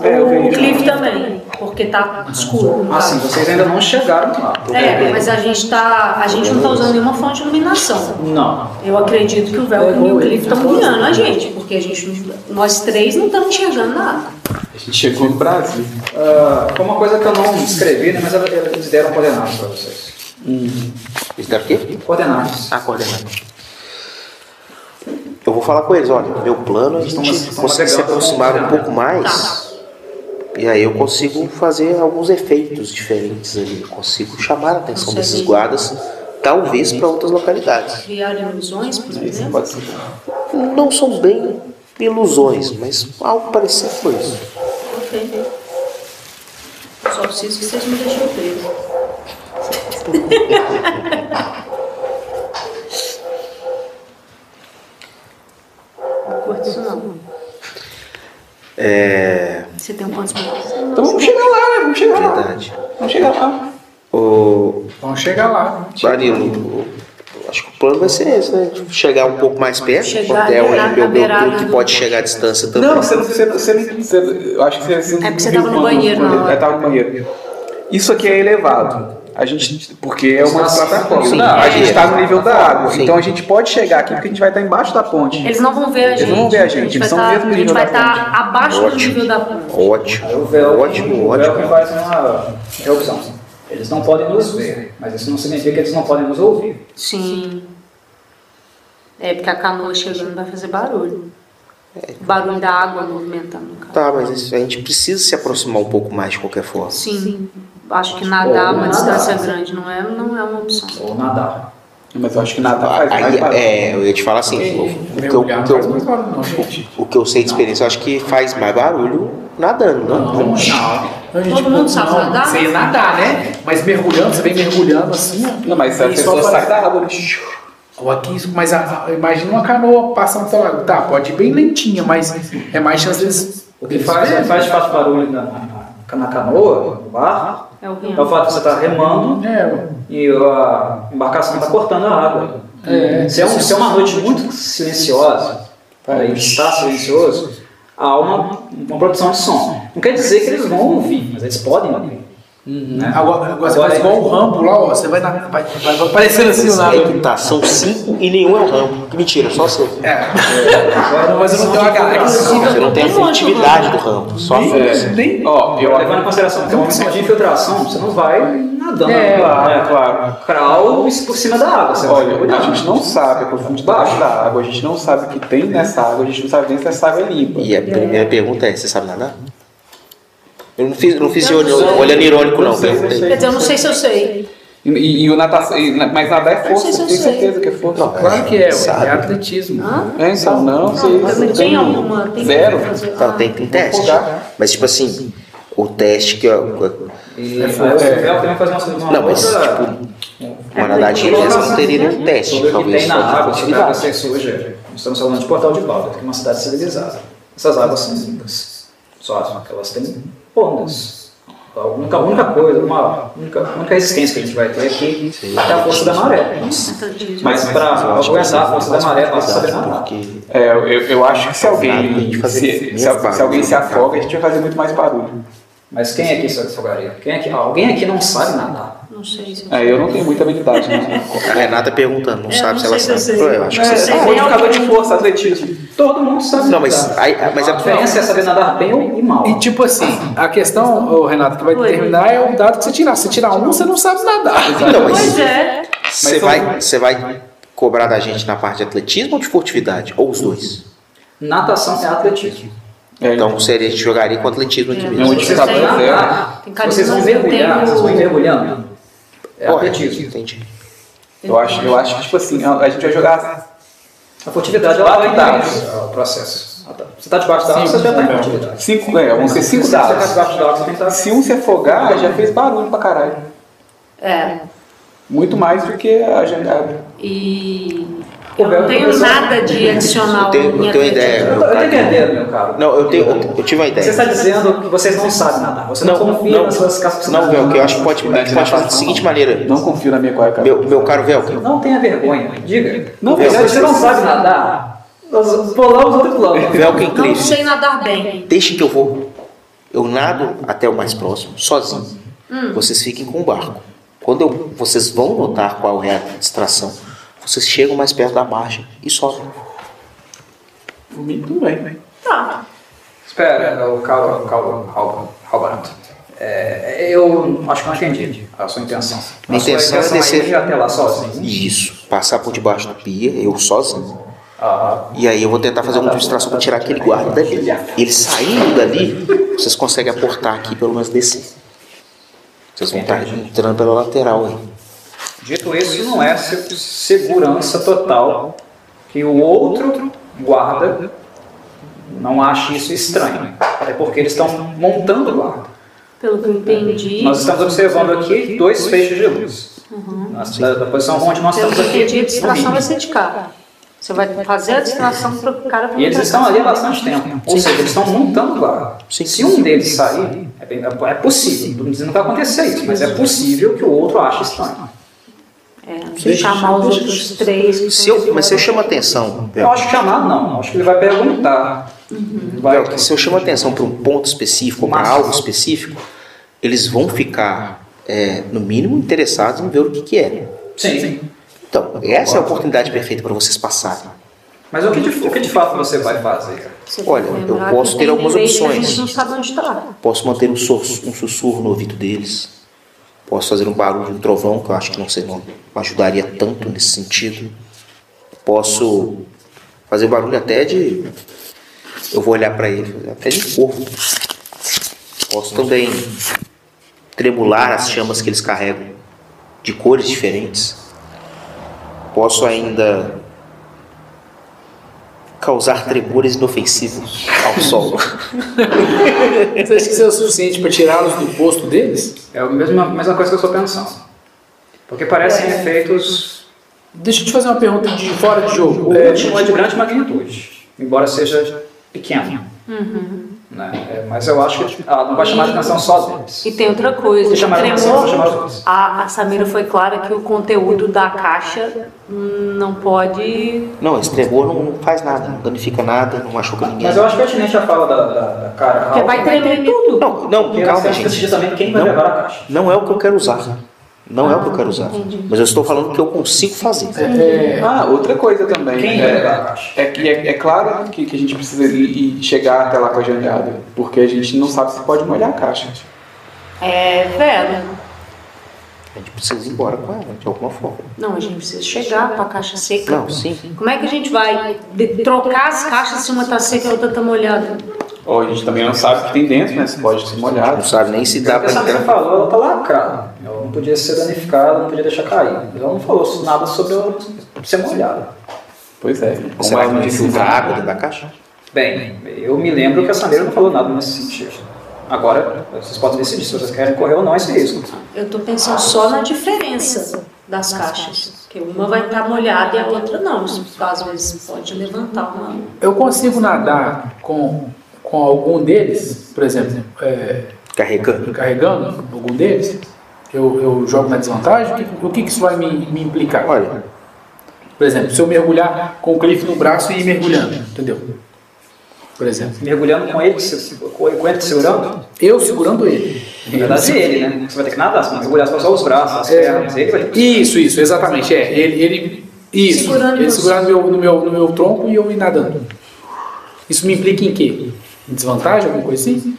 Speaker 1: É, eu
Speaker 5: O
Speaker 1: vejo.
Speaker 5: Cliff também, porque tá escuro. no
Speaker 1: Ah, sim,
Speaker 5: caso.
Speaker 1: vocês ainda não chegaram lá.
Speaker 5: É, mas a gente tá. A gente não tá usando nenhuma fonte de iluminação.
Speaker 1: Não.
Speaker 5: Eu acredito que o
Speaker 1: É,
Speaker 5: Velcro e o Cliff estão guiando a gente, porque a gente, não- nós três não estamos enxergando nada.
Speaker 4: A gente chegou no Brasil.
Speaker 1: Ah, Foi uma coisa que eu não escrevi, né, mas eles deram coordenadas para vocês.
Speaker 2: Isso daqui?
Speaker 1: Coordenadas.
Speaker 2: Ah, coordenada. Eu vou falar com eles, olha, meu plano é a
Speaker 1: Estamos-
Speaker 2: gente
Speaker 1: estamos
Speaker 2: conseguir se
Speaker 1: pegando
Speaker 2: aproximar um
Speaker 1: coordenada.
Speaker 2: pouco
Speaker 5: Tá,
Speaker 2: mais. E aí eu consigo fazer alguns efeitos diferentes ali. Eu consigo chamar a atenção desses guardas, talvez para outras localidades.
Speaker 5: Criar ilusões, por exemplo.
Speaker 4: Pode ser.
Speaker 2: Não são bem ilusões, mas algo parecido com isso.
Speaker 5: Ok. Só preciso que vocês me deixem preso. Não curto isso não.
Speaker 2: É.
Speaker 5: Você tem um quantos minutos?
Speaker 4: Então vamos chegar lá, né? Vamos chegar lá.
Speaker 2: Verdade.
Speaker 4: Vamos chegar lá.
Speaker 2: O
Speaker 3: Vamos chegar lá.
Speaker 2: Danilo, o- acho que o plano vai ser esse, né? Tipo, Chegar um pouco mais perto,
Speaker 5: Chegar
Speaker 2: até
Speaker 5: na
Speaker 2: onde meu, meu
Speaker 5: beirada
Speaker 2: truque
Speaker 5: do-
Speaker 2: pode chegar à distância também.
Speaker 4: Não, você não. Você, você, não- você, eu acho que você. você
Speaker 5: É porque você
Speaker 4: não
Speaker 5: tava no
Speaker 4: viu quando-
Speaker 5: banheiro na
Speaker 4: quando-
Speaker 5: hora.
Speaker 4: É, tava no banheiro. Isso aqui é elevado. A gente, porque é uma
Speaker 1: Sim.
Speaker 4: plataforma.
Speaker 1: Sim.
Speaker 4: a gente está no nível da água.
Speaker 2: Sim.
Speaker 4: Então a gente pode chegar aqui porque a gente vai estar embaixo da ponte.
Speaker 5: Eles não vão ver a
Speaker 4: Eles
Speaker 5: gente.
Speaker 4: não vão ver a gente, eles
Speaker 5: vai
Speaker 4: são
Speaker 5: tá-
Speaker 4: mesmo
Speaker 5: A gente
Speaker 4: nível
Speaker 5: vai
Speaker 4: da
Speaker 5: estar abaixo do
Speaker 2: Ótimo.
Speaker 5: nível da ponte.
Speaker 2: Ótimo,
Speaker 1: Aí o véu,
Speaker 2: ótimo,
Speaker 1: o véu que
Speaker 2: ótimo.
Speaker 1: faz uma revisão. Eles não podem nos ver, mas isso não significa que eles não podem nos ouvir.
Speaker 5: Sim. É porque a canoa chegando vai fazer barulho.
Speaker 4: É.
Speaker 5: Barulho da água movimentando no carro.
Speaker 2: Tá, mas isso- a gente precisa se aproximar um pouco mais de qualquer forma.
Speaker 5: Sim. Acho que é nadar
Speaker 1: Ou
Speaker 5: uma
Speaker 1: nadar.
Speaker 5: distância grande não é, não é uma opção.
Speaker 1: Ou nadar.
Speaker 4: Mas eu acho que nada faz mais
Speaker 2: Aí,
Speaker 4: barulho.
Speaker 2: é, eu ia te falar assim, o, o que eu,
Speaker 3: Mergulhar
Speaker 2: o
Speaker 3: não
Speaker 2: que eu-
Speaker 3: faz muito barulho, não, gente.
Speaker 2: o que eu sei de experiência, eu acho que faz mais barulho nadando, né? não?
Speaker 3: Não,
Speaker 5: Todo mundo sabe nadar?
Speaker 3: Você ia nadar, né? Mas mergulhando, você vem mergulhando assim. ó.
Speaker 4: Não, mas
Speaker 3: E
Speaker 4: a pessoa
Speaker 3: só
Speaker 4: sai
Speaker 3: aparece-
Speaker 4: da água. né?
Speaker 3: Ou aqui, mas a- a- imagina uma canoa passando pela água. Tá, pode ir bem lentinha, mas é mais chance deles. É,
Speaker 1: O que faz, o que faz de fato barulho na, na- na canoa, no barco,
Speaker 5: É o
Speaker 1: é o fato de você estar remando
Speaker 3: É,
Speaker 1: e a embarcação está cortando a água.
Speaker 3: É.
Speaker 1: se, é um- se é uma noite muito silenciosa, e está silencioso, há uma, uma produção de som. Não quer dizer que eles vão ouvir, mas eles podem ouvir. Né?
Speaker 3: agora, agora você
Speaker 1: Agora-
Speaker 3: faz igual o rambo lá, ó. Você vai, na, vai, vai vai aparecendo assim o
Speaker 2: É que
Speaker 3: nada.
Speaker 2: tá, são cinco e nenhum é o rambo. Mentira, só seu.
Speaker 3: É.
Speaker 1: Agora,
Speaker 3: Mas eu não tenho uma galera.
Speaker 2: Você não tem a furtividade do rambo, só a força.
Speaker 3: Nem.
Speaker 4: Ó, eu
Speaker 1: levando em consideração que tem uma missão de infiltração, você não vai nadando.
Speaker 4: É,
Speaker 1: né?
Speaker 4: claro, claro.
Speaker 1: Crawl e por cima da água. Você vai
Speaker 4: Olha, a
Speaker 1: cuidar.
Speaker 4: gente não sabe a profundidade da água, a gente não sabe o que tem nessa água, a gente não sabe nem se essa água é limpa.
Speaker 2: E a primeira pergunta é, você sabe nadar? Eu não fiz, não fiz olhando olhando irônico não, perguntei.
Speaker 5: Quer dizer, eu não sei se eu sei.
Speaker 4: E, e, e o natação. e na- mas nadar é força,
Speaker 5: Não sei se eu
Speaker 4: tenho
Speaker 5: sei.
Speaker 4: certeza que é força.
Speaker 2: Não,
Speaker 3: Claro que é, ué,
Speaker 2: Sabe.
Speaker 3: é atletismo.
Speaker 5: Hã?
Speaker 4: É, então não, sei.
Speaker 5: Não, um. tem, alguma. Tem
Speaker 4: Zero.
Speaker 5: que fazer-
Speaker 2: Não,
Speaker 5: Ah,
Speaker 2: Tá, tem, tem teste.
Speaker 1: né?
Speaker 2: Mas tipo assim, o teste que... ó,
Speaker 1: E aí, o Rafael também fazer uma, uma
Speaker 2: Não, mas
Speaker 1: outra-
Speaker 2: tipo, uma nadadinha dessa não teria nenhum teste,
Speaker 1: sobre o um que
Speaker 2: É talvez.
Speaker 1: tem na água, se a água ser suja. Estamos falando de Portal de Baldur, que é uma cidade civilizada. Essas águas são limpas. Só que elas têm ondas. Alguma, única coisa, uma única, única resistência que a gente vai ter aqui é a força da maré. Mas para aguentar a força da maré, basta saber nadar.
Speaker 2: Porque
Speaker 4: É, eu, eu acho que se alguém se,
Speaker 2: fazer
Speaker 4: se,
Speaker 2: mesmo,
Speaker 4: se alguém se
Speaker 2: cara.
Speaker 4: afoga, a gente vai fazer muito mais barulho.
Speaker 1: Mas quem aqui se afogaria? Quem aqui, alguém aqui não sabe nadar?
Speaker 5: Não sei se eu
Speaker 4: É, eu não tenho muita habilidade. Né?
Speaker 2: a Renata perguntando, não
Speaker 5: É,
Speaker 2: sabe
Speaker 5: não
Speaker 2: se ela
Speaker 5: sei
Speaker 2: sabe.
Speaker 5: se eu
Speaker 2: Pô,
Speaker 5: sei.
Speaker 2: eu acho
Speaker 5: É,
Speaker 2: que você
Speaker 5: eu
Speaker 1: um
Speaker 5: sei.
Speaker 2: sabe.
Speaker 4: Modificador de força, atletismo.
Speaker 1: Todo mundo sabe
Speaker 2: Não,
Speaker 1: nadar.
Speaker 2: mas, aí, mas
Speaker 1: a é diferença é saber nadar bem ou mal.
Speaker 3: E tipo assim, a questão, ô, Renato, que vai
Speaker 5: Oi.
Speaker 3: determinar é o dado que você tirar. Se você tirar um, você não sabe nadar.
Speaker 2: Não, então, mas
Speaker 5: Pois é.
Speaker 2: você vai, você vai cobrar da gente na parte de atletismo ou de furtividade? Ou os dois?
Speaker 1: Natação é atletismo.
Speaker 4: É,
Speaker 2: Então seria, a gente jogaria com atletismo aqui
Speaker 4: Não,
Speaker 2: mesmo.
Speaker 4: o modificador
Speaker 5: Vocês têm-
Speaker 4: zero.
Speaker 5: Tem carisma,
Speaker 1: Vocês vão
Speaker 5: mas eu
Speaker 1: mergulhar,
Speaker 5: tenho-
Speaker 1: vocês vão mergulhando. É
Speaker 2: Olha,
Speaker 1: atletismo.
Speaker 2: Entendi.
Speaker 4: eu acho, eu acho que, tipo assim, a, a gente vai jogar.
Speaker 1: A furtividade ela vai
Speaker 2: É
Speaker 1: dar o processo. Você está debaixo da água, você já está em furtividade.
Speaker 4: Cinco, é, vão ser cinco
Speaker 1: Se você está
Speaker 4: dados.
Speaker 1: debaixo da água, você tem que tá
Speaker 4: Se
Speaker 1: estar.
Speaker 4: um se afogar, já fez barulho pra caralho.
Speaker 5: É.
Speaker 4: Muito mais do que a gente. a-
Speaker 5: E eu não tenho nada de adicional
Speaker 2: Eu tenho-
Speaker 5: em
Speaker 2: eu tenho
Speaker 5: atletismo.
Speaker 2: ideia.
Speaker 1: Eu tô- eu tô entendendo, meu caro.
Speaker 2: Não, eu, tenho, eu, eu tive uma
Speaker 1: Você
Speaker 2: ideia.
Speaker 1: está dizendo que vocês não sabem nadar. Você não,
Speaker 2: Não,
Speaker 1: confia
Speaker 2: não.
Speaker 1: nas suas capacidades.
Speaker 2: Não, Velker, eu acho que pode, a gente pode fazer da seguinte maneira.
Speaker 4: Não confio na minha cueca.
Speaker 2: Meu, meu caro Velker,
Speaker 1: Não tenha vergonha. Diga.
Speaker 4: Não,
Speaker 1: se
Speaker 2: Velker.
Speaker 1: você não sabe nadar, nós pulamos outro plano.
Speaker 2: Velker
Speaker 5: Não
Speaker 2: Inclave,
Speaker 5: sei nadar bem.
Speaker 2: deixe que eu vou. Eu nado até o mais próximo, sozinho.
Speaker 5: Hum.
Speaker 2: Vocês fiquem com o barco. Quando eu- vocês vão notar qual é a distração, vocês chegam mais perto da margem e sobem.
Speaker 4: Muito bem, né?
Speaker 5: Tá.
Speaker 1: Espera, o Cal- Cal- Ral- Ralbrandt. É, eu acho que não entendi a sua intenção.
Speaker 2: Minha
Speaker 1: a sua
Speaker 2: intenção é descer-
Speaker 1: é ir até lá sozinho.
Speaker 2: Isso. Passar por debaixo da pia, eu sozinho.
Speaker 1: Ah,
Speaker 2: E aí eu vou tentar fazer uma distração para tirar aquele guarda dali. Ele saindo dali, vocês conseguem aportar aqui, pelo menos descer. Vocês vão estar entrando pela lateral aí.
Speaker 1: dito isso, não é se- segurança total que o outro guarda não ache isso estranho. Até porque eles estão montando o guarda.
Speaker 5: Pelo que eu entendi.
Speaker 1: Nós estamos observando aqui dois feixes de luz. Nós- Da, da posição onde nós
Speaker 5: Uhum. Pelo
Speaker 1: estamos
Speaker 5: que eu entendi, a
Speaker 1: aqui.
Speaker 5: distração vai ser de cara. Você vai fazer a distração para o cara
Speaker 1: E eles estão ali há bastante tempo. Ou seja, eles estão montando lá.
Speaker 2: Sim.
Speaker 1: Se um deles sair, é, bem- é possível. Não tô dizendo que vai acontecer isso, mas é possível que o outro ache estranho.
Speaker 5: É, chamar os outros três. que
Speaker 2: Se
Speaker 5: estão de
Speaker 2: eu, mas se eu
Speaker 5: olho.
Speaker 2: chamo atenção,
Speaker 1: Eu acho que chamado não. Acho que ele vai perguntar. Ele vai-
Speaker 2: Velker, se eu chamo atenção para um ponto específico, para
Speaker 1: Máximo.
Speaker 2: algo específico, eles vão ficar, é, no mínimo, interessados em ver o que, que é.
Speaker 1: Sim, sim.
Speaker 2: Então, essa é a oportunidade perfeita para vocês passarem.
Speaker 1: Mas o que, de, o que de fato você vai fazer?
Speaker 5: Você tem
Speaker 2: Olha,
Speaker 5: que
Speaker 2: eu
Speaker 5: lembrar
Speaker 2: posso
Speaker 5: que
Speaker 2: ter
Speaker 5: tem
Speaker 2: algumas
Speaker 5: vezes que A
Speaker 2: opções.
Speaker 5: gente não sabe onde está.
Speaker 2: Posso manter um, sor- um sussurro no ouvido deles. Posso fazer um barulho, um trovão, que eu acho que não, sei, não ajudaria tanto nesse sentido. Posso fazer um barulho até de. Eu vou olhar para ele, até de corvo. Posso também tremular as chamas que eles carregam, de cores diferentes. Posso ainda causar tremores inofensivos ao sol.
Speaker 3: Você acha que isso é o suficiente para tirá-los do posto deles?
Speaker 1: É a mesma, mesma coisa que eu estou pensando. Porque parecem efeitos
Speaker 3: Deixa eu te fazer uma pergunta de fora de jogo.
Speaker 1: é,
Speaker 3: É,
Speaker 1: de, de grande magnitude, embora seja pequeno. Né? É, mas eu acho que ah, não vai chamar a atenção só deles.
Speaker 5: E tem outra coisa.
Speaker 1: Se chamar a atenção, vai chamar
Speaker 5: Tremor.
Speaker 1: os dois.
Speaker 5: A, a Samira foi clara que o conteúdo da caixa hum, não pode
Speaker 2: Não, esse tremor não não faz nada, não danifica nada, não machuca ninguém.
Speaker 1: Mas eu acho pertinente a fala da, da, da cara. né?
Speaker 5: Porque vai tremer tudo.
Speaker 2: Não, não,
Speaker 1: Porque
Speaker 2: calma,
Speaker 1: você
Speaker 2: gente.
Speaker 1: decide também quem vai
Speaker 2: Não.
Speaker 1: levar a caixa.
Speaker 2: Não é o que eu quero usar. Não é o que eu quero usar. Mas eu estou falando o que eu consigo fazer.
Speaker 3: é,
Speaker 4: Ah, outra coisa também.
Speaker 1: Quem vai levar a
Speaker 4: é,
Speaker 1: caixa?
Speaker 4: é, que- é, é claro que, que a gente precisa ir, ir chegar até lá com a jangada, porque a gente não sabe se pode molhar a caixa.
Speaker 5: É, velho.
Speaker 2: A gente precisa ir embora com ela, de alguma forma.
Speaker 5: Não, a gente precisa chegar para a caixa seca.
Speaker 2: Não, sim.
Speaker 5: Como é que a gente vai de- trocar as caixas se uma tá seca e a outra tá molhada?
Speaker 4: Ou a gente também não sabe o que tem dentro, né? Se pode se molhar.
Speaker 2: Ah, Não sabe nem se dá
Speaker 1: Porque
Speaker 2: pra
Speaker 1: essa menina
Speaker 2: entrar.
Speaker 1: falou, ela tá lacrada. Ela não podia ser danificada, não podia deixar cair. Mas Ela não falou nada sobre ela ser molhada.
Speaker 4: Pois é. Como
Speaker 2: Será
Speaker 4: ela
Speaker 2: que
Speaker 4: não
Speaker 2: não
Speaker 4: disse
Speaker 2: filtra
Speaker 4: nada,
Speaker 2: água dentro da caixa?
Speaker 1: Bem, eu me lembro que a Samira não falou nada nesse sentido. Agora, vocês podem decidir se vocês querem correr ou não esse risco.
Speaker 5: Eu tô pensando só na diferença das caixas. Que uma vai estar molhada e a outra não. Isso, Às vezes pode levantar uma.
Speaker 3: eu consigo nadar com, com algum deles, por exemplo, é,
Speaker 2: Carregando.
Speaker 3: carregando algum deles? Eu, eu jogo na desvantagem? O que- O que, que isso vai me, me implicar?
Speaker 2: Olha,
Speaker 3: Por exemplo, se eu mergulhar com o cliff no braço e ir mergulhando, entendeu? Por exemplo.
Speaker 1: Mergulhando com ele, se- com ele com ele te segurando,
Speaker 3: Eu segurando ele.
Speaker 1: na verdade é ele, né? Você vai ter que nadar, você vai mergulhar só os braços, as pernas, ele vai ter que...
Speaker 3: Isso, isso, exatamente. É, ele, ele isso,
Speaker 5: Segurando
Speaker 3: ele
Speaker 5: meu-
Speaker 3: segurando meu, no, meu, no meu tronco e eu me nadando. Isso me implica em quê? Em desvantagem, alguma coisa assim?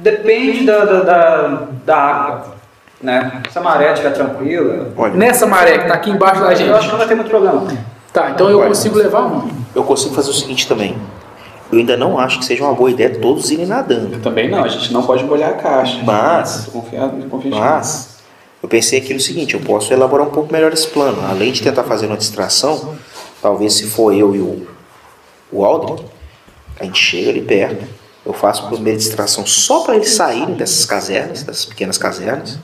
Speaker 1: Depende da, da, da, da água, né? Se a maré estiver tranquila,
Speaker 2: olha.
Speaker 3: Nessa maré que tá aqui embaixo da
Speaker 1: eu acho que
Speaker 3: gente.
Speaker 1: não vai ter muito problema.
Speaker 3: Tá, então eu consigo levar um.
Speaker 2: Eu consigo fazer o seguinte também. Eu ainda não acho que seja uma boa ideia todos irem nadando.
Speaker 4: Eu também não, a gente não pode molhar a caixa.
Speaker 2: Mas-
Speaker 4: Tô confiado, confiante.
Speaker 2: Mas eu pensei aqui no seguinte, eu posso elaborar um pouco melhor esse plano. Além de tentar fazer uma distração, talvez se for eu e o, o Aldrin, a gente chega ali perto, eu faço uma primeira distração só para eles saírem dessas casernas, dessas pequenas casernas,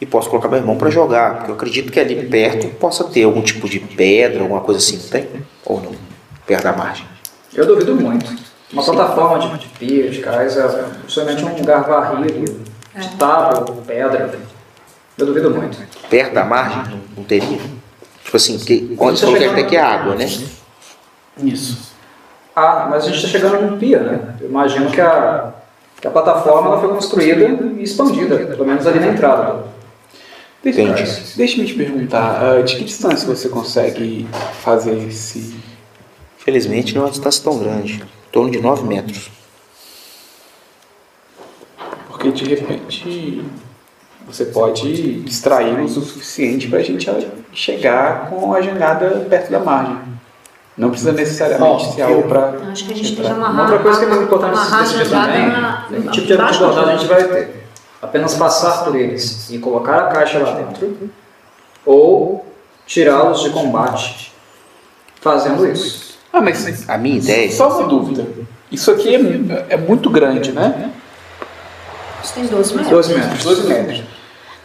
Speaker 2: e posso colocar meu irmão para jogar, porque eu acredito que ali perto possa ter algum tipo de pedra, alguma coisa assim, não tem? Ou não? Perto da margem.
Speaker 1: Eu duvido muito. Uma plataforma tipo de, de pia, de cais, é principalmente um lugar varrido, de tábua, pedra. Eu duvido muito.
Speaker 2: Perto da margem, não, não teria? Tipo assim, porque onde você falou que até que é água, né?
Speaker 3: Isso.
Speaker 1: Ah, mas a gente está chegando num pia, né? Eu imagino que a, que a plataforma ela foi construída e expandida, pelo menos ali na entrada.
Speaker 4: Deixa,
Speaker 2: Entendi.
Speaker 4: deixa-me te perguntar, ah, de que distância você consegue fazer esse.
Speaker 2: Felizmente não é uma distância tão grande, em torno de 9 metros.
Speaker 4: Porque de repente você pode distraí-los o suficiente para a gente chegar com a jangada perto da margem. Não precisa necessariamente
Speaker 3: Ó,
Speaker 4: ser algo para.
Speaker 5: Eu Então, Acho que a
Speaker 4: tá.
Speaker 5: gente tem que amarrar.
Speaker 1: Outra coisa que é muito importante
Speaker 5: amarrar a
Speaker 1: se decidir
Speaker 5: jangada
Speaker 1: também
Speaker 5: tá na-
Speaker 4: né?
Speaker 1: é que tipo de
Speaker 5: embaixo da
Speaker 1: abordagem a gente
Speaker 5: jangada.
Speaker 1: vai ter. Apenas passar por eles e colocar a caixa lá dentro ou tirá-los de combate fazendo isso.
Speaker 4: Ah, mas é
Speaker 2: A minha ideia é
Speaker 4: só uma dúvida. Isso aqui é, mu- é muito grande, né?
Speaker 5: Isso tem 12 metros.
Speaker 4: 12 metros. 12 metros.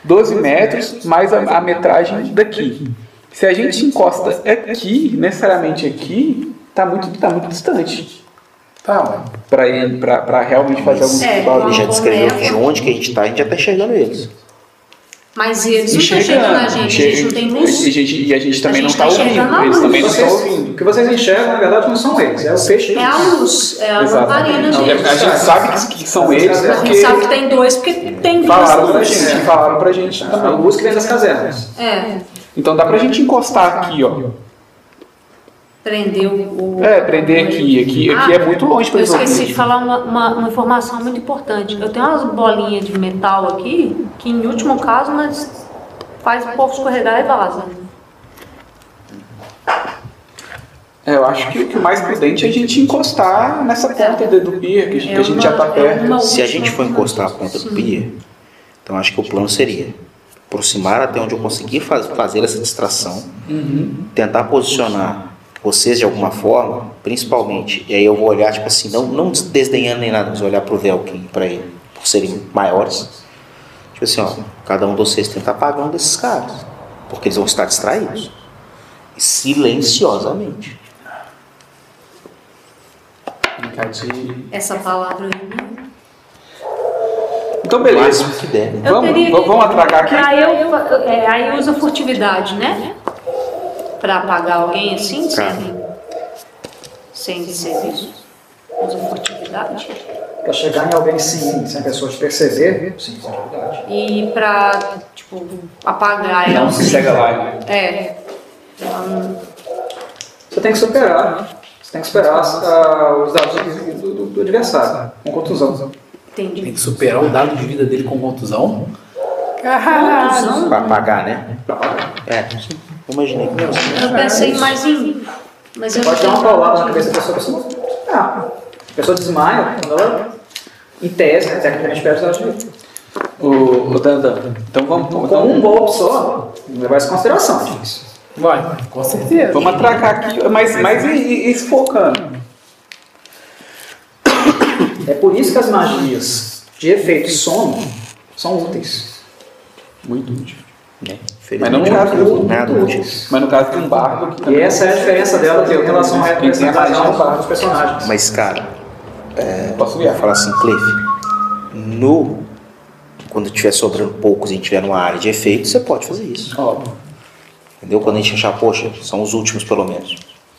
Speaker 4: 12 Uhum. metros mais a, a metragem daqui. Se a gente encosta aqui, necessariamente aqui, tá muito, tá muito distante.
Speaker 3: Tá, mano.
Speaker 4: Para ele, pra, pra realmente fazer algum tipo de
Speaker 5: É,
Speaker 4: barulho.
Speaker 2: Ele já
Speaker 5: Uma
Speaker 2: descreveu
Speaker 5: colmeia.
Speaker 2: de onde que a gente tá, a gente já tá enxergando eles.
Speaker 5: Mas eles não estão chegando na gente, a gente não tem luz.
Speaker 4: E a gente, e a gente também
Speaker 5: gente
Speaker 4: não
Speaker 5: tá
Speaker 4: está
Speaker 5: enxergando
Speaker 4: ouvindo.
Speaker 5: a
Speaker 4: Eles
Speaker 5: luz.
Speaker 4: também não estão
Speaker 1: Vocês,
Speaker 4: ouvindo.
Speaker 1: o que vocês enxergam, na verdade, não são eles, é o peixe.
Speaker 5: É a luz, é a lamparina,
Speaker 4: Exatamente.
Speaker 5: gente.
Speaker 4: tá A gente sabe que- que são eles
Speaker 5: A gente
Speaker 4: porque
Speaker 5: sabe que tem dois porque tem duas
Speaker 4: falaram pra
Speaker 5: luzes.
Speaker 4: gente. Falaram pra gente
Speaker 1: A
Speaker 4: também.
Speaker 1: luz que vem das casernas.
Speaker 5: É,
Speaker 4: Então dá pra gente encostar aqui, ó.
Speaker 5: prendeu o. Ah,
Speaker 4: É, prender aqui. Aqui, aqui é muito longe
Speaker 5: Eu
Speaker 4: pra eles
Speaker 5: esqueci de
Speaker 4: ouvirem.
Speaker 5: falar uma, uma- uma informação muito importante. Eu tenho umas bolinhas de metal aqui que, em último caso, mas faz o povo escorregar e vaza.
Speaker 4: É, eu acho que o que o mais prudente é a gente encostar nessa ponta de- do pier, que a gente, que a
Speaker 5: É
Speaker 4: gente já tá perto.
Speaker 2: Se a gente for encostar a ponta do pier, então acho que o plano seria aproximar até onde eu conseguir faz- fazer essa distração, tentar posicionar vocês de alguma forma, principalmente, e aí eu vou olhar, tipo assim, não, não des- desdenhando nem nada, mas olhar pro Velkin, pra ele, por serem maiores. Tipo assim, ó, cada um de vocês tenta apagar um desses caras, porque eles vão estar distraídos. E silenciosamente.
Speaker 4: Brincar de-
Speaker 5: Essa palavra aí, né?
Speaker 4: Então,
Speaker 2: O
Speaker 4: beleza.
Speaker 2: máximo que der, né?
Speaker 5: Eu
Speaker 4: Vamos-
Speaker 5: teria que-
Speaker 4: vamos- vamos atracar aqui?
Speaker 5: Aí eu, eu- é, aí usa furtividade, né? Pra apagar alguém assim,
Speaker 2: Tá.
Speaker 5: sem, sem serviço. Usa furtividade.
Speaker 1: Para chegar em alguém sem, sem a pessoa te perceber, sim, isso é verdade.
Speaker 5: E pra, tipo, apagar ela.
Speaker 4: cega lá.
Speaker 5: É. Ela não-
Speaker 1: Você tem que superar, né? Você tem que superar ah, os dados do, do- do adversário, com contusão.
Speaker 5: Entendi.
Speaker 3: Tem que superar o dado de vida dele com contusão.
Speaker 1: Ah,
Speaker 5: Conclusão.
Speaker 2: Pra apagar, né? É, eu imaginei que não.
Speaker 5: Eu pensei mais em. Mas eu
Speaker 1: ah, Pode dar
Speaker 5: não
Speaker 1: uma
Speaker 5: tenho-
Speaker 1: paulada na cabeça da pessoa, a pessoa ah, a pessoa desmaia quando ela, em tese, né, tecnicamente perde os dados de vida.
Speaker 4: O, o Dandan. Então vamos. vamos-
Speaker 2: é
Speaker 1: Com um
Speaker 4: vamos-
Speaker 1: golpe só, não levar isso em consideração, gente.
Speaker 3: Vai, com certeza.
Speaker 4: Vamos atracar aqui, mas, mas e, e, e se focando?
Speaker 1: É por isso que as magias de efeito sono são úteis.
Speaker 4: Muito útil.
Speaker 2: Felizmente,
Speaker 4: né? Mas não
Speaker 2: eu
Speaker 4: cabe
Speaker 2: fiz
Speaker 4: tudo.
Speaker 2: nada
Speaker 1: Muito
Speaker 2: útil.
Speaker 1: úteis.
Speaker 4: Mas no caso de um bardo aqui
Speaker 1: E
Speaker 4: também.
Speaker 1: essa é a diferença dela em relação à representação dos personagens.
Speaker 2: Mas, cara,
Speaker 4: um Posso
Speaker 2: eu ia
Speaker 4: viajar.
Speaker 2: falar assim, Cliff, no quando tiver sobrando poucos e tiver uma área de efeito, você pode fazer isso.
Speaker 3: Óbvio.
Speaker 2: Entendeu? Quando a gente achar, poxa, são os últimos pelo menos.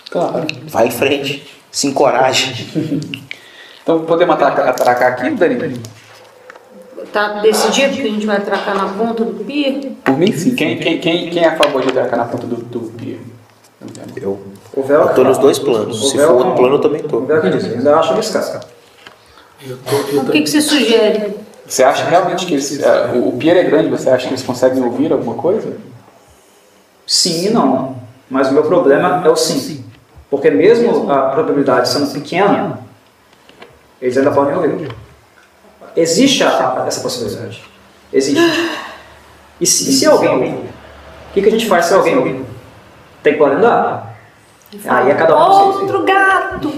Speaker 3: Claro.
Speaker 2: Vai em frente, se encoraje.
Speaker 4: Então podemos atracar, atracar aqui, Dani?
Speaker 5: Tá decidido que a gente vai atracar na ponta do pier?
Speaker 4: Por mim sim. Quem, quem, quem, quem é a favor de atracar na ponta do, do pier?
Speaker 2: Eu,
Speaker 1: O véu
Speaker 2: eu tô nos dois planos. Se for outro plano, eu também
Speaker 1: O
Speaker 2: tô.
Speaker 1: véu que é diz, ainda acho arriscado.
Speaker 5: Então, o que, que você sugere?
Speaker 4: Você acha realmente que eles, é, o, o pier é grande, você acha que eles conseguem ouvir alguma coisa?
Speaker 1: Sim e não. Mas o meu problema é o sim. Porque mesmo a probabilidade sendo pequena, eles ainda podem ouvir. Existe a- essa possibilidade. Existe. E se, e se alguém ouvir? O que, que a gente faz se alguém ouvir? Tem que planejar? Aí é cada um por si.
Speaker 5: Outro gato!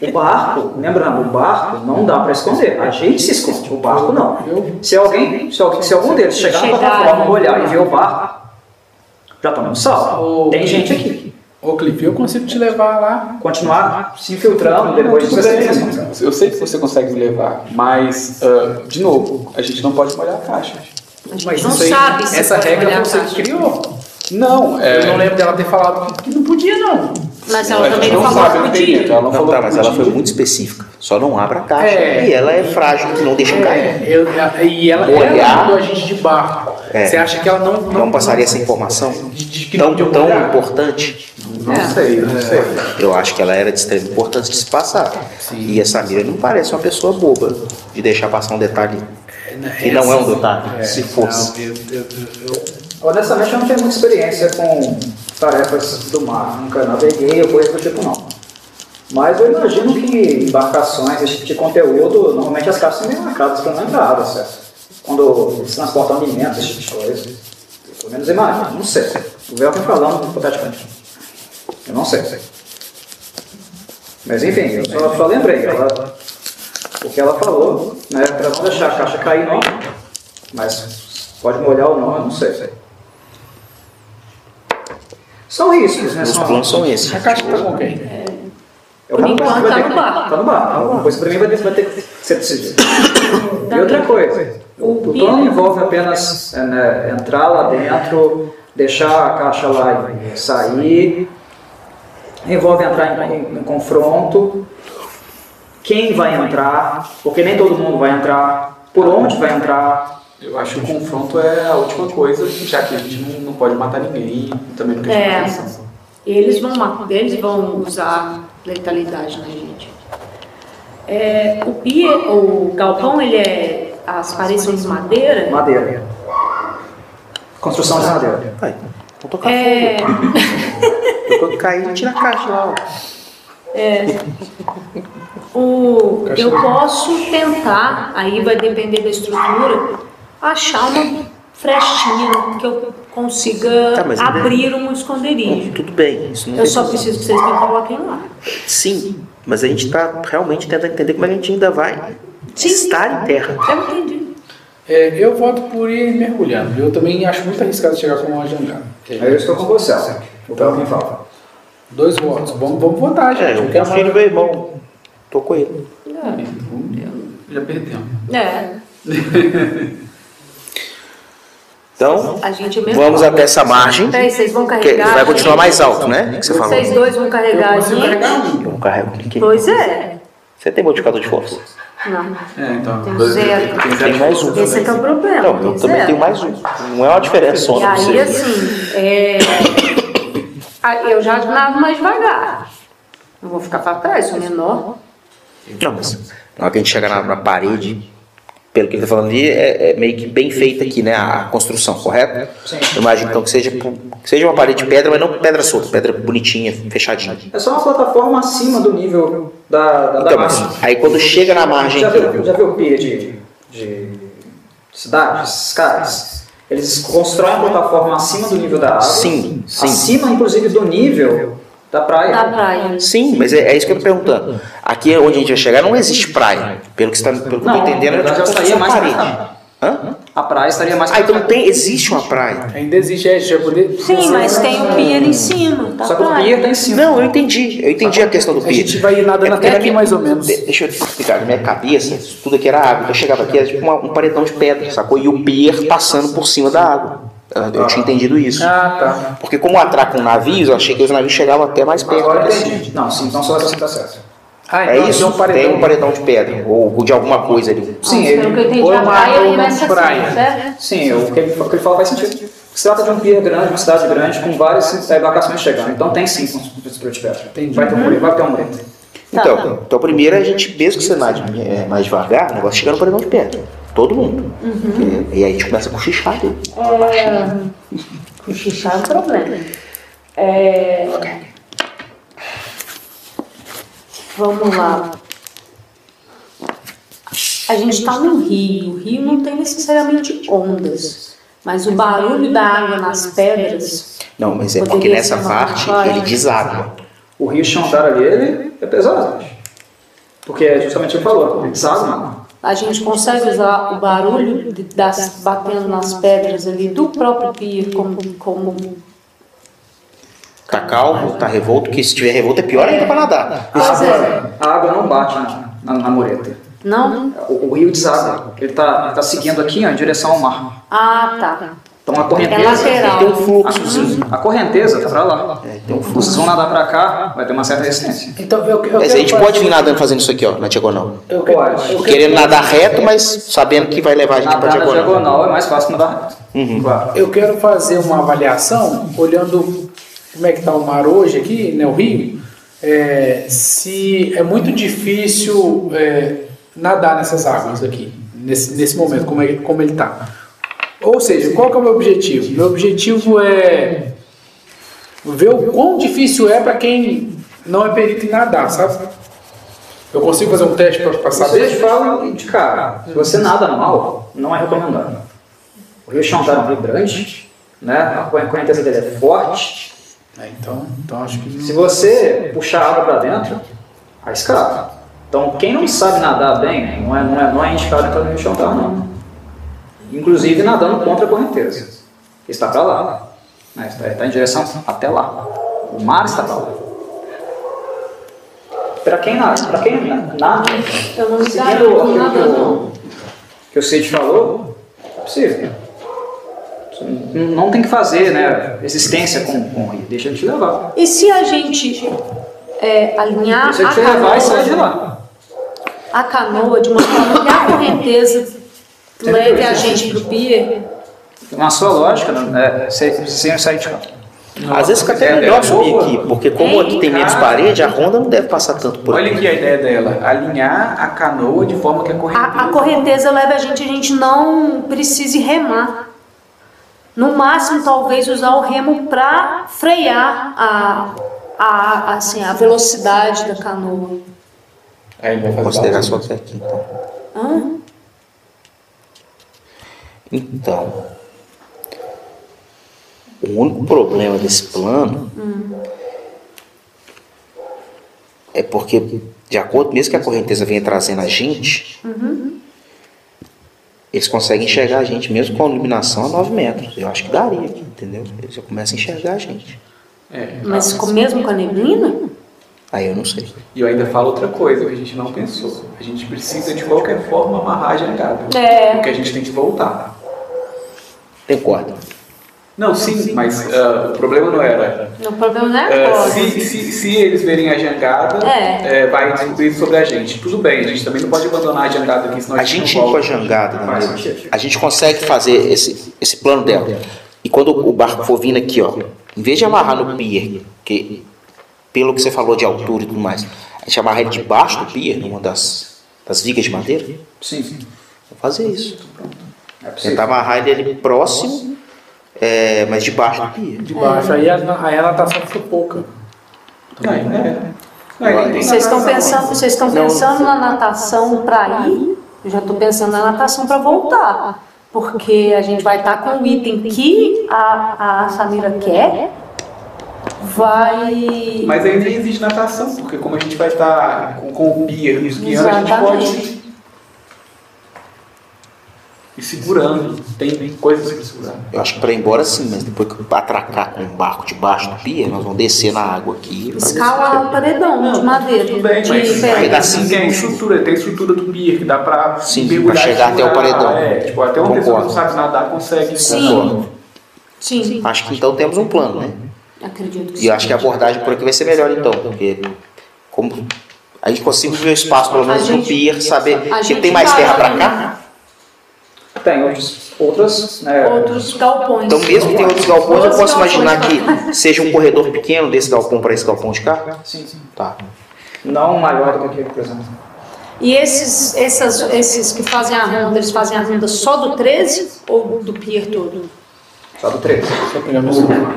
Speaker 1: O barco, lembrando, o barco não dá para esconder. A gente se esconde, o barco não. Se alguém, se alguém, se algum deles chegar na
Speaker 5: Chegar,
Speaker 1: plataforma,
Speaker 5: né?
Speaker 1: olhar e ver o barco, já tomamos sal. Tem gente aqui.
Speaker 3: Ô, Clipe, eu consigo te levar lá.
Speaker 1: Continuar se infiltrando depois de
Speaker 3: Tudo bem.
Speaker 1: vocês.
Speaker 4: Eu sei que você consegue me levar, mas, ah, de novo, a gente não pode molhar a caixa.
Speaker 5: A gente não sabe se
Speaker 3: Essa
Speaker 5: pode
Speaker 3: regra
Speaker 5: molhar
Speaker 3: você
Speaker 5: a
Speaker 3: que
Speaker 5: caixa.
Speaker 3: criou.
Speaker 4: Não, é.
Speaker 3: Eu não lembro dela ter falado que não podia, não.
Speaker 5: Mas
Speaker 4: a
Speaker 5: ela
Speaker 4: gente
Speaker 5: também não
Speaker 4: não sabe,
Speaker 5: falou
Speaker 4: eu
Speaker 5: que
Speaker 4: entendi,
Speaker 5: podia.
Speaker 4: Ela não
Speaker 2: Não,
Speaker 4: falou
Speaker 2: tá, mas
Speaker 4: que
Speaker 2: ela
Speaker 4: podia.
Speaker 2: foi muito específica. Só não abra a caixa.
Speaker 3: É.
Speaker 2: E ela é frágil, que não deixa cair.
Speaker 3: É, eu- a- e ela, ela
Speaker 2: Olhar.
Speaker 3: mandou a gente de barco.
Speaker 2: É.
Speaker 3: Você acha que ela não.
Speaker 2: Não Então, passaria essa informação
Speaker 3: De, de,
Speaker 2: tão,
Speaker 3: de- de-
Speaker 2: tão importante.
Speaker 4: Não é. sei, não sei.
Speaker 2: Eu acho que ela era de extrema importância de se passar. E a Samira não parece uma pessoa boba de deixar passar um detalhe que não é um detalhe, se fosse.
Speaker 3: Não, eu- eu- eu-
Speaker 1: Honestamente, eu não tenho muita experiência com tarefas do mar. Nunca naveguei ou coisa do tipo, não. Mas eu imagino que embarcações, esse tipo de conteúdo, normalmente as caixas são bem marcadas para não entrar, certo? Quando eles transportam alimentos, esse tipo de coisa. Pelo menos imagina, não sei. O Véu está falando hipoteticamente. Eu não sei. Mas enfim, eu só, só lembrei. Ela, o que ela falou, né, para não deixar a caixa cair, não. Mas pode molhar ou não, eu não sei. sei. São riscos, né?
Speaker 2: Os planos são esses.
Speaker 3: A caixa tá com quem?
Speaker 1: É
Speaker 5: Por
Speaker 1: uma coisa
Speaker 5: enquanto
Speaker 1: que vai
Speaker 5: tá
Speaker 1: ter-
Speaker 5: no bar.
Speaker 1: Tá no bar. Alguma coisa pra mim vai ter, vai ter que ser decidida.
Speaker 5: Tá.
Speaker 1: E outra coisa, o,
Speaker 5: O
Speaker 1: o plano
Speaker 5: Bia-
Speaker 1: envolve apenas é, né, entrar lá dentro, deixar a caixa lá e sair, envolve entrar em, em- em confronto, quem vai entrar, porque nem todo mundo vai entrar, por onde vai entrar.
Speaker 4: Eu acho que o confronto é a última coisa, já que a gente não, não pode matar ninguém e também não quer
Speaker 5: É.
Speaker 4: chamar atenção.
Speaker 5: Eles vão, ma- eles vão usar letalidade na gente. É, o pier, o galpão, ele é. As paredes são de madeira.
Speaker 1: Madeira. Construção de madeira.
Speaker 2: Vai, vou tocar
Speaker 5: É,
Speaker 2: fogo. Eu tô caindo, tira a caixa lá. ó.
Speaker 5: o, eu posso tentar, aí vai depender da estrutura, achar uma frestinha que eu consiga
Speaker 2: Tá, mas-
Speaker 5: abrir um
Speaker 2: Não,
Speaker 5: esconderijo.
Speaker 2: tudo bem, isso não
Speaker 5: Eu
Speaker 2: tem
Speaker 5: só
Speaker 2: problema.
Speaker 5: preciso que vocês me coloquem lá.
Speaker 2: Sim, mas a gente tá realmente tentando entender como é que a gente ainda vai
Speaker 5: Sim, sim.
Speaker 2: estar em terra.
Speaker 5: Eu entendi.
Speaker 3: É, eu voto por ir mergulhando. viu? Eu também acho muito arriscado chegar com uma jangada.
Speaker 1: Aí É eu estou com você, Alceu. O que alguém fala?
Speaker 3: É, Dois votos. Vamos, vamos votar, gente.
Speaker 2: É, eu
Speaker 3: Qualquer
Speaker 2: confio no
Speaker 3: maneira-
Speaker 2: meu irmão. Tô com ele.
Speaker 4: Já perdemos.
Speaker 5: É,
Speaker 2: Então,
Speaker 5: a gente é mesmo.
Speaker 2: vamos até essa margem.
Speaker 5: Peraí, vocês vão
Speaker 2: Que
Speaker 5: carregar.
Speaker 2: vai continuar
Speaker 5: a gente?
Speaker 2: mais alto, né? Que você falou.
Speaker 5: Vocês dois vão carregar a
Speaker 3: Eu consigo
Speaker 5: gente?
Speaker 3: carregar um.
Speaker 2: Eu não carrego ninguém.
Speaker 5: Pois é.
Speaker 2: Você tem modificador de força?
Speaker 5: Não.
Speaker 4: É, então.
Speaker 5: Tem zero.
Speaker 4: Tem
Speaker 2: Tem mais um.
Speaker 5: Esse é que é o problema.
Speaker 2: Não, eu
Speaker 5: tem
Speaker 2: também
Speaker 5: zero.
Speaker 2: tenho mais um. Não é uma diferença só.
Speaker 5: E
Speaker 2: não
Speaker 5: aí,
Speaker 2: sei.
Speaker 5: assim, é, a- eu já nado mais devagar. Não vou ficar pra trás, sou menor.
Speaker 2: Não, mas na hora que a gente chegar na, na parede, pelo que ele está falando ali, é, é meio que bem feita aqui, né? A construção, correto? Eu imagino então que seja, pu- que seja uma parede de pedra, mas não pedra solta, pedra bonitinha, fechadinha.
Speaker 1: É só uma plataforma acima do nível da, da, da
Speaker 2: Então,
Speaker 1: margem.
Speaker 2: mas aí quando chega na margem
Speaker 1: Já
Speaker 2: aqui,
Speaker 1: viu, já viu pia de, de cidades, caras? Eles constroem uma plataforma acima do nível da água.
Speaker 2: Sim, sim.
Speaker 1: Acima, inclusive, do nível da praia.
Speaker 5: Da praia.
Speaker 2: Sim, mas é, é isso que eu tô perguntando. Aqui é onde a gente vai chegar não existe praia. Pelo que, você tá, pelo que eu
Speaker 1: Não,
Speaker 2: tô entendendo,
Speaker 1: na
Speaker 2: é
Speaker 1: verdade,
Speaker 2: tipo
Speaker 1: ela
Speaker 2: como se fosse
Speaker 1: estaria
Speaker 2: uma
Speaker 1: mais pra
Speaker 2: parede. Hã?
Speaker 1: A praia estaria mais
Speaker 2: Ah, então
Speaker 1: pra-
Speaker 2: tem, existe uma praia.
Speaker 3: Ainda existe, é, já poder.
Speaker 5: Sim, mas tem o pier em cima. Tá
Speaker 1: Só que o
Speaker 5: claro.
Speaker 1: pier tá em cima.
Speaker 2: Não, eu entendi. Eu entendi a questão do
Speaker 3: A gente
Speaker 2: piso.
Speaker 3: vai nadando
Speaker 2: porque
Speaker 3: até
Speaker 2: na
Speaker 3: aqui
Speaker 2: minha-
Speaker 3: mais ou menos.
Speaker 2: de- Deixa eu te explicar. Na minha cabeça, isso tudo aqui era água. Então, Eu chegava aqui, era tipo uma- um paredão de pedra, sacou? E o pier passando por cima da água. Eu, eu tinha entendido isso.
Speaker 3: Ah,
Speaker 2: Porque como atraca um navio, eu achei que os navios chegavam até mais perto.
Speaker 1: Agora
Speaker 2: assim.
Speaker 1: entendi. Não, sim, então só você tá certo.
Speaker 3: tá. Ah,
Speaker 2: É
Speaker 3: então
Speaker 2: isso?
Speaker 3: tem um paredão. é.
Speaker 2: Tem um paredão de pedra. Ou de alguma coisa ali.
Speaker 1: Sim,
Speaker 6: Pelo que eu
Speaker 1: ele,
Speaker 6: entendi,
Speaker 1: ou
Speaker 6: a
Speaker 1: uma
Speaker 6: praia
Speaker 1: ou
Speaker 6: arremessa
Speaker 1: não
Speaker 6: assim,
Speaker 1: praia.
Speaker 6: certo?
Speaker 1: Sim, o que, ele, o que ele fala faz sentido. Se trata de um pier grande, uma cidade grande, com várias embarcações chegando. Então tem sim construção de pedra. Tem, vai ter um muro, vai ter um muro.
Speaker 5: Tá,
Speaker 2: Então, então primeiro a gente, mesmo que você nade é, mais devagar, o negócio chega no paredão de pedra. Todo mundo.
Speaker 5: Uhum.
Speaker 2: E, e aí a gente começa a cochichar. né?
Speaker 6: Cochichar é um problema. É, Vamos lá.
Speaker 5: A gente tá num rio. O rio não tem necessariamente ondas. Mas o barulho da água nas pedras.
Speaker 2: Não, mas é porque
Speaker 5: Poderia
Speaker 2: nessa
Speaker 5: ser uma né?
Speaker 2: parte
Speaker 5: praia.
Speaker 2: ele deságua.
Speaker 1: O rio Xandar ali, ele é pesado. gente. Porque é justamente o que ele falou, ele deságua.
Speaker 5: A gente consegue usar o barulho de- das batendo nas pedras ali do próprio pier como, como
Speaker 2: Tá calmo, tá revolto, que se tiver revolto é pior ainda pra nadar.
Speaker 1: A
Speaker 5: Pois é.
Speaker 1: água, a água não bate na, na, na mureta.
Speaker 5: não?
Speaker 1: O, o rio deságua. Ele está tá seguindo aqui ó, em direção ao mar.
Speaker 5: Ah, tá.
Speaker 1: Então a
Speaker 5: É
Speaker 1: correnteza.
Speaker 5: lateral. É.
Speaker 2: Tem um fluxo.
Speaker 1: Sim, a correnteza tá pra lá. Vocês vão nadar pra cá, vai ter uma certa resistência.
Speaker 3: Então, eu, eu
Speaker 2: Mas a
Speaker 3: quero
Speaker 2: gente pode
Speaker 3: fazer-
Speaker 2: vir nadando fazendo isso aqui, ó, na diagonal.
Speaker 3: Eu quero-
Speaker 1: Pode.
Speaker 3: eu quero-
Speaker 2: Querendo nadar reto, mas sabendo que vai levar a gente pra
Speaker 1: Nadar na
Speaker 2: diagonal.
Speaker 1: diagonal é mais fácil nadar reto.
Speaker 5: Uhum.
Speaker 1: Claro.
Speaker 3: Eu quero fazer uma avaliação, olhando como é que está o mar hoje aqui, né, o rio, é, se é muito difícil é, nadar nessas águas aqui, nesse, nesse momento, como, é, como ele está. Ou seja, qual que é o meu objetivo? Meu objetivo é ver o quão difícil é para quem não é perito em nadar, sabe? Eu consigo fazer um teste para
Speaker 1: Vocês
Speaker 3: saber?
Speaker 1: falam tá. de cara, se você nada mal, não é recomendado. O rio Xandar é um rio grande, né? a correnteza dele é forte.
Speaker 3: É, então, então acho que
Speaker 1: Se você puxar a água pra dentro, arriscado. Então, quem não sabe nadar bem, não é, não é, não é indicado entrar no rio Xandar, não. Inclusive nadando contra a correnteza. Está pra lá, né? está, está em direção até lá. O mar está pra lá. Pra quem nada, pra quem nada,
Speaker 5: Eu não me
Speaker 1: Seguindo
Speaker 5: garanto nada, não.
Speaker 1: aquilo que o Cid falou, é possível. Você Não não tem que fazer, né? Existência com, com ele. Deixa ele te levar.
Speaker 5: E se a gente é, alinhar
Speaker 1: Deixa ele
Speaker 5: a
Speaker 1: te levar e
Speaker 5: canoa,
Speaker 1: sai de lá.
Speaker 5: a canoa de uma forma que a correnteza leve a gente pro pier,
Speaker 1: Na sua lógica, né? é, sem sem sair de É, casa.
Speaker 2: Às vezes fica até melhor subir aqui, porque como aqui tem menos parede, a ronda não deve passar tanto por
Speaker 4: Olha
Speaker 2: aqui.
Speaker 4: aqui a ideia dela, alinhar a canoa de forma que a
Speaker 5: a, a
Speaker 4: correnteza...
Speaker 5: correnteza leve a gente, a gente não precise remar. No máximo, talvez, usar o remo para frear a, a, assim, a velocidade da canoa.
Speaker 4: Aí vai
Speaker 2: Vou considerar só até aqui, então.
Speaker 5: Hã?
Speaker 2: Então, o único problema desse plano é porque, de acordo mesmo que a correnteza venha trazendo a gente, eles conseguem enxergar a gente, mesmo com a iluminação a 9 metros. Eu acho que daria aqui, entendeu? Eles já começam a enxergar a gente.
Speaker 4: É.
Speaker 5: Mas com, mesmo com a neblina?
Speaker 2: Aí eu não sei.
Speaker 4: E eu ainda falo outra coisa que a gente não pensou. A gente precisa de qualquer forma amarrar a jangada.
Speaker 5: É.
Speaker 4: Porque a gente tem que voltar.
Speaker 2: Tem corda.
Speaker 4: Não, sim, mas ah, o problema não era.
Speaker 5: O problema não é a
Speaker 4: ah,
Speaker 5: corda.
Speaker 4: se, se, se eles verem a jangada,
Speaker 5: É.
Speaker 4: eh, vai descobrir sobre a gente. Tudo bem, a gente também não pode abandonar a jangada aqui, senão a
Speaker 2: A
Speaker 4: gente,
Speaker 2: gente
Speaker 4: não
Speaker 2: com a
Speaker 4: volta.
Speaker 2: jangada, Danilo, a gente consegue fazer esse, esse plano dela. E quando o barco for vindo aqui, ó, em vez de amarrar no pier, que pelo que você falou de altura e tudo mais, a gente amarra ele debaixo do pier, numa das, das vigas de madeira,
Speaker 1: Sim, sim.
Speaker 2: vou fazer isso.
Speaker 1: É possível.
Speaker 2: Tentar amarrar ele ali próximo, é, mas debaixo do pier.
Speaker 3: de baixo. Aí a, aí a natação ficou pouca.
Speaker 4: Aí, né? Aí,
Speaker 2: Vai.
Speaker 4: tem
Speaker 5: Vocês estão
Speaker 4: natação.
Speaker 5: pensando, vocês estão pensando na natação para ir? Eu já estou pensando na natação para voltar. Porque a gente vai estar com o item que a, a Samira quer. Vai.
Speaker 4: Mas ainda existe natação, porque como a gente vai tá estar com, com o pier nos guiando, a gente
Speaker 5: Exatamente.
Speaker 4: pode e segurando. Tem, tem coisas que segurando.
Speaker 2: Eu acho que para ir embora sim, mas depois que atracar com um barco debaixo do pia, nós vamos descer na água aqui.
Speaker 5: Escala o um paredão de madeira.
Speaker 4: Tudo bem,
Speaker 5: de
Speaker 4: mas
Speaker 5: ferro.
Speaker 2: aí dá
Speaker 4: assim, tem a estrutura, tem a estrutura do pier que dá pra
Speaker 2: Sim,
Speaker 4: mergulhar
Speaker 2: pra
Speaker 4: e
Speaker 2: chegar até o
Speaker 4: segurar.
Speaker 2: paredão.
Speaker 4: É, tipo,
Speaker 3: um
Speaker 4: até uma pessoa que não
Speaker 2: Concordo.
Speaker 4: sabe nadar consegue.
Speaker 5: Sim. Sim,
Speaker 2: Acho que então temos um plano, né?
Speaker 5: acredito que
Speaker 2: E
Speaker 5: sim.
Speaker 2: eu acho que a abordagem por aqui vai ser melhor então, porque como a gente consegue ver o espaço pelo menos
Speaker 5: A
Speaker 2: no
Speaker 5: gente-
Speaker 2: pier, saber
Speaker 5: a
Speaker 2: que
Speaker 5: gente
Speaker 2: tem mais
Speaker 5: vai
Speaker 2: terra
Speaker 5: lá
Speaker 2: para
Speaker 5: no-
Speaker 2: cá.
Speaker 1: Tem outros, outras, né,
Speaker 5: Outros galpões.
Speaker 2: é Então mesmo que tenha outros galpões, eu
Speaker 5: Outros
Speaker 2: posso
Speaker 5: galpões
Speaker 2: imaginar
Speaker 5: pra cá.
Speaker 2: que seja um corredor pequeno desse galpão para esse galpão de cá.
Speaker 1: Sim, sim.
Speaker 2: Tá.
Speaker 1: Não maior do que aquele, por exemplo.
Speaker 5: E esses, essas, esses que fazem a ronda, eles fazem a ronda só do 13 ou do Pier todo?
Speaker 1: Só do 13.
Speaker 3: Só pegar meu celular.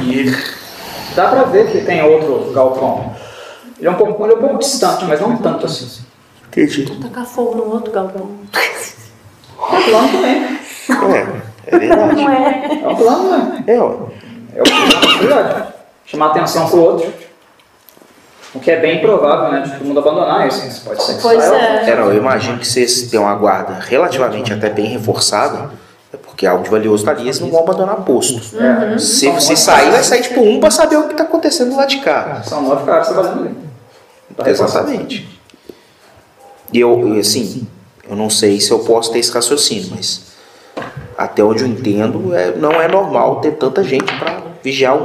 Speaker 4: Pier.
Speaker 1: Dá pra ver que tem outro galpão. Ele é um pouco, ele é um pouco distante, mas não tanto assim.
Speaker 2: Entendi.
Speaker 5: Tacar fogo no outro galpão.
Speaker 1: É um plano também.
Speaker 2: É, é verdade.
Speaker 1: É um plano, né?
Speaker 2: É, ó.
Speaker 1: É o que é uma possibilidade. Chamar atenção pro outro. O que é bem provável, né? De todo mundo abandonar isso. Pode ser que
Speaker 5: Pois
Speaker 1: saia.
Speaker 5: é.
Speaker 2: É, não, eu imagino que se eles têm uma guarda relativamente até bem reforçada, é porque algo de valioso tá ali, eles não vão abandonar posto.
Speaker 1: É.
Speaker 2: Se, se sair, vai sair tipo um para saber o que tá acontecendo lá de cá.
Speaker 1: São nove caras trabalhando ali. Tá
Speaker 2: Exatamente. E eu, eu, assim, eu não sei se eu posso ter esse raciocínio, mas até onde eu entendo, é, não é normal ter tanta gente para vigiar um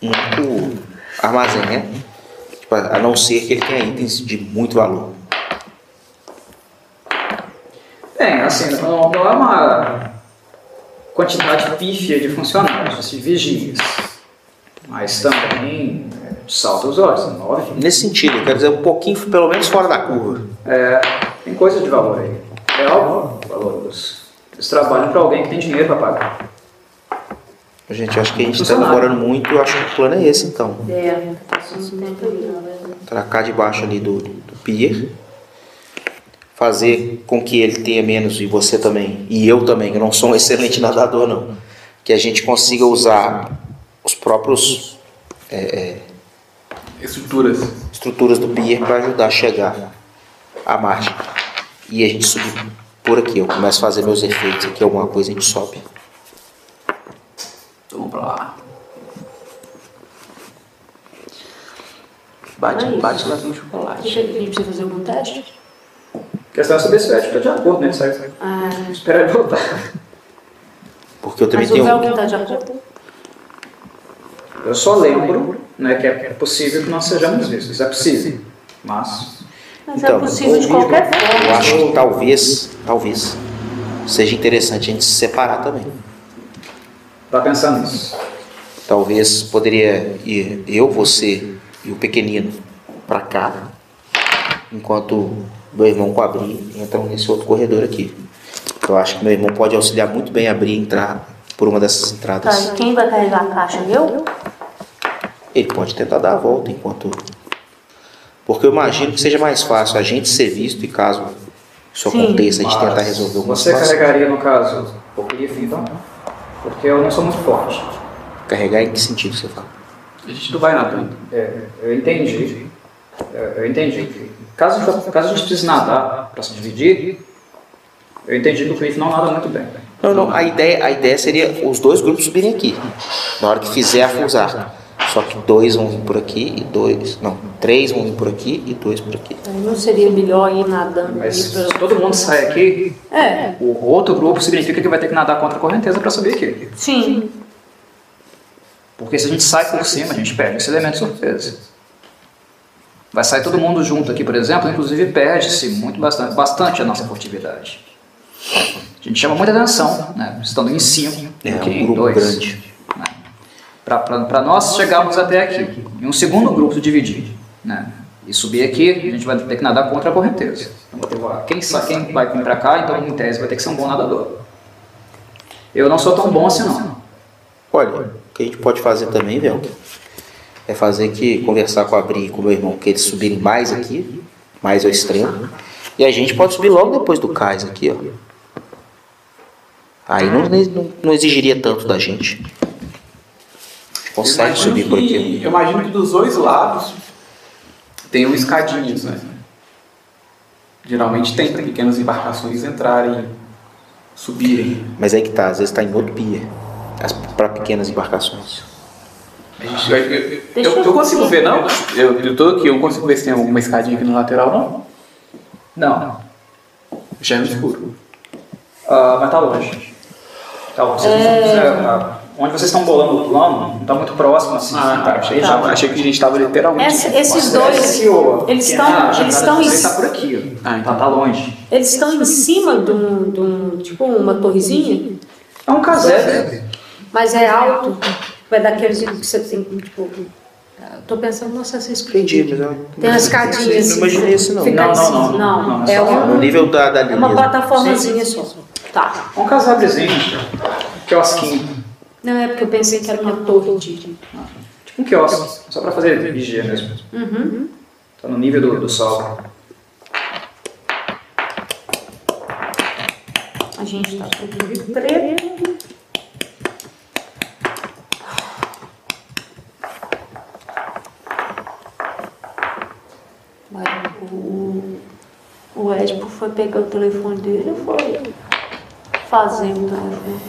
Speaker 2: um único armazém, né? Tipo, a a não ser que ele tenha itens de muito valor.
Speaker 1: Tem, assim, não, não é uma quantidade pífia de funcionários, assim, vigias. Mas também é, salta os olhos, é são nove.
Speaker 2: Nesse sentido, eu quero dizer, um pouquinho, pelo menos fora da curva.
Speaker 1: É, Tem coisa de valor aí. É óbvio o valor dos. Eles trabalham para alguém que tem dinheiro para pagar.
Speaker 2: Gente, eu acho que a gente está demorando muito, eu acho que o plano é esse então.
Speaker 6: É, tá passando
Speaker 5: assim, né?
Speaker 6: um tempo ali, na verdade.
Speaker 2: Tracar debaixo ali do, do pier, fazer com que ele tenha menos, e você também, e eu também, que eu não sou um excelente nadador não, que a gente consiga usar os próprios
Speaker 4: Estruturas.
Speaker 2: estruturas do pier para ajudar a chegar à margem. E a gente subir por aqui, eu começo a fazer meus efeitos aqui, alguma coisa a gente sobe.
Speaker 4: Então vamos pra lá. Bate,
Speaker 6: Aí.
Speaker 4: bate lá no chocolate.
Speaker 5: é Deixa eu- A gente precisa fazer algum teste?
Speaker 1: A questão é saber se o Ed fica de acordo, né? Ele sai, sai.
Speaker 5: Ah,
Speaker 1: Espera ele voltar.
Speaker 2: Porque eu também
Speaker 5: mas o
Speaker 2: tenho... um.
Speaker 5: véu que tá de acordo.
Speaker 1: Eu só lembro né, que é possível que nós sejamos vistos. É possível. Mas.
Speaker 5: Mas
Speaker 2: Então,
Speaker 5: é possível de qualquer
Speaker 2: Eu
Speaker 5: forma.
Speaker 2: acho que talvez, talvez, seja interessante a gente se separar também.
Speaker 1: Tá pensando nisso.
Speaker 2: Talvez poderia ir eu, você e o pequenino pra cá, enquanto meu irmão com a Bri entram nesse outro corredor aqui. Eu acho que meu irmão pode auxiliar muito bem a Bri a entrar por uma dessas
Speaker 6: Tá,
Speaker 2: entradas.
Speaker 6: e quem vai carregar a caixa? Eu?
Speaker 2: Ele pode tentar dar a volta enquanto. Porque eu imagino que seja mais fácil a gente ser visto e caso isso
Speaker 6: Sim.
Speaker 2: aconteça, a gente tentar
Speaker 1: Mas
Speaker 2: resolver alguma
Speaker 1: Você
Speaker 2: situação.
Speaker 1: carregaria, no caso, o Cliff, então? Porque eu não sou muito forte.
Speaker 2: Carregar em que sentido você fala?
Speaker 4: A gente não vai nadando.
Speaker 1: É, eu entendi. É, Eu entendi. que Caso, caso a gente precise nadar para se dividir, eu entendi que o Cliff não nada muito bem. né?
Speaker 2: Não, não, a ideia, a ideia seria os dois grupos subirem aqui. Na hora que fizer a fusar. Só que dois vão vir por aqui e dois. Não, três vão vir por aqui e dois por aqui.
Speaker 5: Não seria melhor ir nadando?
Speaker 1: Mas
Speaker 5: ir pra-
Speaker 1: se todo mundo sai aqui,
Speaker 5: É,
Speaker 1: o outro grupo significa que vai ter que nadar contra a correnteza para subir aqui.
Speaker 5: sim.
Speaker 1: Porque se a gente sai por cima, a gente perde esse elemento surpresa. Vai sair todo mundo junto aqui, por exemplo, inclusive perde-se muito bastante, bastante a nossa furtividade. A gente chama muita atenção, né? Estando em cinco,
Speaker 2: É,
Speaker 1: do que
Speaker 2: um
Speaker 1: em
Speaker 2: grupo
Speaker 1: dois. né.
Speaker 2: grande.
Speaker 1: Para nós chegarmos até aqui, e um segundo grupo se dividir, né? E subir aqui, a gente vai ter que nadar contra a correnteza. Então, vai ter uma- quem, sa- quem vai vir para cá, então em tese vai ter que ser um bom nadador. Eu não sou tão bom assim, não.
Speaker 2: Olha, o que a gente pode fazer também, Velk, é fazer que conversar com a Bri e com o meu irmão, que eles subirem mais aqui, mais ao extremo. E a gente pode subir logo depois do cais aqui, ó. Aí não, não, não exigiria tanto da gente. Consegue
Speaker 4: Imagino
Speaker 2: subir por
Speaker 4: que-
Speaker 2: aqui.
Speaker 4: Eu imagino que dos dois lados tem um escadinhas, né? Geralmente tem para pequenas embarcações entrarem, subirem.
Speaker 2: Mas aí que tá, às vezes tá em outro pier. Para pequenas embarcações.
Speaker 4: A gente, eu, eu-
Speaker 6: Deixa
Speaker 4: eu- eu
Speaker 6: eu
Speaker 4: consigo
Speaker 6: ver.
Speaker 4: ver, não? Eu, eu tô aqui, eu consigo ver se tem alguma escadinha aqui no lateral, não?
Speaker 1: Não.
Speaker 4: Já é no escuro.
Speaker 1: Ah, mas tá longe. Tá longe. Vocês não
Speaker 5: É.
Speaker 1: fizeram- ah, Onde vocês estão bolando o plano, não tá muito próximo assim.
Speaker 4: Ah, tá, achei, já- achei que a gente estava literalmente.
Speaker 5: Essa- esses dois, eles estão eles estão em-
Speaker 1: Está tá por aqui, ó.
Speaker 4: Ah, então.
Speaker 1: Tá, tá longe.
Speaker 5: eles estão em cima de um, de um- tipo uma torrezinha,
Speaker 1: É um casebre.
Speaker 5: mas é alto, é daqueles que você tem tipo. Tô pensando no Assassin's Creed.
Speaker 2: Entendi, mas eu
Speaker 5: Tem uma escadinha
Speaker 2: né?
Speaker 5: assim.
Speaker 2: não imaginei isso não.
Speaker 5: fica
Speaker 1: Não,
Speaker 5: assim.
Speaker 1: não, não, não, não,
Speaker 5: é
Speaker 1: só-
Speaker 2: No
Speaker 5: uma,
Speaker 2: nível da, da
Speaker 5: é
Speaker 2: linha.
Speaker 5: uma plataformazinha só. Tá.
Speaker 1: É um casabrezinho. Quiosquinho.
Speaker 5: Não é porque eu pensei que era uma torre de.
Speaker 1: Tipo um quiosque. Só pra fazer vigia mesmo.
Speaker 5: Uhum.
Speaker 1: Tá no nível do, do sol.
Speaker 5: A gente tá subindo de preto.
Speaker 6: Mas o, o Edipo foi pegar o telefone dele e foi né? fazer o telefone.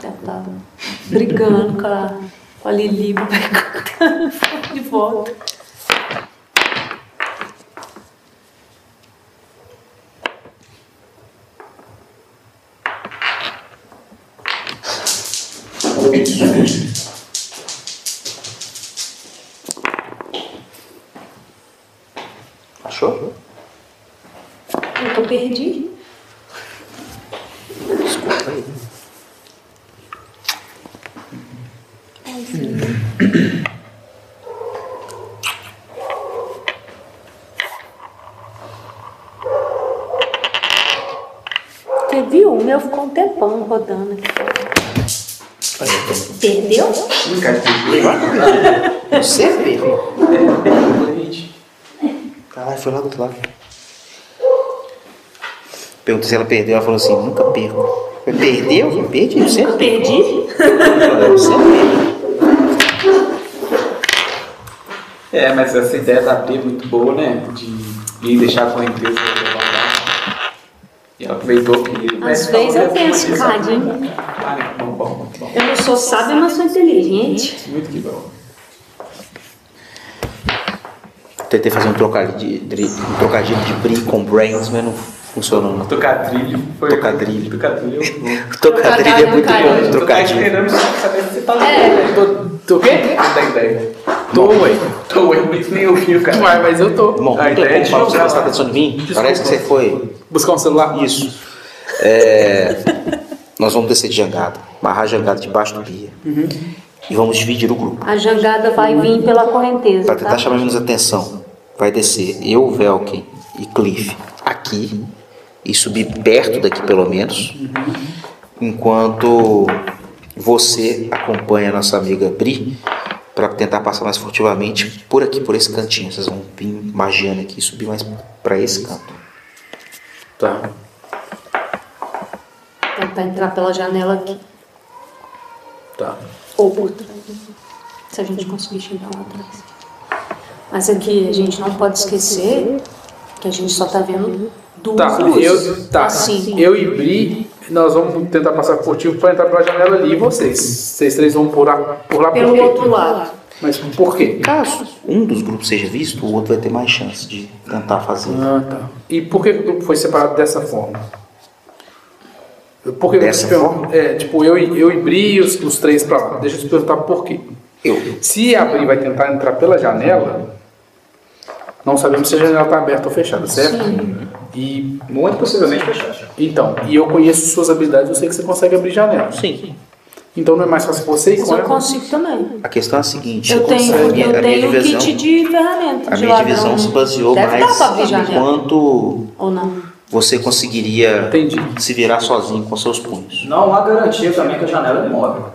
Speaker 6: Deve estar brigando com a, com a Lili pra pegar o telefone de volta.
Speaker 2: Achou?
Speaker 5: Eu tô perdido.
Speaker 6: Você viu? O meu ficou um tempão rodando aqui. Perdeu?
Speaker 2: Você viu?
Speaker 4: Gente,
Speaker 2: Caralho, foi lá do outro lado. Perguntei se ela perdeu, ela falou assim, nunca perco. Eu perdeu? É Eu perdi, eu sempre
Speaker 6: Perdi?
Speaker 2: perco. Eu sempre perco.
Speaker 4: É, mas essa ideia da P é muito boa, né? De ir deixar com a empresa levantar. E ela aproveitou que.
Speaker 6: Às vezes eu tenho esse cadinho.
Speaker 4: Ah, bom, bom, bom, bom.
Speaker 5: Eu não sou sábia, mas sou inteligente.
Speaker 4: Muito que bom.
Speaker 2: Tentei fazer um trocadilho de, de, um trocadilho de brie com brains, mas não funcionou não.
Speaker 4: Tocadrilho foi.
Speaker 2: Trocadrilho.
Speaker 4: Trocadrilho. é bom.
Speaker 2: Trocadilho é muito
Speaker 5: Trocadilho,
Speaker 2: bom,
Speaker 4: Eu tava
Speaker 2: trocadilho.
Speaker 4: esperando saber se você tá
Speaker 3: É. Tô, tô quê?
Speaker 4: Não tem ideia.
Speaker 3: Tô, ué.
Speaker 4: Tô, eu nem ouvi o cara.
Speaker 3: Uai, mas eu tô. Ah, então
Speaker 2: Bom,
Speaker 4: A
Speaker 2: não tem
Speaker 4: ideia
Speaker 2: como
Speaker 4: é de
Speaker 2: falar, você
Speaker 4: jogar
Speaker 2: prestar
Speaker 4: lá.
Speaker 2: atenção em mim? Parece que você foi...
Speaker 3: Buscar um celular?
Speaker 2: Isso. É, nós vamos descer de jangada, barrar a jangada debaixo do bia. E vamos dividir o grupo.
Speaker 6: A jangada vai vir pela correnteza,
Speaker 2: Pra tentar
Speaker 6: tá?
Speaker 2: chamar menos atenção, vai descer eu, Velkin e Cliff aqui e subir perto daqui pelo menos, enquanto você acompanha a nossa amiga Bri pra tentar passar mais furtivamente por aqui, por esse cantinho. Vocês vão vir magiando aqui e subir mais pra esse canto.
Speaker 3: Tá.
Speaker 6: Tentar Então, entrar pela janela aqui.
Speaker 3: Tá.
Speaker 6: Ou por trás. Se a gente conseguir chegar lá atrás. Mas aqui a gente não pode esquecer que a gente só tá vendo duas
Speaker 3: Tá,
Speaker 6: luzes.
Speaker 3: eu, tá.
Speaker 6: Assim.
Speaker 3: eu e Bri, nós vamos tentar passar por furtivo pra entrar pela janela ali. E vocês? Vocês três vão por lá por, lá por
Speaker 5: Pelo
Speaker 3: quê?
Speaker 5: outro lado.
Speaker 3: Mas por quê?
Speaker 2: Caso um dos grupos seja visto, o outro vai ter mais chance de tentar fazer.
Speaker 3: Ah, tá. E por que o grupo foi separado dessa forma? Por que
Speaker 2: Dessa
Speaker 3: eu te pergunto- É, tipo, eu, e- eu e Bri e os, os três pra lá. Deixa eu te perguntar por quê.
Speaker 2: Eu.
Speaker 3: Se a Bri vai tentar entrar pela janela, não sabemos se a janela está aberta ou fechada, certo? E
Speaker 1: Muito possivelmente fechado.
Speaker 3: então, e eu conheço suas habilidades, eu sei que você consegue abrir janela.
Speaker 2: Sim.
Speaker 3: Então não é mais fácil você ir
Speaker 5: Mas
Speaker 3: com
Speaker 5: eu
Speaker 3: ela?
Speaker 5: consigo também.
Speaker 2: A questão é a seguinte:
Speaker 5: Eu tenho,
Speaker 2: a minha, a
Speaker 5: eu
Speaker 2: minha
Speaker 6: um
Speaker 5: tenho o
Speaker 2: divisão-
Speaker 5: kit de ferramenta.
Speaker 2: A
Speaker 5: de
Speaker 2: minha
Speaker 5: ladrão,
Speaker 2: divisão
Speaker 5: né?
Speaker 2: se baseou
Speaker 5: Deve
Speaker 2: mais
Speaker 5: dar pra abrir
Speaker 2: em
Speaker 5: janela.
Speaker 2: quanto
Speaker 5: Ou não?
Speaker 2: você conseguiria
Speaker 3: Entendi.
Speaker 2: se virar sozinho com seus punhos.
Speaker 1: Não há garantia também que a janela é móvel.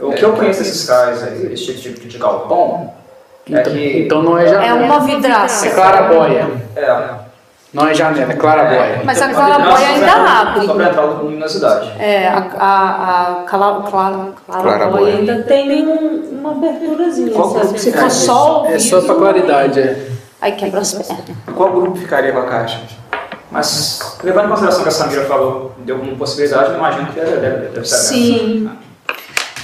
Speaker 1: O que eu conheço esses caras aí, esse tipo de, de galpão, é
Speaker 3: Então,
Speaker 1: que.
Speaker 3: então não é
Speaker 5: É
Speaker 3: janela.
Speaker 5: uma vidraça.
Speaker 3: É clarabóia.
Speaker 1: É.
Speaker 3: Não é janela, é clarabóia.
Speaker 5: Mas a
Speaker 1: Não,
Speaker 5: clarabóia
Speaker 1: só pra
Speaker 5: ainda
Speaker 1: entrar-
Speaker 5: abre.
Speaker 1: Só pra entrar é o menino na cidade.
Speaker 5: É, a, a, a cala, clara,
Speaker 2: Clarabóia.
Speaker 5: clarabóia ainda tem um- uma aberturazinha.
Speaker 1: Qual que é o
Speaker 5: sabe? Se
Speaker 1: significado
Speaker 5: for só o
Speaker 3: É só
Speaker 5: vidro,
Speaker 3: pra claridade, é.
Speaker 6: Aí quebra as pernas.
Speaker 4: Qual grupo ficaria com a caixa?
Speaker 1: Mas, levando em consideração que a Samira falou, deu como possibilidade, eu imagino que deve, deve, deve ser dessa.
Speaker 5: Sim.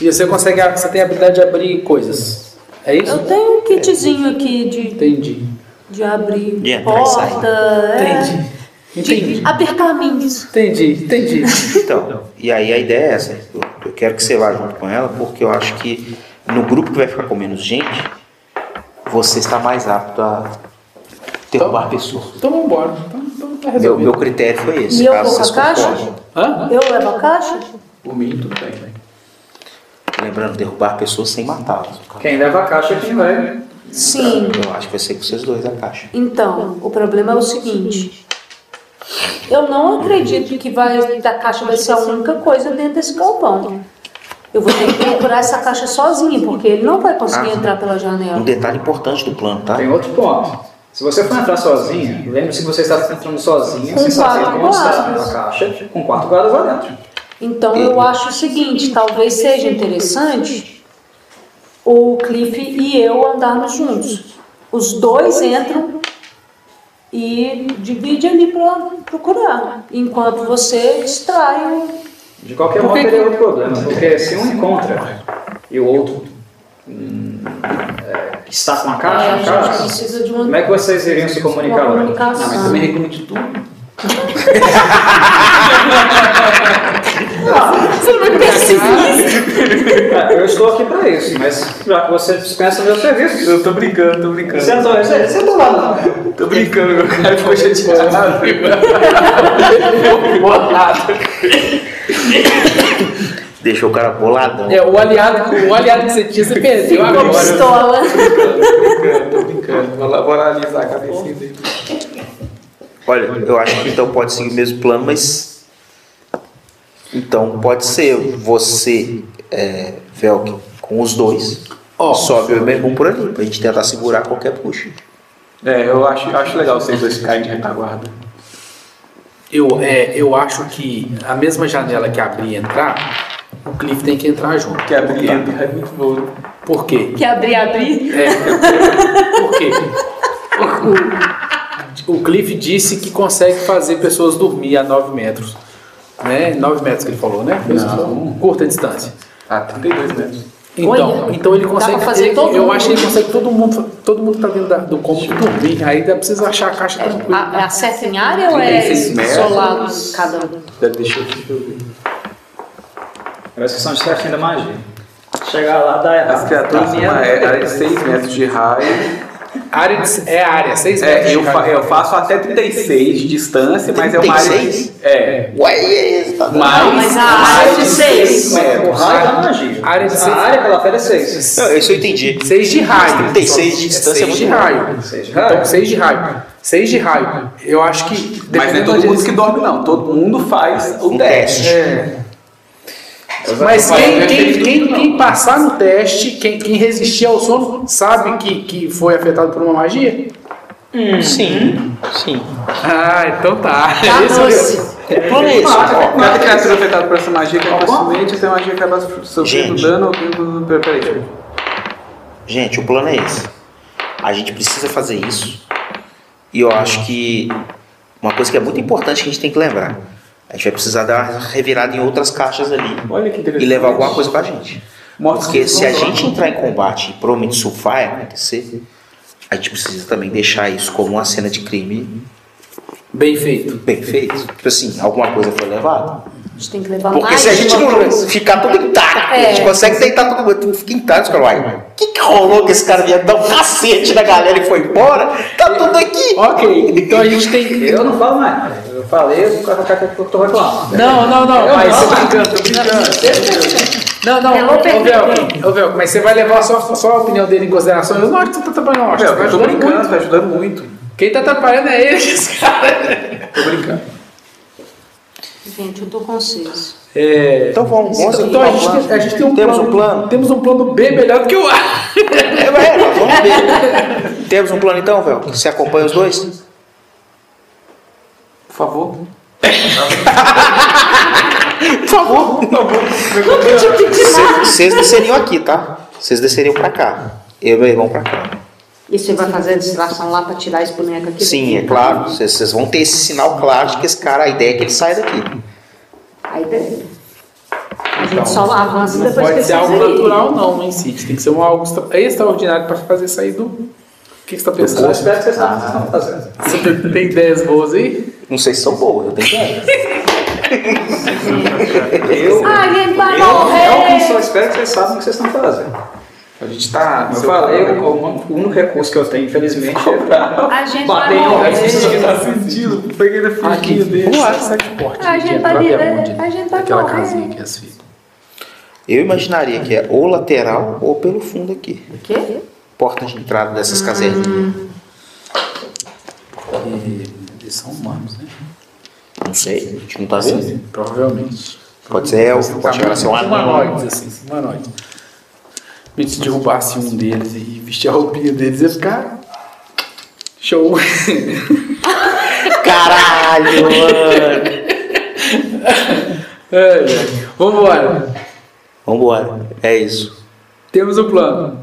Speaker 3: E você consegue, você tem a habilidade de abrir coisas. É isso?
Speaker 5: Eu tenho um kitzinho aqui de,
Speaker 3: Entendi.
Speaker 5: de abrir
Speaker 2: De entrar e sair.
Speaker 5: porta, é,
Speaker 3: Entendi. Entendi.
Speaker 5: de abrir caminhos.
Speaker 3: Entendi, entendi.
Speaker 2: Então, e aí a ideia é essa. Eu, eu quero que você vá junto com ela, porque eu acho que no grupo que vai ficar com menos gente, você está mais apto a derrubar pessoas.
Speaker 3: Então vambora. Então, então tá
Speaker 2: Meu,
Speaker 3: resolvido.
Speaker 2: meu critério foi esse.
Speaker 5: E eu
Speaker 2: caso
Speaker 5: vou com a
Speaker 2: vocês
Speaker 5: caixa?
Speaker 2: concordem.
Speaker 3: Hã? né?
Speaker 5: Eu levo a caixa?
Speaker 4: Por mim, tudo bem, velho.
Speaker 2: Lembrando, derrubar pessoas sem matá-las.
Speaker 1: Quem leva a caixa é quem vai, né?
Speaker 5: Sim.
Speaker 2: Eu acho que vai ser com vocês dois a caixa.
Speaker 5: Então, o problema é o seguinte. Eu não acredito que vai, da caixa vai ser a única coisa dentro desse galpão. Eu vou ter que procurar essa caixa sozinha, porque ele não vai conseguir
Speaker 2: Ah.
Speaker 5: entrar pela janela.
Speaker 2: Um detalhe importante do plano, tá?
Speaker 1: Tem outro ponto. Se você for entrar sozinha, lembre-se que você está entrando sozinha,
Speaker 5: Com
Speaker 1: sem saber
Speaker 5: quatro
Speaker 1: como está
Speaker 5: guardas.
Speaker 1: a caixa, com quatro guardas lá dentro.
Speaker 5: Então eu acho o seguinte, talvez seja interessante o Cliff e eu andarmos juntos. Os dois entram e divide ali para procurar, enquanto você distrai. o-
Speaker 1: De qualquer modo, teria outro problema, porque se um encontra e o outro hum, é, está com a caixa,
Speaker 5: É,
Speaker 1: a
Speaker 5: a gente
Speaker 1: caixa
Speaker 5: precisa de uma,
Speaker 1: como é que vocês iriam se comunicar? lá?
Speaker 5: uma comunicação.
Speaker 4: Mas também reclamo de tudo.
Speaker 1: Ah, Eu estou aqui para isso, mas já que você dispensa meu serviço,
Speaker 4: Eu tô brincando, tô brincando.
Speaker 1: você entrou, você, tá você entrou lá.
Speaker 4: Tô brincando, meu cara ficou chateado.
Speaker 2: Deixou o cara boladão.
Speaker 3: É, o aliado, o aliado que você tinha, você perdeu
Speaker 5: Uma
Speaker 3: agora.
Speaker 5: pistola.
Speaker 4: Tô brincando, tô brincando. Vou lá- vou lá alisar a cabecinha dele.
Speaker 2: Olha, eu acho que então pode seguir o mesmo plano, mas. Então pode ser você, é, Velk, com os dois.
Speaker 3: Ó.
Speaker 2: sobe o mesmo um por ali, pra gente tentar segurar qualquer puxa.
Speaker 4: É, eu acho, eu acho legal vocês dois ficarem de retaguarda.
Speaker 3: Eu, é, eu acho que a mesma janela que abrir e entrar, o Cliff tem que entrar junto.
Speaker 4: Porque abrir é muito bom.
Speaker 3: Por quê?
Speaker 5: Que abrir, abrir.
Speaker 3: É, por quê? O, o Cliff disse que consegue fazer pessoas dormir a 9 metros. Né? 9 metros que ele falou, né? Foi isso que ele falou. Curta distância.
Speaker 4: Ah, 32 metros.
Speaker 3: Então,
Speaker 5: Olha,
Speaker 3: então ele
Speaker 5: dá
Speaker 3: consegue.
Speaker 5: pra fazer
Speaker 3: ele-
Speaker 5: todo
Speaker 3: eu
Speaker 5: mundo.
Speaker 3: acho que ele consegue todo mundo, todo mundo tá dentro da- do cômodo dormir. Aí dá precisa achar a caixa tranquila.
Speaker 5: A, é a certa em área ou é
Speaker 4: 36 metros.
Speaker 5: isolado cada um?
Speaker 4: Deve deixar eu ver.
Speaker 1: Parece que são distraídos da magia. Chegar lá, dá errado.
Speaker 4: As
Speaker 2: Tá.
Speaker 4: criaturas são uma- é, é 6 metros de raio.
Speaker 3: Área de- é área, 6 metros.
Speaker 4: É, eu,
Speaker 3: de
Speaker 4: fa-
Speaker 3: cada-
Speaker 4: eu faço até 36 de distância, mas é uma área.
Speaker 2: 36?
Speaker 4: É.
Speaker 2: Ué, tá
Speaker 4: Mas,
Speaker 5: Não, mas a área de seis. Tá
Speaker 1: O
Speaker 4: metros.
Speaker 1: raio é da magia.
Speaker 3: Área de
Speaker 1: A
Speaker 3: seis-
Speaker 1: área que ela oferece é 6.
Speaker 2: Não, isso eu entendi.
Speaker 3: 6 de raio.
Speaker 2: 36 de distância é
Speaker 3: seis de
Speaker 2: muito
Speaker 3: raio.
Speaker 1: Seis de raio.
Speaker 3: Então, 6 de raio. 6 de raio. Eu acho que.
Speaker 4: Mas não é
Speaker 3: dependendo
Speaker 4: todo
Speaker 3: da
Speaker 4: mundo que dorme, não. Todo mundo faz o
Speaker 2: Um
Speaker 4: teste.
Speaker 2: teste.
Speaker 3: Mas quem,
Speaker 4: Mas
Speaker 3: quem,
Speaker 4: depende do
Speaker 3: quem, quem passar no teste, quem, quem resistir ao sono, sabe que, que foi afetado por uma magia?
Speaker 5: Hum.
Speaker 2: Sim, sim.
Speaker 3: Ah, então tá.
Speaker 5: Tá
Speaker 3: Esse é o-
Speaker 5: doce.
Speaker 2: O plano é esse. ó.
Speaker 4: Cada criatura afetada por essa magia que é facilmente, essa magia acaba sofrendo
Speaker 2: Gente.
Speaker 4: dano ou vindo. Peraí, peraí.
Speaker 2: Gente, o plano é esse. A gente precisa fazer isso. E eu acho que uma coisa que é muito importante que a gente tem que lembrar. A gente vai precisar dar uma revirada em outras caixas ali
Speaker 4: Olha que interessante.
Speaker 2: e levar alguma coisa com a gente.
Speaker 4: Mortos
Speaker 2: Porque
Speaker 4: vivos
Speaker 2: se
Speaker 4: não
Speaker 2: a
Speaker 4: dormem.
Speaker 2: gente entrar em combate e provavelmente isso vai acontecer, a gente precisa também deixar isso como uma cena de crime
Speaker 3: Bem feito.
Speaker 2: bem feita. Tipo assim, alguma coisa foi levada.
Speaker 5: A gente tem que levar
Speaker 2: Porque
Speaker 5: mais
Speaker 2: se a gente
Speaker 5: uma
Speaker 2: não
Speaker 5: coisa.
Speaker 2: ficar todo intacto, a gente
Speaker 5: É.
Speaker 2: consegue deitar todo mundo, tudo fica intacto, cara. Uai, o que, que rolou que esse cara vinha dar um cacete na galera e foi embora? Tá tudo aqui.
Speaker 3: Ok, então a gente tem.
Speaker 1: Eu não falo mais. nada. Eu falei, o cara tá aqui que eu tô reclamando.
Speaker 3: Não, não, não.
Speaker 1: Eu
Speaker 3: mas... tá
Speaker 1: não.
Speaker 5: tá
Speaker 3: Não, não,
Speaker 5: Hello,
Speaker 3: ô,
Speaker 5: Pedro.
Speaker 3: Velco, ô, Velco, mas você vai levar só, só a opinião dele em consideração. Eu não acho que você tá atrapalhando, eu acho que você
Speaker 4: Meu,
Speaker 3: tá
Speaker 4: eu tô
Speaker 3: ajudando
Speaker 4: brincando,
Speaker 3: muito.
Speaker 4: tá ajudando muito.
Speaker 3: Quem tá atrapalhando é ele, esse cara.
Speaker 4: Tô brincando.
Speaker 6: Gente, eu tô com vocês.
Speaker 2: Então vamos, vamos
Speaker 3: Então a gente, tem- a gente tem um
Speaker 2: Temos
Speaker 3: plano,
Speaker 2: um plano.
Speaker 3: Temos um plano B melhor do que o A.
Speaker 2: É, vai, vamos ver. Temos um plano então, velho? Você acompanha os dois?
Speaker 4: Por favor.
Speaker 2: Por favor. Vocês vocês desceriam aqui, tá? Vocês desceriam pra cá. Eu e meu irmão pra cá.
Speaker 5: E você vai fazer a distração lá para tirar esse boneco aqui?
Speaker 2: Sim, é claro. Vocês vocês vão ter esse sinal claro de que esse cara, a ideia é que ele saia daqui.
Speaker 5: Aí beleza. A gente só avança
Speaker 3: Não
Speaker 5: depois que é
Speaker 3: pode
Speaker 5: ele
Speaker 3: ser algo
Speaker 5: fazer isso.
Speaker 3: natural, não, em si. Tem que ser um algo extra- extraordinário para fazer sair do. O que que você está
Speaker 4: Eu
Speaker 3: pensando?
Speaker 4: espero que vocês saibam o que vocês estão fazendo.
Speaker 3: Você tem- tem ideias boas aí?
Speaker 2: Não sei se são boas, eu tenho que
Speaker 5: Ai, ele vai
Speaker 1: Eu
Speaker 5: morrer!
Speaker 1: só espero que vocês saibam o que vocês estão fazendo.
Speaker 4: A gente tá.
Speaker 1: Como eu falei, o o único recurso que eu tenho, infelizmente, é
Speaker 5: A gente vai
Speaker 1: bater em
Speaker 5: morrer!
Speaker 1: alguém.
Speaker 4: sentindo. Peguei na
Speaker 3: Aqui, voar, sai de porta.
Speaker 5: A gente vai viver, a gente tá é. vai
Speaker 3: Aquela
Speaker 5: morrer.
Speaker 3: casinha que as filhas.
Speaker 2: Eu imaginaria que é ou lateral ou pelo fundo aqui.
Speaker 5: O quê?
Speaker 2: Porta de entrada dessas
Speaker 5: Ah.
Speaker 2: caserninhas.
Speaker 3: Eles são humanos, né?
Speaker 2: Não sei, a gente não tá vendo.
Speaker 3: Provavelmente.
Speaker 2: Pode ser elfo,
Speaker 1: Tá
Speaker 2: pode chegar a ser um anão.
Speaker 3: Humanoides, assim, humanoides. E se derrubasse um deles e vestir a roupinha deles, ia ficar. Show!
Speaker 2: Caralho, mano!
Speaker 3: É, é. Vambora!
Speaker 2: Vambora, é isso.
Speaker 3: Temos o plano.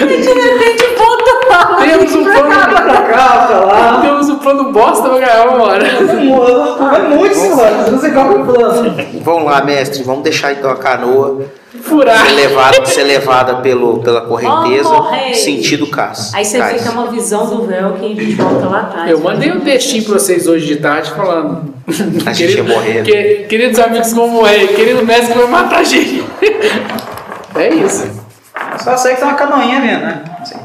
Speaker 5: A gente não tem que voltar.
Speaker 3: Temos um plano. Temos um plano bosta pra ganhar, vambora!
Speaker 1: Vai muito, senhora. Não sei qual é o plano.
Speaker 2: Vamos lá, mestre, vamos deixar então a canoa
Speaker 3: Furar!
Speaker 2: ser levada, ser levada pelo, pela correnteza,
Speaker 5: Vamos morrer.
Speaker 2: sentido cais.
Speaker 5: Aí você
Speaker 2: cais.
Speaker 5: fica uma visão do véu que a gente volta lá atrás.
Speaker 3: Eu mandei um textinho pra vocês hoje de tarde falando.
Speaker 2: A gente ia morrer. né?
Speaker 3: que- queridos amigos vão morrer, querido mestre vai matar a gente. É isso.
Speaker 1: Só sei que tem uma canoinha mesmo, né? Assim.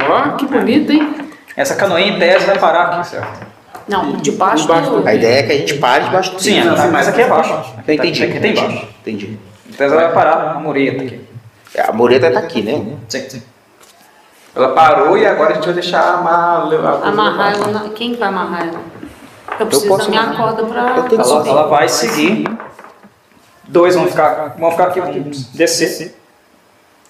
Speaker 3: Ó, que bonito, hein?
Speaker 1: Essa canoinha em tese vai parar aqui, certo?
Speaker 5: Não, debaixo,
Speaker 3: Debaixo
Speaker 5: do...
Speaker 3: do-
Speaker 2: A ideia é que a gente pare debaixo do
Speaker 1: Sim,
Speaker 2: trilho.
Speaker 1: ela tá- mas aqui é baixo.
Speaker 2: Eu entendi.
Speaker 1: Aqui tem baixo.
Speaker 2: Entendi.
Speaker 1: Em tese ela vai parar na mureta aqui.
Speaker 2: A mureta tá aqui, né?
Speaker 1: Sim, sim.
Speaker 4: Ela parou e agora a gente vai deixar amar.
Speaker 5: Amarrar ela. na- Quem vai amarrar ela? Eu preciso
Speaker 2: posso
Speaker 5: da minha
Speaker 2: amarrar.
Speaker 5: corda pra.
Speaker 2: Eu tenho que
Speaker 1: Ela,
Speaker 2: subir.
Speaker 1: ela vai seguir. Dois vão ficar, vão ficar aqui, vão descer.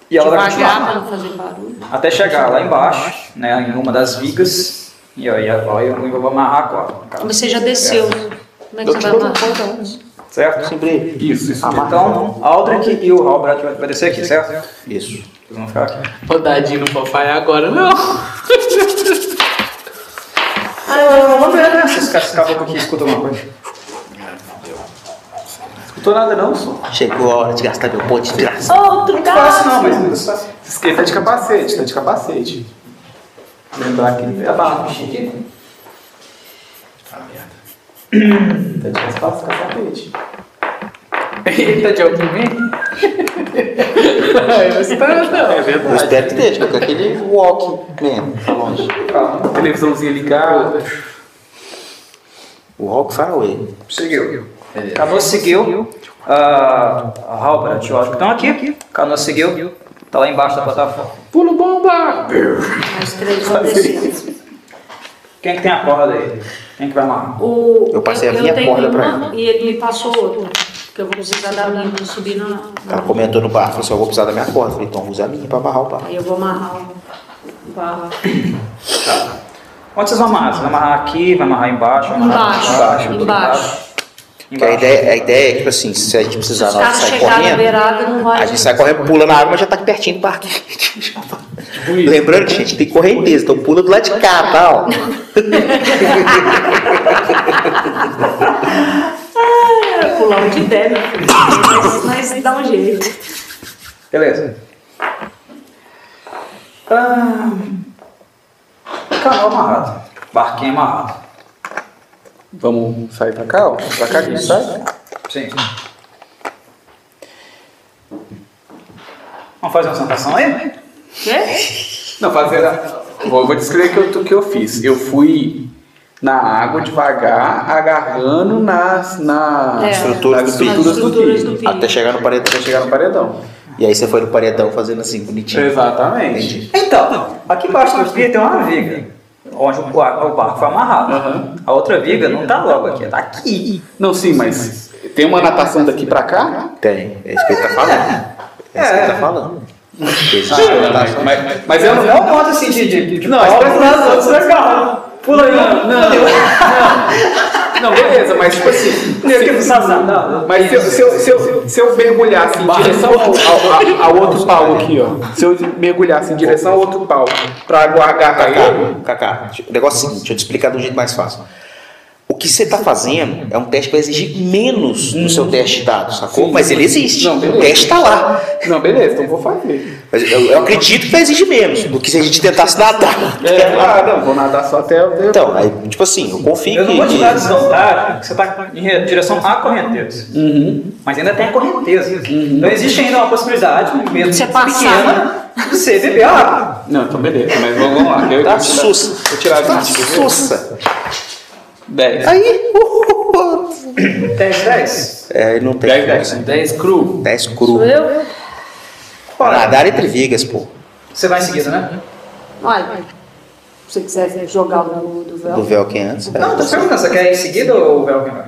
Speaker 1: E ela vai
Speaker 5: devagar
Speaker 1: continuar.
Speaker 5: pra não fazer barulho.
Speaker 1: Até chegar lá embaixo, né, em uma das vigas. E aí ela- eu vou amarrar agora. cara.
Speaker 5: Você já desceu. Como é que
Speaker 2: Eu
Speaker 5: você
Speaker 2: te
Speaker 5: vai
Speaker 2: dou
Speaker 5: amarrar?
Speaker 1: Certo?
Speaker 2: Sempre
Speaker 4: Isso, isso.
Speaker 1: Então, Aldrich e o Albrecht vai- vai descer aqui, certo? Eles
Speaker 2: isso.
Speaker 1: vão ficar aqui.
Speaker 3: Rodadinho não vou falhar agora, não.
Speaker 1: Vamos ver, né? Se esse caboclo aqui escuta alguma coisa. Escutou nada não, só.
Speaker 2: Chegou a hora de gastar meu ponto de graça.
Speaker 5: Outro
Speaker 1: Fácil
Speaker 5: gato!
Speaker 1: não, mas fácil.
Speaker 4: Esquenta de capacete, tá de capacete. Lembrar que a barra do Chique. Ah, Tá de espaço, capacete.
Speaker 3: Ele tá de alguém mesmo? Eu espero não.
Speaker 2: Eu espero que esteja, porque é aquele walk mesmo, tá longe.
Speaker 4: Calma, televisãozinha ligada.
Speaker 2: O walk faraway.
Speaker 1: Seguiu. Canoa seguiu. ah, A Halbert e o Aldrich estão Então aqui. Canoa seguiu. Tá lá embaixo da plataforma.
Speaker 3: Pulo bomba!
Speaker 5: Os três vão descer.
Speaker 1: Quem que tem a corda aí? Quem que vai amarrar?
Speaker 5: O...
Speaker 2: Eu passei a minha
Speaker 5: tenho
Speaker 2: corda pra
Speaker 5: uma E ele me passou outra. Que eu vou precisar da minha pra subir na.
Speaker 2: Ela comentou no bar, falou assim, eu vou precisar da minha corda. Eu Falei, então vou usar a minha pra barrar o bar.
Speaker 5: Aí eu vou amarrar o barra.
Speaker 1: Onde vocês vão amarrar? Vocês vão amarrar aqui, vai amarrar embaixo? vai amarrar
Speaker 5: Embaixo,
Speaker 1: embaixo.
Speaker 5: embaixo.
Speaker 2: Porque a ideia, a ideia é, tipo assim, se a gente
Speaker 5: Se
Speaker 2: precisar
Speaker 5: os
Speaker 2: na hora
Speaker 5: caras
Speaker 2: de sair
Speaker 5: chegarem na
Speaker 2: correndo,
Speaker 5: beirada, não vai.
Speaker 2: a gente sai correndo, pula na água, mas já tá aqui pertinho do barco. Lembrando que, gente, tem correnteza, então pula do lado
Speaker 5: Tipo
Speaker 2: de cá, tá? Ó.
Speaker 5: É, pular onde der, meu filho. Mas- Mas dá um jeito.
Speaker 1: Beleza. Ah, canal amarrado. Barquinho amarrado.
Speaker 4: Vamos sair pra cá, ó. Pra cá que a gente sai?
Speaker 1: Sim. Vamos fazer uma sentação aí?
Speaker 5: Quê?
Speaker 4: Não, fazer. a- Vou, vou descrever o que eu- o que, eu fiz. Eu fui na água devagar, agarrando nas, nas,
Speaker 5: É.
Speaker 2: Estruturas
Speaker 4: nas
Speaker 2: do pico.
Speaker 4: estruturas do
Speaker 5: Estruturas
Speaker 4: pico.
Speaker 5: do pico.
Speaker 2: Até chegar no
Speaker 4: Pra
Speaker 2: paredão.
Speaker 4: chegar no paredão.
Speaker 2: E aí você foi no paredão fazendo assim, bonitinho.
Speaker 4: Exatamente.
Speaker 2: Entendi.
Speaker 1: Então, aqui embaixo do pia tem uma viga. Onde o barco, o barco foi amarrado. A outra viga não tá logo aqui, tá aqui.
Speaker 4: Não, sim, mas tem uma natação daqui pra cá?
Speaker 2: Tem, é isso que ele tá falando. É isso que ele tá falando. Existe uma natação.
Speaker 4: mas, mas eu não.
Speaker 1: Não conta assim de. de, de
Speaker 4: Não,
Speaker 1: pau,
Speaker 4: espera que
Speaker 1: não, não, não, não, não, não,
Speaker 4: Não, não, não. Não, beleza, mas tipo assim. Mas se eu, se eu, se eu, se eu mergulhasse em direção ao, ao- ao- ao outro pau aqui, ó. Se eu mergulhasse em direção ao outro pau pra agarrar água.
Speaker 2: Cacá, Cacá, o negócio é o seguinte, deixa eu te explicar de um jeito mais fácil. O que você está fazendo é um teste que vai exigir menos do seu teste de dados, sacou?
Speaker 4: Sim.
Speaker 2: Mas ele existe.
Speaker 4: Não,
Speaker 2: o
Speaker 4: beleza.
Speaker 2: teste está lá.
Speaker 4: Não, beleza, então vou fazer.
Speaker 2: Mas eu, eu acredito que vai exigir menos do que se a gente tentasse nadar.
Speaker 4: Ah, não, vou nadar só até eu ver.
Speaker 2: Então, aí, tipo assim, eu confio
Speaker 1: Eu não vou te
Speaker 2: que.
Speaker 1: dar a desvantagem, porque você está em re- direção à correnteza. Mas ainda tem a correnteza. Então existe ainda uma possibilidade, mesmo
Speaker 6: Você
Speaker 1: pequena,
Speaker 6: passar.
Speaker 1: de você beber água.
Speaker 4: Não, então beleza, mas vamos vamos lá. Eu,
Speaker 2: Tá
Speaker 4: eu tirar-
Speaker 2: sussa.
Speaker 4: Vou tirar
Speaker 2: Tá
Speaker 4: 20, quer ver?
Speaker 2: sussa.
Speaker 1: 10.
Speaker 2: Aí. uh, uh, uh.
Speaker 1: 10, 10.
Speaker 2: É, não tem.
Speaker 4: Dez, dez.
Speaker 1: 10 cru.
Speaker 2: 10 cru.
Speaker 5: é
Speaker 6: Eu?
Speaker 2: Nadar entre vigas, pô.
Speaker 1: Você vai em seguida, né?
Speaker 6: Olha, se você quiser jogar o do, do
Speaker 2: Do
Speaker 6: véu,
Speaker 2: véu que antes. é.
Speaker 4: tá
Speaker 1: Não, tô perguntando, você quer ir em seguida ou o Velvin vai?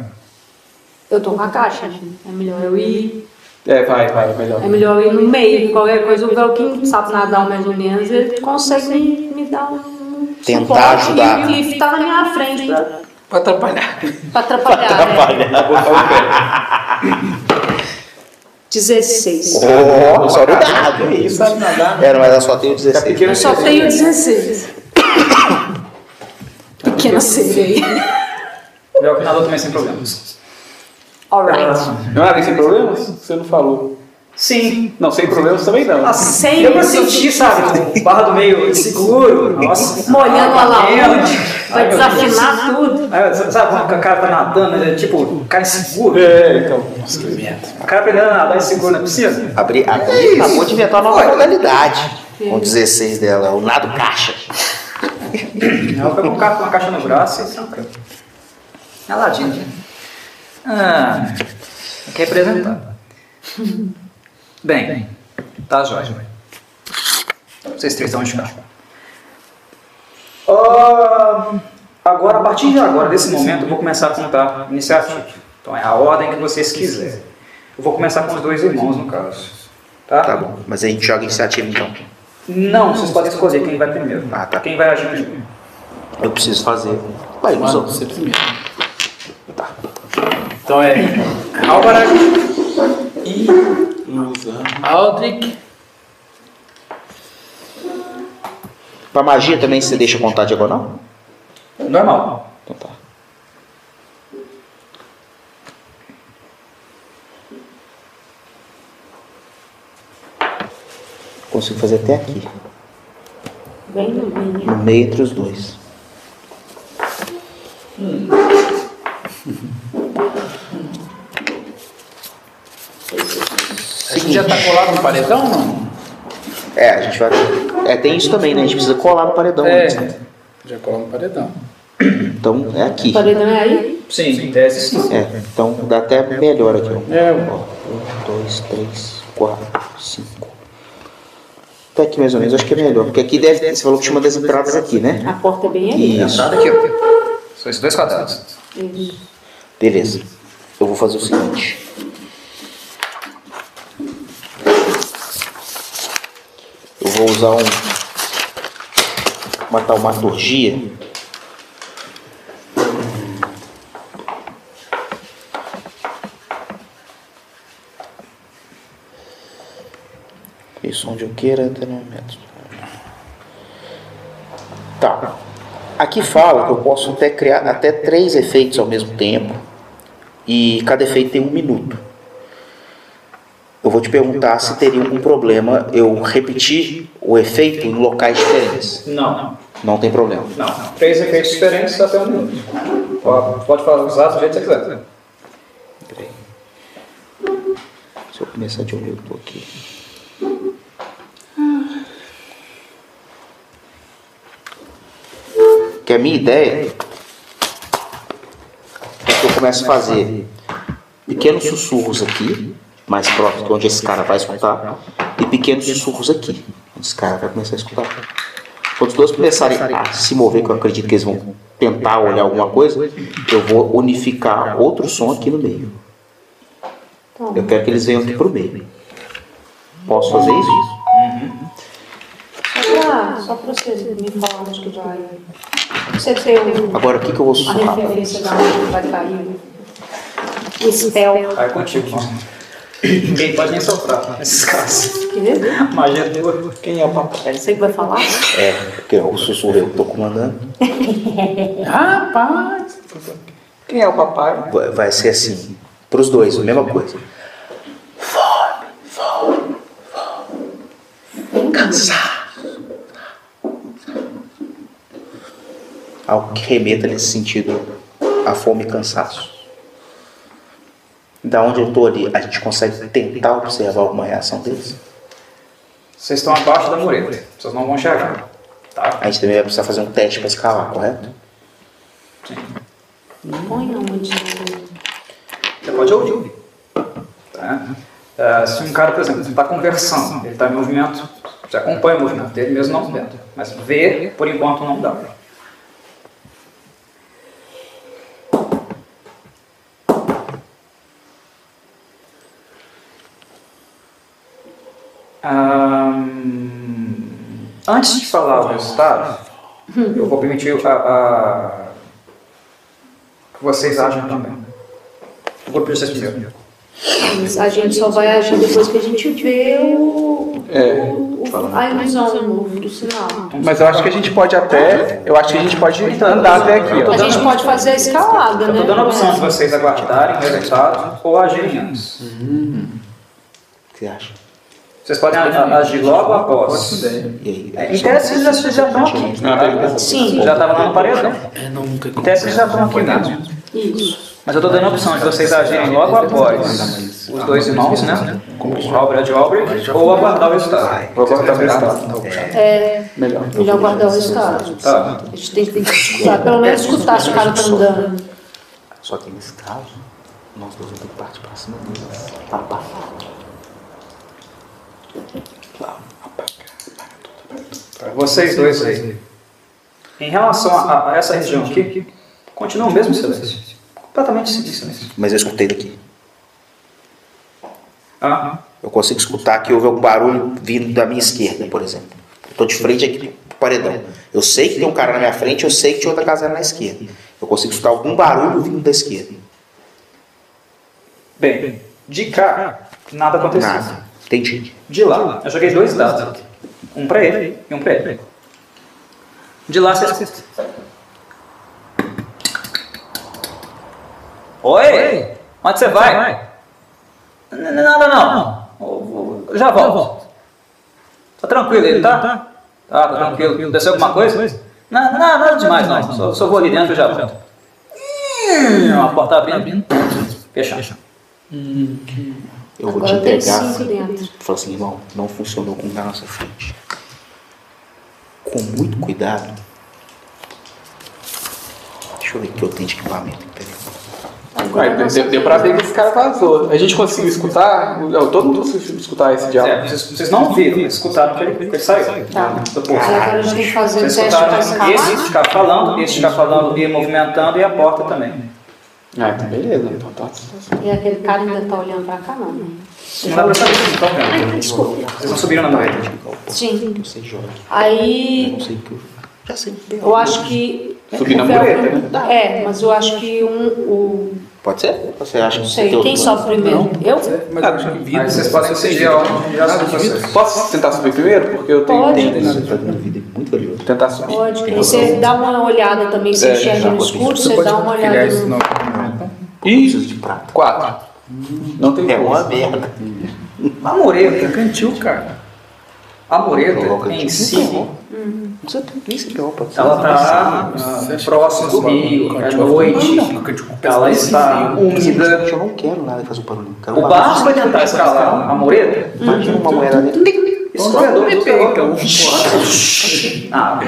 Speaker 6: eu tô com a caixa, né? É melhor eu ir.
Speaker 4: É, vai, vai, melhor.
Speaker 6: É melhor eu ir no meio. Qualquer coisa, o Velkin sabe nadar mais ou menos, ele consegue me, me dar um.
Speaker 2: Tentar
Speaker 6: suporte
Speaker 2: ajudar.
Speaker 6: E o Cliff tá na minha frente pra,
Speaker 4: Pra atrapalhar.
Speaker 6: pra atrapalhar. né?
Speaker 2: Atrapalhar.
Speaker 5: 16.
Speaker 2: Oh, só no dado.
Speaker 4: Isso sabe nadar.
Speaker 2: Era, mas eu só tenho
Speaker 4: Tá
Speaker 2: 16.
Speaker 4: pequeno
Speaker 6: Eu só
Speaker 4: assim.
Speaker 6: tenho 16. Pequena sereia.
Speaker 1: O Velvin nadou também sem problemas.
Speaker 6: Alright.
Speaker 4: Não era sem problemas? Você não falou.
Speaker 1: Sim.
Speaker 4: Não, sem problemas também não.
Speaker 1: Nossa,
Speaker 6: Sem-
Speaker 1: eu pra sentir, sabe? O barra do meio seguro. Nossa.
Speaker 6: Molhando a
Speaker 1: Ai,
Speaker 6: laúde. Vai
Speaker 1: meu Deus.
Speaker 6: desafinar tudo.
Speaker 1: Aí, Sabe quando o cara tá nadando, ele é tipo, o cara inseguro.
Speaker 4: É, então.
Speaker 1: O cara aprendendo a nadar inseguro é na piscina.
Speaker 2: Abri, abri, acabou de inventar uma nova modalidade. Com 16 dela, o nado caixa.
Speaker 1: Ela foi com um ca- uma caixa no braço e tranquilo. Aladinho. Ah, tem que representar. Bem, tá jóia. Vocês três estão de cá. Ah, agora, a partir de agora, desse momento, eu vou começar a contar iniciativa. Então é a ordem que vocês quiserem. Eu vou começar com os dois irmãos, no caso. Tá?
Speaker 2: Tá bom, mas a gente joga iniciativa então.
Speaker 1: Não, vocês podem escolher quem vai primeiro.
Speaker 2: Ah, tá.
Speaker 1: Quem vai agir primeiro.
Speaker 2: Eu preciso fazer. Vai,
Speaker 3: Mano,
Speaker 2: ilusão.
Speaker 3: você primeiro.
Speaker 4: Então é Álvaro e
Speaker 3: Aldrich.
Speaker 2: Pra magia também você deixa contar diagonal?
Speaker 1: Normal.
Speaker 2: Então tá. Consigo fazer até aqui.
Speaker 6: Bem no meio.
Speaker 2: No meio entre os dois.
Speaker 3: A gente já tá colado no paredão, não?
Speaker 2: É, a gente vai. É, tem isso também, né? A gente precisa colar no paredão.
Speaker 3: É.
Speaker 2: antes. né?
Speaker 3: Já colado no paredão.
Speaker 2: Então é aqui.
Speaker 6: Paredão é aí?
Speaker 1: Sim, em tese sim.
Speaker 2: É, então dá até melhor aqui. Ó.
Speaker 3: É,
Speaker 2: Ó, um, dois, três, quatro, cinco. Até aqui mais ou menos, acho que é melhor. Porque aqui deve ter, você falou que tinha uma das entradas aqui, né?
Speaker 6: A porta é bem aí?
Speaker 2: Isso.
Speaker 1: Nada aqui, ó. São esses dois quadrados.
Speaker 2: Beleza. Eu vou fazer o seguinte. Eu vou usar um. Uma taumaturgia. Isso onde eu queira, até no momento. Tá. Aqui fala que eu posso até criar até três efeitos ao mesmo tempo. E cada efeito tem um minuto. Eu vou te perguntar se teria algum problema eu repetir o efeito em locais diferentes.
Speaker 1: Não,
Speaker 2: Não tem problema.
Speaker 1: não, não. Três efeitos diferentes até um minuto. Pode, pode falar, usar do jeito que você quiser.
Speaker 2: Peraí. Se eu começar de onde eu tô aqui. Que a minha ideia é que eu comece a fazer pequenos sussurros aqui, mais próximo de onde esse cara vai escutar, e pequenos sussurros aqui, onde esse cara vai começar a escutar. Quando os dois começarem a se mover, que eu acredito que eles vão tentar olhar alguma coisa, eu vou unificar outro som aqui no meio. Eu quero que eles venham aqui pro meio. Posso fazer isso?
Speaker 6: Agora
Speaker 5: Ah, só para vocês me falar onde que vai. Você tem um,
Speaker 2: Agora, o que, que eu vou
Speaker 5: a
Speaker 2: sussurrar?
Speaker 5: referência da onde que vai cair. O spell.
Speaker 1: Vai é contigo.
Speaker 4: Ninguém pode nem soprar.
Speaker 1: Nesse caso.
Speaker 5: Quer
Speaker 1: Magia Deus, tá? quem é o papai?
Speaker 5: Você que vai falar?
Speaker 2: É, porque o sussurro eu tô comandando.
Speaker 1: Rapaz! Quem é o papai?
Speaker 2: Vai, vai ser assim, pros dois, a mesma coisa. Algo que remeta nesse sentido a fome e cansaço. Da onde eu tô ali, a gente consegue tentar observar alguma reação deles?
Speaker 1: Vocês estão abaixo da mureta. Vocês não vão chegar. Tá?
Speaker 2: A gente também vai precisar fazer um teste pra escalar, correto?
Speaker 5: Põe aonde?
Speaker 1: Você pode ouvir. Tá? Ah, se um cara, por exemplo, está conversando, ele está em movimento, você acompanha o movimento dele, mesmo não vendo. Mas ver, por enquanto, não dá. Ahn, Ah, antes de falar o resultado, eu vou permitir a, a, que vocês ajam também. Eu vou pedir vocês primeiro.
Speaker 5: Mas a gente só vai agir depois que a gente vê o, o- a ilusão o- do sinal.
Speaker 4: É, Mas eu acho que a gente pode até. Eu acho que a gente pode andar até aqui,
Speaker 5: A
Speaker 4: ó.
Speaker 5: gente pode fazer a escalada,
Speaker 1: Eu
Speaker 5: né?
Speaker 1: tô dando a opção de vocês aguardarem o resultado ou agirem antes.
Speaker 2: O que você acha?
Speaker 1: Vocês podem a- agir logo após.
Speaker 2: E aí?
Speaker 1: É, Em tese, vocês já- vocês já estão aqui. tá?
Speaker 5: Sim.
Speaker 1: Já estavam lá no paredão. Em tese, vocês já estão aqui mesmo.
Speaker 5: Isso.
Speaker 1: Mas eu tô dando a opção de vocês agirem logo após os dois irmãos, né? O Albrecht e o Albrecht, ou aguardar o resultado.
Speaker 4: Vou cortar o estado.
Speaker 5: É,
Speaker 4: Melhor.
Speaker 5: melhor guardar o resultado.
Speaker 1: Tá.
Speaker 5: A gente tem que escutar, pelo menos escutar se o cara tá andando.
Speaker 2: Só que nesse caso, né? nós dois vamos ter que partir pra cima deles. Papá.
Speaker 1: Tá, Vocês dois aí. Em relação a, a essa região aqui, continua o mesmo silêncio. Completamente sim- silêncio.
Speaker 2: Mas eu escutei daqui.
Speaker 1: Ah,
Speaker 2: Eu consigo escutar que houve algum barulho vindo da minha esquerda, por exemplo. Eu tô de frente aqui pro paredão. Eu sei que tem um cara na minha frente, eu sei que tinha outra casa na esquerda. Eu consigo escutar algum barulho vindo da esquerda.
Speaker 1: bem, de cá, nada aconteceu.
Speaker 2: Nada. Entendi.
Speaker 1: De lá, eu joguei dois dados aqui. Um pra ele e um pra ele. De lá, vocês... Oi! Onde você vai? N- Nada não. Eu- eu Já volto. Tá tranquilo ele, tá? Tá, tá tranquilo. Aconteceu alguma coisa? Não, não, nada demais não. Só, só vou ali dentro e já volto. Hum, a porta abrindo. Fechar.
Speaker 2: Eu vou te
Speaker 5: Agora tem
Speaker 2: entregar.
Speaker 5: cinco dentro.
Speaker 2: Falou assim, irmão, não funcionou com o da nossa frente. Com muito cuidado. Deixa eu ver o que eu tenho de equipamento. Peraí.
Speaker 4: Ué, deu, deu pra ver que esse cara vazou. A gente conseguiu escutar. Não, todo mundo conseguiu escutar esse
Speaker 1: É,
Speaker 4: diálogo.
Speaker 1: vocês, vocês não viram, escutaram que ele, que ele saiu.
Speaker 5: Tá.
Speaker 1: Do porco.
Speaker 5: Mas agora a gente tem que fazer o
Speaker 1: Vocês
Speaker 5: teste pra
Speaker 1: escutaram esse
Speaker 5: escalar.
Speaker 1: ficar falando, esse ficar falando e movimentando e a porta também.
Speaker 4: Ah, então beleza. Então tá.
Speaker 5: E aquele cara ainda tá olhando pra cá, não. né?
Speaker 1: Não dá pra saber se vocês estão vendo.
Speaker 5: Desculpa.
Speaker 1: Vocês não subiram na mureta.
Speaker 5: Sim.
Speaker 2: Você joga.
Speaker 5: Aí
Speaker 2: Não sei o que eu. Já sei.
Speaker 5: Eu acho que.
Speaker 4: Subir na
Speaker 5: o Velcro-
Speaker 2: né?
Speaker 4: mureta,
Speaker 5: É, mas eu acho que um. O,
Speaker 2: Pode ser? Você acha que
Speaker 5: não sei,
Speaker 2: tem
Speaker 5: quem
Speaker 2: outro-
Speaker 5: sofre primeiro? Eu?
Speaker 3: Mas eu acho que vida.
Speaker 1: Aí vocês podem decidir a ordem de ação de vocês.
Speaker 4: Posso tentar subir primeiro? Porque eu tenho
Speaker 5: Pode.
Speaker 4: tenho-
Speaker 2: Você tá dando vida muito valioso.
Speaker 4: Tentar subir.
Speaker 5: Pode. E você dá uma olhada também, você
Speaker 4: É,
Speaker 5: enxerga
Speaker 2: já
Speaker 5: no
Speaker 2: botei.
Speaker 5: escuro,
Speaker 2: Você
Speaker 5: você dá uma olhada no.
Speaker 4: E
Speaker 2: Preciso de prata.
Speaker 4: quatro. Não tem
Speaker 2: É uma
Speaker 4: como.
Speaker 2: merda.
Speaker 1: A mureta. Cantil, cara. A mureta
Speaker 2: Coloca
Speaker 1: em
Speaker 2: de-
Speaker 1: si,
Speaker 2: Não precisa ter- nem ser pior, pode ser.
Speaker 1: ela tá ah, próximo do rio, é noite, ela está úmida.
Speaker 2: Eu não quero nada que faça um barulho. Eu quero
Speaker 1: O
Speaker 2: uma-
Speaker 1: barco vai tentar escalar a mureta,
Speaker 2: Imagina uma moeda ali.
Speaker 1: Esse corredor me um pega. Ah,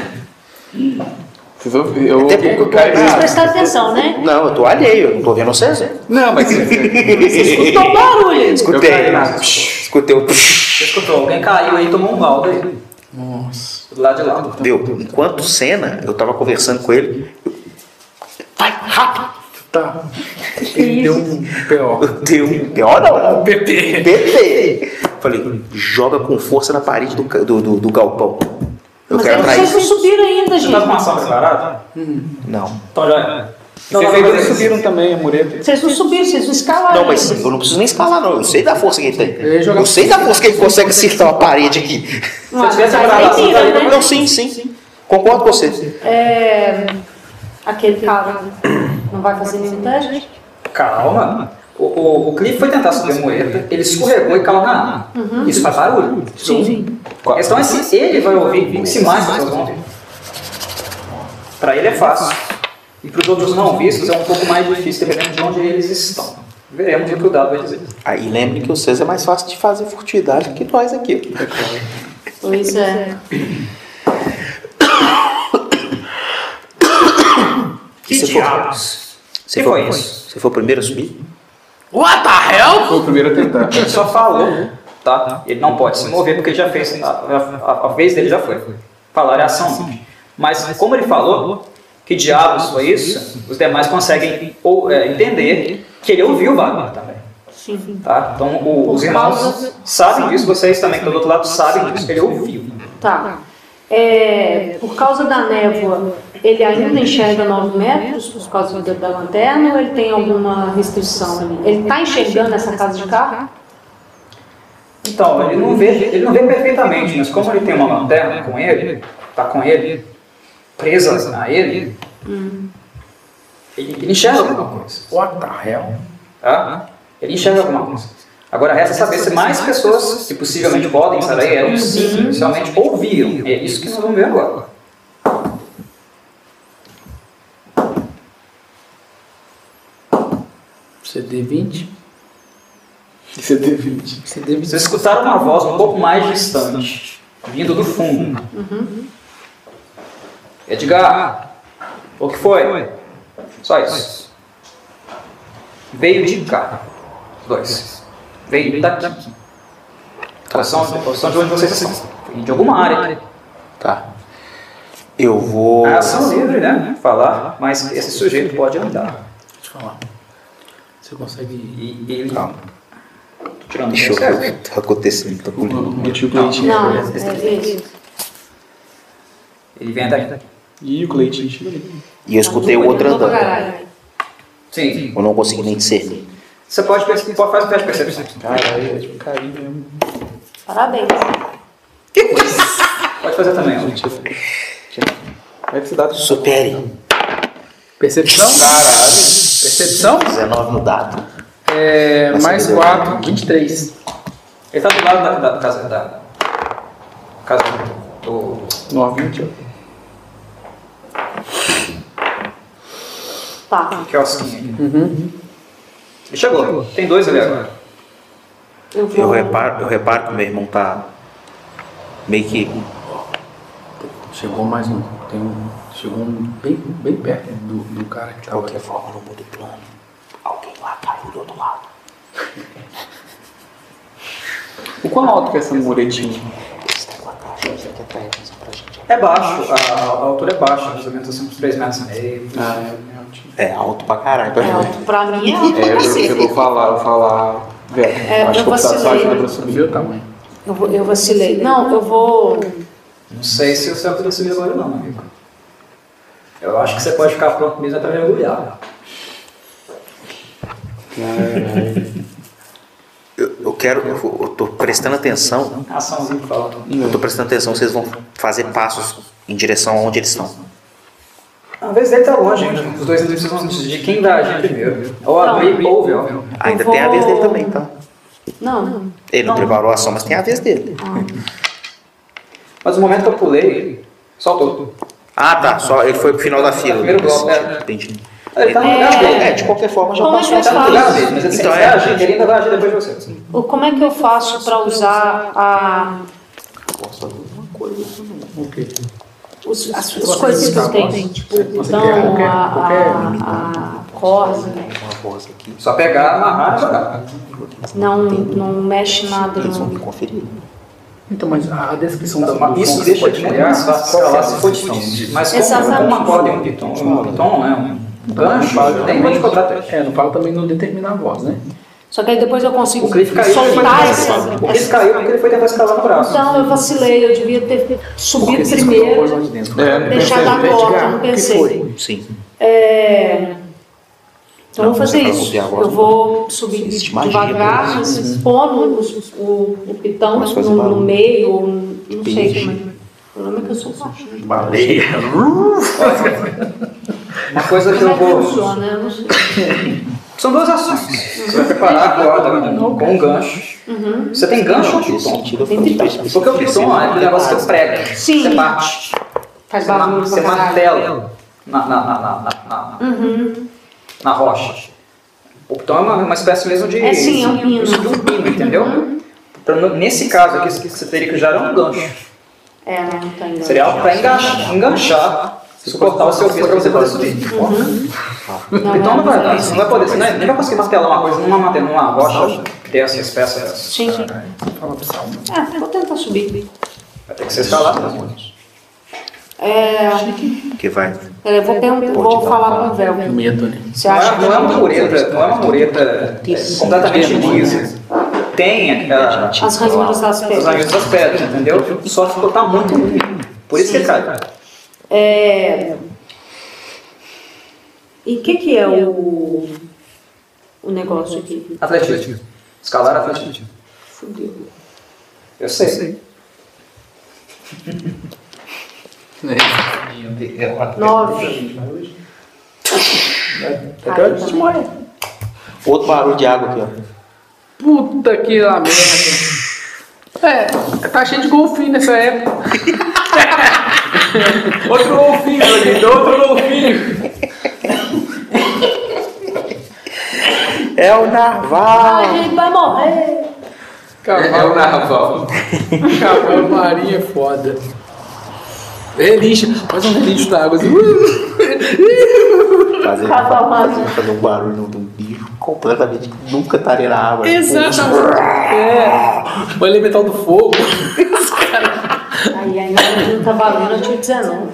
Speaker 4: Vocês ouviram? Eu
Speaker 2: Até
Speaker 4: ouvi
Speaker 2: É pouco
Speaker 4: o cara.
Speaker 5: Vocês prestaram atenção, né?
Speaker 2: Não, eu tô alheio, eu não tô vendo vocês. né?
Speaker 4: Não, mas.
Speaker 5: Escutou o barulho!
Speaker 2: Escutei.
Speaker 1: Eu caí na-
Speaker 2: Escutei o.
Speaker 1: Você escutou? Alguém caiu aí e tomou um balde aí. Nossa. Do lado de lá.
Speaker 2: Deu. Enquanto cena, eu tava conversando com ele. Vai, rápido!
Speaker 3: Tá. Ele deu um P.O.
Speaker 2: Eu dei um. Pior
Speaker 1: Ah,
Speaker 2: não. PT. Falei, joga com força na parede do, ca- do, do, do galpão. Eu
Speaker 5: Mas
Speaker 2: quero
Speaker 5: aí
Speaker 2: atrair.
Speaker 5: vocês não subiram ainda,
Speaker 1: Você tá com
Speaker 5: gente.
Speaker 1: uma ação acelerada?
Speaker 2: Não.
Speaker 1: Então tá já
Speaker 5: Então,
Speaker 4: Vocês ainda
Speaker 5: agora-
Speaker 4: não subiram também é a mureta.
Speaker 5: Vocês não subiram, vocês não escalaram.
Speaker 2: Não, mas
Speaker 5: ainda.
Speaker 2: eu não preciso nem escalar, não. Eu sei da força que ele tem.
Speaker 3: Eu ia jogar-
Speaker 2: Eu sei da força que ele consegue acertar uma parede aqui.
Speaker 5: Não,
Speaker 1: Se tivesse
Speaker 5: mas aí
Speaker 1: parado,
Speaker 5: vira,
Speaker 1: você
Speaker 5: né?
Speaker 2: Não, sim, sim. Concordo com você.
Speaker 5: É, aquele cara não vai fazer nenhum teste?
Speaker 1: Calma. O, o, o Cliff foi tentar subir a moeda, ele escorregou e caiu na água. Isso faz barulho.
Speaker 5: Uhum. Sim.
Speaker 1: A questão é se ele vai ouvir, se mais pessoas vão ouvir. Pra ele é fácil. E pros outros não vistos é um pouco mais difícil, dependendo de onde eles estão. Veremos o que o dado vai dizer.
Speaker 2: Aí lembre que o César é mais fácil de fazer furtividade do que nós aqui.
Speaker 5: Pois é.
Speaker 1: Que
Speaker 2: Você foi-
Speaker 1: diabos?
Speaker 2: Você
Speaker 1: Que
Speaker 2: foi,
Speaker 1: foi isso?
Speaker 2: Você foi o primeiro a subir?
Speaker 4: What the hell? Foi o primeiro a tentar.
Speaker 1: Ele só falou, tá? Ele não pode se mover porque ele já fez, a, a- a vez dele já foi. Falar é ação. Mas como ele falou, que diabos foi isso? Os demais conseguem ou, é, entender que ele ouviu o Wagner também.
Speaker 5: Sim.
Speaker 1: Tá? Então o- os irmãos sabem disso, vocês também que estão do outro lado sabem disso, que ele ouviu.
Speaker 5: Tá. É, por causa da névoa, ele ainda enxerga 9 metros por causa da, da lanterna ou ele tem alguma restrição ali? Ele está enxergando essa casa de carro?
Speaker 1: Então, ele não vê, ele não vê perfeitamente, mas como ele tem uma lanterna com ele, tá com ele, presa a ele, ele, ele enxerga alguma coisa.
Speaker 3: What the hell?
Speaker 1: tá? Ele enxerga alguma coisa. Agora resta saber se mais pessoas, que possivelmente podem estar aí, eram simplesmente ouviram. É isso que nós vamos ver agora.
Speaker 3: CD20.
Speaker 4: CD20.
Speaker 3: CD20.
Speaker 1: Vocês escutaram uma voz um pouco mais distante, vindo do fundo. Uhum. Edgar, o que foi? Só isso. Veio de cá. Dois. Veio daqui. Posição, posição de onde vocês estão. Veio de alguma área.
Speaker 2: Tá. Eu vou.
Speaker 1: É ação livre, né? Falar, mas esse sujeito pode andar.
Speaker 3: Deixa eu falar. Você consegue.
Speaker 1: E ele.
Speaker 2: Calma.
Speaker 1: Tô tirando
Speaker 2: Deixa eu
Speaker 1: isso, é.
Speaker 2: ver o que tá acontecendo. Tô com
Speaker 4: O
Speaker 2: medo.
Speaker 4: motivo Cleitinho.
Speaker 5: Não, é isso.
Speaker 1: Ele vem até aqui.
Speaker 4: Ih, o Cleitinho é tipo chega ali.
Speaker 2: E eu escutei o outro
Speaker 5: Mudou pra
Speaker 2: andando.
Speaker 5: caralho.
Speaker 1: Sim.
Speaker 2: Eu não consegui nem discernir.
Speaker 1: Você pode, perce- pode fazer um teste de percepção.
Speaker 4: Caralho, é tipo cair mesmo.
Speaker 5: Parabéns.
Speaker 1: Pode fazer também. ó.
Speaker 4: Tira. Tira. Vai precisar do
Speaker 2: Supere.
Speaker 3: Percepção? Caralho. Percepção?
Speaker 2: 19 no dado.
Speaker 3: É,
Speaker 2: Essa
Speaker 3: mais
Speaker 2: deu.
Speaker 3: 4, 23.
Speaker 1: Ele tá do lado da, da- da casa. Da, casa do.
Speaker 4: 9, 20.
Speaker 5: Tá.
Speaker 1: quiosquinho ali. Ele Uhum. chegou. Tem dois ali agora.
Speaker 5: Eu vou.
Speaker 2: Eu reparo, eu reparo que meu irmão tá meio que.
Speaker 3: Chegou mais um. Tem um chegou um bem, bem perto do, do cara que
Speaker 2: De
Speaker 3: tava.
Speaker 2: qualquer forma, no mundo plano, alguém lá caiu do outro lado.
Speaker 4: O quão alto que é essa muretinha?
Speaker 1: É baixo, a, a altura é baixa, mais ou menos assim, uns 3 metros e meio.
Speaker 4: Ah, é altinho.
Speaker 2: É alto pra caralho. Pra
Speaker 5: É alto pra mim é alto
Speaker 4: É,
Speaker 5: pra
Speaker 4: eu,
Speaker 5: cacete.
Speaker 4: eu vou falar, eu vou falar. Velho,
Speaker 5: É,
Speaker 4: acho
Speaker 5: eu
Speaker 4: que eu preciso da
Speaker 5: vacilei.
Speaker 4: ajuda pra
Speaker 3: Você
Speaker 4: subir.
Speaker 3: viu o tamanho?
Speaker 5: Eu, vou- eu vacilei. Não, eu vou.
Speaker 1: Não sei se você vai poder subir agora, não, amigo. Eu acho que você pode ficar pronto mesmo até mergulhar.
Speaker 2: Eu, eu quero. Eu, vou- eu tô prestando atenção.
Speaker 1: Açãozinho que fala.
Speaker 2: Eu tô prestando atenção vocês vão fazer passos em direção aonde eles estão.
Speaker 1: Às vezes deve estar tá longe ainda. Os dois ainda precisam decidir quem dá a gente primeiro. Ou a Gui ou o Vel.
Speaker 2: Ainda
Speaker 5: Eu
Speaker 2: tem a vez dele
Speaker 5: vou-
Speaker 2: também, tá?
Speaker 5: Não.
Speaker 2: Ele não preparou a ação, mas tem a vez dele.
Speaker 1: Mas no momento que eu pulei, soltou.
Speaker 2: Ah, tá. Só ele foi pro final da fila.
Speaker 1: Primeiro golpe, é.
Speaker 2: Entendi.
Speaker 1: Ele tá no lugar dele.
Speaker 2: É, de qualquer forma já
Speaker 5: Como é
Speaker 2: passou.
Speaker 5: que eu
Speaker 1: Ele tá no lugar
Speaker 5: faço?
Speaker 1: dele, mas assim,
Speaker 2: Então
Speaker 1: ele
Speaker 2: é.
Speaker 1: vai agir, ele ainda vai agir depois de você. assim.
Speaker 5: O- Como é que eu faço pra usar a,
Speaker 3: O quê?
Speaker 5: os- as, as coisas que eu tenho? Tipo, o dão, a, a, a corda.
Speaker 2: Uma voz aqui.
Speaker 1: Só pegar, amarrar e jogar.
Speaker 5: Não, não mexe nada.
Speaker 2: Eles vão
Speaker 5: Não.
Speaker 2: me conferir.
Speaker 3: Então, mas a descrição
Speaker 4: Tá
Speaker 3: da
Speaker 1: Mas Isso deixa muito mais fácil pra lá se for difícil. Mas como
Speaker 5: Exatamente.
Speaker 1: como uma corda e um piton, um piton, né? Um gancho, tem onde cobrar até.
Speaker 3: É, não fala também não determinar a voz, né?
Speaker 5: Só que aí depois eu consigo
Speaker 1: O Cliff caiu porque ele foi
Speaker 5: soltar
Speaker 1: tentar
Speaker 5: esse.
Speaker 1: escalar. O Cliff caiu porque ele foi tentar escalar no braço.
Speaker 5: Então eu vacilei, eu devia ter subido primeiro,
Speaker 4: É.
Speaker 5: deixar dar corda, não pensei.
Speaker 2: Sim.
Speaker 5: É, Então eu
Speaker 2: Não,
Speaker 5: vou fazer
Speaker 2: você vai
Speaker 5: isso.
Speaker 2: copiar
Speaker 1: tá
Speaker 2: agora.
Speaker 5: Eu
Speaker 1: né?
Speaker 5: vou subir
Speaker 2: Existe magia pra
Speaker 5: devagar,
Speaker 2: isso,
Speaker 5: pôr o, o, o pitão
Speaker 2: Mas faz
Speaker 5: no, no
Speaker 2: barulho.
Speaker 5: meio, ou não sei
Speaker 2: Entendi.
Speaker 5: como é. O problema é que eu sou baixo.
Speaker 2: Baleia.
Speaker 1: Uma coisa que
Speaker 5: Como
Speaker 1: eu
Speaker 5: é que
Speaker 1: vou.
Speaker 5: funciona? Eu não sei.
Speaker 1: São duas ações. Você vai preparar a corda com um gancho.
Speaker 5: Uhum.
Speaker 1: Você tem gancho ou piton? tá Porque o piton é aquele negócio que prega.
Speaker 5: Sim.
Speaker 1: Você bate.
Speaker 5: Faz
Speaker 1: Você, ma-
Speaker 5: barulho
Speaker 1: você
Speaker 5: pra caralho. Uhum.
Speaker 1: martela na, na, na, na, na, na- na rocha. O piton é uma, uma espécie mesmo de.
Speaker 5: É, sim, é um pino. Uhum.
Speaker 1: de um pino, entendeu? Pra- no- nesse caso aqui, você teria que usar um gancho.
Speaker 5: É, né? Não tem
Speaker 1: Seria algo pra enganchar, enganchar suportar o seu peso pra você poder subir.
Speaker 5: Uhum.
Speaker 1: Então não vai dar, você não vai poder, você não- é, nem vai conseguir martelar uma coisa numa, mate- numa rocha dessas peças.
Speaker 5: Sim, sim. Ah, vou tentar subir.
Speaker 1: Vai ter que ser escalado.
Speaker 5: É,
Speaker 2: Que vai.
Speaker 5: eu vou, perguntar-
Speaker 1: um
Speaker 5: vou falar com o Velvet.
Speaker 3: Medo, né?
Speaker 5: Você
Speaker 1: Não
Speaker 5: acha
Speaker 1: é,
Speaker 5: que
Speaker 1: não é uma mureta, não é uma mureta é, completamente lisa. Tem aquela,
Speaker 5: as ranhuras das
Speaker 1: os
Speaker 5: pedras?
Speaker 1: arranhos das pedras, entendeu? Só ficou tá muito úmido. Por isso que cai.
Speaker 5: É,
Speaker 7: E o que, que é o.
Speaker 5: o negócio aqui.
Speaker 1: Atletismo. Escalar atletismo.
Speaker 5: Fudeu.
Speaker 1: Eu sei.
Speaker 5: Nove. Aí também.
Speaker 2: Outro barulho de água aqui, ó.
Speaker 3: Puta que lá merda. É, tá cheio de golfinho nessa época.
Speaker 4: Outro golfinho, ele deu outro golfinho.
Speaker 2: É o narval.
Speaker 5: A gente vai morrer.
Speaker 4: É o
Speaker 3: Cavalo,
Speaker 4: narval.
Speaker 3: cavalo marinho é foda. Relincha, faz um relincho na água assim.
Speaker 2: Fazer,
Speaker 5: Cavalo marinho.
Speaker 2: fazer um barulho de um bicho completamente que nunca estaria na água.
Speaker 3: É, o elemental do fogo.
Speaker 5: Aí ainda não tá valendo, eu tinha 19.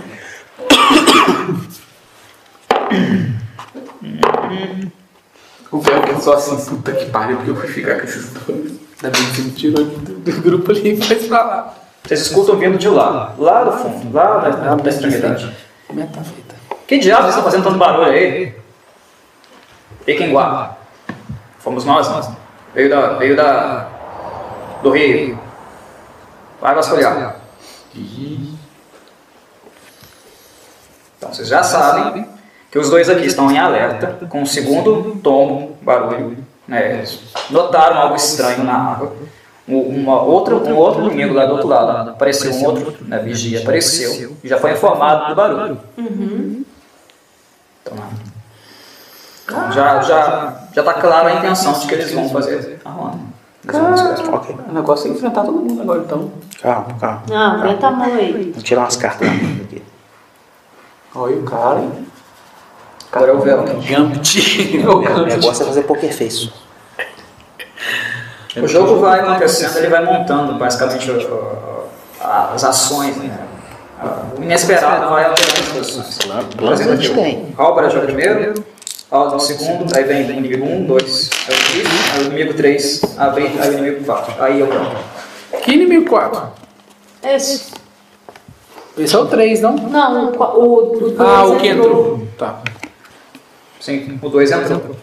Speaker 4: O Velker só assim, puta que pariu, porque eu fui ficar com esses dois.
Speaker 3: Ainda bem que me tirou do, do grupo ali e faz pra lá.
Speaker 1: Vocês escutam vindo de lá. Lá do fundo, lá da,
Speaker 3: é
Speaker 1: da, da extremidade.
Speaker 3: tá Como é que tá feita?
Speaker 1: Que diabo vocês estão fazendo tanto barulho aí? Fiquem guarda. Fomos nós, nós. Veio da. Veio da. Do rio. Vai vasculhar. Então vocês já sabem que os dois aqui estão em alerta, com o segundo tombo, barulho. né? Notaram algo estranho na água. Um, uma outra, um outro inimigo lá do outro lado apareceu, um outro né, vigia apareceu e já foi informado do barulho. Então, não. Então, já, já, já tá clara a intenção de que eles vão fazer. Tá rolando. Eles vão descascar.
Speaker 2: Ok.
Speaker 4: O negócio é enfrentar todo mundo agora, então.
Speaker 2: Calma, calma.
Speaker 5: Ah, aguenta a mão aí.
Speaker 2: Vamos tirar umas cartas da manga aqui.
Speaker 4: Olha o cara, hein?
Speaker 1: Agora é o Velcro.
Speaker 3: Gambit.
Speaker 2: O negócio é fazer poker face.
Speaker 1: O jogo vai acontecendo, ele vai montando basicamente o- o- as ações, né? O inesperado vai alterando as posições.
Speaker 2: Plano a gente tem.
Speaker 1: Álvaro joga primeiro, Aldo no segundo, aí vem o inimigo 1, 2, aí o inimigo, aí o inimigo 3, aí vem aí o inimigo 4. Aí eu
Speaker 3: Que inimigo 4?
Speaker 5: Esse.
Speaker 3: Esse é o 3, não?
Speaker 5: Não, o. qua- o, o dois
Speaker 3: Ah, o que
Speaker 5: entrou.
Speaker 3: entrou. Tá.
Speaker 1: Sim, o 2 entrou.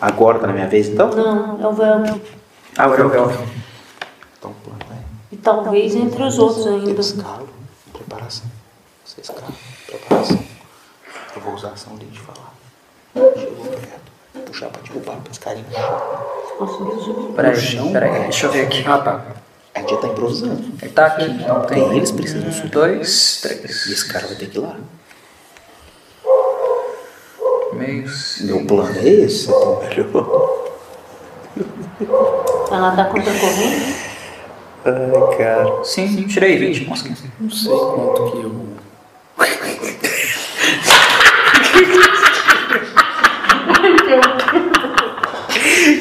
Speaker 2: Agora tá na minha vez, então?
Speaker 5: Não, é o Velvet.
Speaker 1: Agora é o Velcro.
Speaker 2: Então, plano é.
Speaker 5: E talvez entre os outros ainda.
Speaker 2: Escalo, preparação. Você escala, preparação. Eu vou usar a ação dele de falar. Chegou perto. Puxar pra derrubar, pra esse carinha.
Speaker 5: Conseguiu subir.
Speaker 1: Peraí, peraí, deixa eu ver aqui.
Speaker 3: Ah, tá.
Speaker 2: A gente tá improvisando.
Speaker 1: Ele tá aqui, então tem
Speaker 2: Eles precisam subir.
Speaker 1: dois,
Speaker 2: E
Speaker 1: três,
Speaker 2: esse cara vai ter que ir lá.
Speaker 1: meios.
Speaker 2: Meu plano é esse, então, melhor.
Speaker 5: Ela tá contra a corrente?
Speaker 2: Ai, cara.
Speaker 1: Sim, sim, tirei 20, consegui.
Speaker 3: Não sei quanto que eu.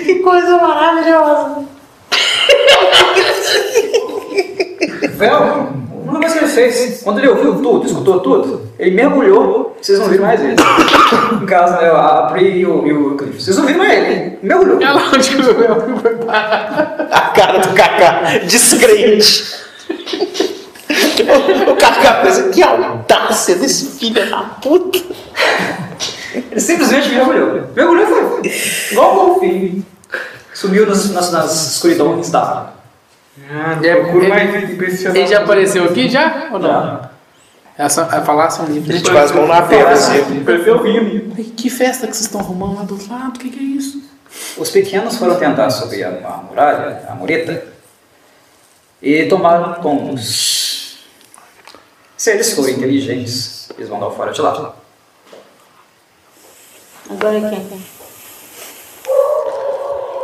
Speaker 5: Que coisa maravilhosa!
Speaker 1: É, um- Velcro, uma coisa que ele fez, quando ele ouviu tudo, escutou tudo, ele mergulhou, Vocês não viram mais ele. No caso, né, a Pri e o, e o Cliff. Vocês não viram mais ele, hein? Meu grupo.
Speaker 3: Olha lá onde que o meu foi parar.
Speaker 2: A cara do Kaká, descrente. o Kaká pensa, que audácia desse filho da puta.
Speaker 1: Ele simplesmente mergulhou. Mergulhou e foi. foi. Igual um golfinho. Sumiu nas, nas, nas escuridões da água.
Speaker 8: Procura mais impressionante.
Speaker 3: Ele já apareceu aqui já? Ou não? É só- é falar são
Speaker 2: Ele
Speaker 3: livres.
Speaker 2: te faz mão na perna, assim.
Speaker 8: Pareceu o Vini.
Speaker 3: Ai, Que festa que vocês estão arrumando lá do outro lado? O que, que é isso?
Speaker 1: Os pequenos foram tentar subir a, a muralha, a mureta, e tomaram tombos. Se eles forem inteligentes, eles vão dar o fora de lá.
Speaker 5: Agora é quem?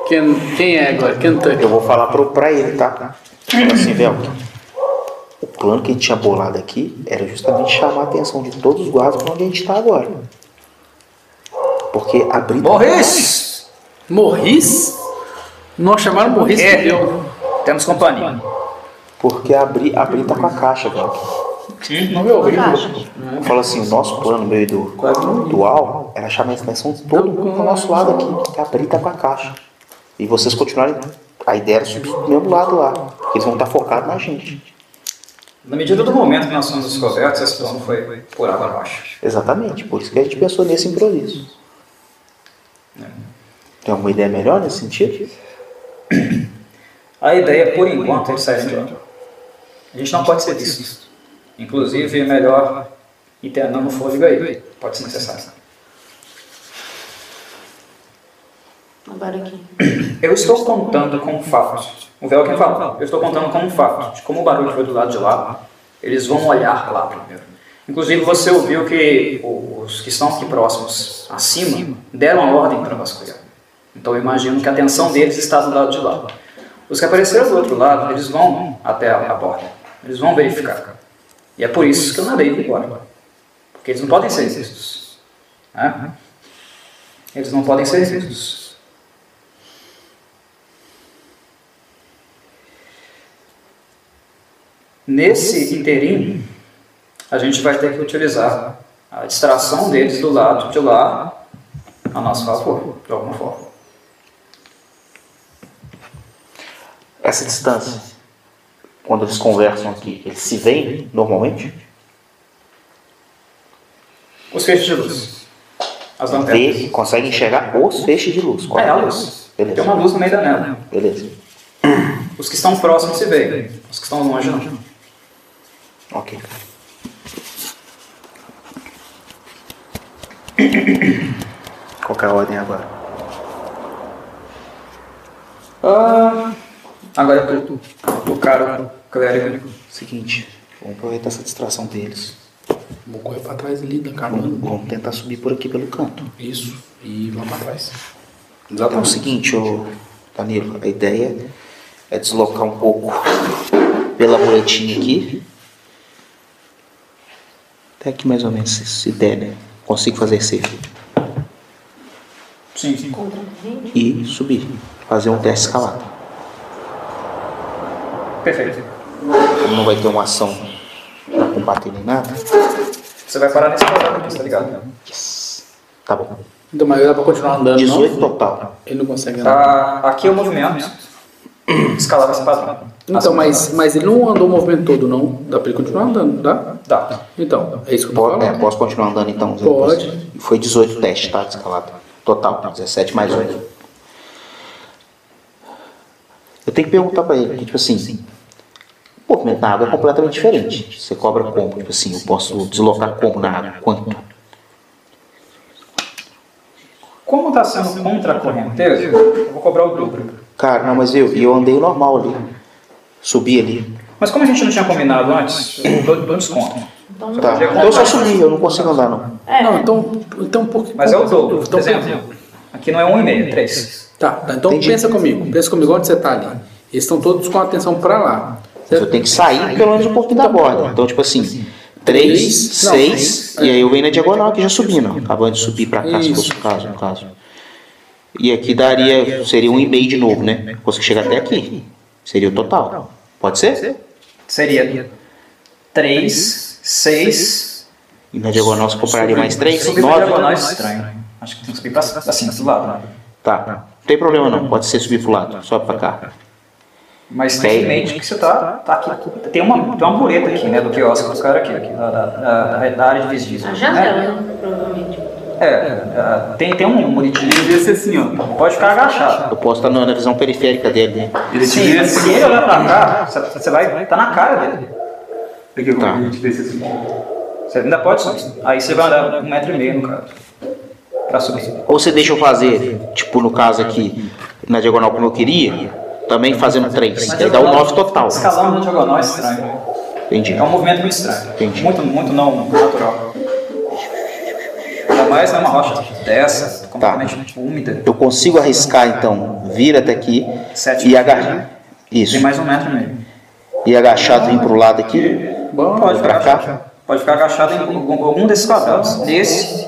Speaker 3: Quem, quem é agora? Kentucky.
Speaker 2: Eu vou falar pro, pra ele, tá? Fala assim, Velk. O plano que a gente tinha bolado aqui era justamente chamar a atenção de todos os guardas pra onde a gente tá agora. Porque abrir. tá
Speaker 1: Morris!
Speaker 3: Morris? Nós chamaram Morris
Speaker 1: É.
Speaker 3: que deu.
Speaker 1: Temos companhia.
Speaker 2: Porque abrir, abrir tá com a caixa, Velk.
Speaker 3: Não me ouviu.
Speaker 2: Fala assim, o nosso plano, é meu e do, do Al, era chamar a atenção de todo mundo pro nosso lado aqui, que a Pri tá com a caixa. E vocês continuarem, né? a ideia era subir do mesmo lado lá, porque eles vão estar focados na gente.
Speaker 1: Na medida do momento que nós fomos descobertos, a situação foi por água abaixo.
Speaker 2: Exatamente, por isso que a gente pensou nesse improviso. Tem alguma ideia melhor nesse sentido?
Speaker 1: A ideia, por enquanto, é sair de lá. A gente não pode ser visto. Inclusive, é melhor internar no fôlego aí. Pode ser necessário.
Speaker 5: Agora quem?
Speaker 1: Eu estou contando com um fato. O véu quem fala. Eu estou contando com um fato. De como o barulho foi do lado de lá, eles vão olhar lá primeiro. Inclusive, você ouviu que o- os que estão aqui próximos, acima, deram a ordem para vasculhar. Então, eu imagino que a atenção deles está do lado de lá. Os que apareceram do outro lado, eles vão até a a borda. Eles vão verificar. E é por isso que eu nadei embora. Porque eles não podem ser vistos. né? Eles não podem ser vistos. Nesse interim, a gente vai ter que utilizar a distração deles do lado de lá a nosso favor, de alguma forma.
Speaker 2: Essa distância, quando eles conversam aqui, eles se veem normalmente?
Speaker 1: Os feixes de luz. As
Speaker 2: Vê,
Speaker 1: lanternas.
Speaker 2: conseguem enxergar os feixes de luz.
Speaker 1: É
Speaker 2: correto?
Speaker 1: a luz. Tem uma
Speaker 2: Beleza,
Speaker 1: luz no meio da nela.
Speaker 2: beleza.
Speaker 1: Os que estão próximos se veem, os que estão longe não.
Speaker 2: Ok. Qual que é a ordem agora?
Speaker 1: Ah, agora é tu. O cara, o clérigo.
Speaker 2: Seguinte, vamos aproveitar essa distração deles.
Speaker 3: Vou correr pra trás ali da
Speaker 2: Vamos,
Speaker 3: carona.
Speaker 2: vamos tentar subir por aqui pelo canto.
Speaker 3: Isso. E lá pra trás.
Speaker 2: Então é o seguinte, ô Danilo, a ideia é deslocar um pouco pela muretinha aqui. Até aqui mais ou menos, se- se der, né? Consigo fazer esse efeito.
Speaker 1: Sim, sim.
Speaker 2: E subir. Fazer um teste escalado.
Speaker 1: Perfeito.
Speaker 2: Ele não vai ter uma ação pra combater nem nada.
Speaker 1: Você vai parar nesse quadrado aqui, tá ligado?
Speaker 2: Tá bom.
Speaker 3: Então, mas dá pra continuar andando,
Speaker 2: 18
Speaker 3: não?
Speaker 2: total.
Speaker 3: Ele não consegue andar.
Speaker 1: Tá, aqui é o movimento. Escalar esse Assim, tá. padrão.
Speaker 3: Então, mas, mas ele não andou o movimento todo, não. Dá pra ele continuar andando, dá?
Speaker 1: Dá.
Speaker 3: Então, é isso que eu tô
Speaker 2: Po- é,
Speaker 3: falando.
Speaker 2: posso continuar andando então? Zé?
Speaker 3: Pode.
Speaker 2: Foi 18 testes, tá? de Escalada. Total, 17 mais um. 8. Eu tenho que perguntar pra ele, porque, tipo assim, o movimento na água é completamente diferente. Você cobra como? Tipo assim, eu posso deslocar como na água? Quanto?
Speaker 1: Como está Tá sendo contra a correnteza, eu vou cobrar o dobro.
Speaker 2: Cara, não, mas eu, e eu andei normal ali. Subi ali.
Speaker 1: Mas como a gente não tinha combinado antes, eu dou, dou desconto.
Speaker 2: Tá. Então eu só subi, eu não consigo andar não.
Speaker 6: É,
Speaker 5: É.
Speaker 3: Não, então, então por que.
Speaker 1: Mas é o dobro. Por
Speaker 3: Então,
Speaker 1: exemplo, aqui não é 1,5, é 3.
Speaker 3: Tá, tá, então
Speaker 2: Entendi.
Speaker 3: pensa comigo. Pensa comigo onde você tá ali. Eles estão todos com a atenção pra lá.
Speaker 2: Mas eu tenho que sair pelo menos um pouquinho da borda. Então, tipo assim, 3,
Speaker 3: Três, não,
Speaker 2: 6, e aí eu venho na diagonal aqui já subindo. Acabando de subir pra cá, se fosse o caso, no caso. E aqui daria, seria um e meio de novo, né? Consegui chegar até aqui. Seria o total. Pode ser?
Speaker 1: Seria 3, 6
Speaker 2: E na diagonal você compraria mais três?
Speaker 1: Subir pra
Speaker 2: Nove?
Speaker 1: diagonal é estranho. Acho que tem que subir pra, pra cima, do lado. né?
Speaker 2: Tá. Não tem problema não. Pode ser subir pro lado. Sobe pra cá.
Speaker 1: Mas
Speaker 2: Tem.
Speaker 1: tem mente que você tá, tá aqui. Tem uma, tem uma mureta aqui, né? Do quiosque dos caras aqui, aqui, da, da, da- da área de vestígio.
Speaker 5: Tá
Speaker 6: A
Speaker 1: né?
Speaker 6: janela, né? provavelmente.
Speaker 1: É, é, tem, tem um muritinho.
Speaker 4: Devia ser assim, ó.
Speaker 1: Pode ficar agachado.
Speaker 2: Eu posso estar na na visão periférica dele, né?
Speaker 4: Ele te
Speaker 1: Sim,
Speaker 4: vê
Speaker 1: mas se
Speaker 4: assim.
Speaker 1: ele olhar pra cá, você- você vai. tá na cara dele.
Speaker 4: Daqui a pouco
Speaker 2: Tá.
Speaker 4: ele te vê assim.
Speaker 1: Você ainda pode subir. Aí você vai andar um metro e meio, no caso. Pra subir.
Speaker 2: Ou você deixa eu fazer, tipo no caso aqui, na diagonal como eu queria, também fazendo três. Aí dá o nove total.
Speaker 1: Escalando na diagonal é estranho.
Speaker 2: Entendi. Então,
Speaker 1: É um movimento muito estranho.
Speaker 2: Entendi.
Speaker 1: Muito, muito não natural. Ainda mais numa rocha dessa,
Speaker 2: Tá.
Speaker 1: completamente úmida.
Speaker 2: Eu consigo arriscar então, vir até aqui
Speaker 1: Sete
Speaker 2: e
Speaker 1: metros,
Speaker 2: agachar.
Speaker 1: né?
Speaker 2: Isso.
Speaker 1: Tem mais um metro e meio.
Speaker 2: E agachado vir pro lado aqui.
Speaker 1: Bom, pode ficar
Speaker 2: pra cá?
Speaker 1: agachado. Pode ficar agachado em algum, algum desses quadrados. Nesse,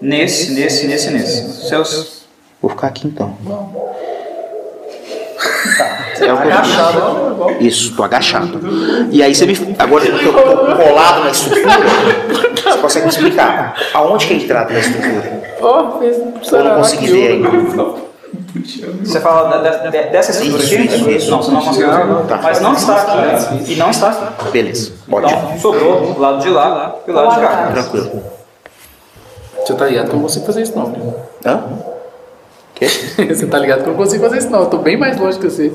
Speaker 1: nesse, nesse, nesse, nesse. Seus.
Speaker 2: Vou ficar aqui então.
Speaker 1: Tá.
Speaker 2: É o que eu
Speaker 1: Agachado.
Speaker 2: Isso, tô agachado. E aí você me. Agora que eu tô colado na estrutura, você consegue me explicar aonde que é a entrada da estrutura?
Speaker 9: Ó, fez um
Speaker 2: Eu não consegui ver ainda.
Speaker 1: Você fala de- de- de- dessa estrutura
Speaker 2: Isso,
Speaker 1: aqui?
Speaker 2: isso, isso.
Speaker 1: Não, você não conseguiu.
Speaker 2: Tá.
Speaker 1: Mas não está aqui. né? E não está aqui.
Speaker 2: Beleza, ótimo.
Speaker 1: Então, sobrou o lado de lá e o lado de cá.
Speaker 2: Tranquilo.
Speaker 9: Você tá
Speaker 3: ah, então
Speaker 9: ligado que eu não consigo fazer isso não, né?
Speaker 2: Hã?
Speaker 9: Você tá ligado que eu não consigo fazer isso não. Eu tô bem mais longe que você.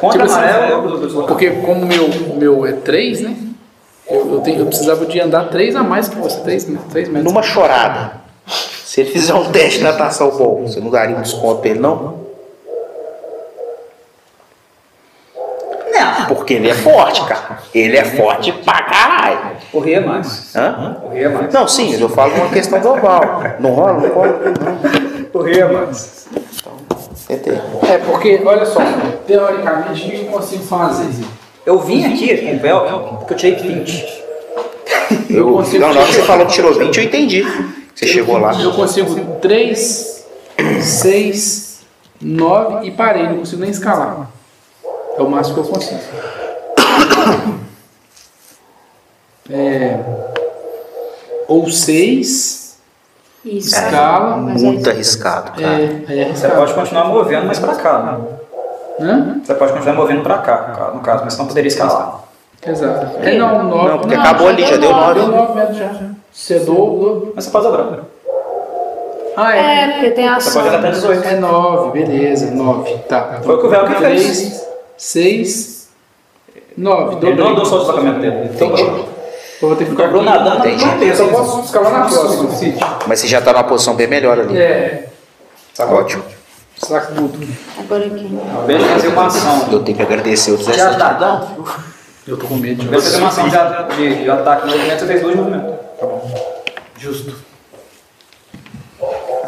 Speaker 1: Contra
Speaker 9: Tipo assim,
Speaker 2: é,
Speaker 1: amarelo,
Speaker 9: Porque como meu, meu é 3, né? Eu, eu, tenho- eu precisava de andar 3 a mais que você, 3, três metros.
Speaker 2: Numa chorada. Se ele fizer um teste de natação bom, você não daria um desconto pra ele, não? Não. Porque ele é forte, cara. Ele é forte pra caralho.
Speaker 1: corria é mais.
Speaker 2: Hã?
Speaker 1: Corria mais.
Speaker 2: Não, sim, eu falo uma questão global. Não rola, não rola.
Speaker 1: Corria mais.
Speaker 2: Tentei.
Speaker 3: É, porque, olha só, teoricamente, o que eu consigo fazer?
Speaker 1: Eu vim aqui com o Bel porque eu tirei 20.
Speaker 2: Eu, não,
Speaker 3: consigo-
Speaker 2: na hora que você falou que tirou 20, eu entendi. Você chegou lá.
Speaker 3: Eu consigo 3, 6, 9 e parei, não consigo nem escalar. É o máximo que eu consigo. É, ou 6,
Speaker 6: Isso.
Speaker 3: escala,
Speaker 6: Mas
Speaker 2: Muito
Speaker 6: aí-
Speaker 2: arriscado,
Speaker 3: é,
Speaker 2: cara.
Speaker 3: é
Speaker 1: Você
Speaker 3: arriscado.
Speaker 1: pode continuar movendo, mas pra cá, né?
Speaker 3: Hã?
Speaker 1: Você pode continuar movendo pra cá, no caso, mas você não poderia escalar.
Speaker 3: Exato. É, não, 9.
Speaker 2: Não, porque acabou ali, já deu
Speaker 6: nove.
Speaker 3: Deu
Speaker 2: 9.
Speaker 3: 9 metros já. já. Você dobrou.
Speaker 1: Mas você pode dobrar.
Speaker 3: Ah, é.
Speaker 6: É, porque tem
Speaker 1: Você
Speaker 6: ação.
Speaker 1: pode até 18.
Speaker 3: É 9, beleza, 9. Tá.
Speaker 1: Foi o que o Velcro fez.
Speaker 3: 6,
Speaker 1: Ele não
Speaker 3: 9. Dobrei.
Speaker 1: andou só o deslocamento dele. Ele dobrou.
Speaker 3: Eu vou ter que ficar
Speaker 1: Dobrou nadando na
Speaker 2: Entendi.
Speaker 1: ponteira.
Speaker 3: Eu só posso escalar na próxima.
Speaker 2: Mas você já tá numa posição bem melhor ali. Tá
Speaker 3: É,
Speaker 2: Ótimo.
Speaker 3: saco tudo.
Speaker 6: Agora aqui.
Speaker 1: Veja fazer uma ação. tá.
Speaker 2: Eu tenho que agradecer o 17.
Speaker 1: atadão?
Speaker 9: Eu tô com medo de
Speaker 1: Veja fazer uma ação de, a- de, de ataque no movimento, você fez dois movimentos.
Speaker 9: Justo.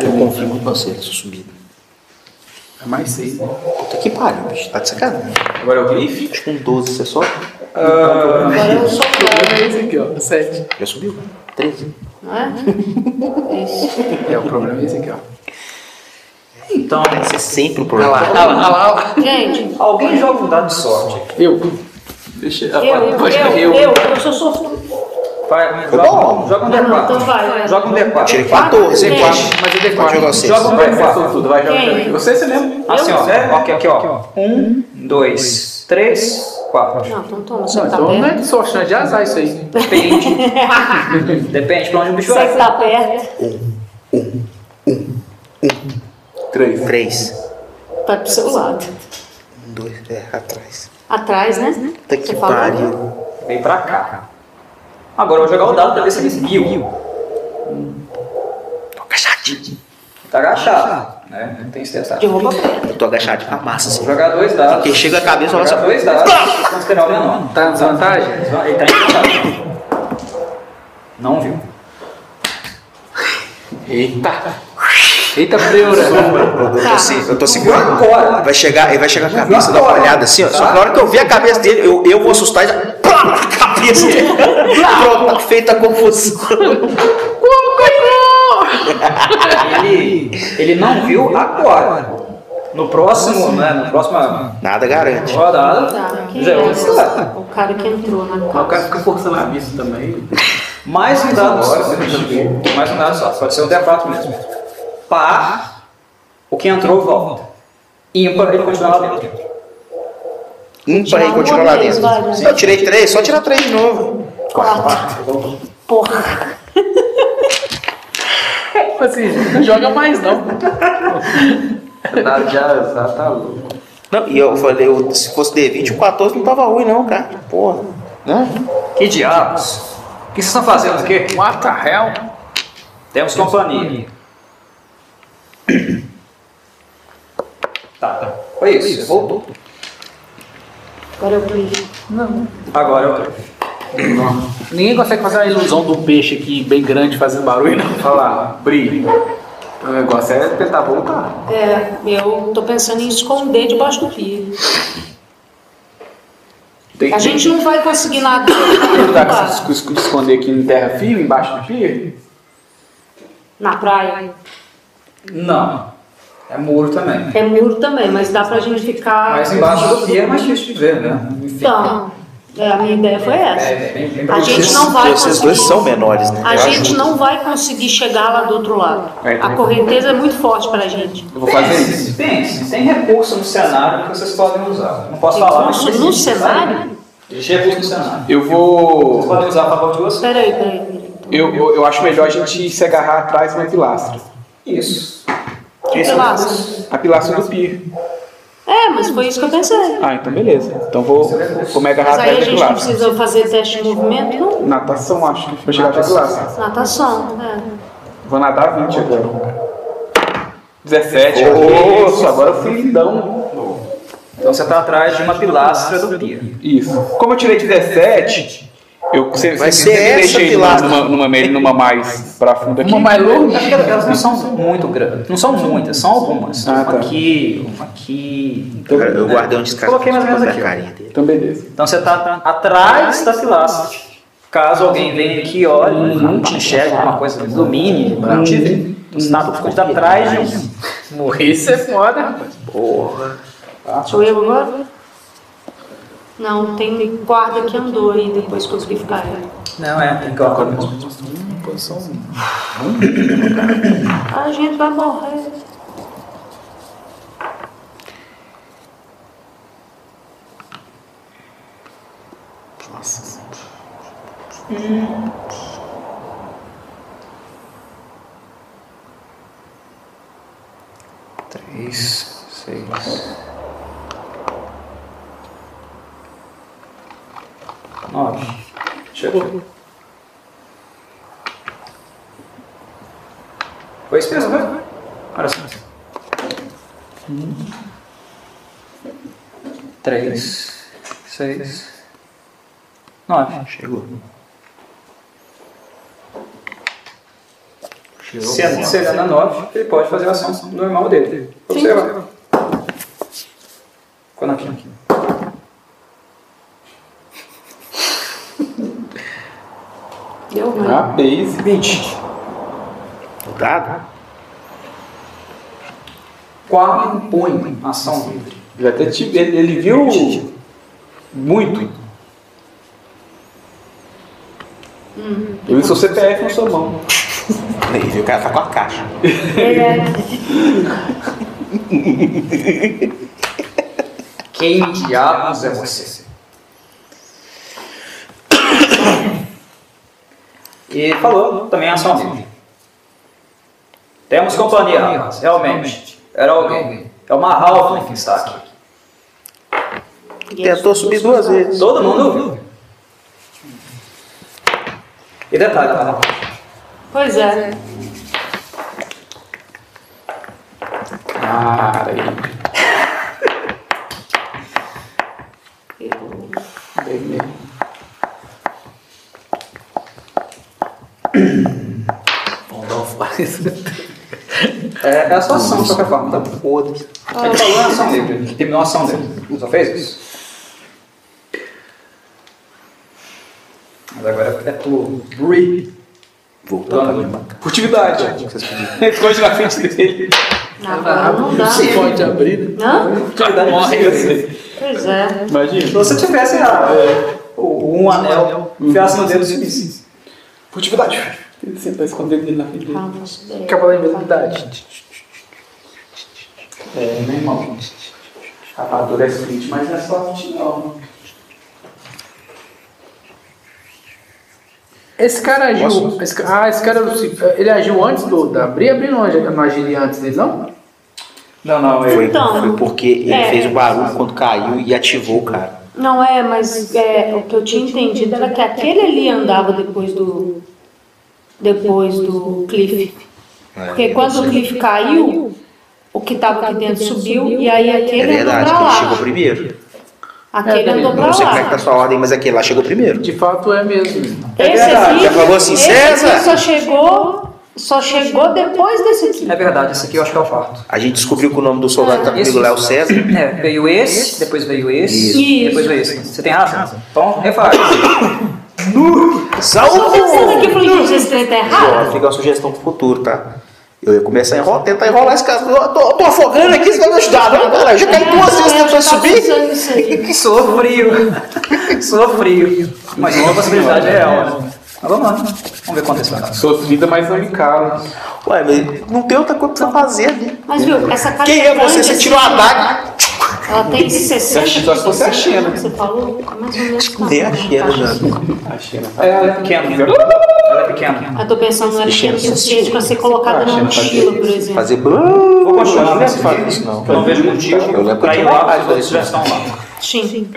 Speaker 2: Eu confio muito você, seu subido.
Speaker 9: É mais 6, né?
Speaker 2: Puta que pariu, bicho. Tá de sacanagem.
Speaker 1: Agora é o Griff.
Speaker 2: Acho que um 12 você sobe.
Speaker 6: Agora eu sou
Speaker 9: É esse aqui, ó. 7.
Speaker 2: Já subiu. 13.
Speaker 6: não é? Isso.
Speaker 9: É, o problema é esse aqui, ó.
Speaker 1: Então,
Speaker 2: Esse é sempre o problema.
Speaker 9: lá, lá, lá.
Speaker 6: Gente,
Speaker 1: alguém joga um dado de sorte.
Speaker 9: Eu. Deixa
Speaker 6: eu, eu, eu, eu, sou sofrido.
Speaker 1: Vai,
Speaker 2: Foi bom.
Speaker 1: joga, joga um
Speaker 6: Não, então
Speaker 1: D4.
Speaker 6: vai, vai.
Speaker 1: Joga um D4.
Speaker 2: Tirei 14,
Speaker 6: Gente.
Speaker 2: é 4.
Speaker 9: Mas eu
Speaker 2: Pode jogar
Speaker 9: decoro.
Speaker 2: o 6.
Speaker 1: Joga um
Speaker 4: Vai, vai,
Speaker 1: D4.
Speaker 4: sortudo, vai,
Speaker 6: Quem?
Speaker 4: joga. Você, você mesmo.
Speaker 1: Assim, ó.
Speaker 6: Eu?
Speaker 1: É, ó, aqui, aqui, ó. Um, dois, três, quatro.
Speaker 6: Não, então toma, você
Speaker 9: Não,
Speaker 6: que tá
Speaker 9: então não
Speaker 6: perto.
Speaker 2: né?
Speaker 9: é
Speaker 3: né,
Speaker 9: de só chance de azar isso aí.
Speaker 5: É.
Speaker 1: Depende. Depende pra onde o bicho é.
Speaker 6: Você que
Speaker 1: vai.
Speaker 6: tá perto.
Speaker 4: Três.
Speaker 1: um
Speaker 2: 3.
Speaker 6: Vai pro seu lado.
Speaker 2: 1, 2, é, atrás.
Speaker 6: Atrás, né?
Speaker 2: Puta que
Speaker 6: Você falou?
Speaker 2: pariu.
Speaker 1: Vem pra cá. Agora eu vou jogar o dado pra ver se ele viu.
Speaker 2: Tô agachadinho.
Speaker 1: Tá agachado. Né? Não tem estressado.
Speaker 6: De roupa preta.
Speaker 2: Eu tô agachadinho pra massa, assim.
Speaker 1: Vou jogar dois dados.
Speaker 2: Porque chega a cabeça e
Speaker 1: Vou
Speaker 2: fala
Speaker 1: jogar
Speaker 2: assim.
Speaker 1: dois dados. com Considerar o menor.
Speaker 9: Tá na desvantagem?
Speaker 1: Ele tá encostado. Não viu.
Speaker 9: Eita. Eita, Breura.
Speaker 2: Eu tô, se- eu tô segurando.
Speaker 1: Agora.
Speaker 2: Vai chegar, ele vai chegar com a cabeça, dá uma olhada assim, ó. Só que na hora que eu ver a cabeça dele, eu, eu vou assustar e já. Pá, na cabeça dele. Pronto, tá feita a confusão.
Speaker 1: Ele, ele não viu agora. No próximo, né? Na próxima
Speaker 2: Nada garante.
Speaker 1: rodada.
Speaker 6: Tá, quem
Speaker 1: Já é
Speaker 6: é
Speaker 1: outro
Speaker 6: esse?
Speaker 1: estado.
Speaker 6: O cara que entrou na
Speaker 4: Mas o cara
Speaker 6: casa.
Speaker 4: fica forçando a vista também.
Speaker 1: Mais um dado só. Mais um dado só. Pode ser o D4 mesmo. Par, o que entrou volta. Ímpar, ele continua lá dentro.
Speaker 2: Um para ele
Speaker 10: Tirar
Speaker 2: continuar
Speaker 10: um
Speaker 2: lá
Speaker 10: deles,
Speaker 2: dentro.
Speaker 10: vai,
Speaker 2: Eu tirei três, só tirar três de novo.
Speaker 10: Quatro. Porra.
Speaker 3: Tipo assim, não joga mais não.
Speaker 4: Tá, já, tá, tá louco.
Speaker 2: Não, e eu falei, eu- se fosse D20, o 14 não tava ruim, não, cara. Porra. Né?
Speaker 1: Que diabos? O que vocês
Speaker 3: Tá,
Speaker 1: estão fazendo aqui?
Speaker 3: What the hell?
Speaker 1: Temos companhia. Tá, tá. Foi isso. Voltou.
Speaker 10: Agora eu brilho.
Speaker 1: Agora é eu quero
Speaker 3: Ninguém consegue fazer a ilusão do peixe aqui bem grande fazendo barulho, não.
Speaker 4: Fala, brilho. O negócio é tentar voltar.
Speaker 5: É,
Speaker 10: Eu tô pensando em esconder debaixo do pio.
Speaker 4: Tem tá
Speaker 5: a gente não vai conseguir nada.
Speaker 4: tentar se se- se esconder aqui em terra firme, embaixo do pier.
Speaker 10: Na praia.
Speaker 1: Não. É muro também.
Speaker 5: É muro também, mas dá pra gente ficar.
Speaker 1: Mas embaixo do pier é mais difícil de ver, né? Enfim.
Speaker 5: Então, é, a minha ideia foi essa.
Speaker 1: É, bem, bem
Speaker 5: A gente
Speaker 2: Vocês-
Speaker 5: não vai
Speaker 2: Vocês
Speaker 5: conseguir.
Speaker 2: dois são menores, né?
Speaker 5: A
Speaker 2: Eu
Speaker 5: gente
Speaker 2: ajudo.
Speaker 5: não vai conseguir chegar lá do outro lado.
Speaker 4: É,
Speaker 5: A
Speaker 4: também.
Speaker 5: correnteza é muito forte pra gente.
Speaker 4: Eu vou
Speaker 3: É.
Speaker 4: fazer isso.
Speaker 1: Pense, pense. Tem recurso no cenário que vocês podem usar. Não posso falar. mas
Speaker 5: Recurso no
Speaker 1: existe, sabe?
Speaker 5: cenário?
Speaker 1: Existe recurso no cenário.
Speaker 4: Eu vou.
Speaker 1: Vocês podem usar a favor de vocês.
Speaker 5: Peraí, peraí. peraí.
Speaker 4: Eu, eu, eu acho melhor a gente se agarrar atrás na pilastra.
Speaker 1: Isso.
Speaker 5: Sei lá. assim.
Speaker 4: A pilastra do pier.
Speaker 5: É, mas foi isso que eu pensei.
Speaker 4: Ah, então beleza. Então vou, vou me agarrar
Speaker 5: Mas aí
Speaker 4: atrás
Speaker 5: a
Speaker 4: da
Speaker 5: gente não
Speaker 4: pilastra.
Speaker 5: precisa fazer teste de movimento, não?
Speaker 4: Natação, acho que vou chegar até a pilastra.
Speaker 5: Natação, é.
Speaker 4: Vou nadar 20 agora. 17. Nossa, agora eu fui lindão.
Speaker 1: Então você está atrás de uma pilastra do pier.
Speaker 4: Isso. Como eu tirei 17, eu você,
Speaker 2: Vai
Speaker 4: você
Speaker 2: ser
Speaker 4: sempre
Speaker 2: essa
Speaker 4: deixei numa,
Speaker 2: pilastra.
Speaker 4: numa, numa, me- numa mais pra fundo aqui.
Speaker 3: Uma mais longe.
Speaker 1: Acho que Elas não são muito grandes. Não são muitas, são algumas.
Speaker 4: Ah,
Speaker 1: Uma
Speaker 4: tá.
Speaker 1: aqui, uma aqui.
Speaker 2: Eu, eu guardei um descargo.
Speaker 1: Coloquei mais ou menos
Speaker 2: pra
Speaker 1: aqui, ó.
Speaker 2: carinha dele.
Speaker 4: Então beleza.
Speaker 1: Então você está atrás da pilastra. Caso alguém venha aqui, olhe, não te enxergue alguma coisa, domine, não te vê. Então você está ficando atrás de um.
Speaker 3: Morrer isso é foda, rapaz.
Speaker 5: Sou eu agora? Não, tem guarda que andou aí depois que eu fui ficar.
Speaker 1: Não, é, tem que colocar mesmo.
Speaker 5: A gente vai morrer.
Speaker 2: Três, seis.
Speaker 1: Nove. Chegou. Foi isso mesmo, né? Olha só. Três. Seis. Nove.
Speaker 2: Chegou.
Speaker 1: Se ele chegar na nove, ele pode fazer a ação normal dele. Observa. Ficou na quina.
Speaker 5: Deu ruim.
Speaker 4: Ah,
Speaker 2: Ah.
Speaker 4: Rapaz, 20.
Speaker 2: Dado?
Speaker 1: Qual impõe ação Uh! livre?
Speaker 4: Já até tive, ele, ele viu muito. Eu vi seu CPF na sua mão.
Speaker 2: Aí, viu? O cara tá com a caixa.
Speaker 5: É.
Speaker 1: Quem diabos é você? E falou também é ação livre. Temos companhia, realmente. Era alguém. É uma Halfling que está aqui.
Speaker 2: Tentou subir duas vezes.
Speaker 1: Todo mundo ouviu. E detalhe, tá?
Speaker 5: Pois é.
Speaker 4: Cara, ele-
Speaker 1: É, é a sua ação, de qualquer forma, tá? Ele falou a ação livre, ele terminou a ação dele. Só fez isso. Mas agora é tu. Bree.
Speaker 2: Voltou pra mim.
Speaker 1: Dando furtividade.
Speaker 4: ele ficou na frente dele.
Speaker 5: Agora não dá.
Speaker 3: Se pode abrir, né?
Speaker 5: Hã?
Speaker 1: Furtividade
Speaker 4: Morre
Speaker 1: possível.
Speaker 4: você.
Speaker 5: Pois é.
Speaker 4: Imagina.
Speaker 1: ah, Se você tivesse a, o, um anel, enfiasse no dedo, você
Speaker 3: Furtividade. Ele sentar escondendo ele na frente dele.
Speaker 11: Calma-se.
Speaker 3: Cavalo de invisibilidade.
Speaker 4: É, meu irmão. A armadura é split, mas não é só 20 não.
Speaker 3: Esse cara agiu. esse ca- ah, esse cara ele agiu antes do, da Bri, a Bri não agi- não agiria antes dele, não?
Speaker 4: Não, não, eu.
Speaker 2: Foi,
Speaker 5: Então,
Speaker 2: foi porque ele
Speaker 5: é.
Speaker 2: fez o barulho quando caiu e ativou o cara.
Speaker 5: Não é, mas é, o que eu tinha entendido era que aquele ali andava depois do. Depois do Cliff.
Speaker 2: né?
Speaker 5: Porque quando o Cliff caiu, o que estava aqui dentro subiu e aí
Speaker 2: É
Speaker 5: aquele andou
Speaker 2: verdade,
Speaker 5: pra
Speaker 2: que ele chegou
Speaker 5: lá.
Speaker 2: primeiro.
Speaker 5: Aquele andou pra
Speaker 2: Não sei como é que tá a
Speaker 5: lá.
Speaker 2: sua ordem, mas aquele lá chegou primeiro.
Speaker 3: De fato é mesmo.
Speaker 5: Esse aqui.
Speaker 2: Já falou assim,
Speaker 5: esse
Speaker 2: César?
Speaker 5: aqui só chegou. Só chegou depois desse aqui.
Speaker 1: É verdade, esse aqui eu acho que é o quarto.
Speaker 2: A gente descobriu que o nome do soldado que tá comigo,
Speaker 1: Esse-
Speaker 2: Léo César.
Speaker 1: É, veio esse, depois veio esse,
Speaker 5: Isso.
Speaker 1: depois veio esse. Você tem razão? Então, refaz.
Speaker 2: É
Speaker 5: Eu
Speaker 2: um
Speaker 5: tô pensando
Speaker 2: Saúde!
Speaker 5: aqui, eu falei, gente, esse trem tá errado.
Speaker 2: Fica uma sugestão pro futuro, tá? Eu ia começar a enrolar, tentar enrolar esse cara. Eu tô, eu tô afogando aqui, você vai me ajudar. Não, não, eu já caí duas vezes
Speaker 5: tá
Speaker 2: tentando subir.
Speaker 5: subir.
Speaker 1: Sofrio. Sofrio. Mas uma possibilidade é real, né? Mas vamos lá. Vamos ver quanto esse vai dar.
Speaker 4: Sofrida, mas não encaro.
Speaker 2: Ué, mas não tem outra coisa pra você fazer ali.
Speaker 5: Mas viu, essa caixa
Speaker 2: Quem é
Speaker 5: grande,
Speaker 2: você? Você
Speaker 5: assim,
Speaker 2: tirou a daga.
Speaker 5: Ela tem 60.
Speaker 4: Só se fosse a China.
Speaker 5: Você falou é mais ou menos. assim, né? Tá.
Speaker 2: Nem é a Xena,
Speaker 5: não.
Speaker 2: não.
Speaker 4: A China.
Speaker 1: Ela é pequena. Ela é pequena.
Speaker 5: Eu tô pensando, não era pequeno o suficiente pra ser colocada numa mochila, por exemplo.
Speaker 2: Fazer.
Speaker 1: Vou continuar
Speaker 2: Não
Speaker 1: nessa
Speaker 2: se faz isso, não.
Speaker 1: Eu não vejo
Speaker 2: Eu
Speaker 1: motivo
Speaker 2: lembro
Speaker 1: pra
Speaker 2: que
Speaker 1: ir
Speaker 2: eu
Speaker 1: lá,
Speaker 2: tinha
Speaker 1: as outras já estão lá.
Speaker 5: Sim.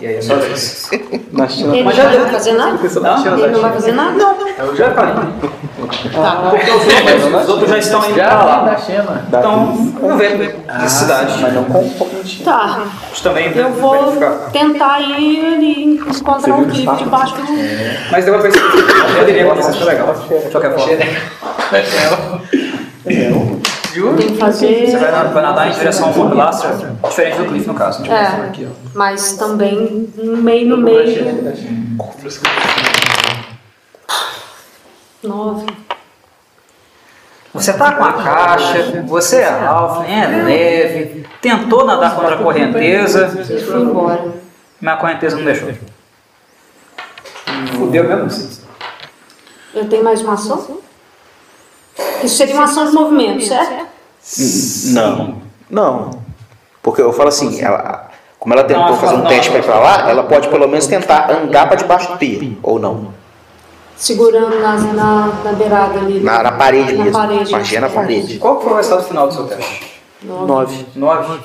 Speaker 1: E aí é só isso.
Speaker 4: Na China.
Speaker 5: Ele
Speaker 1: Mas
Speaker 5: já
Speaker 1: já-
Speaker 5: não vai fazer nada? Ele não vai fazer nada? Não.
Speaker 1: Eu já falei.
Speaker 5: Tá.
Speaker 1: Porque os outros- Tá. os outros já estão indo pra
Speaker 3: Já da
Speaker 1: lá.
Speaker 3: Xena.
Speaker 1: Então, vamos ver a necessidade. Mas não com
Speaker 5: Tá.
Speaker 1: também. é
Speaker 5: Eu vou
Speaker 1: verificar.
Speaker 5: tentar ir ali encontrar um clipe debaixo do.
Speaker 1: Mas deu pra perceber. Eu diria que isso foi legal. De qualquer forma.
Speaker 5: Tem que
Speaker 1: Você vai,
Speaker 5: fazer.
Speaker 1: na- vai nadar em direção ao Mount Blaster, diferente do Cliff no caso.
Speaker 5: É. Mas também no meio, no meio. Nove.
Speaker 1: Você tá com a caixa, você é Ralph, é leve, tentou nadar contra a correnteza,
Speaker 5: E fui embora.
Speaker 1: mas a correnteza não deixou. Fudeu mesmo.
Speaker 5: Eu tenho mais uma ação? Isso seria uma ação de movimento, certo?
Speaker 2: Não. Não. Porque eu falo assim, ela. Como ela tentou
Speaker 1: Não,
Speaker 2: fazer um
Speaker 1: não.
Speaker 2: teste pra ir pra lá, ela pode pelo menos tentar andar pra debaixo do pier, ou não.
Speaker 5: Segurando na, na, na beirada ali.
Speaker 2: Na, na parede
Speaker 5: Na
Speaker 2: mesmo.
Speaker 5: parede.
Speaker 2: Magia na parede.
Speaker 1: Qual foi o resultado final do seu teste?
Speaker 5: Nove.
Speaker 1: Nove.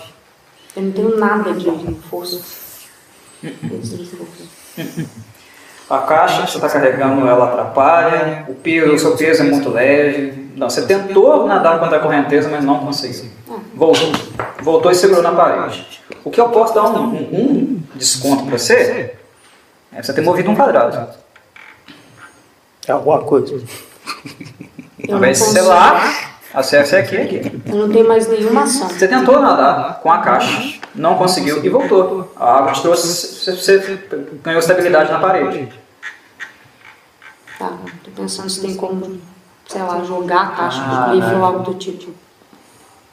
Speaker 5: Eu não tenho nada de força.
Speaker 1: A caixa, você está carregando, ela atrapalha, o, peso, o seu peso é muito leve. Não, você tentou nadar contra a correnteza, mas não conseguiu. Voltou, voltou e segurou na parede. O que eu posso dar um, um- um desconto para você é você ter movido um quadrado.
Speaker 2: É alguma coisa.
Speaker 5: Eu não
Speaker 1: Ao invés de Então, ser
Speaker 5: consigo.
Speaker 1: lá, acesso é aqui, aqui.
Speaker 5: Eu não tenho mais nenhuma ação.
Speaker 1: Você tentou nadar com a caixa, não conseguiu e voltou. A água te trouxe, você, você ganhou estabilidade na parede.
Speaker 5: Tá, tô pensando se tem como, sei lá, jogar a caixa de livro ou algo do tipo.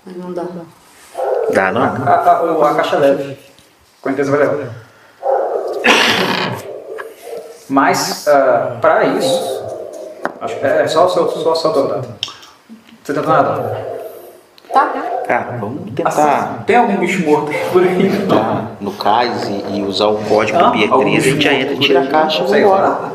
Speaker 5: Mas não dá.
Speaker 2: Dá, não?
Speaker 1: A, a, a caixa é leve. Com certeza vai levar. Mas, ah, pra isso. Acho que é só o seu. Só, só do dado. Você tentou nada?
Speaker 5: Tá?
Speaker 2: Cara, vamos
Speaker 4: Tá.
Speaker 2: tentar
Speaker 1: Tem algum bicho morto por aí?
Speaker 2: entrar no cais e, e usar o código
Speaker 1: Ah,
Speaker 2: do Pier 13, a gente já entra, tira a caixa e vai
Speaker 1: Sei
Speaker 2: embora.
Speaker 1: lá.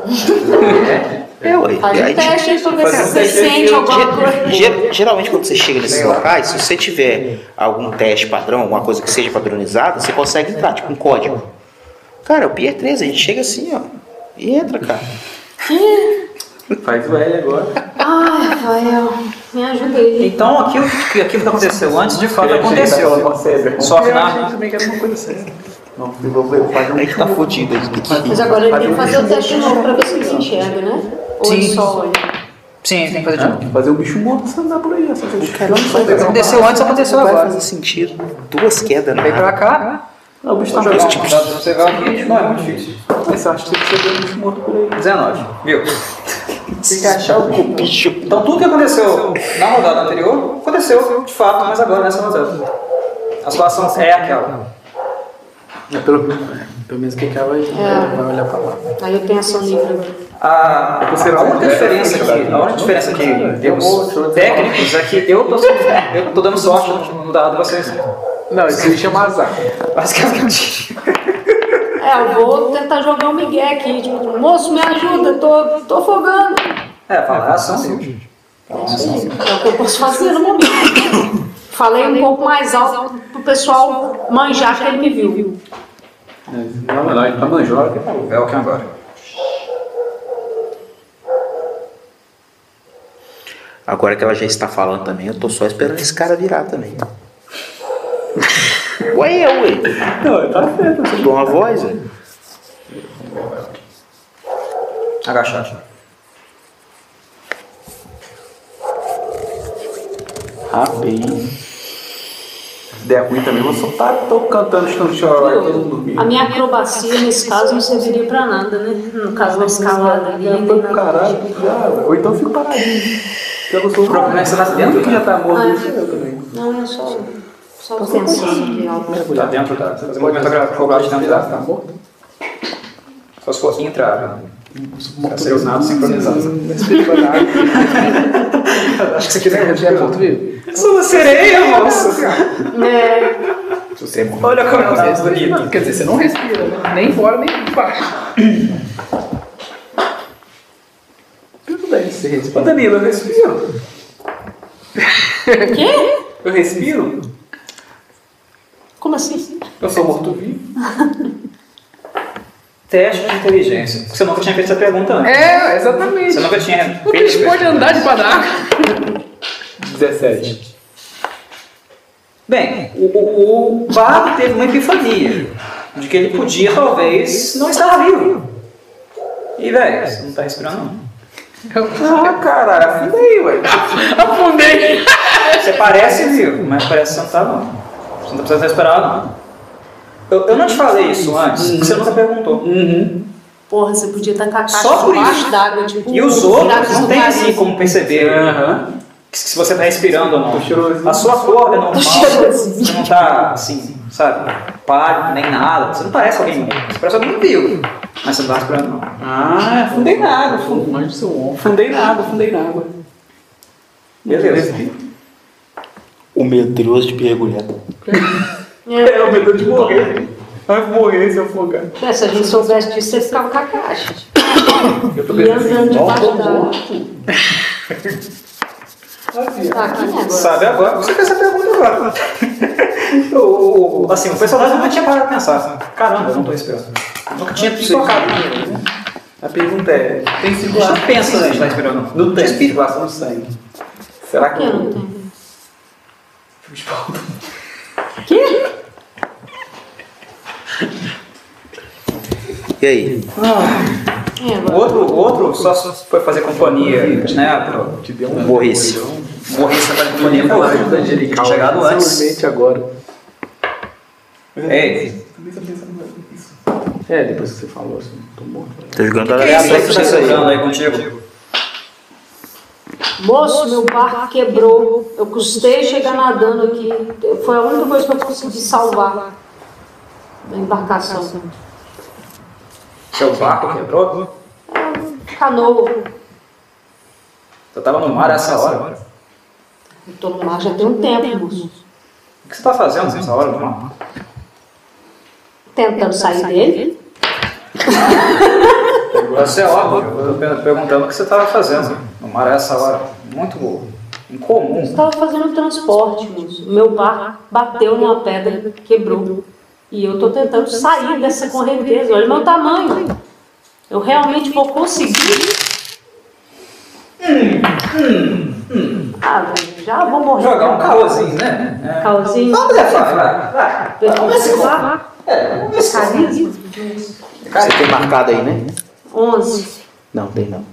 Speaker 2: É, ué.
Speaker 5: Faz
Speaker 2: E aí,
Speaker 5: um teste aí pra ver
Speaker 1: Fazer
Speaker 5: se você
Speaker 1: um teste aí,
Speaker 5: sente
Speaker 1: eu-
Speaker 5: alguma coisa.
Speaker 2: Ger- Geralmente quando você chega nesses locais, se você tiver algum teste padrão, alguma coisa que seja padronizada, você consegue entrar, tipo um código. Cara, o Pier 13, a gente chega assim, ó. E entra, cara.
Speaker 4: Faz o L agora.
Speaker 5: Ai, Rafael, me ajuda aí.
Speaker 1: Então aquilo que, aquilo que aconteceu antes de fato aconteceu. Só que na.
Speaker 3: Ah, também quero uma coisa séria.
Speaker 4: Não, eu vou- eu vou fazer um-
Speaker 2: Aí que tá fodido. aí tem que-
Speaker 5: Mas agora ele tem que fazer o teste de novo pra ver se ele se enxerga, né? Ou ele
Speaker 1: Sim.
Speaker 5: só olha.
Speaker 1: Sim, tem que fazer de novo.
Speaker 4: Fazer um bicho morto se andar por aí. Essa
Speaker 1: Aconteceu antes, aconteceu
Speaker 2: Não vai
Speaker 1: agora.
Speaker 2: fazer um sentido. Duas quedas na
Speaker 1: Vem pra
Speaker 2: água.
Speaker 1: cá.
Speaker 4: Não, o bicho tá
Speaker 1: Jogar
Speaker 4: morto.
Speaker 1: um dado pra você vai aqui. Não, é muito difícil.
Speaker 4: Mas eu acho que tem que ser um bicho morto por aí.
Speaker 1: 19. Viu?
Speaker 4: Tem que achar o corpo.
Speaker 2: Bicho.
Speaker 1: Então tudo que aconteceu na rodada anterior aconteceu de fato, mas agora nessa rodada. A situação é aquela.
Speaker 3: É pelo, pelo menos que acaba aí. Vai olhar pra lá.
Speaker 5: Aí eu tenho ação livre agora.
Speaker 1: A,
Speaker 4: Você
Speaker 1: a
Speaker 4: vai-
Speaker 1: única
Speaker 4: é,
Speaker 1: diferença
Speaker 4: você vai-
Speaker 1: que, a única diferença que em termos
Speaker 4: vou-
Speaker 1: técnicos é que eu tô, eu tô dando sorte no no dado de vocês.
Speaker 3: Não, isso aí chama azar.
Speaker 1: Basicamente.
Speaker 5: É, eu vou tentar jogar um migué aqui. Tipo, moço, me ajuda, tô, tô afogando.
Speaker 1: É, falar ação sim.
Speaker 5: É o que eu posso fazer no momento. Falei um pouco mais alto pro pessoal manjar que ele me viu.
Speaker 4: Não, não, ele tá manjou, olha que tá louco.
Speaker 1: É o que agora.
Speaker 2: Agora que ela já está falando também, eu tô só esperando esse cara virar também. ué, é, ué.
Speaker 4: Não, ele tá certo.
Speaker 2: Eu dou uma voz, ué.
Speaker 1: Agachado.
Speaker 4: Rapaz. Se der ruim também, eu vou soltar. Tô cantando, estão chorando, todo mundo dormindo.
Speaker 5: A minha acrobacia nesse caso não serviria pra nada, né? No caso da escalada ali, né? nem nada. tá
Speaker 4: Caralho, já. Ou então eu fico paradinho. Já gostou do
Speaker 1: problema é que você nasce dentro,
Speaker 4: que já tá morto,
Speaker 5: Ah,
Speaker 4: isso eu também.
Speaker 5: Não, eu só, só pensando aqui algo.
Speaker 1: Tá dentro, tá? Você pode entrar com o braço
Speaker 3: um
Speaker 1: dentro da tá bom?
Speaker 4: tá?
Speaker 1: Só se fosse entrar. né? Pra ser usado sincronizado. Acho que você quiser
Speaker 3: Já é ponto vivo?
Speaker 1: Sou uma sereia, moço!
Speaker 5: É,
Speaker 4: Se você morrer.
Speaker 1: Olha como é eu
Speaker 3: é
Speaker 1: nasci
Speaker 3: Não, quer dizer, você não respira, né? Nem fora, nem embaixo.
Speaker 4: Tudo bem, você
Speaker 1: Ô
Speaker 4: responde.
Speaker 1: Danilo, eu respiro.
Speaker 5: quê?
Speaker 1: Eu respiro?
Speaker 5: Como assim?
Speaker 4: Eu sou morto-vivo.
Speaker 1: Teste de inteligência. Você nunca tinha feito essa pergunta antes.
Speaker 3: É, exatamente.
Speaker 1: Você nunca tinha
Speaker 3: O bicho pode
Speaker 1: feito.
Speaker 3: andar de padaca.
Speaker 4: 17.
Speaker 1: Bem, o, o, o Bardo teve uma epifania de que ele podia, talvez, não estar vivo. E, velho, você não tá respirando, não.
Speaker 4: Ah, caralho, afundei, ué.
Speaker 3: Afundei.
Speaker 1: Você parece vivo, mas parece que você não tá, não. Você não tá precisando respirar, não. Eu, eu não te falei isso antes, porque você nunca perguntou.
Speaker 5: Porra, você podia estar com a caixa
Speaker 1: Só por
Speaker 5: debaixo
Speaker 1: isso.
Speaker 5: d'água, tipo...
Speaker 1: E os outros não tem assim como perceber
Speaker 4: Aham.
Speaker 1: que- se você tá respirando ou não.
Speaker 4: Cheirosinho.
Speaker 1: A sua cor é normal. Você não tá assim, sabe? Pálido, nem nada. Você não parece alguém. Você parece alguém vivo. Mas você não tá respirando, não.
Speaker 4: Ah, afundei na água. afundei-
Speaker 3: Longe do seu ombro.
Speaker 4: Afundei na água, afundei na água.
Speaker 1: Beleza.
Speaker 2: O medroso de pergulhada.
Speaker 5: É,
Speaker 4: o medo de morrer. Vai morrer se eu afogar.
Speaker 5: É, se a gente soubesse disso, você ficava com a caixa. tipo,
Speaker 4: Eu tô
Speaker 5: E
Speaker 1: assim,
Speaker 3: assim,
Speaker 5: andando
Speaker 4: pensando.
Speaker 5: debaixo d'água. Tá, aqui agora.
Speaker 1: Sabe agora? Você fez essa pergunta agora. o, o- assim, o personagem nunca tinha parado de pensar. assim, Caramba, eu não tô respirando. Nunca tinha tocado.
Speaker 4: A pergunta é: né? tem circulação?
Speaker 1: Você pensa se está respirando. ou
Speaker 4: Não tem
Speaker 1: Respira.
Speaker 4: circulação de sangue. Será que.
Speaker 5: Eu não tenho.
Speaker 2: E aí?
Speaker 5: É,
Speaker 1: O
Speaker 5: agora.
Speaker 1: outro, o outro só foi fazer companhia, né? Pro,
Speaker 4: Te deu um.
Speaker 2: Morresse.
Speaker 1: morrista da companhia pro anjo. Angelical. Chegado antes.
Speaker 3: Somente agora.
Speaker 1: Ei,
Speaker 4: Também tô pensando nisso.
Speaker 3: É, depois que você falou, assim, tô morto.
Speaker 2: Tô jogando
Speaker 1: que é isso aí que você tá segurando aí contigo?
Speaker 5: Moço, meu barco quebrou. Eu custei chegar nadando aqui. Foi a única coisa que eu consegui salvar. Da embarcação.
Speaker 1: Seu barco quebrou?
Speaker 5: Canoa.
Speaker 1: Você tava no mar essa hora.
Speaker 5: Eu tô no mar já tem um tempo, moço.
Speaker 1: O que você tá fazendo nessa hora do mar?
Speaker 5: Tentando sair dele.
Speaker 1: Você é óbvio, eu tô per- perguntando o que você estava fazendo no mar a essa hora. Muito incomum.
Speaker 5: Estava fazendo um transporte, moço. Meu barco bateu numa pedra, quebrou. E eu tô tentando sair dessa correnteza. Olha o meu tamanho. Eu realmente vou conseguir. Ah, velho, já vou morrer.
Speaker 1: Jogar um caôzinho, né?
Speaker 5: Calzinho.
Speaker 1: Vamos é fácil, vai.
Speaker 5: Pesquisar.
Speaker 1: É,
Speaker 5: Carisma.
Speaker 2: Você tem marcado aí, né?
Speaker 5: 11.
Speaker 2: Não, tem não.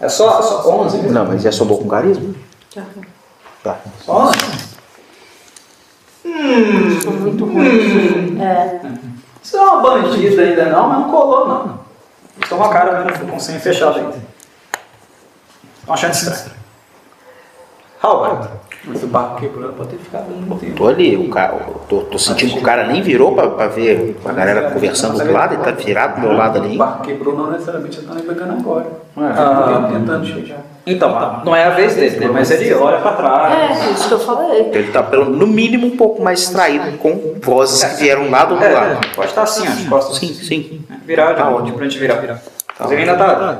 Speaker 1: É só, só 11?
Speaker 2: Não, mas já somou com carisma? Tá.
Speaker 1: Só 11?
Speaker 5: Sou muito ruim. Hum. É.
Speaker 1: Você é uma bandida ainda não, mas não colou não. Estou uma cara mesmo, com o senho fechado ainda. Estão achando estranho. Howard,
Speaker 4: Mas se o barco quebrando, pode ter ficado um tempo.
Speaker 2: Tô ali, o cara, tô, tô sentindo que o cara nem virou pra, pra ver a galera conversando do outro lado, ele tá virado do meu lado
Speaker 4: O
Speaker 2: ali. Então,
Speaker 4: barco quebrou, não necessariamente ele tá navegando agora.
Speaker 1: Ah.
Speaker 4: Ele tá tentando chegar.
Speaker 1: Então, não é a vez dele, né? mas ele olha pra trás.
Speaker 5: É, isso que eu falei.
Speaker 2: Então ele tá pelo, no mínimo um pouco mais distraído com vozes que vieram lá do outro lado.
Speaker 1: É, pode estar assim, ó, de costas.
Speaker 2: Sim, sim.
Speaker 1: Virar de
Speaker 2: Tá
Speaker 1: onde?
Speaker 2: ótimo.
Speaker 1: Pra gente virar. virar.
Speaker 2: Tá
Speaker 1: Mas ele ainda tá.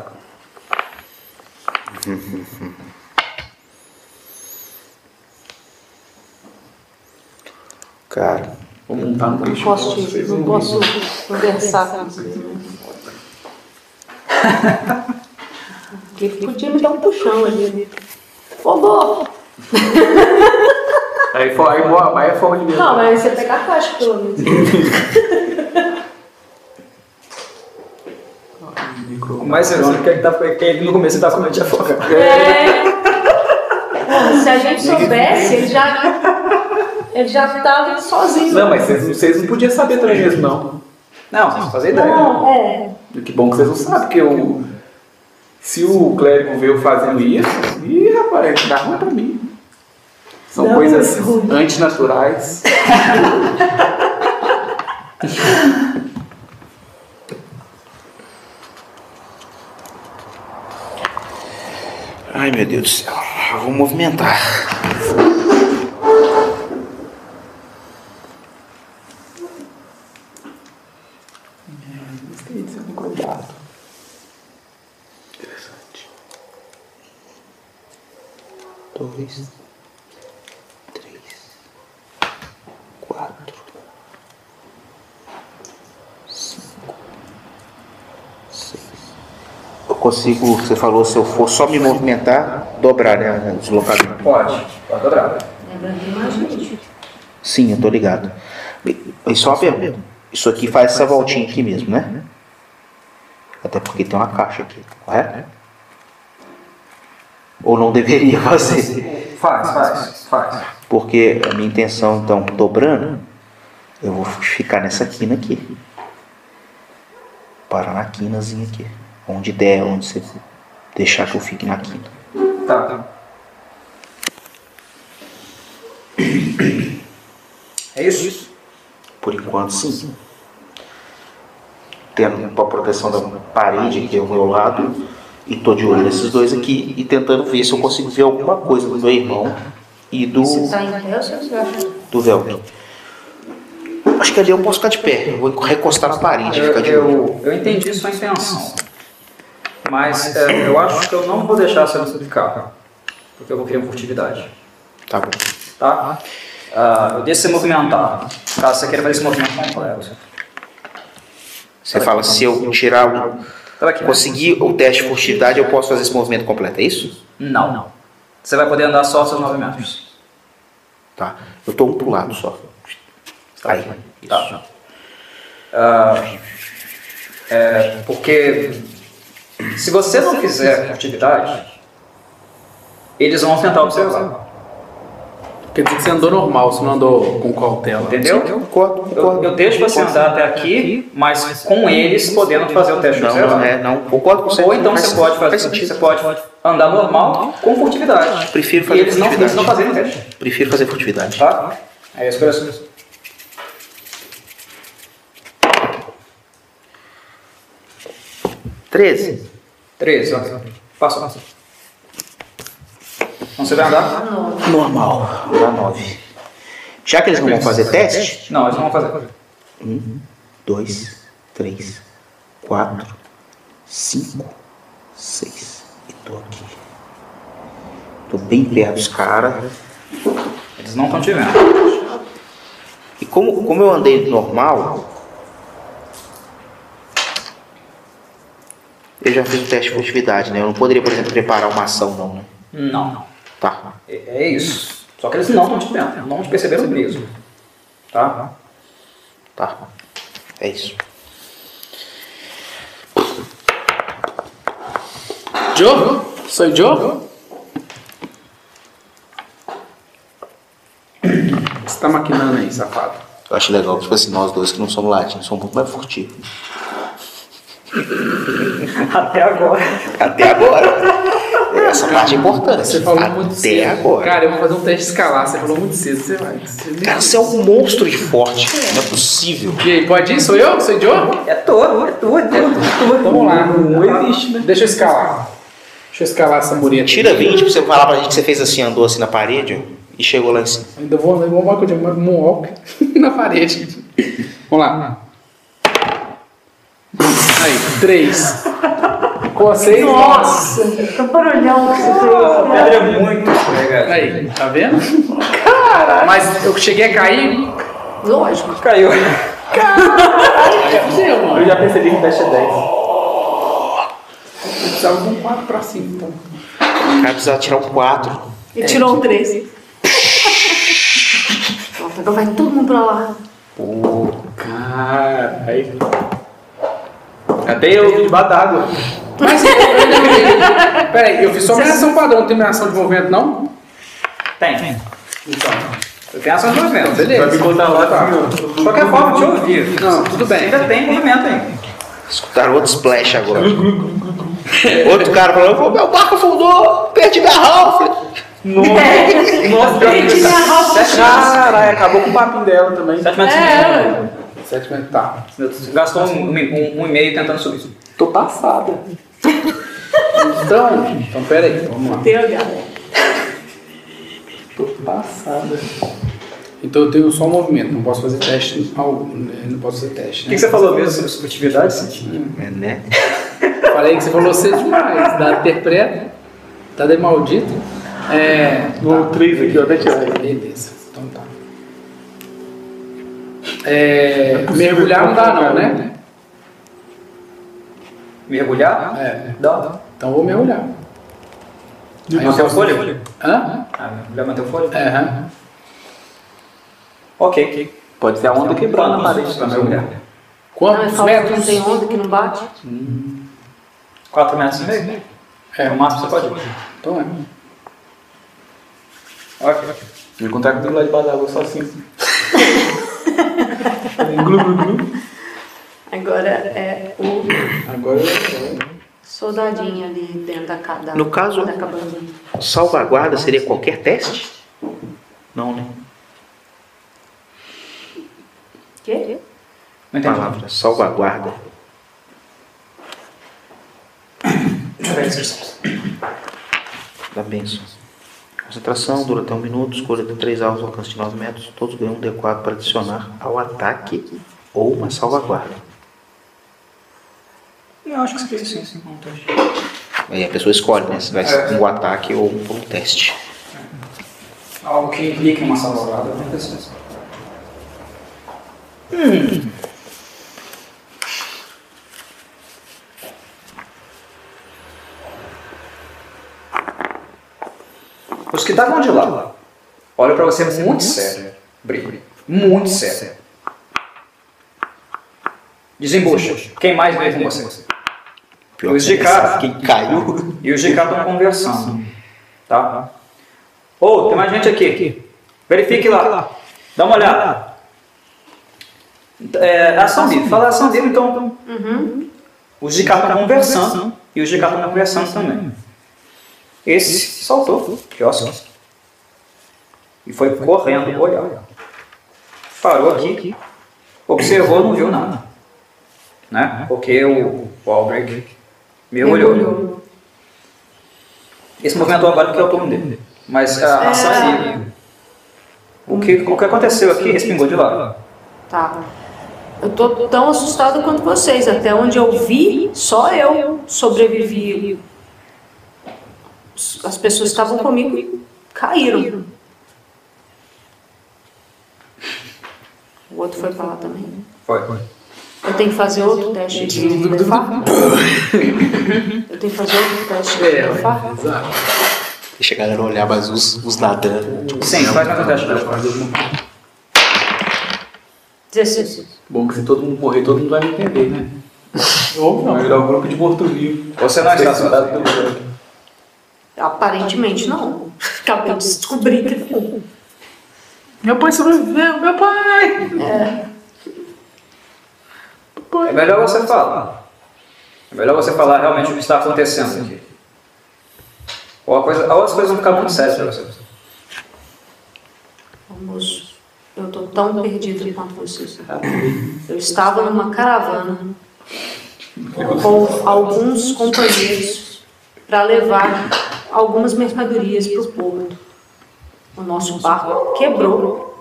Speaker 2: Cara,
Speaker 4: Vou montar no peixe.
Speaker 5: Posso te, não posso conversar com vocês. né? Ele podia me dar um puxão ali. Ô, Dô!
Speaker 4: Aí foi, aí boa, mas é forma de mesmo.
Speaker 5: Não, mas você pegar a caixa, pelo menos.
Speaker 1: O mais irônico é que, tá, que ele no começo ele tá com medo de afogar.
Speaker 5: É. Pô, Se a gente soubesse, ele já. Ele já tava sozinho.
Speaker 4: Não, mas vocês, vocês não podiam saber também mesmo, não.
Speaker 1: Não, vocês fazem ideia.
Speaker 5: Não, é.
Speaker 4: Que bom que vocês não sabem, porque o, se o clérigo veio fazendo isso, ih, rapaz, dá ruim pra mim. São
Speaker 5: Dá
Speaker 4: coisas
Speaker 5: muito
Speaker 4: antinaturais.
Speaker 2: ai meu Deus do céu, eu vou movimentar.
Speaker 4: Interessante.
Speaker 2: dois, três, quatro, cinco, seis. Eu consigo, você falou, se eu for só me movimentar, dobrar, né? Deslocamento.
Speaker 4: Pode, pode dobrar.
Speaker 2: Sim, eu tô ligado. E e só uma pergunta. Isso aqui faz essa voltinha aqui mesmo, né? Até porque tem uma caixa aqui, correto? Ou não deveria fazer?
Speaker 1: Faz, faz, faz.
Speaker 2: Porque a minha intenção, então, dobrando, eu vou ficar nessa quina aqui. Parar na quinazinha aqui. Onde der, onde você deixar que eu fique na quina.
Speaker 1: Tá, tá. É isso?
Speaker 2: Por enquanto, sim. Tendo a proteção da parede aqui ao meu lado. E tô de olho nesses dois aqui e tentando ver se eu consigo ver alguma coisa do meu irmão e do,
Speaker 12: Você tá indo até o seu lugar.
Speaker 2: do Velk. Acho que ali eu posso ficar de pé. Eu vou recostar na parede e
Speaker 1: É, Eu,
Speaker 2: ficar de olho.
Speaker 1: eu, eu entendi sua intenção. Mas é, eu acho que eu não vou deixar você não ficar. Porque eu vou criar uma furtividade.
Speaker 2: Tá bom.
Speaker 1: Tá? Ah, eu deixo você movimentar. Caso você queira fazer esse movimento é completo.
Speaker 2: Você fala, se eu tirar o.
Speaker 1: Tá aqui.
Speaker 2: Conseguir o teste de furtividade, eu posso fazer esse movimento completo, é isso?
Speaker 1: Não. não. Você vai poder andar só seus 9 metros.
Speaker 2: Tá. Eu tô um pro lado só. Aí.
Speaker 1: Tá. é, porque se você não fizer furtividade, eles vão tentar observar.
Speaker 3: Quer dizer que você andou normal, você não andou com cautela.
Speaker 1: Entendeu?
Speaker 2: Concordo,
Speaker 1: Eu, eu
Speaker 2: concordo.
Speaker 1: deixo você andar até aqui, mas com eles podendo fazer o teste de
Speaker 2: Não, não,
Speaker 1: observar.
Speaker 2: é, não. Concordo com você.
Speaker 1: Ou então
Speaker 2: Faz
Speaker 1: você
Speaker 2: sentido,
Speaker 1: pode fazer,
Speaker 2: Faz
Speaker 1: você
Speaker 2: sentido.
Speaker 1: pode andar normal com furtividade.
Speaker 2: Prefiro
Speaker 1: E
Speaker 2: fazer
Speaker 1: eles não, eles
Speaker 2: furtividade.
Speaker 1: não fazem o teste,
Speaker 2: Prefiro fazer furtividade.
Speaker 1: tá? É isso que eu acho.
Speaker 2: Treze.
Speaker 1: Três, ó. Passa, passa. Então você vai andar?
Speaker 2: Normal. Dá nove. Já que eles não vão fazer teste,
Speaker 1: Não, eles não vão fazer.
Speaker 2: dois, três, quatro, cinco, seis. E tô aqui. Tô bem perto dos caras.
Speaker 1: Eles não estão te vendo.
Speaker 2: E como, como eu andei normal, eu já fiz o teste de furtividade, né? Eu não poderia, por exemplo, preparar uma ação, não, né?
Speaker 1: Não, não.
Speaker 2: Tá.
Speaker 1: É, é isso. Só que eles não estão te vendo, não te perceberam mesmo. Tá?
Speaker 2: Tá. É isso.
Speaker 3: Joe? Sou Joe? O que Você tá maquinando aí, safado.
Speaker 2: Eu acho legal, tipo assim, nós dois que não somos latinos, somos muito mais furtivos.
Speaker 1: Até agora.
Speaker 2: Até agora. Essa parte é importante.
Speaker 3: Você falou
Speaker 2: Até
Speaker 3: muito cedo.
Speaker 2: agora.
Speaker 3: Cara, eu vou fazer um teste de escalar. Você falou muito cedo, você vai. Você nem-
Speaker 2: Cara, você é um monstro de forte. Não é possível.
Speaker 3: E aí, pode ir? Sou eu? Sou o Joe?
Speaker 1: É todo, é todo, é todo.
Speaker 13: Vamos lá.
Speaker 1: Não existe, né?
Speaker 13: Deixa eu escalar. Deixa eu escalar essa mureta. aqui.
Speaker 2: Tira 20 pra você falar pra gente que você fez assim, andou assim na parede ó, e chegou lá em cima.
Speaker 13: Ainda vou andar igual o Michael Jackson, mas moonwalk na parede. Vamos lá. Aí, três. Com a seis. Nossa!
Speaker 1: pedra é muito escorregadia.
Speaker 3: Aí, tá vendo? Caralho! Mas eu cheguei a cair.
Speaker 5: Lógico.
Speaker 1: Caiu.
Speaker 3: Deu, mano.
Speaker 1: Eu já percebi que fecha 10.
Speaker 3: Eu precisava de um 4 pra 5, então.
Speaker 2: O cara precisava tirar um 4.
Speaker 5: Ele tirou um 13. Pronto, agora vai todo mundo pra lá.
Speaker 4: Caralho. Até eu vi debaixo d'água.
Speaker 3: Mas eu ainda fiquei- Peraí, eu fiz só uma ação padrão, não tem minha ação de movimento, não?
Speaker 1: Tem.
Speaker 3: Então.
Speaker 1: Eu tenho ação de
Speaker 3: Então,
Speaker 1: movimento.
Speaker 4: Vai me
Speaker 3: beleza.
Speaker 4: botar lá, tá?
Speaker 1: De qualquer forma, te ouvi.
Speaker 3: Não, tudo bem.
Speaker 1: Ainda tem movimento ainda.
Speaker 2: Escutaram outro splash agora. Outro cara falou, "Pô, meu barco afundou, perdi minha Ralph.
Speaker 1: Nossa,
Speaker 5: Perdi minha roupa.
Speaker 4: Caralho, acabou com o papinho dela também.
Speaker 1: Sete metros de
Speaker 3: Sete minutos, tá.
Speaker 1: movimento. Gastou um, um, um, um e meio tentando subir.
Speaker 4: Tô passada.
Speaker 3: Então, então peraí, vamos lá.
Speaker 5: Deu, galera.
Speaker 4: Tô passada.
Speaker 3: Então eu tenho só um movimento, não posso fazer teste algum, né? não posso fazer teste,
Speaker 1: O
Speaker 3: né?
Speaker 1: que, que você falou mesmo sobre subjetividade? Cid?
Speaker 2: É, né?
Speaker 3: Falei que você falou cedo demais, da interpreta, tá de maldito. É,
Speaker 4: No 3 aqui, ó, até tirar.
Speaker 3: beleza, então tá. É, mergulhar não dá não, né?
Speaker 4: né?
Speaker 1: Mergulhar?
Speaker 3: É,
Speaker 1: Dá.
Speaker 3: então eu vou mergulhar. Aí eu
Speaker 1: Manter o
Speaker 3: posso-
Speaker 1: fôlego?
Speaker 3: Hã?
Speaker 1: Ah, mergulhar, manter o fôlego?
Speaker 3: É, aham.
Speaker 1: Ok, ok.
Speaker 4: Pode ser a
Speaker 1: é
Speaker 4: onda Tá quebrando na parede
Speaker 1: um pra
Speaker 4: também.
Speaker 1: mergulhar.
Speaker 5: Não, é ele
Speaker 3: Quantos
Speaker 5: falou né? que não
Speaker 3: metros?
Speaker 5: tem onda, que não bate.
Speaker 1: 4 metros e meio?
Speaker 3: É,
Speaker 1: É o máximo que você pode.
Speaker 3: então é.
Speaker 1: Ok, ok.
Speaker 4: Me contar com tudo lá debaixo d'água, só assim.
Speaker 5: Agora é o
Speaker 3: Agora
Speaker 5: soldadinho ali dentro da, ca- da,
Speaker 2: No caso-
Speaker 5: da cabaninha.
Speaker 2: Salvaguarda seria qualquer teste? Não, né?
Speaker 5: Quê?
Speaker 1: Não entendi.
Speaker 2: Palavra, salvaguarda.
Speaker 1: Deixa eu ver a descrição.
Speaker 2: Da bênção. Concentração dura até um minuto, escolha de três alvos, alcance de 9 metros. Todos ganham um D4 para adicionar ao ataque ou uma salvaguarda.
Speaker 1: Eu acho que você fez isso em contagem.
Speaker 2: Aí a pessoa escolhe, né? Se vai ser um ataque ou um teste.
Speaker 1: Algo que implica uma salvaguarda tem pessoas. Hum. Os que estavam de lá olham pra você muito sério, Brinco. Muito sério. Desembucha. Quem mais veio com você?
Speaker 2: Pior
Speaker 1: Os de
Speaker 2: que é
Speaker 1: cara.
Speaker 2: Quem caiu.
Speaker 1: E os de cá estão conversando. Tá? Ô, tem mais gente aqui. Verifique lá. Dá uma olhada. É, ação livre. Fala ação livre, então. Os de cá estão conversando. E os de cá estão conversando também. Esse saltou. Quiosque. E foi correndo olhar. Parou aqui. Observou, não viu nada. Né? Porque o, o Albrecht mergulhou. Esse movimento agora porque é o turno dele. Mas é. a ação dele. O que, o que aconteceu aqui respingou de lá.
Speaker 5: Tá. Eu tô tão assustada quanto vocês. Até onde eu vi, só eu sobrevivi. As pessoas que estavam comigo e caíram. O outro foi pra lá também.
Speaker 1: Foi, foi.
Speaker 5: Eu tenho que fazer outro teste de blefar? Eu tenho que fazer outro teste de blefar?
Speaker 2: Deixa a galera olhar mais os, os nadando.
Speaker 1: Sim, faz mais um teste pra fora.
Speaker 5: 16.
Speaker 4: Bom, que se todo mundo morrer, todo mundo vai me entender, né?
Speaker 3: Ou não.
Speaker 4: Vai virar o grupo de Porto Vivo. Tá.
Speaker 1: Você não está soldado.
Speaker 5: Aparentemente não. Acabei de descobrir que não.
Speaker 3: Meu pai sobreviveu, meu pai!
Speaker 1: É melhor você falar. É melhor você falar realmente o que está acontecendo aqui. Ou, a coisa, ou as coisas vão ficar muito sérias para você.
Speaker 5: Almoço. Eu estou tão Então, perdido quanto vocês. Eu estava numa caravana com alguns companheiros para levar algumas mercadorias para o povo. O nosso barco quebrou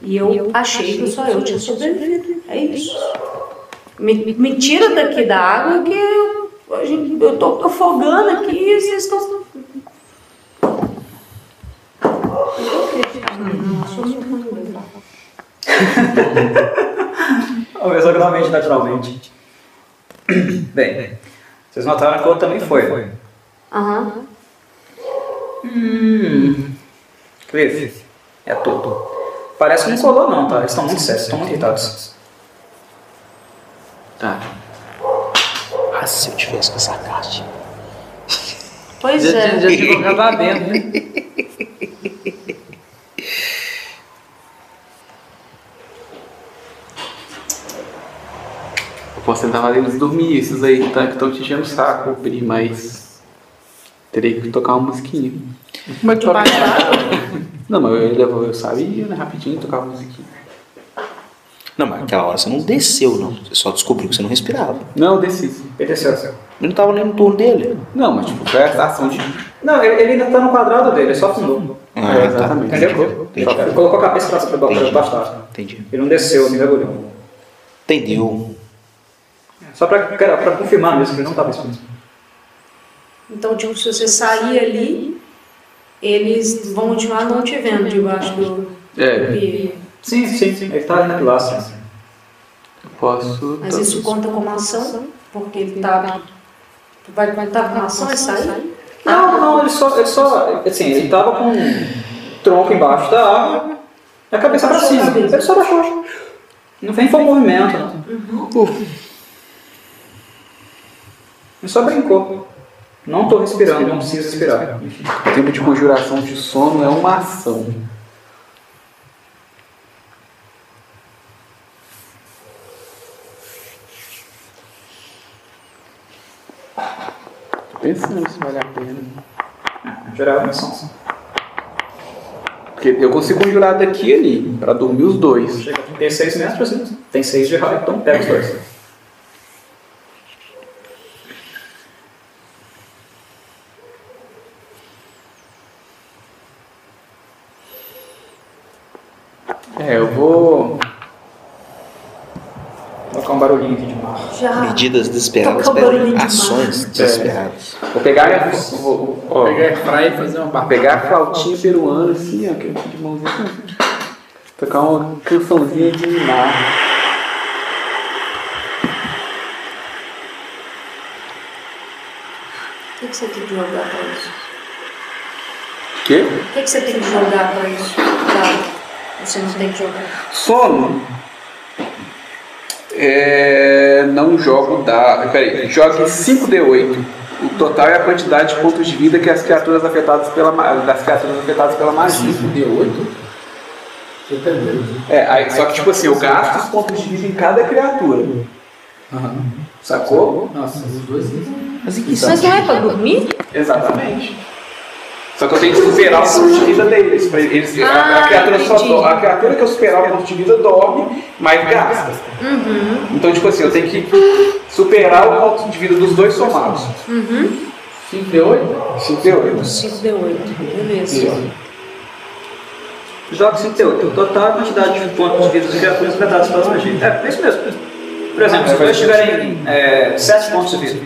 Speaker 5: e eu achei que só eu tinha sobrevivido. É isso. Me, me- me tira daqui da água que eu, a gente- eu tô, tô afogando aqui e vocês estão.
Speaker 1: Horizontamente, naturalmente. Bem, vocês notaram que o outro também foi.
Speaker 5: Aham.
Speaker 1: Cliff, é todo. Parece que não colou não, tá? Eles estão muito sérios, estão muito irritados.
Speaker 2: Tá. Ah, se eu tivesse com essa caixa.
Speaker 5: Pois é.
Speaker 9: Já chegou a acabar dentro, né?
Speaker 4: Eu posso tentar fazer eles dormir, esses aí que tá- que estão te enchendo o saco, Pri, mas. Terei que tocar uma musiquinha.
Speaker 9: Como é que vai?
Speaker 4: Não, mas eu, eu, eu sabia, né? Rapidinho tocar uma musiquinha.
Speaker 2: Não, mas aquela hora você não desceu, não. Você só descobriu que você não respirava.
Speaker 4: Não, eu desci.
Speaker 1: Pertenceu seu.
Speaker 2: Eu não tava nem no turno dele.
Speaker 4: Não, mas tipo, foi essa ação de.
Speaker 1: Não, ele, ele ainda tá no quadrado dele, ele só afundou.
Speaker 2: Ah,
Speaker 4: É, exatamente.
Speaker 1: Entendeu?
Speaker 2: Entendi.
Speaker 1: Ele colocou a cabeça pra, pra, pra baixo. tá?
Speaker 2: Entendi.
Speaker 1: Ele não desceu, ele mergulhou.
Speaker 2: Entendeu?
Speaker 1: Só pra, cara, pra confirmar mesmo, que ele não tava respondendo.
Speaker 5: Então, tipo, se você sair ali, eles vão continuar não te vendo debaixo do
Speaker 4: É,
Speaker 5: pier.
Speaker 1: Sim, sim, sim. Ele tá ali na pilastra.
Speaker 4: eu posso. um
Speaker 5: Mas isso conta como ação, porque ele tá. Tu vai contar como ação e sair?
Speaker 1: Não, não, ele só, ele só, assim, ele tava com o tronco embaixo da água e a cabeça pra cima. Ele só baixou. Não fez nenhum movimento, não. Ele só brincou. Não tô respirando, não preciso respirar.
Speaker 4: O tempo de conjuração de sono é uma ação. Tô pensando se vale a pena.
Speaker 1: Geral, emoção.
Speaker 4: Porque eu consigo conjurar daqui e ali, pra dormir os dois.
Speaker 1: Chega a 36 metros, você tem 6 de raio, então pega os dois.
Speaker 4: É, eu vou.
Speaker 1: Vou colocar um barulhinho aqui de mar.
Speaker 2: Ah,
Speaker 5: Já.
Speaker 2: Medidas desesperadas
Speaker 5: Toca o barulho
Speaker 2: pedem
Speaker 5: de
Speaker 4: É.
Speaker 2: ações desesperadas.
Speaker 4: Vou pegar a. Vou, ó,
Speaker 9: Pegar air fry e fazer uma barba.
Speaker 4: pegar a flautinha peruana assim, ó, que eu de mãozinha. assim, Tocar uma cançãozinha de ninar.
Speaker 5: O que, que você tem que jogar pra isso?
Speaker 4: Quê?
Speaker 5: O que, que você tem que jogar pra isso? Pra- Você não tem que jogar.
Speaker 4: Sono. É, não jogo da. Peraí, jogue 5D8. O total é a quantidade de pontos de vida que as criaturas afetadas pela ma- das criaturas afetadas pela magia.
Speaker 9: Eu também.
Speaker 4: É, aí- só que tipo assim, eu gasto os pontos de vida em cada criatura. Sacou?
Speaker 9: Nossa, os dois.
Speaker 2: Mas em que
Speaker 5: Mas não é pra dormir?
Speaker 4: Exatamente. Só que eu tenho que superar o ponto de vida deles. pra eles- a- a,
Speaker 5: Ah,
Speaker 4: criatura só
Speaker 5: entendi.
Speaker 4: do- a criatura que eu superar o ponto de vida dorme, mas gasta.
Speaker 5: Uhum.
Speaker 4: Então, tipo assim, eu tenho que superar o ponto de vida dos dois somados.
Speaker 9: 5 de 8?
Speaker 4: 5 deu
Speaker 5: 5 de 8. Beleza.
Speaker 1: Joga 58. O total é a quantidade de pontos de vida de criaturas afetadas pelas magias. É, é isso mesmo. Por exemplo, se os dois tiverem 7 pontos de vida,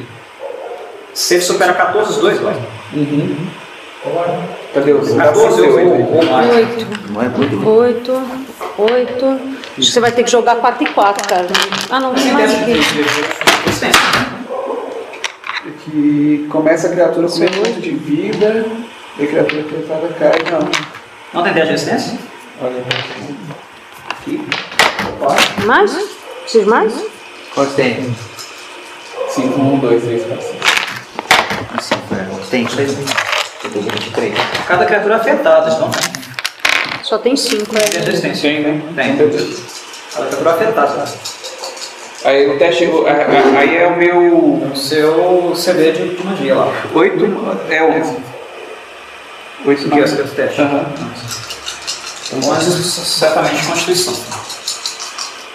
Speaker 1: se ele supera 14, os dois vai.
Speaker 4: Cadê os
Speaker 1: 14 ou,
Speaker 4: 14?
Speaker 1: ou mais.
Speaker 5: 8,
Speaker 2: Não é muito
Speaker 5: 8, 8. Acho que você vai ter que jogar 4 e 4, cara. Ah, não, tem mais aqui.
Speaker 4: Que começa a criatura com menos ponto de vida e a criatura que afetada cai. Não.
Speaker 1: Não tem 10 de resistência?
Speaker 4: Olha.
Speaker 5: Mais? Preciso de mais?
Speaker 2: Quanto tem?
Speaker 4: 5, 1, 2, 3, 4, 5.
Speaker 2: Assim, tem seis. Eu tenho 23.
Speaker 1: Cada criatura afetada, então.
Speaker 5: Só tem cinco,
Speaker 1: Tem
Speaker 5: é.
Speaker 1: resistência?
Speaker 14: né?
Speaker 1: Tem, tem. Cada
Speaker 14: tá
Speaker 1: criatura afetada.
Speaker 4: Aí o teste. o- a- a- Aí é o meu.
Speaker 1: O seu CD de magia lá.
Speaker 4: 8 é 11. Oito
Speaker 14: Que é
Speaker 4: não.
Speaker 14: o teste. Então,
Speaker 4: Aham.
Speaker 1: Onze, certamente Constituição.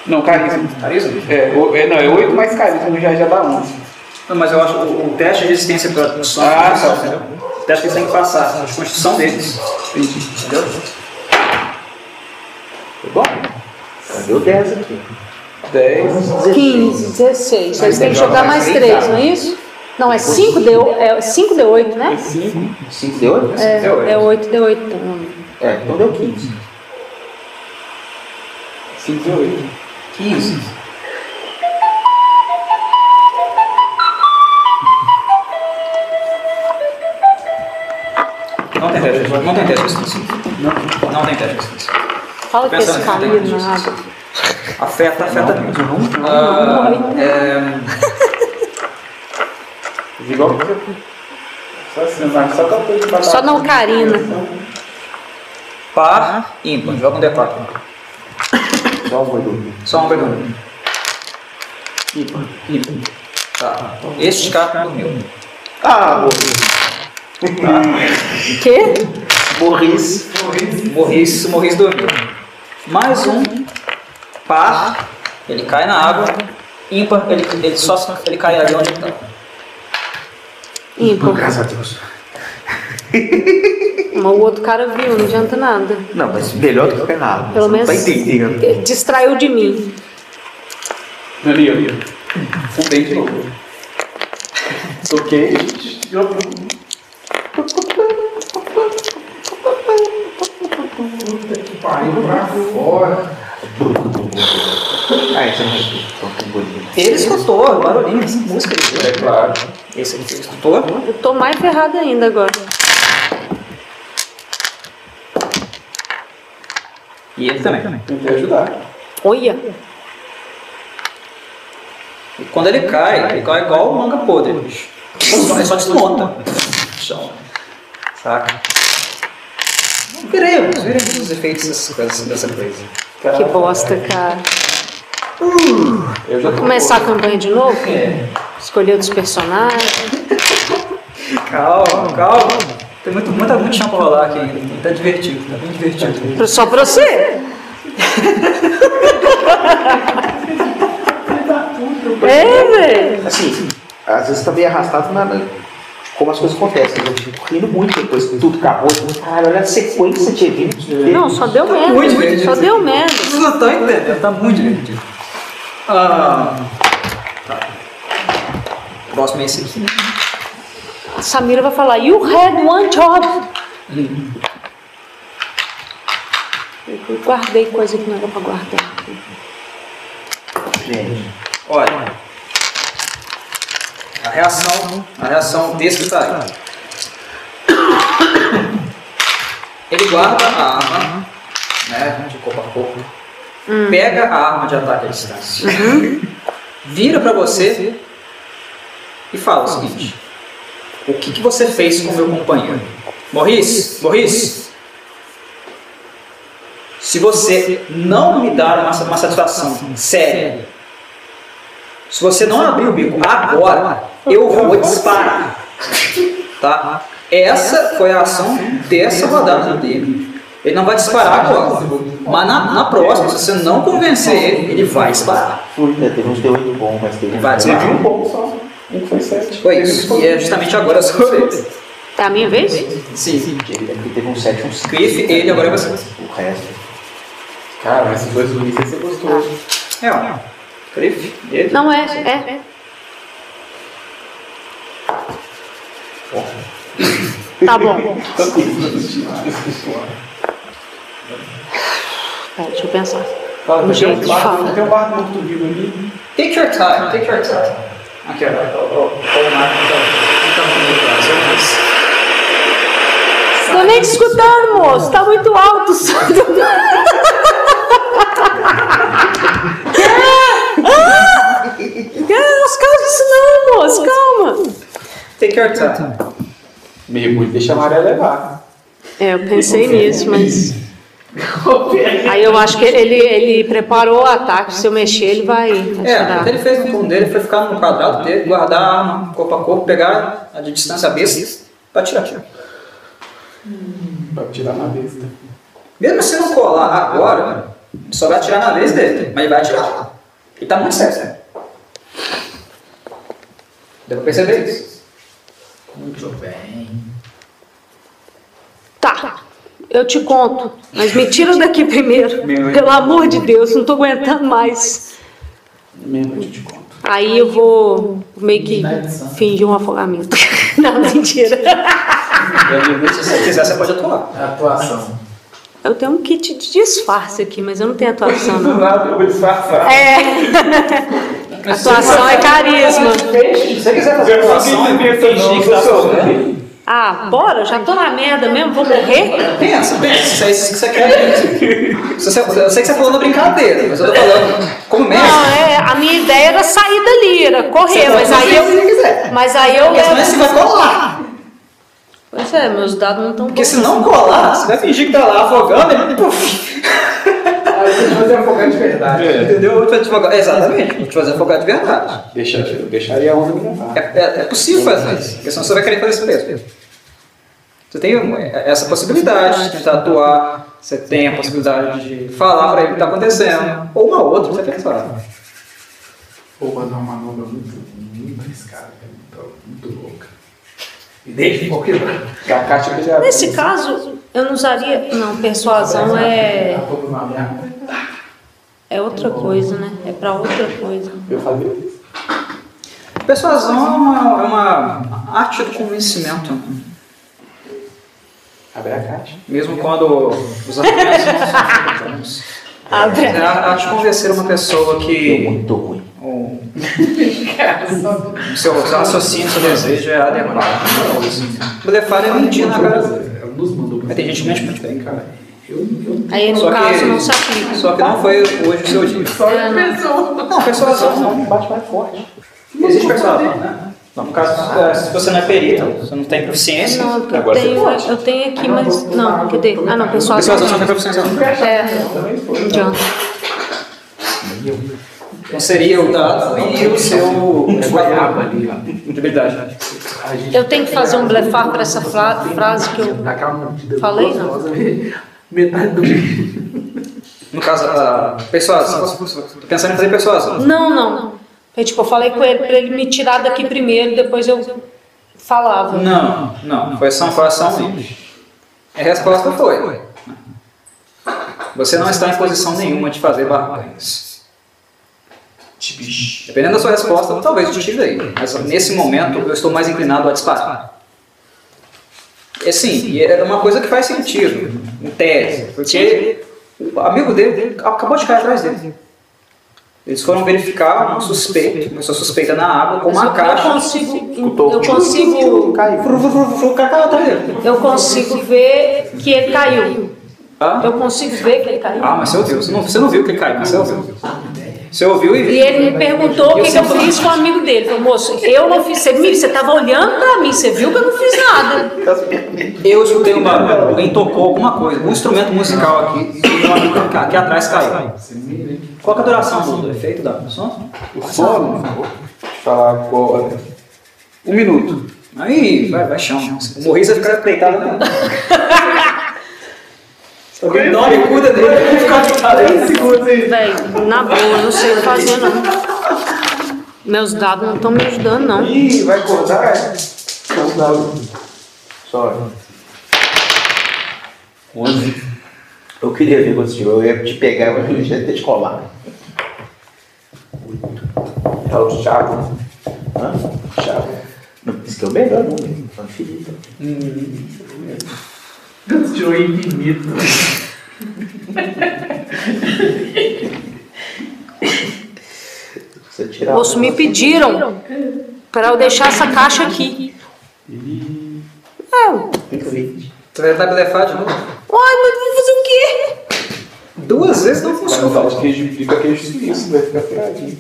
Speaker 4: Não, carisma.
Speaker 1: Carisma?
Speaker 4: É, o- é, não, é oito mais carisma, já, já dá onze.
Speaker 14: Não, mas eu acho que o o teste de resistência para condição
Speaker 4: Ah, tá.
Speaker 14: entendeu? O teste que eles têm que passar, a constituição deles.
Speaker 4: Entendi.
Speaker 14: Entendeu?
Speaker 2: Bom, já Ah, deu 10 aqui.
Speaker 4: Dez.
Speaker 5: 15, 16. Vocês têm que jogar mais 3, não é isso? Não, é 5 de, é 5 de 8, né?
Speaker 2: 5 deu 8? É.
Speaker 5: É 8 de 8. Então.
Speaker 2: então deu 15.
Speaker 4: Cinco e oito.
Speaker 1: 15.
Speaker 14: Não tem teste, não tem teste de resistência. Não, não tem teste de resistência.
Speaker 5: Fala que
Speaker 14: Pensando
Speaker 5: esse
Speaker 14: que
Speaker 5: caminho
Speaker 14: tem que
Speaker 5: nada.
Speaker 14: Afeta, afeta.
Speaker 1: Ah, é,
Speaker 4: assim,
Speaker 5: Só não Karina.
Speaker 1: par, ímpar. Joga um D4.
Speaker 2: Só um vai dormir.
Speaker 1: Só um vai dormir. Ímpar. Ímpar. Tá. Este cara
Speaker 14: é
Speaker 1: dormiu.
Speaker 2: Ah, morri.
Speaker 5: Quê?
Speaker 2: Morris.
Speaker 1: Morris, Morris dormiu. Mais um. Par. Ele cai na água. Ímpar, ele, ele só ele cai ali onde ele tá.
Speaker 5: Ímpar.
Speaker 2: Graças a Deus.
Speaker 5: Mas o outro cara viu, não adianta nada.
Speaker 2: Não, mas melhor do que ficar na água.
Speaker 5: Pelo
Speaker 2: Você não Tá
Speaker 5: menos-
Speaker 2: entendendo.
Speaker 5: Ele Distraiu de mim.
Speaker 4: Ali, ali. Fundei de novo. Toquei.
Speaker 3: Pariu pra fora.
Speaker 2: Ah, isso é muito tão tão bonito.
Speaker 1: Ele escutou o barulhinho, essa música. Ele é claro. Esse aqui ele escutou.
Speaker 5: Eu tô mais ferrada ainda agora.
Speaker 1: E ele também.
Speaker 4: Tentei ajudar.
Speaker 5: Olha.
Speaker 1: E quando ele cai, ele cai igual manga podre, bicho. Ele só desmonta. Chão. Saca? Veremos, veremos os efeitos dessas coisas, dessa coisa.
Speaker 5: Que bosta, cara.
Speaker 2: Uh!
Speaker 4: Eu já tô.
Speaker 5: Começar a campanha de novo?
Speaker 2: É.
Speaker 5: Escolher dos personagens.
Speaker 1: Calma, calma. Tem muito, muita, muito chão pra rolar aqui ainda. Tá divertido, tá bem divertido.
Speaker 5: Pro- Só pra você. É, velho.
Speaker 2: Assim, às vezes tá meio arrastado na. na- Como as coisas acontecem. Eu fico rindo muito depois que tudo acabou. Eu fico, Caralho, olha a sequência de eventos.
Speaker 5: Não, só deu
Speaker 1: Muito
Speaker 5: merda.
Speaker 1: divertido.
Speaker 5: Só deu merda.
Speaker 1: Vocês não estão entendendo, tá muito divertido. Ah, tá. Próximo é esse aqui.
Speaker 5: A Samira vai falar, you had one job. Eu guardei coisa que não era pra guardar.
Speaker 2: Gente,
Speaker 1: Olha. A reação, a reação desse que tá aí. Ele guarda a arma, né, de corpo a corpo. Pega a arma de ataque à distância. Vira pra Uhum. você e fala o seguinte. O que, que você fez com meu companheiro? Morris, Morris, se você não me dar uma, uma satisfação séria, se você não abrir o bico agora, eu vou disparar. Tá? Essa foi a ação dessa rodada dele. Ele não vai disparar agora. Mas na, na próxima, se você não convencer ele, ele vai disparar.
Speaker 2: fui, né? Teve uns deu muito bom, mas teve uns
Speaker 1: Vai
Speaker 2: deu
Speaker 1: disparar.
Speaker 2: muito bom.
Speaker 4: Um foi sete.
Speaker 1: Foi isso. E é justamente agora a sua vez.
Speaker 5: Tá a minha vez?
Speaker 1: Sim.
Speaker 2: Ele teve um 7, um 5.
Speaker 1: Cliff, ele agora é você.
Speaker 2: O resto.
Speaker 4: Cara, esses dois zumbis você gostou.
Speaker 1: É, ó. Cliff, ele.
Speaker 5: Não é, é. Tá bom. Pera, deixa eu pensar.
Speaker 4: Fala,
Speaker 5: Um jeito de falar.
Speaker 4: Tem um barco morto vivo ali.
Speaker 1: Take your time, take your time. Aqui, ó.
Speaker 5: Tô nem te escutando, moço. Tá muito alto. Os calma disso não, moço. Calma.
Speaker 1: Take your time.
Speaker 4: Meio muito, deixa a Maria levar.
Speaker 5: É, eu pensei nisso, mas... Aí eu acho que ele, ele preparou o ataque. Se eu mexer, ele vai
Speaker 1: É, o
Speaker 5: atirar.
Speaker 1: que ele fez no turno dele foi ficar no quadrado dele, guardar a arma corpo a corpo, pegar a de distância besta pra tirar.
Speaker 4: Pra tirar na besta.
Speaker 1: Mesmo se não colar agora, só vai atirar na vez dele, mas ele vai atirar. Ele tá muito certo, né? Deu pra perceber isso.
Speaker 4: Muito bem.
Speaker 5: Tá. Eu te conto, mas me tira daqui primeiro. Pelo amor de Deus, não tô aguentando mais.
Speaker 4: Meia-noite eu te conto.
Speaker 5: Aí eu vou meio que fingir um afogamento. Não, mentira.
Speaker 1: Se você quiser, você pode atuar.
Speaker 4: Atuação.
Speaker 5: Eu tenho um kit de disfarce aqui, mas eu não tenho atuação, não.
Speaker 15: Do nada eu vou disfarçar.
Speaker 5: É. Atuação é carisma.
Speaker 1: Se você quiser fazer
Speaker 15: Eu
Speaker 1: atuação,
Speaker 15: fiquei pensando,
Speaker 1: fingir que tá soltando.
Speaker 5: Ah, bora, eu já tô na merda mesmo, vou morrer?
Speaker 1: Pensa, pensa, é isso que você quer. Se você- Eu sei que você falou na brincadeira, mas eu tô falando como
Speaker 5: Não,
Speaker 1: mestre.
Speaker 5: é, a minha ideia era sair dali, era correr, mas aí
Speaker 1: Se você
Speaker 5: eu.
Speaker 1: quiser.
Speaker 5: Mas aí eu.
Speaker 1: Porque senão você vai colar.
Speaker 5: Pois é, meus dados não estão
Speaker 1: Porque se não colar, você vai fingir que tá lá afogando e puf,
Speaker 4: Aí tem que fazer afogar de verdade.
Speaker 1: entendeu? Outro vai te afogar. Exatamente, vou te fazer afogar de verdade.
Speaker 4: Deixa, eu deixaria a onda me levar.
Speaker 1: É, é- é possível fazer isso, porque senão você vai querer fazer isso mesmo. Você tem uma- é, essa possibilidade de tentar atuar, você tem a possibilidade de falar pra ele o que tá acontecendo, ou uma outra, você tem que falar.
Speaker 4: Vou mandar uma manobra muito, muito arriscada, cara, muito, muito louca. E desde que porque a Kátia já.
Speaker 5: Nesse caso, eu não usaria. Não, persuasão é. É outra coisa, né? É pra outra coisa.
Speaker 4: Eu fazia isso.
Speaker 1: Persuasão é uma, é uma arte do convencimento. né?
Speaker 4: Abre a caixa.
Speaker 1: Mesmo quando os argumentos não são importantes.
Speaker 5: Abre.
Speaker 1: É a arte de convencer uma pessoa que
Speaker 2: Muito ruim.
Speaker 1: o o seu raciocínio, seu desejo é adequado. Blefar é mentir na cara dele.
Speaker 4: Ela nos mandou pra
Speaker 1: Mas tem gente que mente muito bem, cara.
Speaker 5: Aí no
Speaker 1: Só que-
Speaker 5: caso não se aplica.
Speaker 1: Só que não foi hoje o seu dia. Não, persuasão não. né?
Speaker 4: bate mais forte.
Speaker 1: Existe persuasão, né? Não, por causa, é, se você não é perito, você não tem proficiência.
Speaker 5: Não, eu tenho, eu tenho aqui, mas. Não, cadê? Ah, não, persuasão.
Speaker 1: Persuasão não tem proficiência. não.
Speaker 5: É,
Speaker 1: né?
Speaker 5: não adianta.
Speaker 1: Então seria o dado e o seu.
Speaker 4: É goiaba ali, ó.
Speaker 1: De habilidade.
Speaker 4: A gente
Speaker 5: Eu tenho que fazer um blefar para essa fra- frase que eu.
Speaker 4: daquela mordida
Speaker 5: Falei, não.
Speaker 4: gostosa, metade do
Speaker 1: No caso, a persuasão. Tô pensando em fazer persuasão.
Speaker 5: Não, não. É tipo, eu falei com ele para ele me tirar daqui primeiro, depois eu falava.
Speaker 1: Não, não. Foi ação, foi ação simples. É, A resposta foi. Você não está em posição nenhuma de fazer barganhas. Dependendo da sua resposta, talvez eu te tire daí. Mas nesse momento, eu estou mais inclinado a disparar. É sim, e é uma coisa que faz sentido, em tese. Porque o amigo dele acabou de cair atrás dele. Eles foram verificar um suspeito, uma pessoa suspeita na água, com uma
Speaker 5: Eu
Speaker 1: caixa.
Speaker 5: consigo, eu consigo,
Speaker 1: Fru, fru, fru, fru, O cara caiu atrás dele.
Speaker 5: eu consigo ver que ele caiu.
Speaker 1: Hã?
Speaker 5: Eu consigo ver que ele caiu.
Speaker 1: Ah, mas você ouviu. Você não, você não viu que ele caiu, mas você ouviu. Você ouviu
Speaker 5: E
Speaker 1: e...
Speaker 5: ele me perguntou o que, que eu
Speaker 1: sempre-
Speaker 5: fiz com o amigo dele. Falei, moço, eu não fiz. Você, me- você tava olhando pra mim, você viu que eu não fiz nada.
Speaker 1: Eu escutei um barulho. Alguém tocou alguma coisa. Um instrumento musical aqui. E um amigo aqui, aqui atrás caiu. Qual que é a duração do- do efeito da som?
Speaker 4: O sono, deixa eu falar agora.
Speaker 1: Um minuto. Aí, vai, vai chão. Se morrer, você fica deitado na cama. Se alguém não me cuida dele, ele vai ficar deitado aí.
Speaker 5: Velho, na boa, eu não sei o que fazer, não. Meus dados não estão me ajudando, não.
Speaker 4: Ih, vai acordar? É. Não dá.
Speaker 2: Só.
Speaker 4: Hum.
Speaker 2: 11. Eu queria ver quando tirou. Eu ia te pegar, mas eu ia ter te colar.
Speaker 4: É o Thiago.
Speaker 2: Hã? Tchau. Não, isso que é o melhor número. Tá infinito.
Speaker 4: Deus tirou infinito.
Speaker 2: Você tirar.
Speaker 5: Moço, me pediram para eu deixar essa caixa aqui.
Speaker 2: Muito bem.
Speaker 1: Você vai tentar blefar de novo?
Speaker 5: Ai, mas vou fazer o quê?
Speaker 1: Duas vezes não
Speaker 4: Vai
Speaker 1: funcionou.
Speaker 4: mudar de queijo, fica queijo suíço, vai ficar furadinho.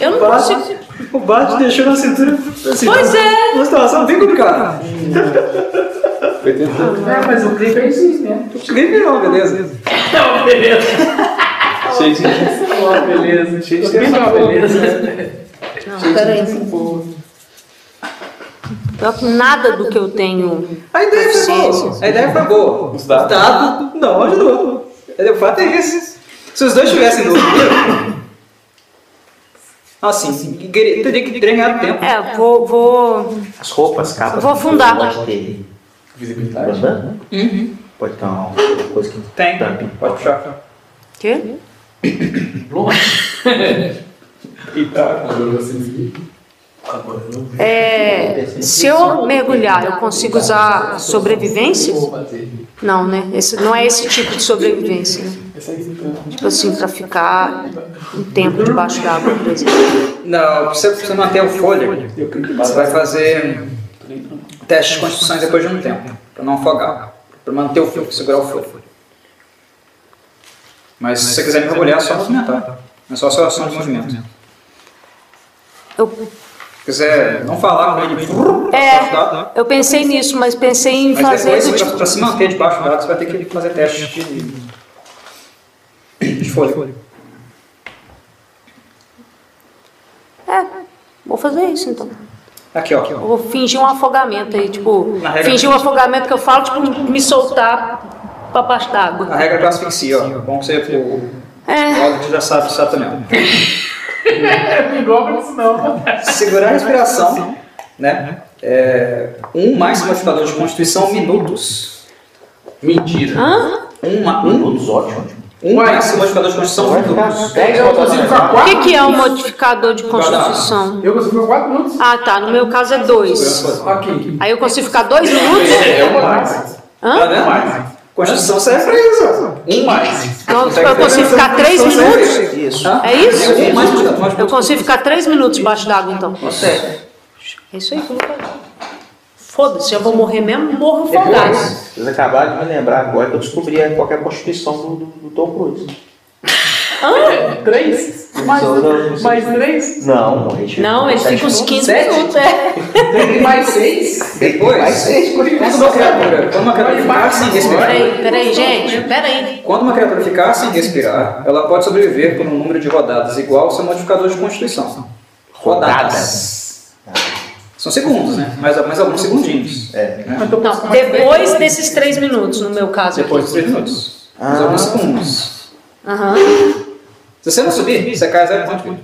Speaker 5: Eu não consigo.
Speaker 1: O Bart deixou na cintura. Assim,
Speaker 5: Pois é.
Speaker 1: Uma situação bem complicada.
Speaker 4: É, mas o clipe é isso mesmo.
Speaker 1: Ninguém virou, beleza.
Speaker 4: Cheio de beleza. Cheio de beleza.
Speaker 5: Não, peraí. Eu- Nada do que eu tenho.
Speaker 1: A ideia foi boa. A ideia foi boa. Os dados, não ajudou. O fato é esse. Se os dois tivessem no Assim, queria- teria que ganhar tempo.
Speaker 5: É, vou. Vou,
Speaker 2: As roupas, capas.
Speaker 5: vou afundar. Uhum.
Speaker 2: Pode ter
Speaker 16: Visibilidade.
Speaker 2: bandana, né? Pode ter uma coisa que tá
Speaker 1: Tem.
Speaker 2: tampe.
Speaker 1: Pode puxar.
Speaker 5: Quê?
Speaker 1: tá,
Speaker 3: Agora você me
Speaker 5: É, se eu mergulhar, eu consigo usar sobrevivência? Não, né? Esse, não é esse tipo de sobrevivência. Né? Tipo assim, pra ficar um tempo debaixo d'água, por exemplo.
Speaker 1: Não, pra você, pra você manter o fôlego, você vai fazer testes de construções depois de um tempo, pra não afogar. Pra manter o fôlego, segurar o fôlego. Mas se você quiser mergulhar, é só movimentar. É só a sua ação de movimento. Se
Speaker 5: Eu,
Speaker 1: quiser não falar com ele,
Speaker 5: é, eu pensei nisso, mas pensei em
Speaker 1: né? Mas
Speaker 5: fazer
Speaker 1: depois,
Speaker 5: do tipo.
Speaker 1: pra, pra se manter debaixo d'água, você vai ter que fazer teste de, de fôlego.
Speaker 5: É, vou fazer isso então.
Speaker 1: Aqui, ó. Aqui,
Speaker 5: Eu
Speaker 1: ó.
Speaker 5: vou fingir um afogamento aí, tipo,
Speaker 1: Na regra-
Speaker 5: fingir um afogamento que eu falo, tipo, me soltar pra baixo
Speaker 1: A
Speaker 5: d'água.
Speaker 1: regra que asfixia, ó. Bom que você o
Speaker 5: É,
Speaker 1: Robert já sabe já também.
Speaker 4: É
Speaker 3: Não gosta disso, não.
Speaker 1: Segurar a respiração, né? É, um mais modificador de constituição minutos.
Speaker 16: Mentira.
Speaker 1: Um, ma- um,
Speaker 2: Minutos, ótimo.
Speaker 1: um mais modificador de constituição minutos.
Speaker 17: Eu consigo ficar
Speaker 5: o que,
Speaker 17: quatro.
Speaker 5: que é um modificador de constituição?
Speaker 3: Eu consigo ficar 4 minutos.
Speaker 5: Ah, tá, no meu caso é dois.
Speaker 3: Aqui.
Speaker 5: Aí eu consigo ficar dois minutos?
Speaker 16: É um mais.
Speaker 3: Mais.
Speaker 1: Tá vendo? Constituição serve pra isso.
Speaker 16: Um mais.
Speaker 5: Então eu consigo ficar três minutos?
Speaker 2: Isso.
Speaker 1: Tá?
Speaker 5: É isso?
Speaker 1: Um mais modificador de
Speaker 5: Eu
Speaker 1: constituição.
Speaker 5: consigo ficar três minutos debaixo d'água então.
Speaker 1: Consegue.
Speaker 5: É isso aí. Foda-se, eu vou morrer mesmo, morro afogado.
Speaker 2: Vocês acabaram de me lembrar agora que eu descobri qual que é a constituição do, do, do Tom Cruise.
Speaker 3: 3?
Speaker 2: Mas,
Speaker 3: Mais 3?
Speaker 2: Não, a gente.
Speaker 5: Não,
Speaker 1: Tá
Speaker 5: ele fica uns 15 minutos, é.
Speaker 3: Mais 6?
Speaker 2: Mas
Speaker 1: Depois,
Speaker 2: seis, por
Speaker 1: quando uma criatura, quando uma criatura ficar sem respirar,
Speaker 5: Peraí, peraí, gente, peraí.
Speaker 1: Quando uma criatura ficar sem respirar, ela pode sobreviver por um número de rodadas igual ao seu modificador de constituição. Rodadas. São segundos, né? Mais, mais alguns segundinhos.
Speaker 2: É.
Speaker 1: Né?
Speaker 5: Não, depois desses três minutos, no meu caso. aqui.
Speaker 1: Depois de três minutos. Mais
Speaker 2: Ah.
Speaker 1: alguns segundos.
Speaker 5: Aham.
Speaker 1: Se você não subir, você cai zero ponto.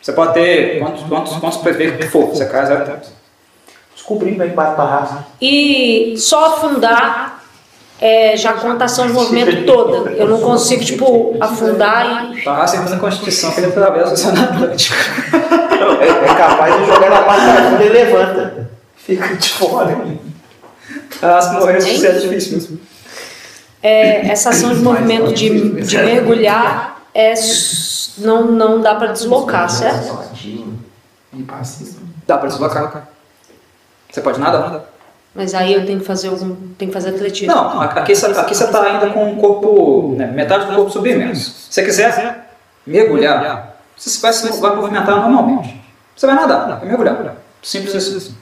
Speaker 1: Você pode ter quantos, quantos, quantos PV que for, você cai zero ponto.
Speaker 2: Descobri bem bate barraça.
Speaker 5: E só afundar é, já conta a ação de movimento toda. Eu não consigo, tipo, afundar e.
Speaker 1: Tá sem fazer constituição que ele atravessa o Oceano Atlântico.
Speaker 2: É, é capaz de jogar na parte da bunda e levanta.
Speaker 1: Fica de fora. Ah, se morrer, isso é difícil mesmo.
Speaker 5: é, essa ação de movimento de, de mergulhar é, s- não, não dá pra deslocar, certo?
Speaker 1: Dá pra deslocar. Você pode nadar, nadar.
Speaker 5: Mas aí eu tenho que fazer algum. Tenho que fazer atletismo.
Speaker 1: Não, aqui você aqui você tá ainda com o corpo, né, metade do corpo submerso. Se você quiser mergulhar, você vai, se- vai movimentar normalmente. Você vai nadar, vai mergulhar. Simples assim.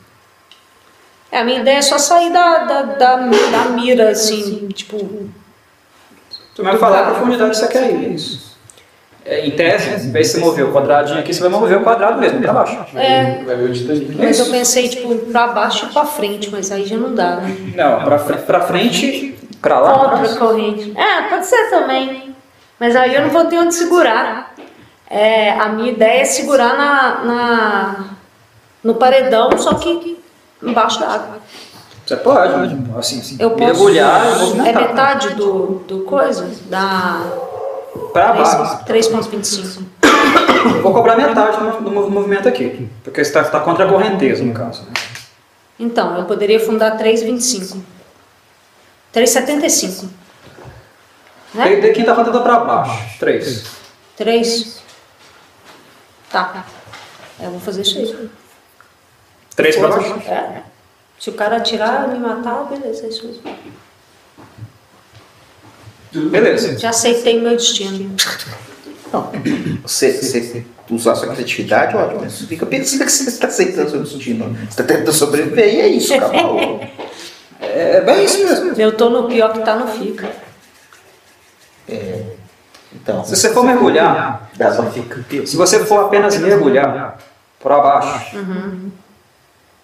Speaker 5: É, a minha ideia é só sair da, da, da, da mira, assim, tipo.
Speaker 1: Você vai Então, falar a profundidade que você quer ir, é isso. É, em tese, em vez de você mover o quadradinho aqui, você vai mover o quadrado mesmo, pra baixo.
Speaker 5: É,
Speaker 3: Vai ver o Titanic.
Speaker 5: mas eu pensei, tipo, pra baixo e pra frente, mas aí já não dá, né?
Speaker 1: Não, pra, fre- pra frente, pra lá, pra
Speaker 5: Contra
Speaker 1: trás.
Speaker 5: a corrente. É, pode ser também. Mas aí eu não vou ter onde segurar. É, a minha ideia é segurar na, na, no paredão, só que embaixo da água.
Speaker 1: Você pode, né? assim, assim,
Speaker 5: Eu posso.
Speaker 1: mergulhar e
Speaker 5: é
Speaker 1: movimentar.
Speaker 5: metade do, do coisa? Da
Speaker 1: Pra
Speaker 5: É
Speaker 1: baixo.
Speaker 5: 3 3,25.
Speaker 1: Eu Vou cobrar metade do, do mov- movimento aqui, porque você tá, tá contra a correnteza, no caso. né?
Speaker 5: Então, eu poderia fundar 3,25. 3,75. Né?
Speaker 1: Tem que ter quinta rodada pra baixo. Três.
Speaker 5: 3. Tá. Eu vou fazer isso aí.
Speaker 1: Três pra baixo?
Speaker 5: É. Se o cara atirar, me matar, beleza, é isso mesmo.
Speaker 1: Beleza.
Speaker 5: Já aceitei meu destino.
Speaker 2: Você, você usar sua criatividade, ótimo. mas Você fica pensando que você está aceitando seu destino. né? Você está tentando sobreviver e é isso, acabou.
Speaker 1: É, é bem isso mesmo.
Speaker 5: Eu tô no pior que tá, não fica.
Speaker 2: Então,
Speaker 1: Se você for mergulhar,
Speaker 2: dá pra ficar.
Speaker 5: Uhum.
Speaker 1: se você for apenas mergulhar pra baixo,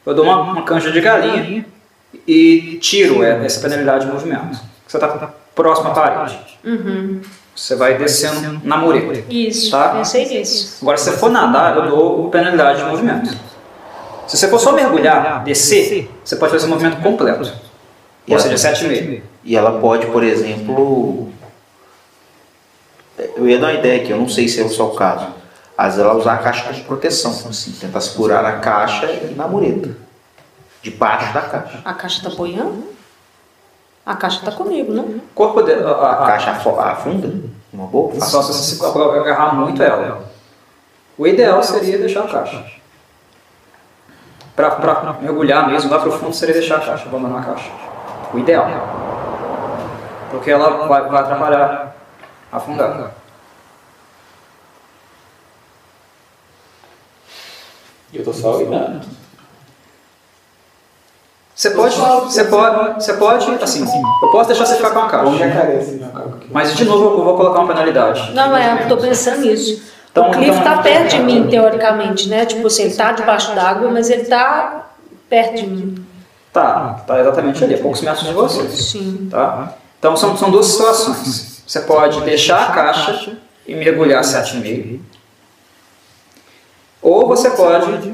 Speaker 1: Eu dou uma, uma canja de galinha e tiro é, essa penalidade de movimento. Você está próximo à parede.
Speaker 6: Uhum.
Speaker 1: Você vai descendo na mureta.
Speaker 5: Isso,
Speaker 1: Tá.
Speaker 5: pensei nisso.
Speaker 1: Agora, se você for nadar, eu dou penalidade de movimento. Se você for só mergulhar, descer, você pode fazer o movimento completo. Ou seja, 7,5.
Speaker 2: E ela pode, por exemplo. Eu ia dar uma ideia aqui, eu não sei se é o seu caso. Às vezes ela usar a caixa de proteção, assim, tentar segurar a caixa e na mureta. Debaixo da caixa.
Speaker 5: A caixa tá apoiando? A caixa tá comigo, né?
Speaker 1: O corpo dela. a-
Speaker 2: A
Speaker 1: a- a-
Speaker 2: caixa afo- afunda? Uma boa?
Speaker 1: Só se você se agarrar muito ela. O ideal seria deixar a caixa. Pra, pra mergulhar mesmo lá pro fundo seria deixar a caixa, abandonar a caixa. O ideal. Porque ela vai, vai atrapalhar afundar.
Speaker 9: E eu tô só olhando.
Speaker 1: Você pode, você pode, você pode, assim, eu posso deixar você ficar com a
Speaker 9: Ou
Speaker 1: caixa.
Speaker 9: jacaré, assim, na cara.
Speaker 1: Mas de novo eu vou colocar uma penalidade.
Speaker 5: Não, é, eu tô pensando nisso.
Speaker 1: Então-
Speaker 5: o Cliff
Speaker 1: então-
Speaker 5: tá perto de mim, teoricamente, né? Tipo assim, ele tá debaixo d'água, mas ele tá perto de mim.
Speaker 1: Tá, tá exatamente ali, a poucos metros de você.
Speaker 5: Sim.
Speaker 1: Tá? Então são, são duas situações. Você pode deixar a caixa e mergulhar 7,5. Ou você pode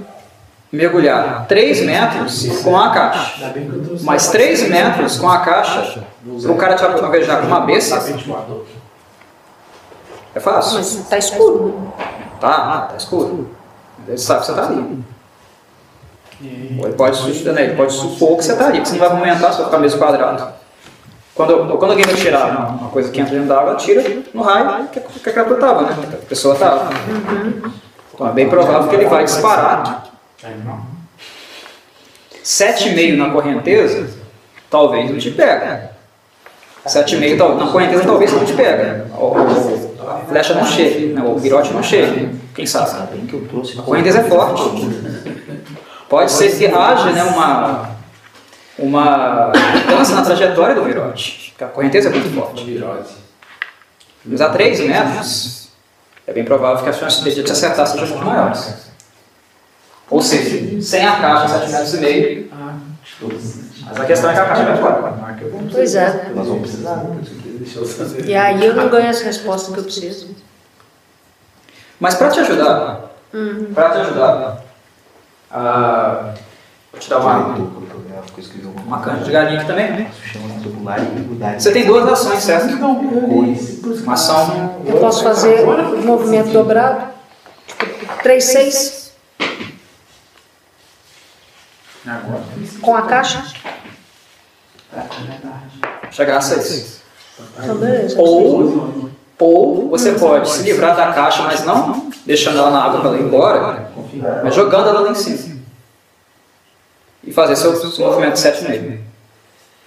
Speaker 1: mergulhar 3 metros com a caixa.
Speaker 9: Ainda bem que eu tô só-
Speaker 1: Mais 3 metros com a caixa, o cara te alvejar com uma besta,
Speaker 9: Tapete voador.
Speaker 1: é fácil.
Speaker 5: Mas tá escuro.
Speaker 1: Tá, tá escuro. Mas Ele sabe que você tá ali. Ou Ele pode, su- né, ele pode supor que você tá ali, porque você não vai movimentar, você vai ficar mesmo quadrado. Quando, quando alguém vai tirar uma- uma coisa que entra dentro da água, tira no raio que, que aquela pessoa tava, né? Que a pessoa tava. Então é bem provável que ele vai disparar
Speaker 9: Aí não.
Speaker 1: 7,5 na correnteza, talvez não te pega. 7,5 tal- na correnteza talvez não te pega. Ou- ou- ou A flecha não chegue, né? ou o virote não chegue. Quem sabe?
Speaker 2: Bem que eu trouxe.
Speaker 1: O Enders é
Speaker 2: né?
Speaker 1: forte. Pode ser que haja né, uma, uma mudança na trajetória do virote. porque A correnteza é muito forte.
Speaker 9: Virose.
Speaker 1: Mas a 3 metros, é bem provável que as chances dele de te acertar sejam muito maiores. Ou seja, sem a caixa, 7 metros e meio. Mas a questão é que a caixa vai fora.
Speaker 5: Pois é.
Speaker 2: Nós vamos precisar. né?
Speaker 9: Deixa eu fazer.
Speaker 5: E aí eu não ganho as respostas que eu preciso.
Speaker 1: Mas para te ajudar, para te ajudar, ah, vou te dar uma, uma canja de galinha aqui também. né? Você tem duas ações, certo?
Speaker 3: Então,
Speaker 1: Uma ação.
Speaker 3: um.
Speaker 5: Eu posso fazer o movimento dobrado? Tipo, 3, 6
Speaker 9: Agora.
Speaker 5: com a caixa?
Speaker 1: Chegar a seis.
Speaker 5: Então, beleza.
Speaker 1: Ou, ou você pode se livrar da caixa, mas não deixando ela na água para ela ir embora, mas jogando ela lá em cima. E fazer seu, seu movimento 7 nele.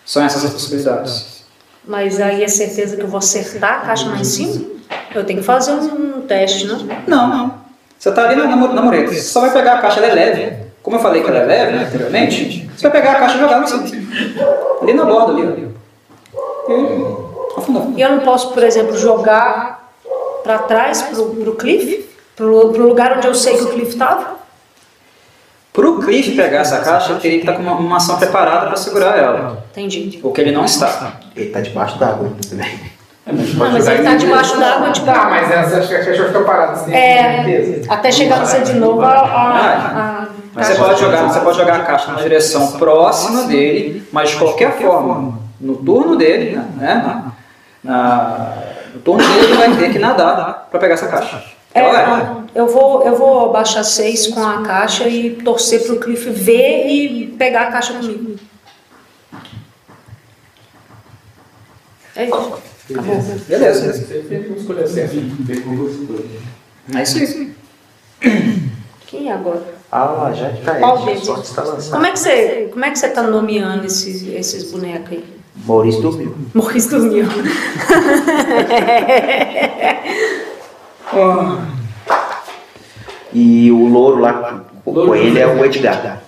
Speaker 1: São essas as possibilidades.
Speaker 5: Mas aí é certeza que eu vou acertar a caixa lá em cima? Eu tenho que fazer um teste, né?
Speaker 1: Não, não. Você tá ali na, na, mu- na mureta. Você só vai pegar a caixa, ela é leve. Como eu falei que ela é leve né, anteriormente, você vai pegar a caixa e jogar lá em cima. Ali na borda, ali. E afunda, afunda.
Speaker 5: E eu não posso, por exemplo, jogar pra trás, pro, pro cliff? Pro, pro lugar onde eu sei que o cliff tava?
Speaker 1: Pro Cliff pegar essa caixa, ele teria que estar com uma, uma ação preparada para segurar ela.
Speaker 5: Entendi.
Speaker 1: O que ele não está.
Speaker 2: Ele tá debaixo d'água ainda também.
Speaker 5: Não, mas ele tá debaixo d'água, tipo...
Speaker 9: Tá, mas essa acho que a caixa fica parada assim.
Speaker 5: É.
Speaker 9: Beleza.
Speaker 5: Até chegar você de novo a... a, a
Speaker 1: Mas
Speaker 9: é
Speaker 1: você pode, jogar, você pode jogar a caixa na direção próxima dele, mas de qualquer forma, no turno dele, né? né, na- no turno dele, ele vai ter que nadar para pegar essa caixa.
Speaker 5: É,
Speaker 1: Ela
Speaker 9: né?
Speaker 1: vai.
Speaker 5: eu vou, eu vou baixar seis com a caixa e torcer pro Cliff ver e pegar a caixa comigo. É isso.
Speaker 1: Beleza.
Speaker 9: Você fez uma escolha certa. Bem com você.
Speaker 1: É isso aí.
Speaker 5: Quem é agora?
Speaker 2: Ah lá, já tá aí.
Speaker 5: Qual
Speaker 2: já
Speaker 5: deles?
Speaker 2: só que está lançando.
Speaker 5: Como é que você, como é que você tá nomeando esses, esses bonecos aí?
Speaker 2: Maurício dormiu.
Speaker 5: Morris dormiu.
Speaker 2: E o louro lá, o coelho é o Edgar.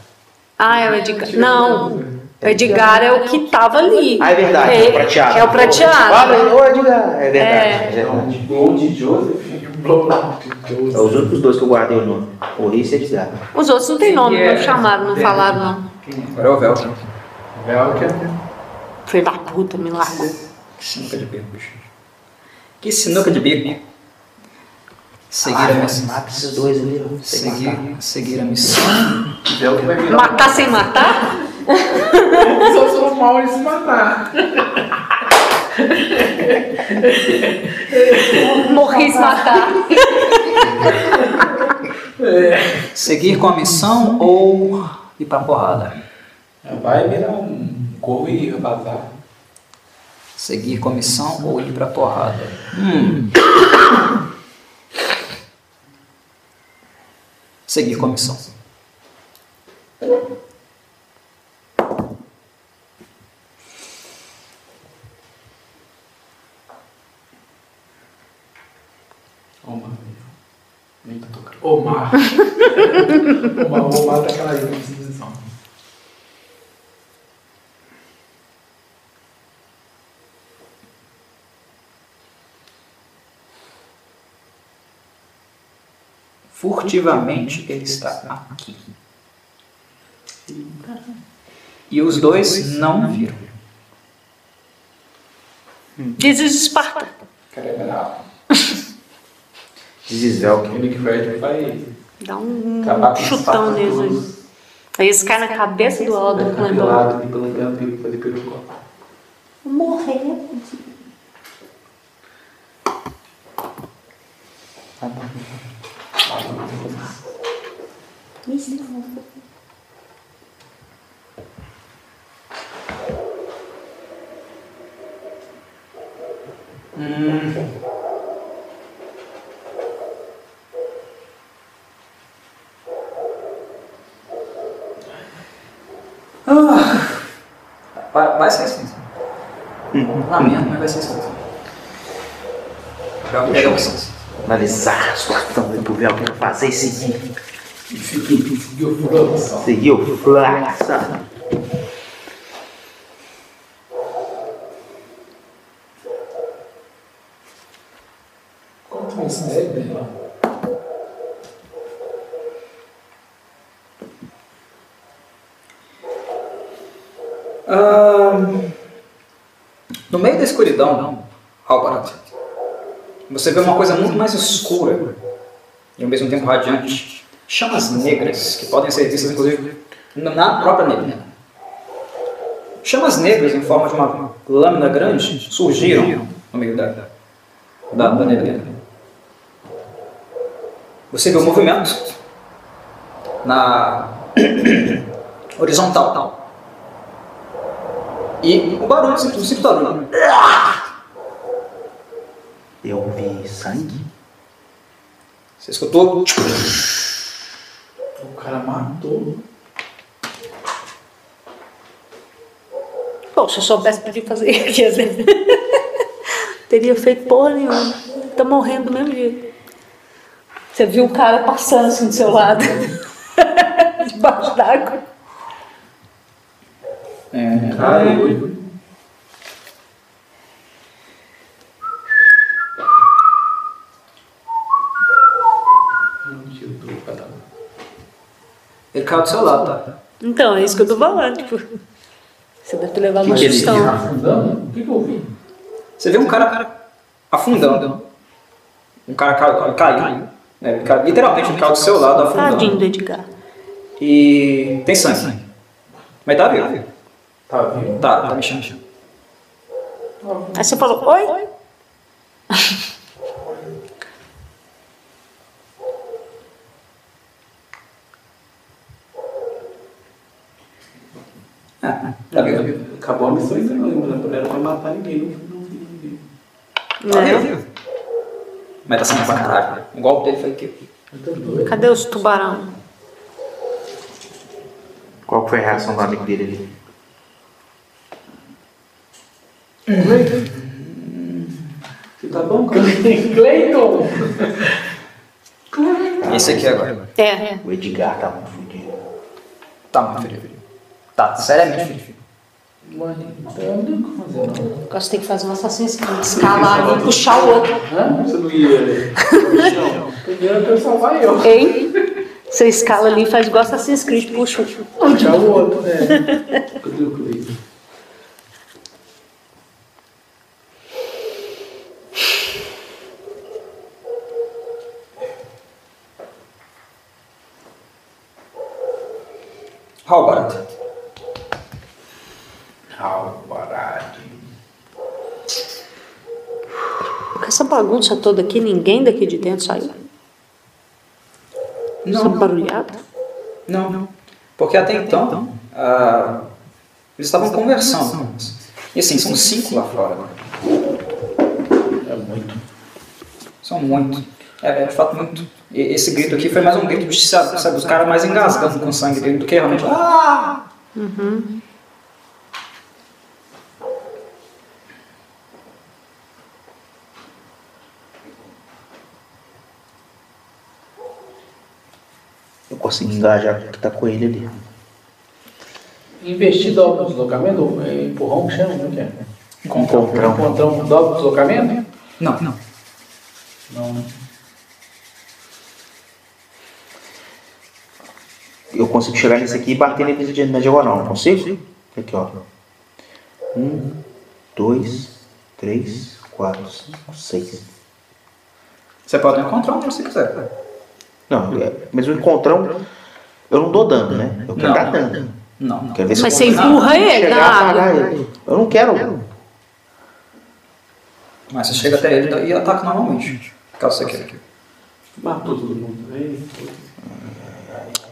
Speaker 6: Ah, é o Edgar. Não, o Edgar é o que tava ali.
Speaker 2: Ah, é verdade, é o prateado.
Speaker 6: É o prateado.
Speaker 2: Fala, ô Edgar. É verdade, é verdade.
Speaker 9: Gol de Joseph.
Speaker 2: É os únicos dois que eu guardei o nome. Polícia e desgraça.
Speaker 5: Os outros não tem nome,
Speaker 6: é.
Speaker 5: não chamaram,
Speaker 2: É.
Speaker 5: não falaram, não.
Speaker 4: Agora é o Velcro.
Speaker 5: Filho da puta, me largou.
Speaker 1: Sinuca de bico, bicho. Que sinuca de bico. Seguir a missão.
Speaker 2: Mata esses dois ali, ó. Sem matar.
Speaker 1: Seguir, seguir a missão.
Speaker 4: Velcro
Speaker 2: É.
Speaker 4: vai virar.
Speaker 5: Matar sem matar?
Speaker 3: Os outros são mal eles se matar.
Speaker 5: Morrer se matar.
Speaker 1: Seguir com a missão ou ir pra porrada.
Speaker 4: É, Vai virar um corvo e bazar.
Speaker 1: Seguir com a missão ou ir pra porrada. Hum. Seguir com a missão.
Speaker 3: Omar. Nem tá tocando. Omar. Omar, Omar daquela ilha de civilização.
Speaker 1: Furtivamente ele está aqui. E os dois não viram.
Speaker 5: Diz os Esparta.
Speaker 3: Cara, é brabo.
Speaker 2: Desisel.
Speaker 4: O Nick Fred vai
Speaker 5: Dá um
Speaker 4: acabar com
Speaker 5: chutão neles aí. Aí esse cai na cabeça do Aldo,
Speaker 4: Vai
Speaker 5: lembrou?
Speaker 4: pelado, pelangando, tem que fazer perucó.
Speaker 18: Morrer.
Speaker 1: Vai, vai ser escrito. Lamento, mas vai ser assim. escrito. Joga pega vocês.
Speaker 2: Analisar a situação do Velcro. Quero fazer e seguir.
Speaker 3: E o França.
Speaker 2: Seguir o Flaxa.
Speaker 3: Como tu isso é, velho?
Speaker 1: Ahn, no meio da escuridão, Albarat, você vê uma coisa muito mais escura e ao mesmo tempo radiante. Chamas negras, que podem ser vistas inclusive na própria neblina. Chamas negras em forma de uma lâmina grande surgiram no meio da, da, da neblina. Você vê o movimento na horizontal. Tal. E o barulho, o simples barulho.
Speaker 2: Eu ouvi sangue.
Speaker 1: Você escutou?
Speaker 3: O cara matou.
Speaker 18: Pô, se eu soubesse, podia fazer isso. Teria feito porra nenhuma. Tá morrendo do mesmo jeito. Você viu o cara passando assim do seu lado. Debaixo d'água.
Speaker 3: Caralho.
Speaker 1: Ele caiu do seu lado, tá?
Speaker 18: Então, é isso que eu tô falando. Tipo, você deve ter levado
Speaker 2: Que
Speaker 18: uma
Speaker 2: que ele-
Speaker 18: sugestão.
Speaker 3: Tá afundando? O que que eu vi?
Speaker 1: Você vê um cara, cara afundando. Um cara caiu. caiu, né? Ele caiu- Literalmente ele caiu do seu lado
Speaker 18: Tadinho do
Speaker 1: afundando.
Speaker 18: Edgar.
Speaker 1: E tem sangue. Mas tá vivo.
Speaker 3: Tá vivo?
Speaker 1: Tá, tá mexendo.
Speaker 18: Aí você falou, oi?
Speaker 1: Tá vivo.
Speaker 4: Acabou a missão então, não era pra matar ninguém, não, não vi ninguém.
Speaker 1: Tá
Speaker 5: Né?
Speaker 1: vivo. Mas tá sendo pra caralho. O golpe dele foi que.
Speaker 5: Cadê os tubarão?
Speaker 2: Qual foi a reação do amigo dele ali?
Speaker 4: Você tá bom, cara?
Speaker 3: Cleiton!
Speaker 1: Esse aqui agora.
Speaker 5: É.
Speaker 2: O Edgar tá muito fudido.
Speaker 3: é
Speaker 1: Tá muito ferido. Tá, seriamente ferido.
Speaker 5: Acho que tem que fazer um assassino escalar ali, puxar o outro.
Speaker 19: Você não ia.
Speaker 3: Primeiro eu quero salvar eu.
Speaker 5: Hein? Você escala ali, faz igual Assassin's Creed, puxa.
Speaker 3: Já o outro, né?
Speaker 19: Cadê o Cleiton?
Speaker 1: Halbard.
Speaker 19: Alvarado.
Speaker 5: Com essa bagunça toda aqui, ninguém daqui de dentro saiu.
Speaker 1: Não,
Speaker 5: essa
Speaker 1: não.
Speaker 5: barulhada.
Speaker 1: Não, não. Porque até então, ah, eles estavam conversando. E assim, são cinco lá fora. né?
Speaker 19: É muito.
Speaker 1: São muito. É, é, de fato muito. E- esse grito aqui foi mais um grito de sabe, sabe, os caras mais engasgando com sangue dele do que realmente. Ah!
Speaker 2: Eu consigo engajar o que tá com ele ali.
Speaker 3: Investir dobra o deslocamento, é empurrão que chama, não é?
Speaker 2: Encontrão.
Speaker 3: Encontrão dobra o deslocamento?
Speaker 1: Não, não.
Speaker 3: Não, né?
Speaker 2: Eu consigo chegar nesse aqui e bater nele de- na diagonal, não consigo? Aqui, ó. Um, dois, três, quatro, cinco, seis.
Speaker 1: Você pode encontrar um se quiser.
Speaker 2: Não, é- mas o encontrão, eu não dou dano, né? Eu quero
Speaker 1: Não.
Speaker 2: dar dano.
Speaker 1: Não, não.
Speaker 2: Quero ver se
Speaker 3: é
Speaker 5: Mas
Speaker 2: eu
Speaker 5: você
Speaker 2: consigo
Speaker 5: empurra ele
Speaker 2: chegar
Speaker 5: na
Speaker 2: a parar
Speaker 5: água.
Speaker 2: ele. Eu não quero.
Speaker 1: Mas você chega até ele e ataca normalmente. Caso você queira.
Speaker 19: Matou todo mundo, né?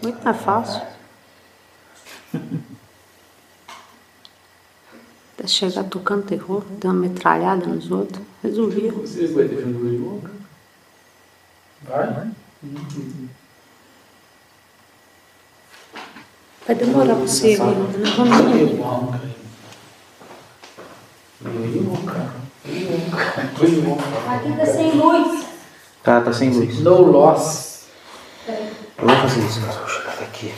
Speaker 5: Muito mais fácil. Até chegar tocando terror, dando uma metralhada nos outros. Resolvia.
Speaker 19: Você vai defender o Igor?
Speaker 3: Vai?
Speaker 5: Vai demorar pra você ir ainda, né? Vamos lá.
Speaker 3: Empurrão, cara.
Speaker 19: Igor, cara.
Speaker 3: Foi bom.
Speaker 18: Aqui tá sem luz.
Speaker 2: Tá, tá sem luz.
Speaker 3: No loss.
Speaker 2: Eu vou fazer isso, mas vou chegar aqui.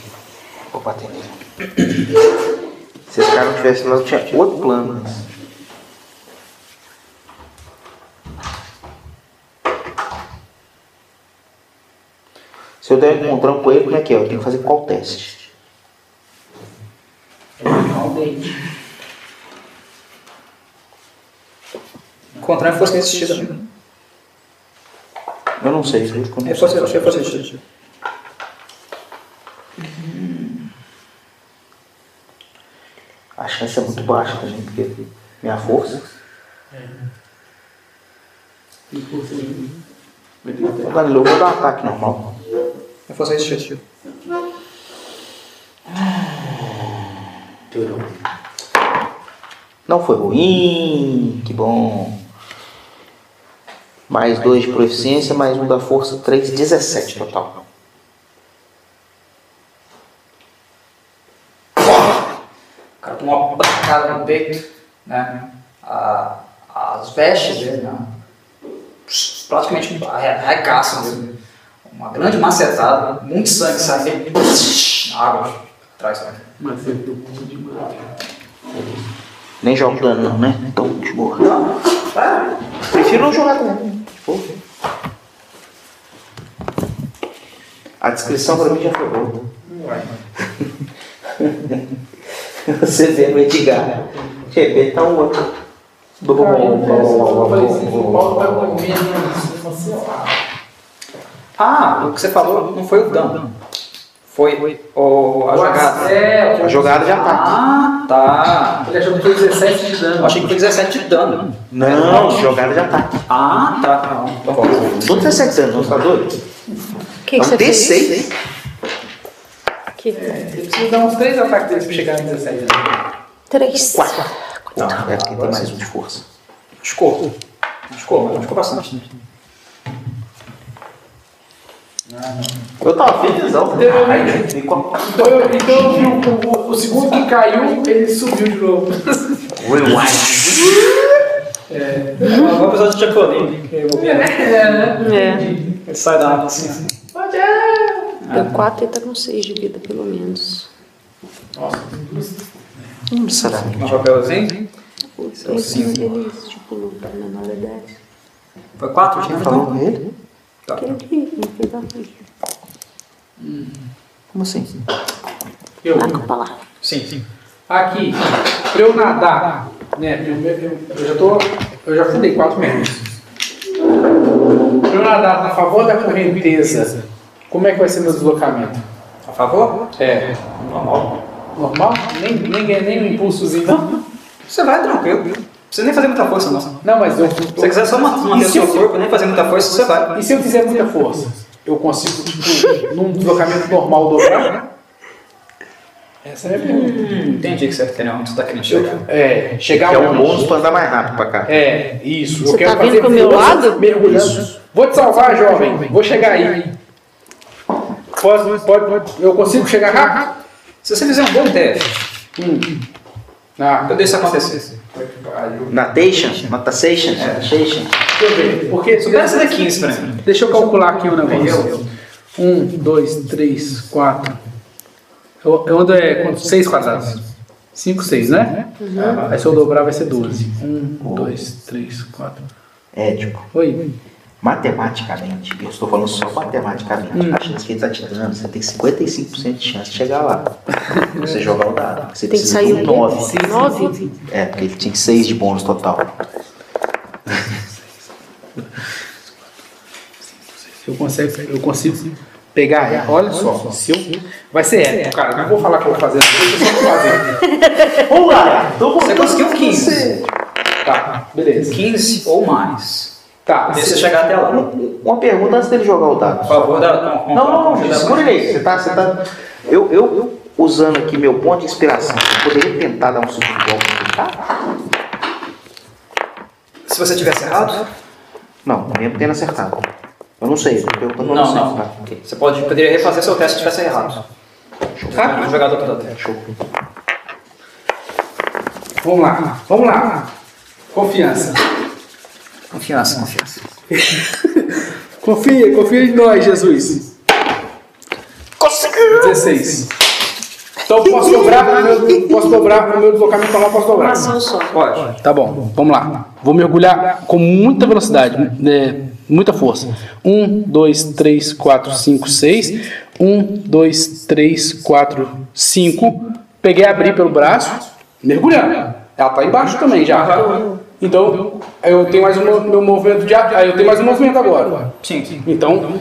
Speaker 2: Vou bater nele. Se esse cara não tivesse lá, eu tinha outro plano. mas- Se eu der um encontrão com ele, como é que é? Eu tenho que fazer qual teste?
Speaker 1: Encontrar fosse resistido. né?
Speaker 2: Eu não sei, viu? Como
Speaker 1: É, fosse, achei que fosse resistido.
Speaker 2: A chance é muito baixa também, porque minha força. Ô, Danilo, eu vou dar um ataque normal.
Speaker 1: É fosse resistido.
Speaker 2: Não foi ruim, que bom. Mais dois de proficiência, mais um da força, 3, 17 total.
Speaker 1: O cara tomou uma pancada no peito, né? A- as vestes dele, né? Praticamente arre- arregaçam dele. Uma grande macetada, muito sangue saindo. Água né? atrás também.
Speaker 19: Mas você deu um de matar.
Speaker 2: Nem jogo dano não, né? Então, de boa. Prefiro não jogar um. dano. De boa. A descrição pra mim já foi boa. Você vendo o Edgar. De repente tá um outro. Blum, blum, blum, blum,
Speaker 3: Eu falei
Speaker 2: blum,
Speaker 3: assim, o
Speaker 2: blum,
Speaker 3: Paulo tá
Speaker 2: blum.
Speaker 3: comendo. Você lá.
Speaker 1: Ah, o que você falou não foi o dano. Foi o, a jogada.
Speaker 3: É,
Speaker 2: A jogada já tá.
Speaker 1: Ah, tá.
Speaker 3: ele achou que foi 17 de dano.
Speaker 1: Eu achei que foi 17 de dano.
Speaker 2: Não, a jogada já tá.
Speaker 1: Ah, tá. Não, tá bom.
Speaker 2: Não tem 17 anos, não tá doido? Então,
Speaker 5: O que, que você fez? Que... é?
Speaker 3: Ele precisa É, dar uns 3 ataques dele pra chegar né? em 17 de dano.
Speaker 5: Três.
Speaker 2: Não, é porque tem mais um de força.
Speaker 1: Machucou. Machucou, mas machucou bastante.
Speaker 2: Eu tava felizão. é.
Speaker 3: Então eu, então eu vi o, o- o segundo que caiu, ele subiu de novo.
Speaker 1: Agora o episódio de Chapolin.
Speaker 3: É,
Speaker 5: É.
Speaker 1: Ele sai da água assim. assim.
Speaker 3: Ah.
Speaker 5: Deu quatro e tá com seis de vida, pelo menos. Onde
Speaker 2: sinceramente.
Speaker 4: Um papelzinho?
Speaker 20: Então,
Speaker 5: Esse,
Speaker 20: assim,
Speaker 5: esse, eles, tipo,
Speaker 6: tá
Speaker 5: da menor idade.
Speaker 14: Foi quatro, gente?
Speaker 2: Falou com ele?
Speaker 20: Tá.
Speaker 5: Aquele que me fez a ficha.
Speaker 20: Hum.
Speaker 2: Como assim?
Speaker 3: Eu,
Speaker 5: Marca a palavra.
Speaker 14: Sim, sim.
Speaker 3: aqui, pra eu nadar, né? Eu, eu- eu já tô. Eu já fundei 4 metros. Pra eu nadar a favor da correnteza, como é que vai ser meu deslocamento?
Speaker 1: A favor?
Speaker 3: É. Normal. Normal? Nem, nem, nem um impulsozinho, não?
Speaker 1: Você vai tranquilo. Não precisa nem fazer muita força, não. Se
Speaker 3: Não, mas eu.
Speaker 1: você quiser só ma- manter
Speaker 3: E
Speaker 1: o
Speaker 3: se
Speaker 1: seu
Speaker 3: eu-
Speaker 1: corpo, nem fazer muita força, você vai.
Speaker 3: E se eu fizer muita força? Eu consigo, tipo, num deslocamento normal dobrar? Essa é a minha pergunta.
Speaker 1: Hum, entendi que você entendeu onde você tá querendo chegar.
Speaker 3: É, chegar
Speaker 2: Que é um
Speaker 3: longe.
Speaker 2: bônus pra andar mais rápido pra cá.
Speaker 3: É, isso.
Speaker 6: Você
Speaker 3: eu quero
Speaker 6: tá vindo
Speaker 3: fazer
Speaker 6: pro meu
Speaker 3: força
Speaker 6: lado?
Speaker 3: Mergulhando. Vou te salvar, jovem. Vou chegar aí. Posso, pode, pode. Eu consigo chegar rápido?
Speaker 1: Se você fizer um bom teste,
Speaker 3: Ah,
Speaker 1: eu deixo isso acontecer.
Speaker 2: Natation? Natation? Natation?
Speaker 3: deixa eu ver. Porque
Speaker 1: Supera essa da 15 pra mim.
Speaker 3: Deixa eu calcular aqui o negócio. Um, dois, três, quatro. Eu, eu ando é quanto? Seis quadrados. Cinco, seis, né? Aí se eu dobrar vai ser 12. Um, dois, três, quatro.
Speaker 2: É, tipo,
Speaker 3: Oi.
Speaker 2: matematicamente, eu estou falando só matematicamente,
Speaker 6: Hum.
Speaker 2: a chance que ele está te dando, você tem 55% de chance de chegar lá. você jogar o dado. Você
Speaker 6: Tem que
Speaker 2: precisa
Speaker 6: sair
Speaker 2: de
Speaker 6: o
Speaker 2: um
Speaker 6: quê?
Speaker 2: 9.
Speaker 6: Nove?
Speaker 2: É, porque ele tinha 6 de bônus total.
Speaker 3: Se eu consigo, eu consigo pegar. Olha só. Se eu, vai ser épico, cara. Eu Não vou falar que eu vou fazer. Eu vou só fazer.
Speaker 2: Vamos lá! Tô
Speaker 1: Você conseguiu 15.
Speaker 3: Tá, beleza.
Speaker 1: 15 ou mais.
Speaker 3: Tá.
Speaker 1: Deixa você chegar até lá. Por
Speaker 2: Uma pergunta antes dele jogar o dado.
Speaker 1: favor, dá.
Speaker 2: Não, não, não, segura ele aí. Você tá, você tá... Eu, eu, eu, usando aqui meu ponto de inspiração, eu poderia tentar dar um segundo golpe tá? no dado?
Speaker 1: Se você tivesse errado,
Speaker 2: Não, mesmo tendo acertado. Eu não sei, eu tô perguntando eu
Speaker 1: Não,
Speaker 2: não,
Speaker 1: não.
Speaker 2: sei. tá?
Speaker 1: Ok. Você pode, poderia refazer seu teste se tivesse errado. Rápido, jogador tá toda a teste.
Speaker 3: Vamos lá. Vamos lá. Confiança.
Speaker 1: Confiança, confiança.
Speaker 3: Confia, confia em nós, Jesus. Conseguiu! 16. Então posso dobrar pro meu, posso dobrar pro meu deslocamento lá, posso dobrar.
Speaker 5: Ação só.
Speaker 1: Pode.
Speaker 3: Tá bom, vamos lá. Vou mergulhar com muita velocidade, né, muita força. Um, dois, três, quatro, cinco, seis. Um, dois, três, quatro, cinco. Peguei, abri pelo braço, mergulhando. Ela tá embaixo também já. Então, eu tenho mais um mo- meu movimento de. Aí eu tenho mais um movimento agora.
Speaker 1: Sim, sim.
Speaker 3: Então,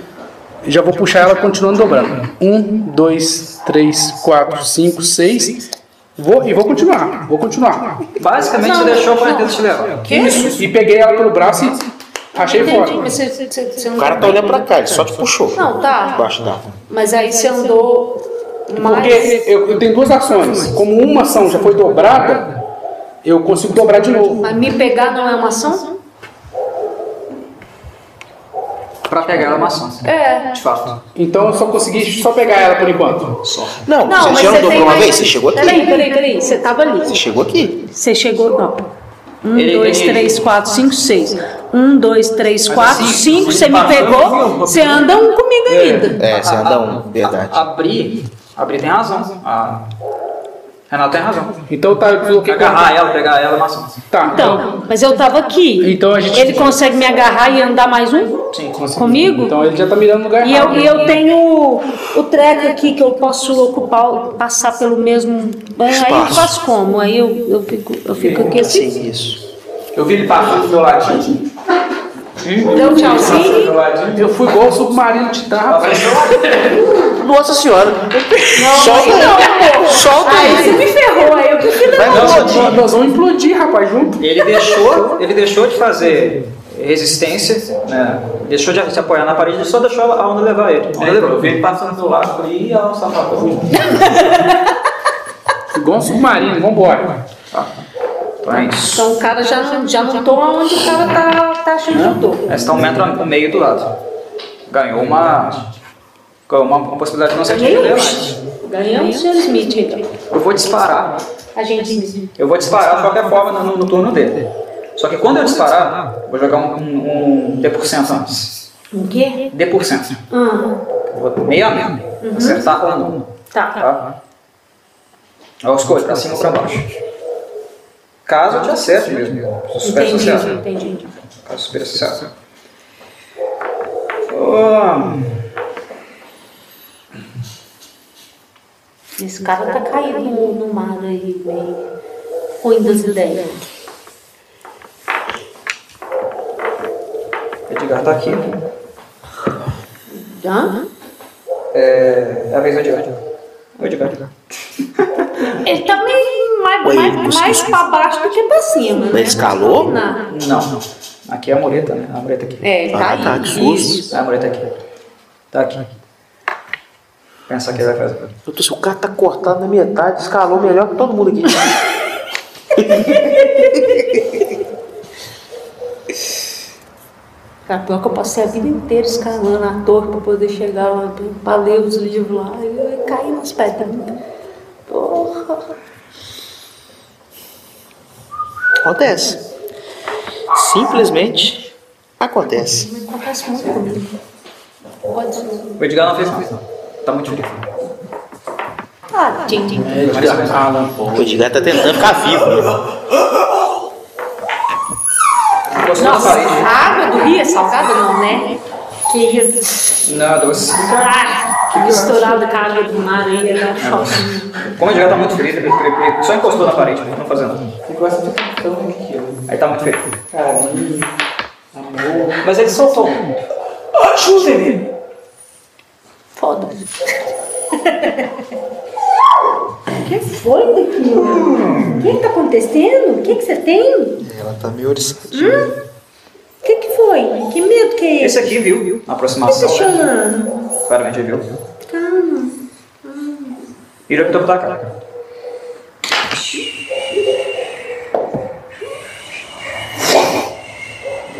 Speaker 3: já vou puxar ela continuando dobrando. Um, dois, três, quatro, cinco, seis. Vou, e vou continuar, vou continuar.
Speaker 1: Basicamente, você deixou a quarentena te levar.
Speaker 3: Isso, e peguei ela pelo braço e achei
Speaker 6: Entendi,
Speaker 3: fora.
Speaker 6: mas você, você- você- você não.
Speaker 20: O cara tá olhando pra cá, ele só te puxou.
Speaker 6: Não, tá.
Speaker 20: Embaixo da.
Speaker 6: Mas aí você andou
Speaker 3: Porque
Speaker 6: mais.
Speaker 3: eu, eu tenho duas ações. Como uma ação já foi dobrada, eu consigo dobrar de novo.
Speaker 6: Mas me pegar não é uma ação?
Speaker 1: Pra pegar ela maçã.
Speaker 6: É.
Speaker 1: De fato.
Speaker 3: Então eu só consegui só pegar ela por enquanto.
Speaker 6: Não,
Speaker 20: Não,
Speaker 6: mas
Speaker 20: você já
Speaker 6: você
Speaker 20: andou
Speaker 6: tem
Speaker 20: por uma
Speaker 6: mais.
Speaker 20: vez? Você chegou aqui?
Speaker 6: Peraí, peraí, peraí. Você tava ali.
Speaker 20: Você chegou aqui.
Speaker 5: Você chegou. Não. Um,
Speaker 1: Ele-
Speaker 5: dois,
Speaker 1: ele-
Speaker 5: três, quatro, cinco, seis. Um, dois, três, quatro,
Speaker 1: assim,
Speaker 5: cinco.
Speaker 1: ele
Speaker 5: Você me
Speaker 1: passou,
Speaker 5: pegou. Você anda um comigo ainda.
Speaker 20: É, você anda um, verdade.
Speaker 1: Ah, Abrir. Abrir tem razão. A Renata tem razão.
Speaker 3: Então tá, eu coloquei.
Speaker 1: Agarrar ela, pegar ela maçã.
Speaker 3: Tá, então.
Speaker 5: Então, mas eu tava aqui.
Speaker 3: Então a gente-
Speaker 5: Ele consegue me agarrar e andar mais um?
Speaker 1: Sim,
Speaker 5: Comigo?
Speaker 3: Então ele já tá mirando no lugar
Speaker 5: E eu,
Speaker 3: errado.
Speaker 5: e eu tenho o treco aqui que eu posso ocupar, o- passar pelo mesmo. Aí eu faço como? Aí eu, eu, fico, eu fico aqui assim.
Speaker 2: Isso.
Speaker 4: Eu vi ele passando do meu ladinho.
Speaker 5: Deu
Speaker 4: Passando do
Speaker 5: tchauzinho.
Speaker 4: meu ladinho.
Speaker 3: Eu fui igual o submarino titã, rapaz.
Speaker 20: Nossa senhora. Solta aí. Solta
Speaker 5: Aí
Speaker 20: aí.
Speaker 5: você me ferrou, aí eu que fiz
Speaker 20: Vai
Speaker 3: Nós-
Speaker 20: explodir.
Speaker 3: Nós vamos implodir, rapaz, junto.
Speaker 1: Ele deixou, ele deixou de fazer resistência, né? deixou de se apoiar na parede e só deixou a onda levar ele. A onda
Speaker 4: Aí,
Speaker 1: levou.
Speaker 4: É, Eu vi ele passando do meu lado. Falei, ih, olha lá o safadão.
Speaker 3: Igual um submarino, vambora.
Speaker 1: Então é isso.
Speaker 5: Então o cara já não, já não tô onde o cara tá, tá achando que eu tô.
Speaker 1: Essa está um metro no meio do lado. Ganhou uma. Ganhou uma, uma possibilidade de não ser atingida. mais.
Speaker 5: Ganhamos o Sr. Smith então.
Speaker 1: Eu vou disparar.
Speaker 5: A gente.
Speaker 1: Eu vou disparar de qualquer forma no, no turno dele. Só que quando eu disparar, vou jogar um, um, um D% antes.
Speaker 5: O
Speaker 1: assim.
Speaker 5: quê?
Speaker 1: D%.
Speaker 5: Ah,
Speaker 1: Tá. Eu Vou meio a meio. Acertar ou não.
Speaker 5: tá.
Speaker 1: Tá? Ó, os coisas, pra cima ou pra baixo. Caso eu te acerte mesmo. Se eu souber
Speaker 21: Entendi,
Speaker 1: associar.
Speaker 21: entendi.
Speaker 1: Caso souber associar. Ahn,
Speaker 5: Esse cara tá caído no, no mar aí, meio ruim das ideias.
Speaker 1: Edgar tá aqui.
Speaker 21: Hã?
Speaker 1: É, é a vez do Edgar. O Edgar.
Speaker 5: Ele tá meio mais, mais, mais pra baixo do que pra cima. né?
Speaker 2: Mas escalou?
Speaker 5: Não.
Speaker 1: Não, não. Aqui é a mureta, né? A mureta aqui.
Speaker 21: É,
Speaker 2: Ah, tá, que susto.
Speaker 1: É a mureta aqui. Tá aqui. Pensa que ele vai fazer.
Speaker 2: Eu tô assim, o cara tá cortado na metade, escalou melhor que todo mundo aqui.
Speaker 5: Cara, Tá, pior que eu passei a vida inteira escalando a torre pra poder chegar lá, pra ler os livros lá. E eu caí nas pedras. Porra.
Speaker 2: Acontece. Simplesmente acontece.
Speaker 5: Mas acontece muito comigo. Pode.
Speaker 1: O Edgar não fez com isso, não. Tá muito difícil.
Speaker 5: Ah, gente.
Speaker 4: É, Edgar
Speaker 21: né?
Speaker 4: Allan Poe.
Speaker 2: O Edgar tá tentando ficar vivo.
Speaker 1: Encostou na
Speaker 5: Nossa,
Speaker 1: parede.
Speaker 5: a água do rio é salgada não, né? Que
Speaker 1: Não, doce.
Speaker 5: ah, misturada com a água do mar ainda, né?
Speaker 2: É
Speaker 1: Como o Edgar tá muito feliz, ele, ele- ele só encostou na parede, não fazendo nada.
Speaker 4: Você gosta de cartão aqui, ó.
Speaker 1: Aí tá muito feliz.
Speaker 4: Carinho, amor.
Speaker 1: Mas ele soltou. Ajudem-me!
Speaker 5: Foda. que foi, Tequila? O que que tá acontecendo? O que que você tem? O
Speaker 2: Ela tá meio oriçadinha.
Speaker 5: que que foi? Que medo que é
Speaker 1: Esse
Speaker 5: esse?
Speaker 1: aqui viu, viu? Na
Speaker 5: O que você
Speaker 1: aproximação.
Speaker 5: tá chorando?
Speaker 1: Claramente ele viu.
Speaker 5: Calma.
Speaker 1: Hiroquito Butaka.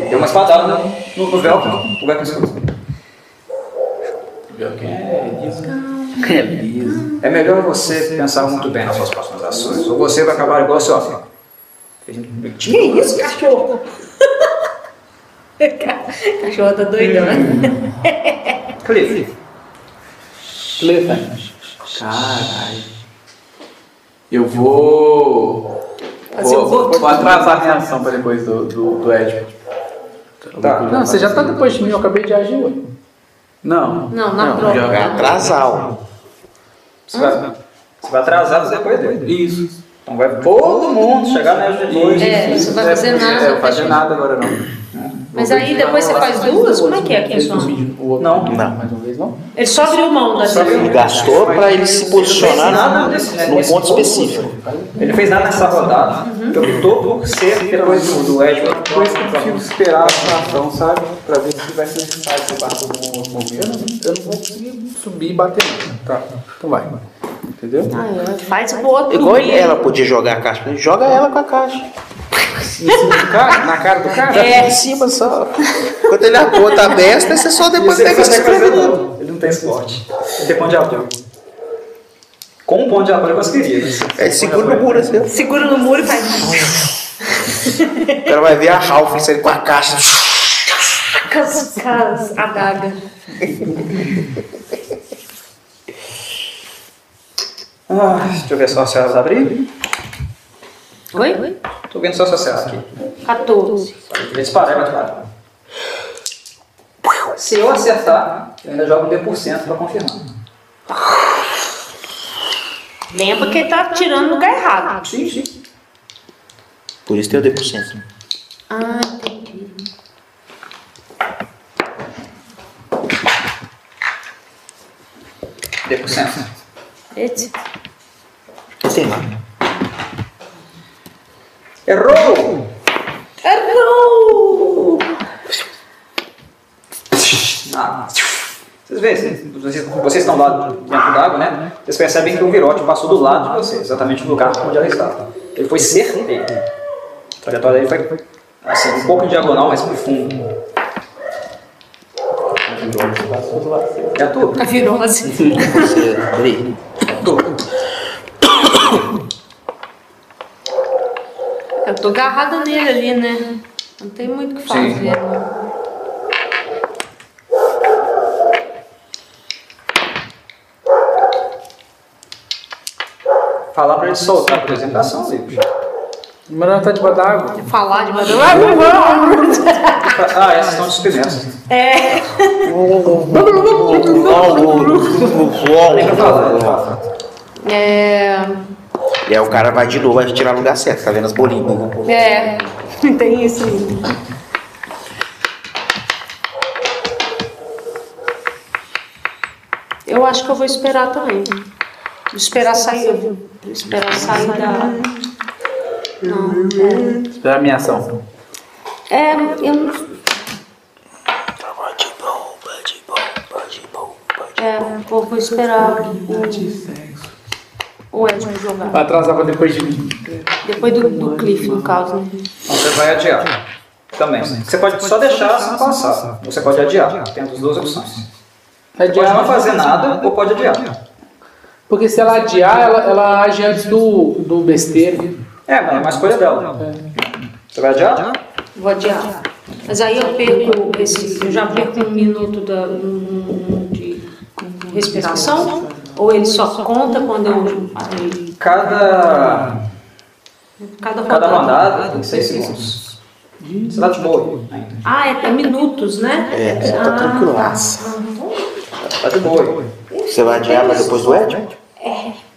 Speaker 1: Deu uma espadada né? no, no Velcro. O Velcro escuro.
Speaker 4: Pior que é isso.
Speaker 1: É liso. É melhor você pensar muito bem nas suas próximas ações. Ou você vai acabar igual seu amigo. um
Speaker 5: Que isso, cachorro? cachorro tá doidão, né?
Speaker 1: Cliff.
Speaker 4: Cleveland. Caralho. Eu vou.
Speaker 21: Fazer
Speaker 4: Vou,
Speaker 21: o voto?
Speaker 4: vou atrasar a reação pra depois do, do, do Ed.
Speaker 1: Tá.
Speaker 4: Não,
Speaker 3: Não, você já tá depois de mim, eu acabei de agir, ué.
Speaker 4: Não.
Speaker 21: Não, na
Speaker 2: Não,
Speaker 21: prova.
Speaker 4: já-
Speaker 2: Vai atrasar, ó.
Speaker 1: Você vai, você vai atrasar você depois dele.
Speaker 4: Isso.
Speaker 1: Então vai todo mundo chegar na Elge depois.
Speaker 21: É, você vai fazer nada,
Speaker 4: É, eu fazer
Speaker 21: fechou.
Speaker 4: nada agora não.
Speaker 21: Mas aí depois você faz duas? Como é que é que é sua mão?
Speaker 4: O outro
Speaker 1: Não.
Speaker 2: Não.
Speaker 4: Mais uma vez, não?
Speaker 21: Ele só abriu mão né? da
Speaker 1: Só
Speaker 2: Ele
Speaker 1: abriu.
Speaker 21: dele.
Speaker 2: gastou pra ele se posicionar
Speaker 1: Nada desse-
Speaker 2: num num ponto específico.
Speaker 1: Ele não fez nada nessa rodada.
Speaker 2: Uhum.
Speaker 1: Ele optou por ser depois do, do Edge.
Speaker 4: Depois que eu fico esperar a ação, sabe? Pra ver se vai ser necessário que eu bato algum outro momento. Eu não vou conseguir subir e bater. não. Tá. Então vai. Entendeu?
Speaker 21: Faz o outro.
Speaker 2: Igual ele- ela podia jogar a caixa, joga ela com a caixa.
Speaker 4: Cara, na cara do cara?
Speaker 2: É, em cima só. Quando ele aponta a besta, você só depois
Speaker 1: Ele
Speaker 2: tem que
Speaker 1: não
Speaker 2: se
Speaker 1: consegue fazer
Speaker 2: escrever.
Speaker 1: nada. Ele não tem esporte. Ele tem ponto de apoio. Com um ponto de apoio eu conseguiria.
Speaker 2: É, segura no muro assim. ó.
Speaker 21: Segura no muro e faz.
Speaker 2: O cara vai ver a Ralph saindo com a caixa.
Speaker 21: Cas, cas, adaga.
Speaker 1: Ah, deixa eu ver só se elas abrir.
Speaker 21: Oi?
Speaker 1: Tô vendo só se elas aqui.
Speaker 21: 14.
Speaker 1: Eles pararam, mas pararam. Se eu acertar, eu ainda jogo um D% pra confirmar.
Speaker 21: Lembra que ele tá tirando no lugar errado.
Speaker 1: Sim, sim.
Speaker 2: Por isso tem o D por cento.
Speaker 21: Ah,
Speaker 1: D%.
Speaker 21: entendi.
Speaker 2: Não tem nada.
Speaker 1: Errou!
Speaker 21: Errou!
Speaker 1: Ah, vocês veem, vocês, vocês estão lá dentro d'água, né? Vocês percebem que o virote passou do lado de vocês, exatamente no lugar onde ela estava. Ele foi certeiro. A trajetória dele foi assim, um pouco em diagonal, mas pro fundo. É tudo.
Speaker 21: Virou assim.
Speaker 2: Você, Andrei,
Speaker 21: Eu tô agarrada nele ali, né? Não tem muito o que fazer.
Speaker 1: Sim.
Speaker 21: né?
Speaker 1: falar pra ele soltar a apresentação, livre.
Speaker 4: Mas ela tá debaixo d'água.
Speaker 22: Falar de maneira.
Speaker 1: Ah, essas estão submersas.
Speaker 5: É,
Speaker 22: É.
Speaker 2: E aí o cara vai de novo, vai tirar no lugar certo, tá vendo as bolinhas?
Speaker 22: É. Tem isso ainda. Eu acho que eu vou esperar também. Vou esperar sair. eu vou Esperar sair da.
Speaker 4: Espera a minha ação.
Speaker 22: É, eu não. É, vou vou esperar o, o Ed jogar.
Speaker 4: Vai atrasar pra depois de mim.
Speaker 22: Depois do, do Cliff, no caso. né?
Speaker 1: Então você vai adiar. Também. Você pode só deixar assim passar. Você pode adiar. Tem as duas opções.
Speaker 3: Tá
Speaker 1: Pode não fazer nada ou pode adiar.
Speaker 3: Porque se ela adiar, ela, ela age antes do, do besteira.
Speaker 1: É, mas é uma escolha dela. Você vai adiar?
Speaker 22: Vou adiar.
Speaker 5: mas aí eu perco esse, eu já perco um minuto da, um- um- um de respiração, ou ele só conta quando eu.
Speaker 1: Cada,
Speaker 5: Cada
Speaker 1: cada
Speaker 5: rodada.
Speaker 1: rodada tem 6 segundos. Você tá de boa ainda.
Speaker 5: Ah, é, é minutos, né?
Speaker 2: É, tá tranquilaça.
Speaker 1: Tá de boa.
Speaker 2: Você vai adiar pra depois do Ed?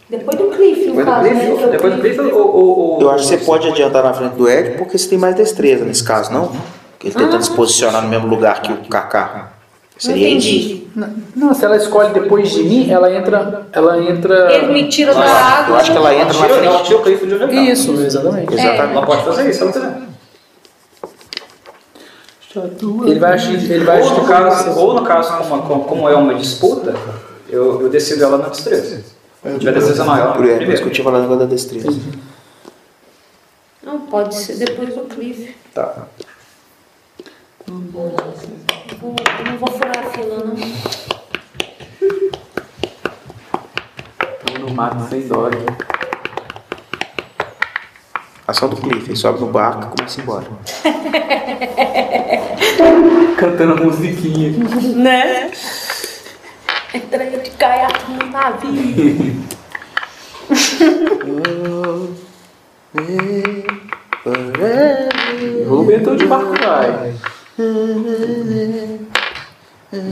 Speaker 5: Depois do Cliff, no
Speaker 1: Depois do
Speaker 5: caso. né?
Speaker 1: cliff, depois do cliff ou, ou, ou-
Speaker 2: Eu acho que você pode adiantar na frente do Ed, porque você tem mais destreza nesse caso, não? Porque ele tentando se posicionar no mesmo lugar que o Kaká.
Speaker 5: Não
Speaker 2: Seria Ed.
Speaker 5: entendi.
Speaker 4: Não, se ela escolhe depois de mim, ela entra. Ela entra.
Speaker 5: Ele me tira da
Speaker 2: Eu
Speaker 5: água.
Speaker 2: acho que ela entra na
Speaker 1: Tira, ela
Speaker 2: frente.
Speaker 1: tira o cliff de onde ele tá.
Speaker 4: Isso, exatamente.
Speaker 2: Exatamente.
Speaker 1: Ela pode fazer isso, se ela quiser.
Speaker 4: Ele vai agir. Ele vai
Speaker 1: Ou no
Speaker 4: esticar.
Speaker 1: caso, ou no caso como, como- como é uma disputa, eu, eu decido ela na destreza. Se tiver destreza maior,
Speaker 2: Por isso que
Speaker 1: primeiro.
Speaker 2: eu tinha falado agora da destreza.
Speaker 5: Não, pode ser depois do Cliff.
Speaker 1: Tá.
Speaker 5: Vou- eu não vou furar a fila, não.
Speaker 4: No mato sem dó.
Speaker 2: Ação do Cliff, ele sobe no barco e começa a ir embora.
Speaker 4: Cantando musiquinha.
Speaker 5: Né? É
Speaker 23: Entrega de caiaque no navio.
Speaker 4: Rubenton de barco vai. Do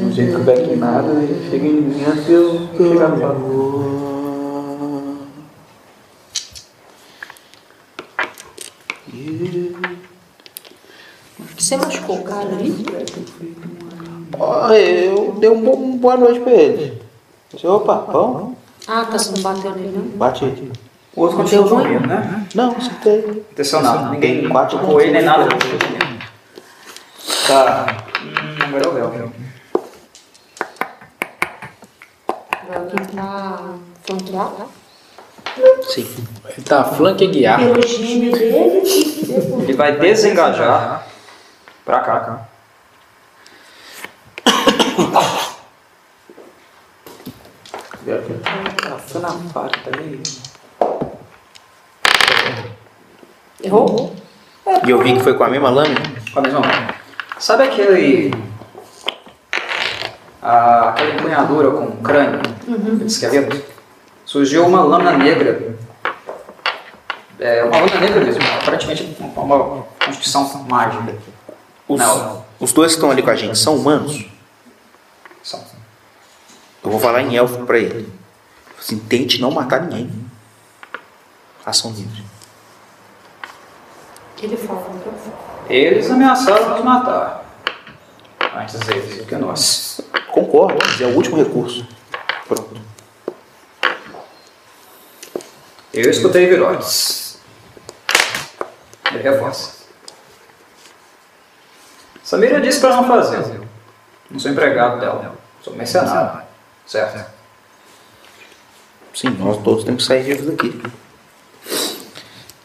Speaker 4: um jeito que vai que nada, ele chega em mim antes de eu chegar no barco.
Speaker 5: Você machucou o cara ali?
Speaker 2: Ah, eu dei um bo- uma boa noite pra ele. Eu disse, opa, bom,
Speaker 5: Ah, tá, você não bateu nele, não?
Speaker 2: bate aí.
Speaker 1: O outro continua dormindo, né?
Speaker 2: Não, sentei.
Speaker 1: Intencionado. Ninguém
Speaker 2: Quatro
Speaker 1: com ele nem nada. Tá. Hum, agora é o Léo.
Speaker 5: Ele tá flanqueado.
Speaker 2: Sim.
Speaker 4: Ele tá
Speaker 3: é
Speaker 4: flanque guiar.
Speaker 5: Pelo time dele.
Speaker 1: Ele vai desengajar pra cá.
Speaker 4: Passando a faca, tá aí.
Speaker 5: Errou?
Speaker 2: E eu vi que foi com a mesma lâmina.
Speaker 1: Com a mesma mão. Sabe aquele. a- aquela empunhadura com crânio de esqueleto? Surgiu uma lâmina negra. É, uma lâmina negra mesmo, aparentemente uma, uma constituição mágica.
Speaker 2: Os,
Speaker 1: Não.
Speaker 2: os dois que estão ali com a gente são humanos.
Speaker 1: São-
Speaker 2: Eu vou falar em elfo pra ele. Assim, tente não matar ninguém. Ação livre.
Speaker 5: Que ele fala. né?
Speaker 1: Eles ameaçaram nos matar. Antes eles do que nós.
Speaker 2: Concordo, mas é o último recurso. Pronto.
Speaker 1: Eu escutei virotes. Ele reforça. Samira disse pra não fazer. Não sou empregado dela. Sou mercenário. Certo?
Speaker 2: Sim, nós todos temos que sair vivos daqui.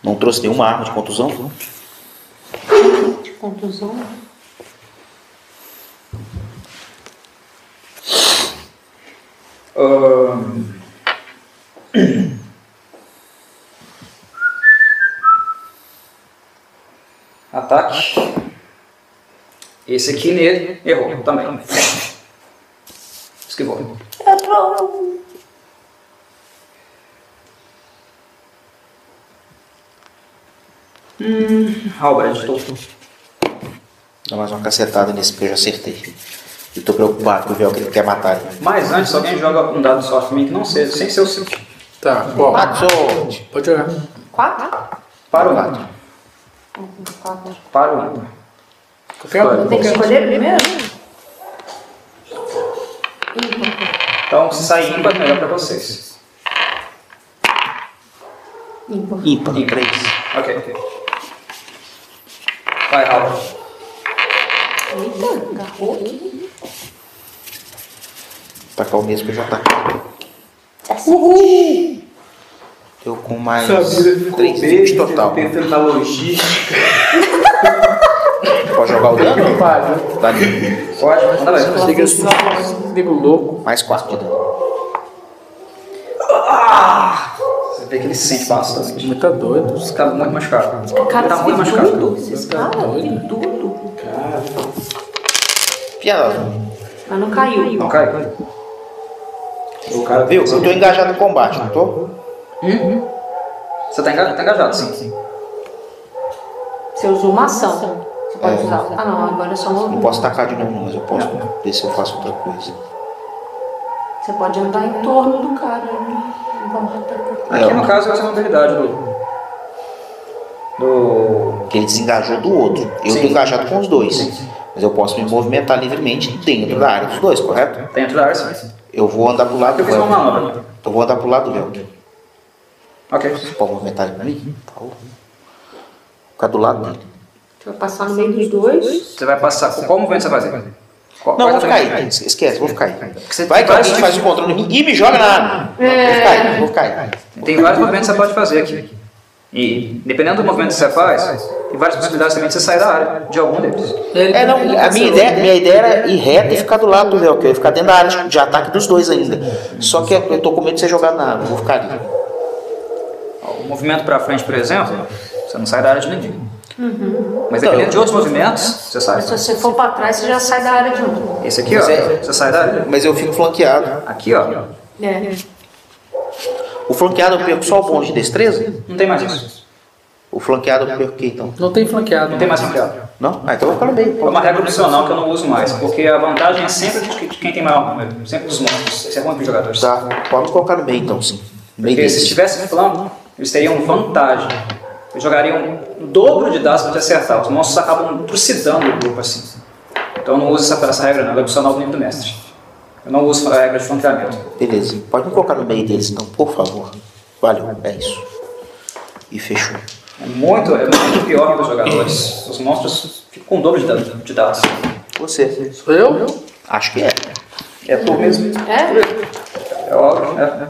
Speaker 2: Não trouxe nenhuma arma de contusão? não?
Speaker 5: De contusão.
Speaker 1: Ahn. Ataque. Esse aqui nele errou, também. Esquivou.
Speaker 23: Eu tô.
Speaker 1: Hum, Albert, tô...
Speaker 2: Dá mais uma cacetada nesse que eu já acertei. Eu tô preocupado com o véu que ele quer matar. ele.
Speaker 1: Mas antes, alguém joga um dado de sorte pra mim que não seja, sem ser o seu.
Speaker 3: Tá, bom. Pode jogar.
Speaker 5: Quatro?
Speaker 1: Para o lado.
Speaker 5: Quatro.
Speaker 1: Para o lado.
Speaker 3: Qualquer um.
Speaker 5: Tem que escolher primeiro?
Speaker 1: Então, se sair ímpar, melhor pra vocês.
Speaker 5: Ímpar.
Speaker 2: Ímpar, três.
Speaker 1: Ok, ok. Vai, Albert.
Speaker 5: Eita, agarrou.
Speaker 2: Tacar Tá o mesmo que eu já taquei.
Speaker 18: Tá
Speaker 2: Eu com mais
Speaker 4: Sua vida ficou
Speaker 2: três
Speaker 4: bem,
Speaker 2: vinte total.
Speaker 4: Pensando na logística.
Speaker 2: Pode jogar o dano?
Speaker 24: Pare.
Speaker 2: Dano.
Speaker 1: Pode, manda ver.
Speaker 24: Chega assim, nego louco.
Speaker 2: Mais quatro de dano.
Speaker 1: Você vê que ele se sente bastante.
Speaker 24: Muito doido.
Speaker 1: Você tá muito machucado.
Speaker 5: Cara,
Speaker 1: tá
Speaker 5: esse
Speaker 1: muito
Speaker 5: tem
Speaker 1: machucado.
Speaker 5: tudo. Esse cara tem tudo.
Speaker 2: Piada.
Speaker 5: Mas não caiu.
Speaker 1: Não cai? cai.
Speaker 4: O cara
Speaker 2: Viu? Eu tô engajado no combate, não tô?
Speaker 1: Você tá enga- tá engajado, sim.
Speaker 5: Você usou uma ação. Você pode usar. Ah, não, agora é só
Speaker 2: Não
Speaker 5: uma.
Speaker 2: posso tacar de novo, não, mas eu posso ver se eu faço outra coisa.
Speaker 5: Você pode andar em torno do cara. né? Tá, Não vai matar o cara.
Speaker 1: Aqui, no caso, essa é uma habilidade do... Do...
Speaker 2: Porque ele desengajou do outro. Eu tô engajado com os dois. Mas eu posso me movimentar livremente dentro da área dos dois, correto?
Speaker 1: Dentro da área, sim.
Speaker 2: Eu vou andar pro lado do
Speaker 1: Eu fiz uma
Speaker 2: Velcro.
Speaker 1: manobra.
Speaker 2: Eu vou andar pro lado do Velcro.
Speaker 1: Ok.
Speaker 2: Você pode movimentar ele pra mim? Por favor. Ficar do lado dele.
Speaker 5: Você vai passar no meio dos dois.
Speaker 1: Você vai passar... Qual movimento você vai fazer? Qual,
Speaker 2: Não,
Speaker 1: qual é
Speaker 2: vou ficar
Speaker 1: exatamente?
Speaker 2: aí. Esquece, vou ficar aí.
Speaker 1: Você
Speaker 2: Vai que
Speaker 1: tem
Speaker 2: alguém
Speaker 1: vários-
Speaker 2: faz o controle em mim e me joga na água. Vou ficar aí, vou ficar aí.
Speaker 1: Tem vários movimentos que você pode fazer aqui. E dependendo do movimento que você faz, tem várias possibilidades também de você sair da área, de algum deles.
Speaker 2: É, não, a minha ideia, minha ideia era ir reto e ficar do lado do Velcro. Eu ia ficar dentro da área tipo, de- de ataque dos dois ainda. Só que eu tô com medo de ser jogado na água. Vou ficar ali.
Speaker 1: Ó, O movimento pra frente, por exemplo, você não sai da área de ninguém. Mas
Speaker 2: Então,
Speaker 1: dependendo de outros movimentos, você sai.
Speaker 5: Se você for pra trás, você já sai da área de um.
Speaker 1: Esse aqui, ó, você sai da área.
Speaker 2: Mas eu fico flanqueado.
Speaker 1: Aqui, ó,
Speaker 5: É.
Speaker 2: O flanqueado eu perco só o bônus de destreza?
Speaker 1: não tem mais isso.
Speaker 2: O flanqueado eu perco o quê, então?
Speaker 3: Não tem flanqueado.
Speaker 1: Não tem mais campeão.
Speaker 2: Não? Ah, então eu vou ficar no meio.
Speaker 1: É uma regra opcional que eu não uso mais, porque a vantagem é sempre de de quem tem maior número, sempre dos monstros. Isso é ruim para os jogadores.
Speaker 2: Tá, pode me colocar no meio então, sim. No meio
Speaker 1: Porque se
Speaker 2: desses.
Speaker 1: tivesse flanco, eles teriam um vantagem. Eles jogariam o dobro de dados para te acertar. Os monstros acabam trucidando o grupo assim. Então eu não uso essa, essa regra, não. Ela é opcional do nível do mestre. Eu não uso a regra de flanqueamento.
Speaker 2: Beleza, pode me colocar no meio deles então, por favor. Valeu, é isso. E fechou.
Speaker 1: É muito, é muito pior para os jogadores. Os monstros ficam com o dobro de, da- de dados.
Speaker 2: Você?
Speaker 3: Sou eu?
Speaker 2: Acho que é.
Speaker 1: É tu mesmo.
Speaker 5: É?
Speaker 1: É óbvio. É,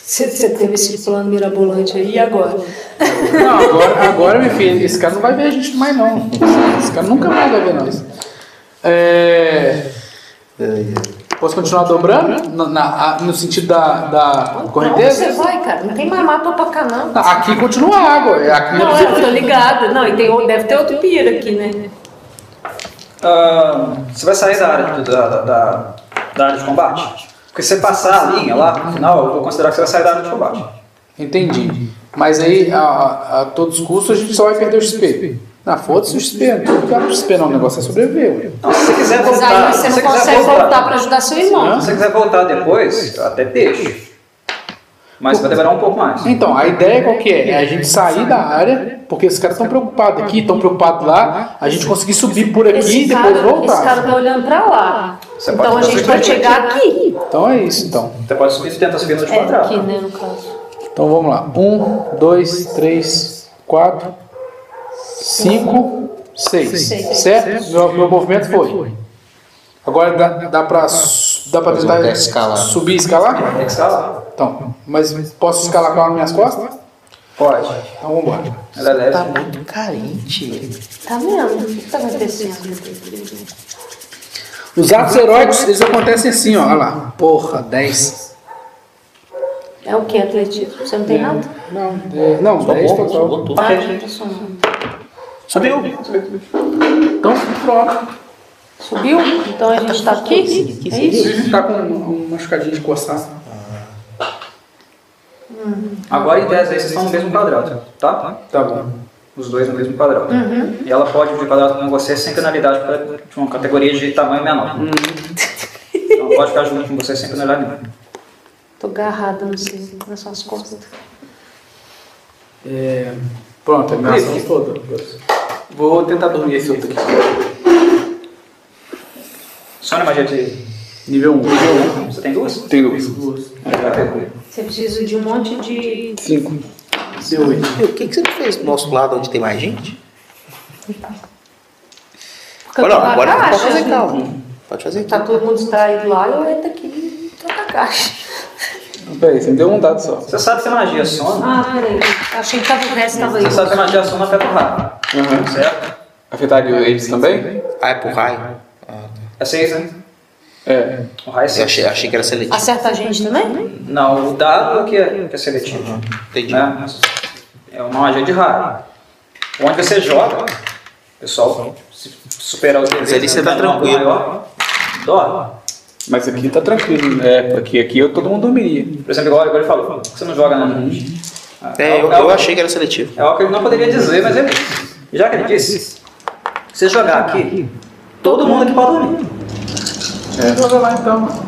Speaker 25: Você, você teve esse plano mirabolante aí, e agora?
Speaker 3: Não, agora, agora, meu filho, esse cara não vai ver a gente mais, não. Esse cara nunca mais vai ver nós. É, Posso continuar dobrando? Na- na- a- no sentido da, da
Speaker 5: Não, você
Speaker 3: correnteza?
Speaker 5: vai, cara. Não tem mais mapa pra cá, não.
Speaker 3: Aqui continua a água. é Aqui
Speaker 5: Não, eu tô ligada. Não, e tem, outro- deve ter outro pira aqui, né?
Speaker 1: Ah, você vai sair da área, de- da, da- da- da área de combate? Porque se você passar a linha lá no final, eu vou considerar que você vai sair da área de combate.
Speaker 3: Entendi. Mas aí, a, a- a todos os custos, a gente só vai perder o XP. Na foda-se o XP. Não quero o XP, não. O negócio é sobreviver. ué.
Speaker 1: Não, se você quiser
Speaker 5: Mas
Speaker 1: voltar.
Speaker 5: aí você
Speaker 1: se
Speaker 5: não
Speaker 1: você quiser
Speaker 5: consegue voltar pra ajudar seu irmão.
Speaker 1: Se você quiser voltar
Speaker 2: É,
Speaker 1: depois, eu até deixo. Mas vai demorar um pouco mais.
Speaker 3: Então, a ideia qual que é? É a gente sair da área, porque esses caras estão preocupados aqui, estão preocupados lá. A gente conseguir subir por aqui e
Speaker 5: Esse
Speaker 3: depois
Speaker 5: cara, esse cara
Speaker 3: voltar.
Speaker 5: tá olhando pra lá.
Speaker 1: Você
Speaker 5: Então a
Speaker 1: pode
Speaker 5: gente
Speaker 1: fazer
Speaker 5: vai
Speaker 1: isso.
Speaker 5: chegar aqui.
Speaker 3: Então é isso, então.
Speaker 1: Você pode subir e tentar subir no último
Speaker 5: É,
Speaker 1: andar.
Speaker 5: aqui, né, no caso.
Speaker 3: Então vamos lá. Um, dois, três, quatro, cinco, seis.
Speaker 5: Seis.
Speaker 3: Certo? Meu, meu movimento foi. Agora dá, dá pra, su- dá pra
Speaker 2: Fazer
Speaker 3: tentar
Speaker 2: um teste escalar.
Speaker 3: subir e escalar?
Speaker 1: Tem que escalar.
Speaker 3: Então, mas posso escalar com ela nas minhas costas?
Speaker 1: Pode.
Speaker 3: Então vamos embora.
Speaker 1: Ela é leve.
Speaker 2: Tá muito carente. velho.
Speaker 5: Tá vendo? O que tá acontecendo?
Speaker 3: Os atos heróicos, eles acontecem assim, ó. Olha lá. Porra, 10.
Speaker 5: É o que, atletismo? Você não tem nada?
Speaker 3: Não, dez- não, 10 total.
Speaker 2: Voltou.
Speaker 5: Ah, não, tá somando.
Speaker 2: Subiu.
Speaker 3: Então, pronto.
Speaker 5: Subiu? Então a gente tá aqui? É isso?
Speaker 3: Tá com um machucadinho de coçar.
Speaker 1: Agora em 10 aí vocês estão no mesmo quadrado, tá?
Speaker 4: Tá bom.
Speaker 1: Os dois no mesmo quadrado. E ela pode dividir o quadrado com você sem penalidade pra- de uma categoria de tamanho menor. Então pode ficar junto com você sem penalidade nenhuma.
Speaker 5: Tô agarrada no seu- nas suas costas.
Speaker 3: É, pronto, é minha ação toda.
Speaker 26: Vou tentar dormir esse outro aqui.
Speaker 1: Só na magia de.
Speaker 4: Nível 1.
Speaker 1: Você tem duas?
Speaker 4: Tem duas.
Speaker 5: Você precisa de um monte de.
Speaker 4: Cinco.
Speaker 3: Deu oito.
Speaker 2: O que, que você fez do nosso lado onde tem mais gente?
Speaker 5: Porque eu
Speaker 2: Olha,
Speaker 5: tô na
Speaker 2: agora pode
Speaker 5: caixa.
Speaker 2: fazer calma. Pode fazer calma.
Speaker 5: Tá todo mundo distraído lá, eu entro aqui e tô na caixa.
Speaker 4: Peraí, você me deu um dado só.
Speaker 1: Você sabe que a magia soma.
Speaker 5: Ah, peraí. Achei que tava o resto tava aí.
Speaker 1: Você sabe que a magia soma afeta o raio,
Speaker 2: Uhum.
Speaker 4: Aham.
Speaker 1: certo?
Speaker 4: Afetaria eles também?
Speaker 2: Ah, é pro raio?
Speaker 1: É seis, né?
Speaker 4: É.
Speaker 1: O raio é
Speaker 2: Eu
Speaker 1: 6.
Speaker 2: achei, achei que era seletivo.
Speaker 5: Acerta a gente também?
Speaker 1: Não, o dado é que é, que é seletivo.
Speaker 2: Entendi.
Speaker 1: né? É uma magia de raio. Onde você joga, pessoal, se superar os deveres...
Speaker 2: ali você tá tranquilo.
Speaker 1: Dó.
Speaker 4: Mas aqui tá tranquilo, né? Porque aqui eu, todo mundo dormiria.
Speaker 1: Por exemplo, igual, igual ele falou, você não joga na
Speaker 2: É, eu, eu achei que era seletivo.
Speaker 1: É algo que ele não poderia dizer, mas ele... Já que ele disse, você jogar aqui, todo mundo aqui pode dormir.
Speaker 4: Joga lá então.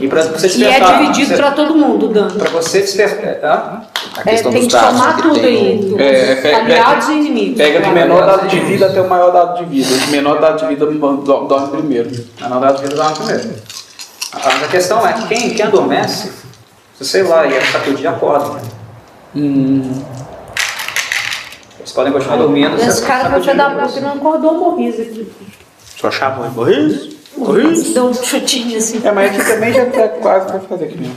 Speaker 1: E pra você
Speaker 5: E é
Speaker 1: despertar...
Speaker 5: dividido
Speaker 1: você-
Speaker 5: pra todo mundo, Dan.
Speaker 1: pra você despertar... ah,
Speaker 2: A
Speaker 5: É,
Speaker 2: questão
Speaker 5: tem que
Speaker 2: dos dados.
Speaker 5: somar
Speaker 2: que
Speaker 5: tudo
Speaker 2: tem-
Speaker 5: aí.
Speaker 4: É, é, pega-
Speaker 5: Aliados e inimigos.
Speaker 4: Pega do menor dado de vida até o maior dado de vida. O menor dado de vida do- dorme primeiro.
Speaker 1: A novela do Vila primeiro. A, a questão é, quem, quem adormece, se sei lá, ia sacudir, acorda. Né?
Speaker 4: Hum.
Speaker 1: Eles podem continuar dormindo.
Speaker 5: Esse
Speaker 1: sabe-
Speaker 5: cara que eu
Speaker 1: sacudindo.
Speaker 5: tinha dado porque não acordou, morri isso aqui.
Speaker 2: Só chamou e morreu.
Speaker 5: Dá um chutinho assim.
Speaker 4: É, mas aqui também já tá quase pra fazer aqui mesmo.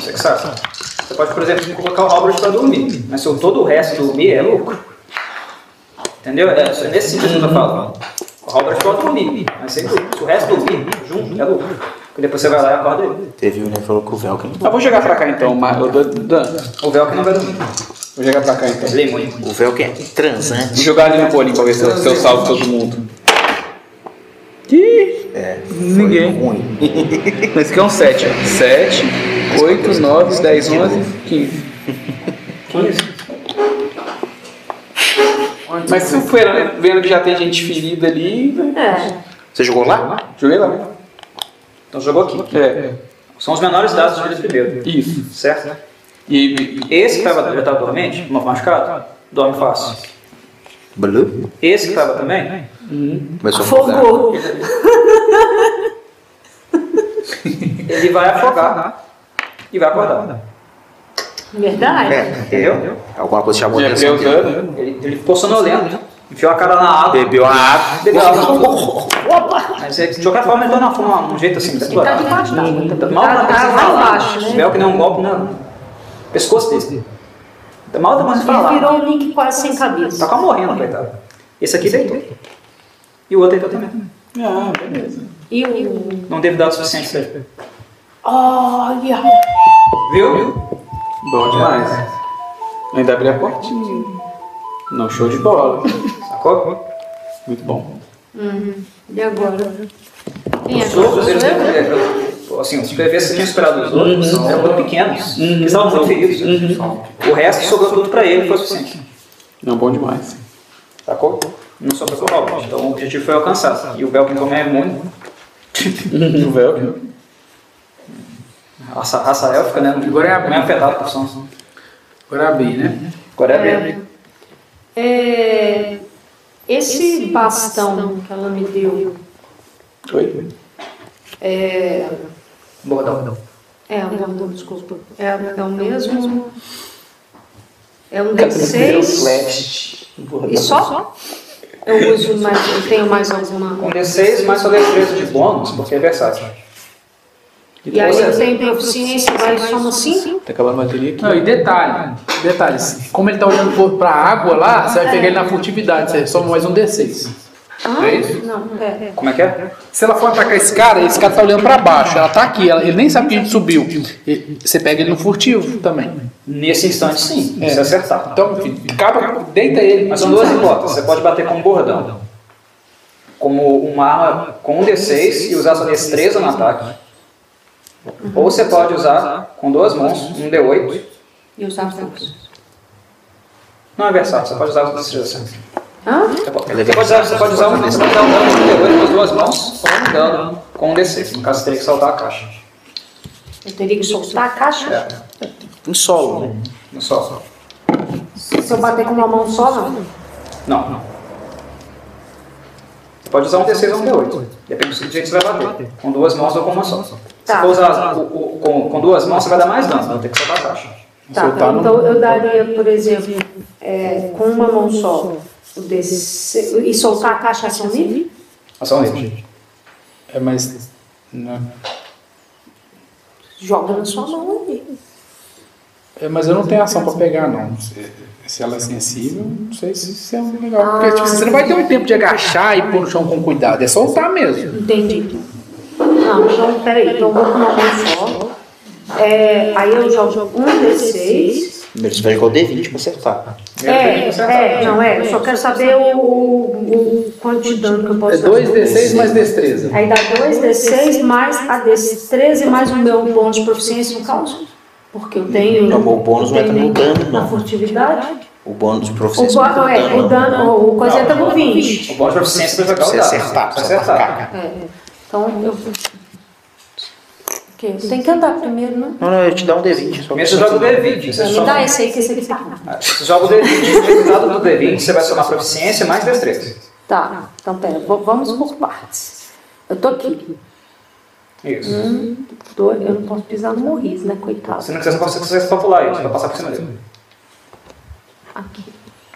Speaker 1: Você que sabe. Você pode, por exemplo, colocar o Albert pra dormir, mas se eu todo o resto dormir, é louco. Entendeu? É, é nesse sentido que eu tô falando. O Albert pode dormir, mas se, ele- se o resto dormir junto, é louco. Porque depois você vai lá e acorda ele.
Speaker 2: Teve um, né? Falou que o Velkin.
Speaker 4: Ah, vou jogar pra cá então, mas eu dou- Dan.
Speaker 1: O Velcro não vai dormir.
Speaker 4: Vou jogar pra cá então.
Speaker 1: Ele é muito.
Speaker 2: O Velkin é transante.
Speaker 4: Vou jogar ali no bolinho pra ver se eu, se eu salvo todo mundo. Ih!
Speaker 2: É.
Speaker 4: Ninguém.
Speaker 2: Ruim.
Speaker 4: Esse aqui é um 7. 7, 8, 9, 10, 11, 15. 15? Mas se eu for vendo que já tem gente ferida ali, né?
Speaker 5: É.
Speaker 2: Você jogou lá?
Speaker 4: joguei lá.
Speaker 1: Então jogou aqui.
Speaker 4: É,
Speaker 1: São os menores dados de primeiro,
Speaker 4: isso.
Speaker 1: certo? Né?
Speaker 4: E, e
Speaker 1: Esse que estava já estava dormente, mal machucado, dorme fácil.
Speaker 2: Blu.
Speaker 1: Esse que estava também,
Speaker 2: Começou a mudar.
Speaker 5: Fogou.
Speaker 1: ele vai afogar e vai acordar.
Speaker 5: Verdade?
Speaker 2: É,
Speaker 1: Entendeu?
Speaker 2: alguma coisa chamou a
Speaker 4: já deu
Speaker 2: atenção. dele.
Speaker 4: dano.
Speaker 1: Ele, ele ficou sonolento, enfiou a cara na água,
Speaker 2: Bebeu a água.
Speaker 1: bebeu água. Mas é, de qualquer forma, ele deu uma forma, um jeito assim,
Speaker 5: Ele tá
Speaker 1: explorado.
Speaker 5: debaixo d'água também.
Speaker 1: Mal
Speaker 5: Tá,
Speaker 1: dá pra
Speaker 5: tá
Speaker 1: você
Speaker 5: lá
Speaker 1: falar.
Speaker 5: embaixo, né?
Speaker 1: Bel que deu um golpe no pescoço dele. Tá Mal dá pra você
Speaker 5: Ele
Speaker 1: falar.
Speaker 5: virou um Nick quase sem
Speaker 1: Tá
Speaker 5: cabeça.
Speaker 1: quase morrendo, coitado. Esse aqui deitou. E o outro deitou também.
Speaker 4: Ah, beleza.
Speaker 5: E o.
Speaker 1: Não teve dado suficiente. pra ele.
Speaker 5: Olha!
Speaker 1: Viu?
Speaker 4: Bom demais. Ainda abri a portinha. Não, show de bola.
Speaker 1: Sacou?
Speaker 4: Muito bom.
Speaker 5: E agora? Quem
Speaker 1: Os outros, eles
Speaker 5: Sou eu?
Speaker 1: devem- assim, os PVs que tinham esperado os outros
Speaker 3: Uhum.
Speaker 1: eram muito pequenos, eles estavam muito feridos. né? O resto sobrou tudo pra ele, foi o suficiente.
Speaker 4: Não, é bom demais.
Speaker 1: Sacou? Não sobrou pro Robert, então o objetivo foi alcançado. E o Belkin, como é muito.
Speaker 3: Uhum.
Speaker 4: O Velcro.
Speaker 1: Raça, raça élfica, né?
Speaker 3: Agora é a
Speaker 1: Não é afetado por som.
Speaker 3: Agora bem, né?
Speaker 1: Agora é bem.
Speaker 5: É, Esse bastão que ela me deu.
Speaker 4: Oi.
Speaker 5: É,
Speaker 1: Bordão.
Speaker 5: é, não, desculpa. É, é o mesmo. É um D6. E só? Eu uso mais. Eu tenho mais alguma.
Speaker 1: Com D6 mais sua destreza de bônus, porque é versátil.
Speaker 5: E aí eu tenho proficiência, vai soma 5?
Speaker 4: Tá acabando a bateria aqui.
Speaker 3: Não, e detalhe, detalhe, se- como ele tá olhando pro- pra água lá, você vai pegar ele na furtividade, você soma mais um D6. É isso?
Speaker 5: Não, é.
Speaker 1: Como é que é?
Speaker 3: Se ela for atacar esse cara, esse cara tá olhando pra baixo, ela tá aqui, ela- ele nem sabe que a gente subiu. E- Você pega ele no furtivo também.
Speaker 1: Nesse instante, sim,
Speaker 3: É.
Speaker 1: se acertar.
Speaker 3: Então, filho, acaba, deita ele.
Speaker 1: Mas são duas hipóteses. Você pode bater com um bordão, como uma arma com um D6 e usar sua destreza no ataque. Ou você pode usar com duas mãos, um D8.
Speaker 5: E os arcos.
Speaker 1: Não é versátil, você pode usar os dois D8.
Speaker 5: Hã?
Speaker 1: Você pode você pode usar, você pode usar um você pode dar um dano de D8 com as duas mãos ou um dano com um D6. No caso, você teria que soltar a caixa.
Speaker 5: Eu teria que soltar a caixa?
Speaker 1: É.
Speaker 2: Em solo, né?
Speaker 1: No sol.
Speaker 5: Se eu bater com uma mão só, não.
Speaker 1: Não, não. Você pode usar um D6 ou um D8. Depende do jeito que você vai bater. Com duas mãos ou com uma só. Se
Speaker 5: Tá.
Speaker 1: for usar o- o- com, com duas mãos, você vai dar mais dano. Vai ter que soltar a caixa.
Speaker 5: Tá, então eu daria, por exemplo, é, com uma mão só, o desse, e soltar a caixa ação livre?
Speaker 1: Ação livre.
Speaker 3: É, mas. né?
Speaker 5: Joga na sua mão aí.
Speaker 3: É, mas eu não tenho ação pra pegar, não. Se, se ela é sensível, não sei se isso é um legal. Porque tipo, você não vai ter um tempo de agachar e pôr no chão com cuidado. É soltar mesmo.
Speaker 5: Entendi. Não, então, peraí, então eu vou com uma mão só. É, aí eu jogo um D6.
Speaker 2: Primeiro você vai jogar o D20 pra acertar.
Speaker 5: É, é, não, é, eu só quero saber o, o, o quanto de dano que eu
Speaker 3: É
Speaker 5: posso fazer.
Speaker 3: 2d6 mais destreza.
Speaker 5: Aí dá 2d6 mais a d13 mais o meu bônus de proficiência no caso. Porque eu tenho.
Speaker 2: Não, o bônus não entra no dano,
Speaker 5: Na
Speaker 2: não.
Speaker 5: furtividade.
Speaker 2: O bônus pro
Speaker 5: O,
Speaker 2: processo não entra
Speaker 5: bo-
Speaker 2: no
Speaker 5: é, o
Speaker 2: dano, não.
Speaker 5: dano, o coisa entra no 20.
Speaker 1: O bônus de proficiência para jogar o
Speaker 2: Você
Speaker 1: dado.
Speaker 2: acertar,
Speaker 1: Pra
Speaker 2: só pra
Speaker 1: acertar.
Speaker 2: ficar.
Speaker 5: É, Então eu. Ok, Tem que andar primeiro, né?
Speaker 2: Não, não, eu te dou um D20. Só
Speaker 1: Primeiro você joga o D20. Você
Speaker 5: Me
Speaker 1: soma- Ah,
Speaker 5: dá esse aí que esse aqui tá.
Speaker 1: Você joga o D20, o dado do D20, você vai somar proficiência mais destreza.
Speaker 5: Tá, então pera, v- vamos por partes. Eu tô aqui.
Speaker 1: Isso.
Speaker 2: Hum.
Speaker 5: Tô- eu não posso pisar no Morris, né? Coitado.
Speaker 1: Se não quiser, você consegue você consegue só pular ele, você vai passar por cima dele.
Speaker 5: Aqui.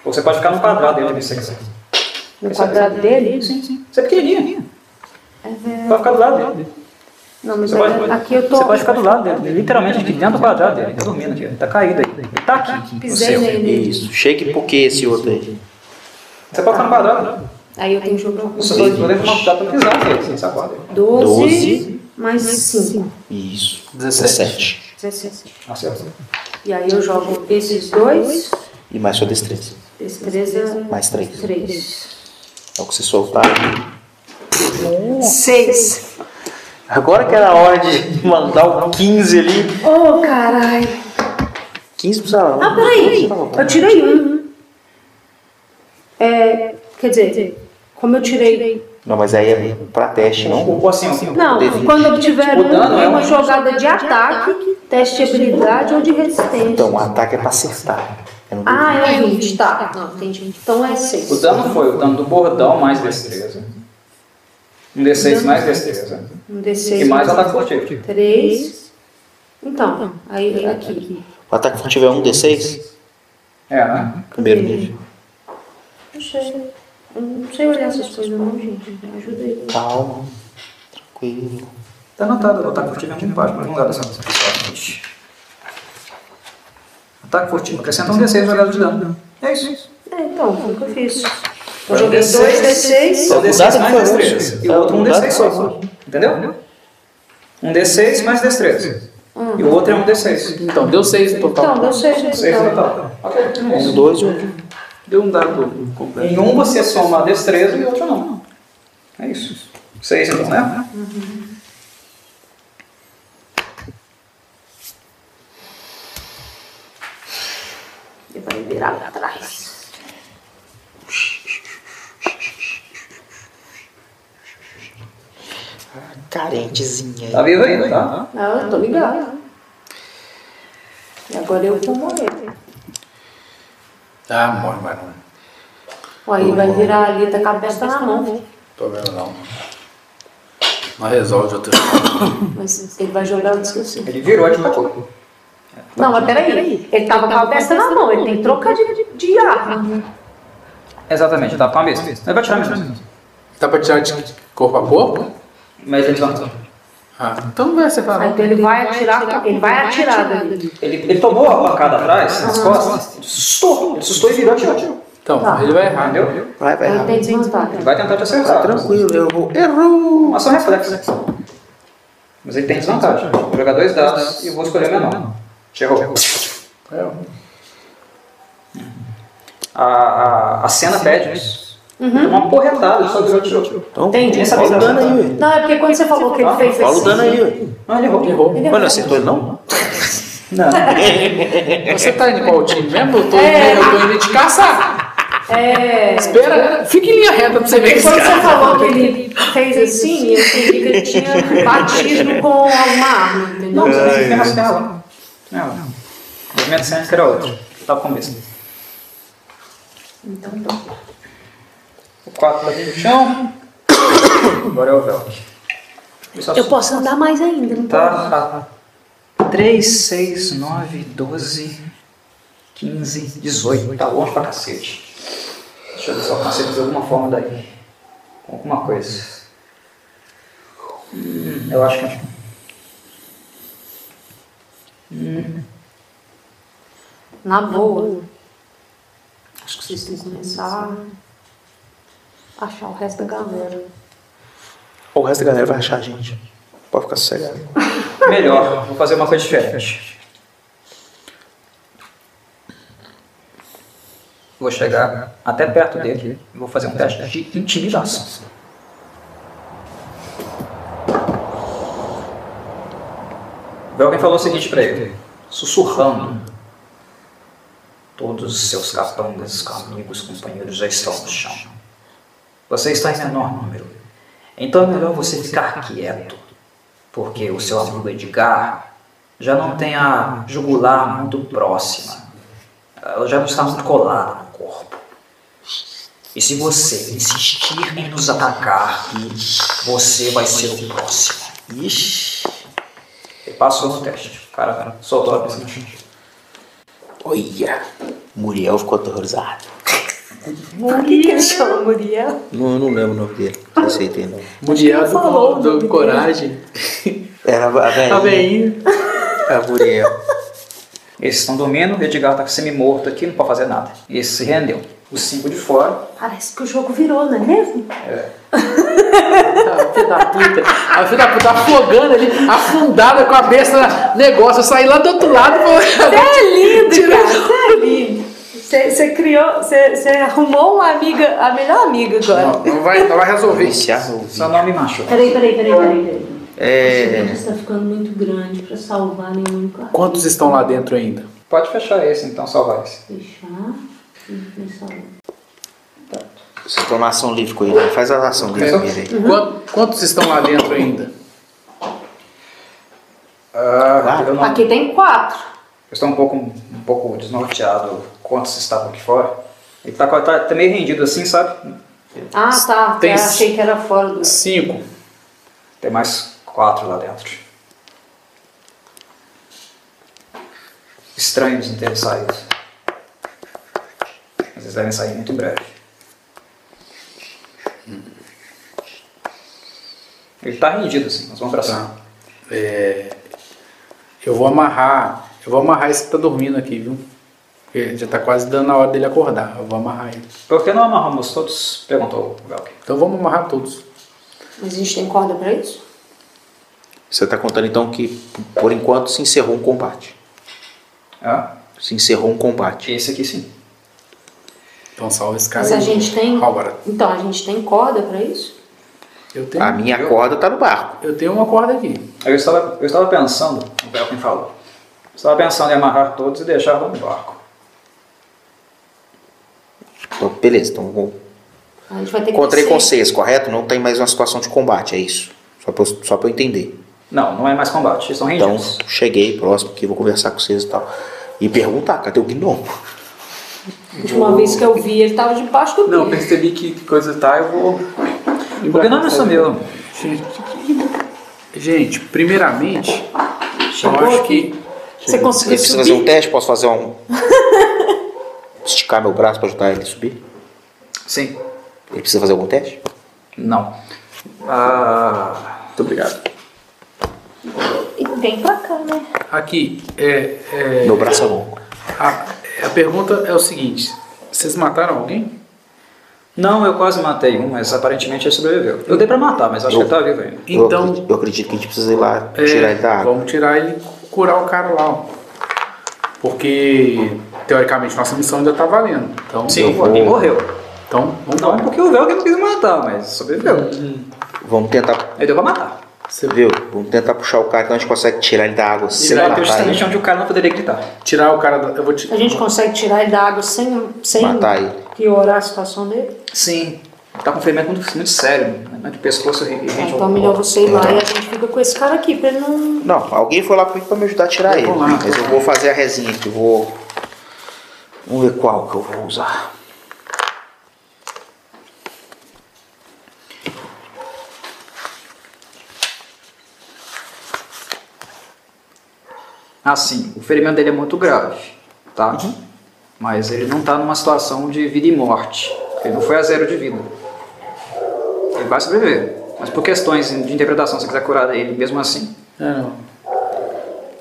Speaker 1: Ou você pode ficar no quadrado dentro de você quiser.
Speaker 5: No quadrado dele? Sim, sim.
Speaker 1: Você é pequenininho.
Speaker 2: É
Speaker 1: Vai ficar do lado dele.
Speaker 5: Não, mas
Speaker 1: Você pode-
Speaker 5: aí- É, aqui eu tô.
Speaker 1: Você pode ficar do lado dele, literalmente aqui dentro do quadrado dele. Ele Tá dormindo aqui, ele tá caído aí. Ele tá aqui.
Speaker 5: Pisei nele.
Speaker 2: Isso. Chegue porque esse outro aí.
Speaker 1: Você pode ficar no quadrado.
Speaker 5: Aí eu tenho que jogar
Speaker 1: Você pode poder dá pra pisar nele, assim, você acorda.
Speaker 5: 12 mais 5.
Speaker 2: Isso. 17.
Speaker 5: 16.
Speaker 1: Acerta.
Speaker 5: E aí eu jogo esses dois,
Speaker 2: E mais sua destreza.
Speaker 5: destreza
Speaker 2: Mais 3.
Speaker 5: 3.
Speaker 2: É o que você soltar.
Speaker 5: 6.
Speaker 2: Agora que era a hora de mandar o 15 ali.
Speaker 5: Oh, caralho.
Speaker 2: 15 precisava.
Speaker 5: Ah, peraí. Eu tirei um. É, quer dizer, como eu tirei.
Speaker 2: Não, mas aí é pra teste, não?
Speaker 1: Ou assim, assim.
Speaker 5: Não,
Speaker 2: Devia.
Speaker 5: quando eu tiver
Speaker 1: O dano
Speaker 5: um,
Speaker 1: é
Speaker 5: uma
Speaker 1: um-
Speaker 5: jogada de
Speaker 18: tá.
Speaker 5: ataque, teste de habilidade ou de resistência.
Speaker 2: Então, o ataque é pra acertar. É no
Speaker 5: Ah, é um 20, tá. Não, entendi. Então é 6.
Speaker 1: O dano foi o dano do bordão mais destreza. Um D6 mais destreza.
Speaker 5: Um D6.
Speaker 1: E mais tá ataque furtivo.
Speaker 5: 3. Então, aí aqui.
Speaker 2: O ataque furtivo é 1d6?
Speaker 1: É, né?
Speaker 2: Primeiro nível.
Speaker 5: Não sei. Eu Não sei olhar essas coisas, não, gente. Me ajuda aí.
Speaker 2: Calma. Tranquilo.
Speaker 1: Tá anotado, o ataque furtivo é aqui embaixo, mas não dá dessa dessa sorte. Ataque furtivo, acrescenta um D6 jogado de dano. É isso.
Speaker 5: É, então, foi o que eu fiz.
Speaker 1: Foi
Speaker 5: Eu
Speaker 1: um
Speaker 5: joguei
Speaker 1: D6.
Speaker 5: 2 D6.
Speaker 1: Só um D6 mais
Speaker 2: Dado que foi
Speaker 1: destreza.
Speaker 2: hoje.
Speaker 1: E o outro um
Speaker 2: É, dado
Speaker 1: D6
Speaker 2: que foi
Speaker 1: só. Entendeu? Um D6 mais destreza.
Speaker 5: Hum.
Speaker 1: E o outro é um D6.
Speaker 4: Então, deu 6 no total.
Speaker 5: Então, deu 6
Speaker 1: Seis no
Speaker 5: no total.
Speaker 1: total. Ok, é isso.
Speaker 2: 2 e 1.
Speaker 4: Deu um dado completo.
Speaker 1: Em um você soma a destreza e outro não. É isso. Seis então, né?
Speaker 5: Ele vai virar pra trás.
Speaker 2: Carentezinha.
Speaker 1: Tá vivo ainda, tá?
Speaker 5: Ah, eu tô ligado. E agora eu vou morrer.
Speaker 3: Ah, morre, mas não.
Speaker 5: Ó, Aí vai virar ali, tá com a cabeça na mão.
Speaker 3: Tô vendo, não. Não resolve outra
Speaker 5: Mas ele vai jogar, eu esqueci.
Speaker 1: Ele virou de pouco.
Speaker 5: Não, mas peraí. Ele tava com a cabeça na mão, ele tem que trocar de, de, de arma.
Speaker 1: Exatamente, tá com a mesa. Ele vai tirar mesmo.
Speaker 3: Tá
Speaker 4: Dá pra tirar de corpo a corpo?
Speaker 1: Mas eles vão.
Speaker 4: Ah, então não vai acertar
Speaker 5: Ah,
Speaker 4: não.
Speaker 5: Então ele vai atirar, ele vai atirar dali.
Speaker 1: Ele, ele tomou a pancada atrás, nas costas, ele assustou. Ele assustou e virou de tirou.
Speaker 4: Então,
Speaker 5: Tá.
Speaker 4: ele vai errar.
Speaker 3: né?
Speaker 1: Entendeu?
Speaker 2: Vai, vai
Speaker 5: Ele
Speaker 2: errar.
Speaker 5: tem desvantagem.
Speaker 1: Ele vai tentar te
Speaker 2: Tá
Speaker 1: acertar.
Speaker 2: tranquilo, eu vou. Errou!
Speaker 1: Uma ação reflexa. Mas ele tem desvantagem. Vou jogar dois dados e vou escolher o menor. Errou.
Speaker 3: É,
Speaker 1: A, a, a cena pede isso. Uhum. Uma porretada, só virou tiro.
Speaker 2: Então,
Speaker 27: Entendi.
Speaker 2: nem sabia
Speaker 27: Olha
Speaker 2: o dano aí, ué.
Speaker 27: Não, é porque quando você falou que ele fez
Speaker 2: Fala o
Speaker 27: assim.
Speaker 2: dano aí, ué.
Speaker 1: Ah, ele errou. errou.
Speaker 27: ele
Speaker 2: Mas não
Speaker 27: errou.
Speaker 2: acertou ele, não?
Speaker 3: Você tá indo em qual time mesmo? Eu tô,
Speaker 27: É.
Speaker 3: indo, eu tô indo de caçar.
Speaker 27: É.
Speaker 3: Espera, fica em linha reta pra você tá ver que
Speaker 27: Quando você falou É que ele fez assim, eu entendi que ele tinha batido com alguma arma, entendeu?
Speaker 1: Não, você tem que ferrar as pernas lá. Não, não. O movimento certo era outro. Tá com mesmo. O 4 tá aqui no chão. Agora é o Velk.
Speaker 27: Eu posso andar mais ainda, não
Speaker 1: É. Tá, tá, tá. 3, 6, 9, 12, 15, 18. Tá longe pra cacete. Deixa eu ver se eu consigo de alguma forma daí. Com alguma coisa. Hum, eu acho que.
Speaker 5: Na boa. Acho que vocês têm que começar a achar o resto da galera.
Speaker 2: Ou o resto da galera vai achar a gente. Pode ficar sossegado.
Speaker 1: Melhor, vou fazer uma coisa diferente. Vou chegar até perto dele e vou fazer um teste de intimidação. Alguém falou o seguinte pra ele, sussurrando. Todos os seus capangas, amigos, companheiros já estão no chão. Você está em menor número. Então é melhor você ficar quieto porque o seu amigo Edgar já não tem a jugular muito próxima. Ela já não está muito colada no corpo. E se você insistir em nos atacar, você vai ser o próximo. Ixi. Ele passou no teste. O cara soltou a piscina.
Speaker 2: Olha, Muriel ficou aterrorizado.
Speaker 27: Por que, que ele chama Muriel?
Speaker 2: Não, eu não lembro o nome dele. Não aceitei, não.
Speaker 3: Mundial do, do, Coragem.
Speaker 2: Era a velhinha. É
Speaker 3: Tá bem.
Speaker 2: A Muriel.
Speaker 1: Esses estão tá dormindo, o Edgar está semi-morto aqui, não pode fazer nada. Esse se rendeu. Os cinco de fora.
Speaker 27: Parece que o jogo virou, não é mesmo?
Speaker 3: Ah, filha da puta. A filha da puta afogando ali, afundada com a besta na- negócio. Eu saí lá do outro lado
Speaker 27: Você
Speaker 3: e
Speaker 27: é lindo, cara. Você é lindo. Você você criou, você você arrumou uma amiga, a melhor amiga agora.
Speaker 3: Não, não vai, não vai resolver.
Speaker 1: Seu nome macho.
Speaker 5: Peraí, peraí, peraí, peraí. peraí.
Speaker 2: É.
Speaker 5: Isso está ficando muito grande para salvar nenhum quarto.
Speaker 3: Quantos estão lá dentro ainda?
Speaker 1: Pode fechar esse então, salvar esse.
Speaker 5: Fechar. e começar.
Speaker 2: Você tá na ação livre com ele. Faz a ação livre com ele aí.
Speaker 3: Quan- Quantos estão lá dentro ainda?
Speaker 1: Ah, eu não-
Speaker 5: Aqui tem quatro.
Speaker 1: Eu estou um pouco, um pouco desnorteado quantos estavam aqui fora. Ele está tá, tá meio rendido assim, sabe?
Speaker 5: Ah, tá.
Speaker 3: Tem
Speaker 5: Eu
Speaker 3: s-
Speaker 5: achei que era fora do.
Speaker 3: Cinco.
Speaker 1: Tem mais quatro lá dentro. Estranhos em terem saído. Mas eles devem sair muito em breve. Ele está rendido assim, nós vamos pra cima.
Speaker 3: Eu vou amarrar. Eu vou amarrar esse que tá dormindo aqui, viu? Porque já tá quase dando a hora dele acordar. Eu vou amarrar ele.
Speaker 1: Por que não amarramos todos? Perguntou o Velk.
Speaker 3: Então vamos amarrar todos.
Speaker 5: Mas a gente tem corda para isso?
Speaker 2: Você tá contando então que, por enquanto, se encerrou um combate.
Speaker 1: Ah,
Speaker 2: Se encerrou um combate.
Speaker 1: esse aqui sim.
Speaker 3: Então salva esse cara.
Speaker 5: Mas a
Speaker 3: aí.
Speaker 5: gente tem.
Speaker 3: Álvaro,
Speaker 5: Então, a gente tem corda para isso?
Speaker 3: eu tenho,
Speaker 2: A minha corda tá no barco.
Speaker 3: eu tenho uma corda aqui.
Speaker 1: Eu estava, eu estava pensando, o Belkin falou, eu estava pensando em amarrar todos e deixar no barco.
Speaker 2: Então, beleza, então vou-
Speaker 5: A gente vai ter que.
Speaker 2: encontrei
Speaker 5: descer.
Speaker 2: com vocês, correto? Não tem mais uma situação de combate, é isso. Só pra, eu- só pra eu entender.
Speaker 1: Não, não é mais combate, eles estão
Speaker 2: Então,
Speaker 1: rendidos.
Speaker 2: cheguei próximo aqui, vou conversar com vocês e tal. E perguntar, cadê o gnomo?
Speaker 5: A última vez que eu vi, ele tava debaixo do
Speaker 4: Não, eu
Speaker 5: piso.
Speaker 4: percebi que que coisa tá, eu vou.
Speaker 1: o Gnome sumiu.
Speaker 3: Gente, primeiramente, eu acho que
Speaker 27: Você
Speaker 2: Eu
Speaker 27: conseguiu
Speaker 2: preciso fazer um
Speaker 27: subir?
Speaker 2: teste, posso fazer um. Esticar meu braço pra ajudar ele a subir?
Speaker 1: Sim.
Speaker 2: Ele precisa fazer algum teste?
Speaker 1: Não. Ah,
Speaker 3: Muito obrigado.
Speaker 27: E vem pra cá, né?
Speaker 3: Aqui, é, é,
Speaker 2: Meu braço é longo.
Speaker 3: a, a pergunta é o seguinte: vocês mataram alguém?
Speaker 1: não, eu quase matei um, mas aparentemente ele sobreviveu. Eu dei pra matar, mas acho que ele tá vivo ainda.
Speaker 2: Eu
Speaker 3: Então-
Speaker 2: acredito- eu acredito que a gente precisa ir lá
Speaker 3: É,
Speaker 2: tirar ele da água.
Speaker 3: Vamos tirar ele e curar o cara lá. ó. Porque, teoricamente, nossa missão ainda tá valendo. Então,
Speaker 1: Sim,
Speaker 2: vou-
Speaker 1: ele morreu.
Speaker 3: Então, vamos
Speaker 1: Não,
Speaker 3: lá.
Speaker 1: porque o Velg não quis matar, mas sobreviveu.
Speaker 2: Vamos tentar.
Speaker 1: Ele deu pra matar.
Speaker 2: Você viu? Vamos tentar puxar o cara, então a gente consegue tirar ele da água
Speaker 1: Ele
Speaker 2: sem
Speaker 1: bateu
Speaker 2: matar
Speaker 1: justamente
Speaker 2: ele.
Speaker 1: onde o cara não poderia gritar.
Speaker 3: Tirar o cara da. Eu vou te...
Speaker 5: A gente consegue tirar ele da água sem, sem
Speaker 2: Matar ele.
Speaker 5: piorar a situação dele?
Speaker 1: Sim. Tá com um ferimento muito, muito sério, né? De pescoço e
Speaker 5: Ah,
Speaker 1: rente
Speaker 5: então é melhor você ir lá e a gente fica com esse cara aqui, pra ele não.
Speaker 2: Não, alguém foi lá comigo pra me ajudar a tirar ele. Mas eu vou fazer a resinha aqui, vou. Vamos ver qual que eu vou usar.
Speaker 1: Assim, o ferimento dele é muito grave, tá?
Speaker 3: Uhum.
Speaker 1: Mas ele não tá numa situação de vida e morte. Ele não foi a zero de vida. Ele vai sobreviver. Mas por questões de interpretação, se você quiser curar ele mesmo assim,
Speaker 3: É,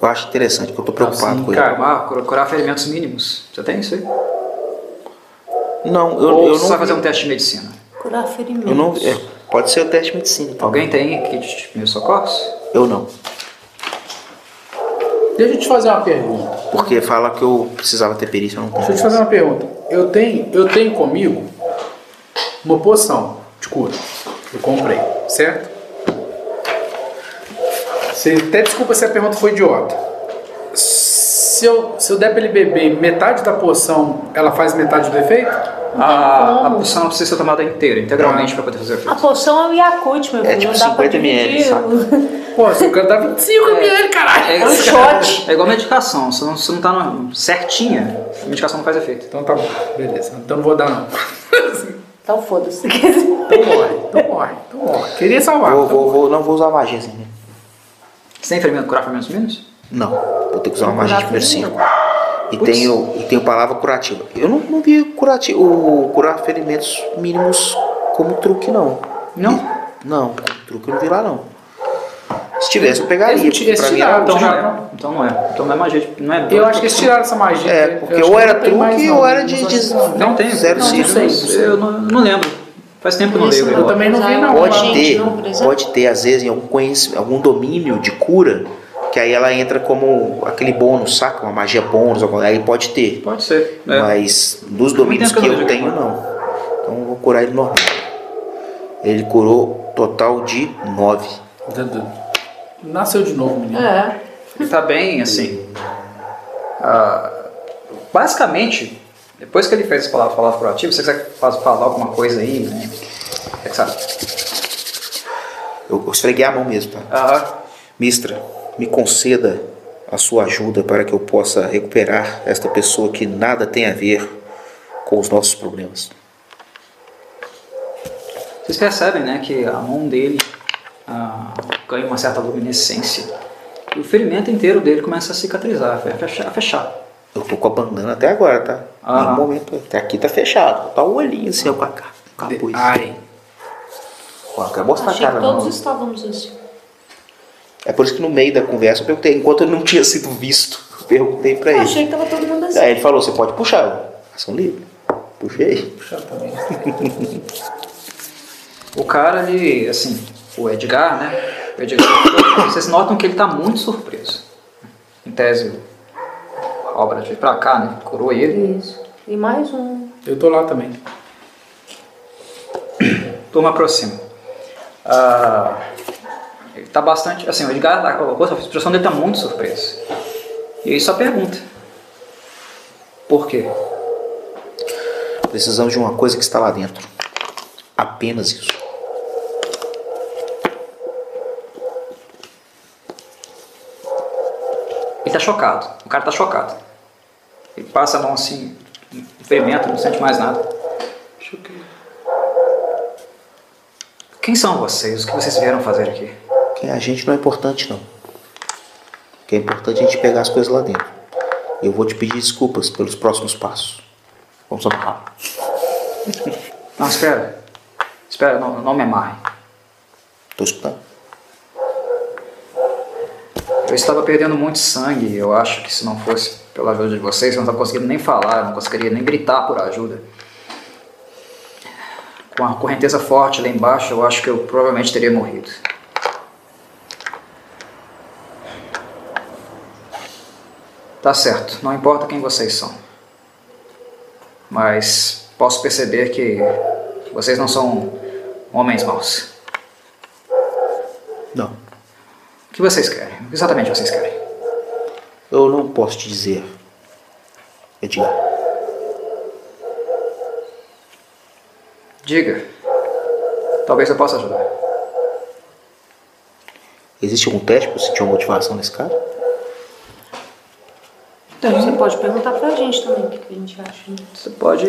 Speaker 2: Eu acho interessante, porque eu tô preocupado com ele.
Speaker 1: curar, cur- curar ferimentos mínimos. Você tem isso aí?
Speaker 2: Não, eu,
Speaker 1: Ou
Speaker 2: eu
Speaker 1: você vai
Speaker 2: não.
Speaker 1: fazer um teste de medicina?
Speaker 5: Curar ferimento.
Speaker 2: Eu não é, pode ser o teste de medicina. então.
Speaker 1: Alguém tem kit de primeiros socorros?
Speaker 2: Eu não.
Speaker 3: Deixa eu te fazer uma pergunta.
Speaker 2: Porque fala que eu precisava ter perícia, eu não
Speaker 3: Deixa eu te
Speaker 2: tenho.
Speaker 3: fazer uma pergunta. Eu tenho, eu tenho comigo uma poção de cura. Eu comprei, certo? Você, até desculpa se a pergunta foi idiota. Se eu, se eu der pra ele beber metade da poção, ela faz metade do efeito?
Speaker 1: A, a poção não precisa ser tomada inteira, integralmente, para poder fazer o
Speaker 5: A
Speaker 1: efeito.
Speaker 5: poção é o Yakut, meu filho.
Speaker 2: É tipo
Speaker 5: não dá pra
Speaker 2: 50 ml,
Speaker 5: dividir.
Speaker 2: saca?
Speaker 3: Pô, se o cara dá 25 ml, caralho!
Speaker 1: É,
Speaker 5: um shot.
Speaker 1: é igual medicação, se não, se não tá na- certinha, a medicação não faz efeito.
Speaker 3: Então tá bom, beleza. Então não vou dar não.
Speaker 5: Então foda-se.
Speaker 3: Então morre, então morre, então morre. Queria salvar.
Speaker 2: Vou, vou, vou, não vou usar magia assim mesmo.
Speaker 1: Você tem ferimento curar ferimentos mínimos?
Speaker 2: Não, vou ter que usar uma magia de primeiro cinco. E
Speaker 1: Putz.
Speaker 2: tenho, e tenho palavra curativa. Eu não, não vi curativo, o curar ferimentos mínimos como truque, não.
Speaker 1: Não.
Speaker 2: Não, como truque eu não vi lá, não. Se tivesse, eu pegaria.
Speaker 3: Eles,
Speaker 2: porque
Speaker 3: eles
Speaker 2: pra mim
Speaker 3: tiraram,
Speaker 2: era- um
Speaker 1: Então não
Speaker 3: tiraram.
Speaker 1: é. Então não é. Então não é magia. de- Não é
Speaker 3: Eu acho que eles tiraram essa magia.
Speaker 2: É,
Speaker 3: Eu
Speaker 2: porque
Speaker 3: acho
Speaker 2: ou
Speaker 3: que
Speaker 2: era
Speaker 3: não tem mais, assim,
Speaker 2: truque
Speaker 3: não.
Speaker 2: ou era de. de-
Speaker 1: Não tem.
Speaker 2: Zero
Speaker 1: não, não
Speaker 2: cifras.
Speaker 1: sei. Eu não, não lembro. Faz tempo que eu não leio.
Speaker 3: Eu
Speaker 1: Gregório.
Speaker 3: também não vi não.
Speaker 2: Pode
Speaker 3: mano.
Speaker 2: ter,
Speaker 5: não, por exemplo.
Speaker 2: pode ter, às vezes, em algum conhecimento, algum domínio de cura, que aí ela entra como aquele bônus, saca? Uma magia bônus, alguma- aí pode ter.
Speaker 1: Pode ser. É.
Speaker 2: Mas dos domínios
Speaker 1: tempo
Speaker 2: que
Speaker 1: que eu
Speaker 2: eu
Speaker 1: não
Speaker 2: tenho,
Speaker 1: jogo.
Speaker 2: não. Então eu vou curar ele normal. Ele curou total de 9.
Speaker 3: Dudu. Nasceu de novo, menino.
Speaker 5: É.
Speaker 1: Ele tá bem, assim. ah, basicamente, depois que ele fez essa palavra, palavra proativa, se você quiser fa- falar alguma coisa aí, né? É que sabe.
Speaker 2: Eu, eu esfreguei a mão mesmo, tá?
Speaker 1: Aham.
Speaker 2: Mistra, me conceda a sua ajuda para que eu possa recuperar esta pessoa que nada tem a ver com os nossos problemas.
Speaker 1: Vocês percebem, né, que a mão dele ah, ganha uma certa luminescência. E o ferimento inteiro dele começa a cicatrizar, a fechar. A fechar.
Speaker 2: Eu tô com a bandana até agora, tá?
Speaker 1: Ah.
Speaker 2: No momento, até aqui tá fechado. Tá o olhinho assim, ó, com a cara. com a capuz.
Speaker 3: Ai.
Speaker 2: Ó, não quer mostrar a
Speaker 5: Ah, Achei que
Speaker 2: cara,
Speaker 5: todos
Speaker 2: não.
Speaker 5: estávamos assim.
Speaker 2: É por isso que no meio da conversa eu perguntei, enquanto eu não tinha sido visto, eu perguntei pra
Speaker 5: Eu
Speaker 2: ele.
Speaker 5: achei que tava todo mundo assim.
Speaker 2: Aí ele falou, você pode puxar. Eu, Ação livre. Puxei.
Speaker 1: O cara, ele, assim, o Edgar, né? o Edgar, vocês notam que ele tá muito surpreso. Em tese, a obra veio pra cá, né? Curou ele.
Speaker 5: é Isso. E mais um.
Speaker 3: Eu tô lá também.
Speaker 1: Turma aproxima. Ah, ele tá bastante. Assim, o Edgar, a, a expressão dele tá muito surpreso. E aí só pergunta: Por quê?
Speaker 2: Precisamos de uma coisa que está lá dentro. Apenas isso.
Speaker 1: Ele tá chocado. O cara tá chocado. Ele passa a mão assim, fermenta, não sente mais nada. Quem são vocês? O que vocês vieram fazer aqui?
Speaker 2: Quem a gente não é importante, não. O que é importante é a gente pegar as coisas lá dentro. E eu vou te pedir desculpas pelos próximos passos. Vamos amarrar.
Speaker 1: Não, espera. Espera, não, não me amarre.
Speaker 2: Tô escutando.
Speaker 1: Eu estava perdendo muito sangue. Eu acho que se não fosse pela ajuda de vocês, eu não estava conseguindo nem falar, eu não conseguiria nem gritar por ajuda. Com a correnteza forte lá embaixo, eu acho que eu provavelmente teria morrido. Tá certo, não importa quem vocês são. Mas posso perceber que vocês não são homens maus.
Speaker 2: Não.
Speaker 1: O que vocês querem? O que exatamente vocês querem?
Speaker 2: Eu não posso te dizer, Edgar.
Speaker 1: Diga. Talvez eu possa ajudar.
Speaker 2: Existe algum teste para sentir uma motivação nesse cara?
Speaker 5: Você pode perguntar pra gente também o que que a gente acha. né?
Speaker 1: Você pode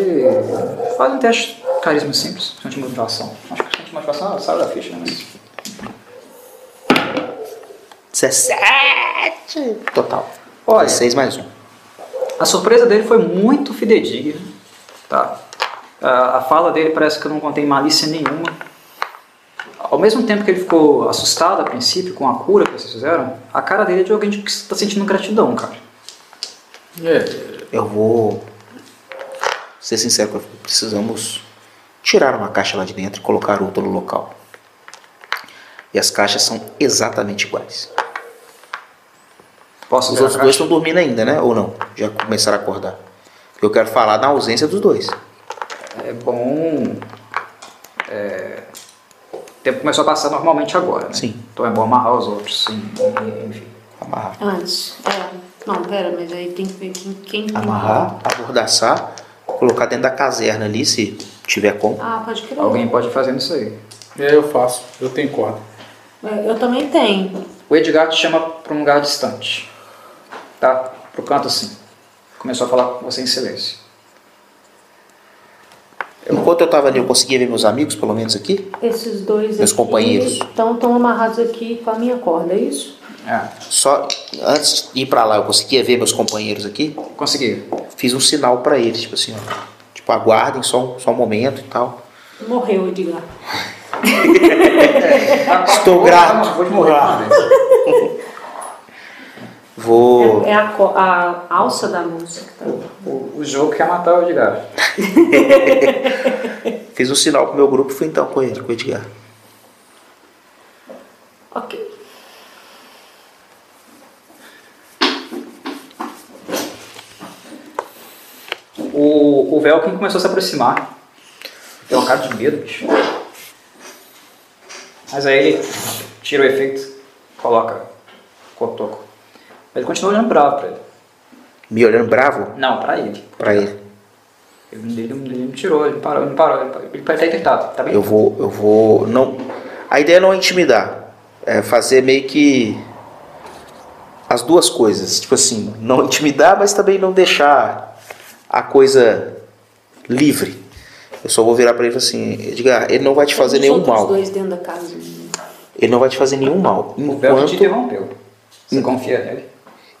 Speaker 1: fazer um teste de carisma simples, questão de motivação. Acho que questão de motivação sai da ficha, né? Mas
Speaker 2: 17! Total.
Speaker 1: Olha.
Speaker 2: 16 mais um.
Speaker 1: a surpresa dele foi muito fidedigna, tá? A, a fala dele parece que não contém malícia nenhuma. Ao mesmo tempo que ele ficou assustado a princípio com a cura que vocês fizeram, a cara dele é de alguém que está sentindo gratidão, cara.
Speaker 3: É,
Speaker 2: Eu vou ser sincero, com você, precisamos tirar uma caixa lá de dentro e colocar outra no local. E as caixas são exatamente iguais.
Speaker 1: Posso
Speaker 2: Os
Speaker 1: ver a
Speaker 2: outros dois
Speaker 1: caixa?
Speaker 2: estão dormindo ainda, né? Ou não? Já começaram a acordar. Eu quero falar na ausência dos dois.
Speaker 1: É bom. é, O tempo começou a passar normalmente agora, né?
Speaker 2: Sim.
Speaker 1: Então é bom amarrar os outros, sim. Enfim.
Speaker 2: Amarrar.
Speaker 5: Antes. É. Não, pera, mas aí tem que ver quem. quem...
Speaker 2: Amarrar, abordaçar, colocar dentro da caserna ali, se tiver como.
Speaker 5: Ah, pode crer.
Speaker 1: Alguém pode fazer isso aí.
Speaker 3: É, eu faço. Eu tenho corda.
Speaker 5: É, Eu também tenho.
Speaker 1: O Edgar te chama para um lugar distante. Tá? Pro canto assim. Começou a falar com você em silêncio.
Speaker 2: Enquanto eu tava ali, eu conseguia ver meus amigos, pelo menos aqui.
Speaker 5: Esses dois
Speaker 2: Meus
Speaker 5: aqui
Speaker 2: companheiros.
Speaker 5: Então estão amarrados aqui com a minha corda, é isso?
Speaker 1: É.
Speaker 2: Só antes de ir pra lá, eu conseguia ver meus companheiros aqui.
Speaker 1: Consegui.
Speaker 2: Fiz um sinal pra eles, tipo assim, ó. Tipo, aguardem só um, só um momento e tal.
Speaker 5: Morreu, Edgar.
Speaker 1: Tá
Speaker 2: Estou grato. Ah.
Speaker 1: Vou te morrer. Tá
Speaker 2: Vou.
Speaker 5: É, é a, co- a alça da música.
Speaker 1: O, o jogo quer matar o Edgar.
Speaker 2: Fiz um sinal pro meu grupo e fui então com ele, com o Edgar.
Speaker 5: Ok.
Speaker 1: O, o Velkin começou a se aproximar. Tem uma cara de medo, bicho. Mas aí ele tira o efeito, coloca o cotoco. Mas ele continua olhando bravo pra ele.
Speaker 2: Me olhando bravo
Speaker 1: Não, pra ele.
Speaker 2: pra ele.
Speaker 1: Ele, ele, ele não tirou, ele não parou, ele não parou. Ele, parou. ele tá irritado, tá bem?
Speaker 2: Eu vou, eu vou. Não. A ideia não é intimidar. É fazer meio que as duas coisas. Tipo assim, não intimidar, mas também não deixar a coisa livre. Eu só vou virar pra ele e falar assim, Edgar, ele não vai te fazer
Speaker 5: Os
Speaker 2: nenhum
Speaker 5: outros
Speaker 2: mal.
Speaker 5: dois dentro da casa. né?
Speaker 2: Ele não vai te fazer nenhum mal.
Speaker 1: O Velkin te
Speaker 2: Enquanto,
Speaker 1: interrompeu. Você confia nele?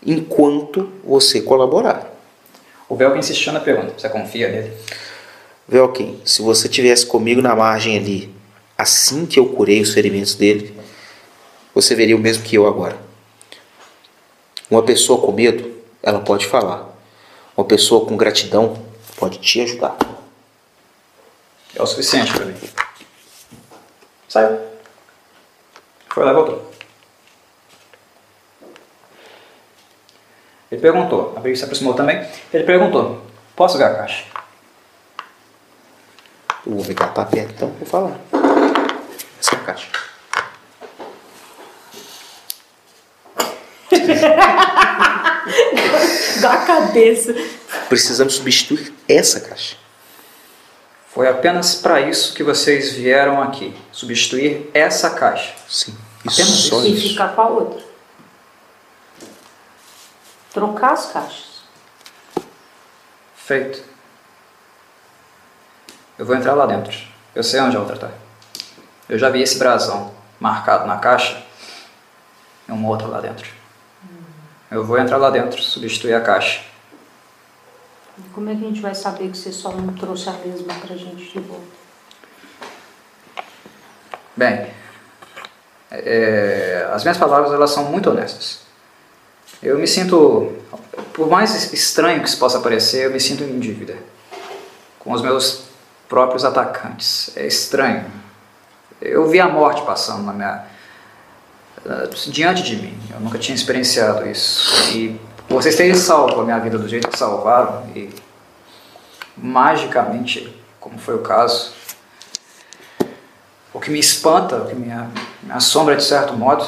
Speaker 2: enquanto você colaborar.
Speaker 1: O Velkin insistiu na pergunta. Você confia nele?
Speaker 2: Velkin, se você tivesse comigo na margem ali, assim que eu curei os ferimentos dele, você veria o mesmo que eu agora. Uma pessoa com medo, ela pode falar. Uma pessoa com gratidão pode te ajudar.
Speaker 1: É o suficiente pra mim. Saiu. Foi lá e voltou. Ele perguntou, a Brigitte se aproximou também. Ele perguntou: Posso ver a caixa?
Speaker 2: Eu vou ver que ela tá perto, então vou falar. Essa é a caixa.
Speaker 5: Da cabeça.
Speaker 2: Precisamos substituir essa caixa.
Speaker 1: Foi apenas para isso que vocês vieram aqui substituir essa caixa.
Speaker 2: Sim. Isso,
Speaker 1: Apenas
Speaker 2: só
Speaker 5: E
Speaker 2: isso.
Speaker 5: ficar com a outra. Trocar as caixas.
Speaker 1: Feito. Eu vou entrar lá dentro. Eu sei onde a outra tá. Eu já vi esse brasão marcado na caixa e uma outra lá dentro. Eu vou entrar lá dentro, substituir a caixa.
Speaker 5: E como é que a gente vai saber que você só não trouxe a mesma pra gente de volta?
Speaker 1: Bem, é, as minhas palavras elas são muito honestas. Eu me sinto, por mais estranho que isso possa parecer, eu me sinto em dívida com os meus próprios atacantes. É estranho. Eu vi a morte passando na minha eh, diante de mim. Eu nunca tinha experienciado isso. E vocês terem salvo a minha vida do jeito que salvaram e magicamente como foi o caso. O que me espanta, o que me a- me assombra de certo modo.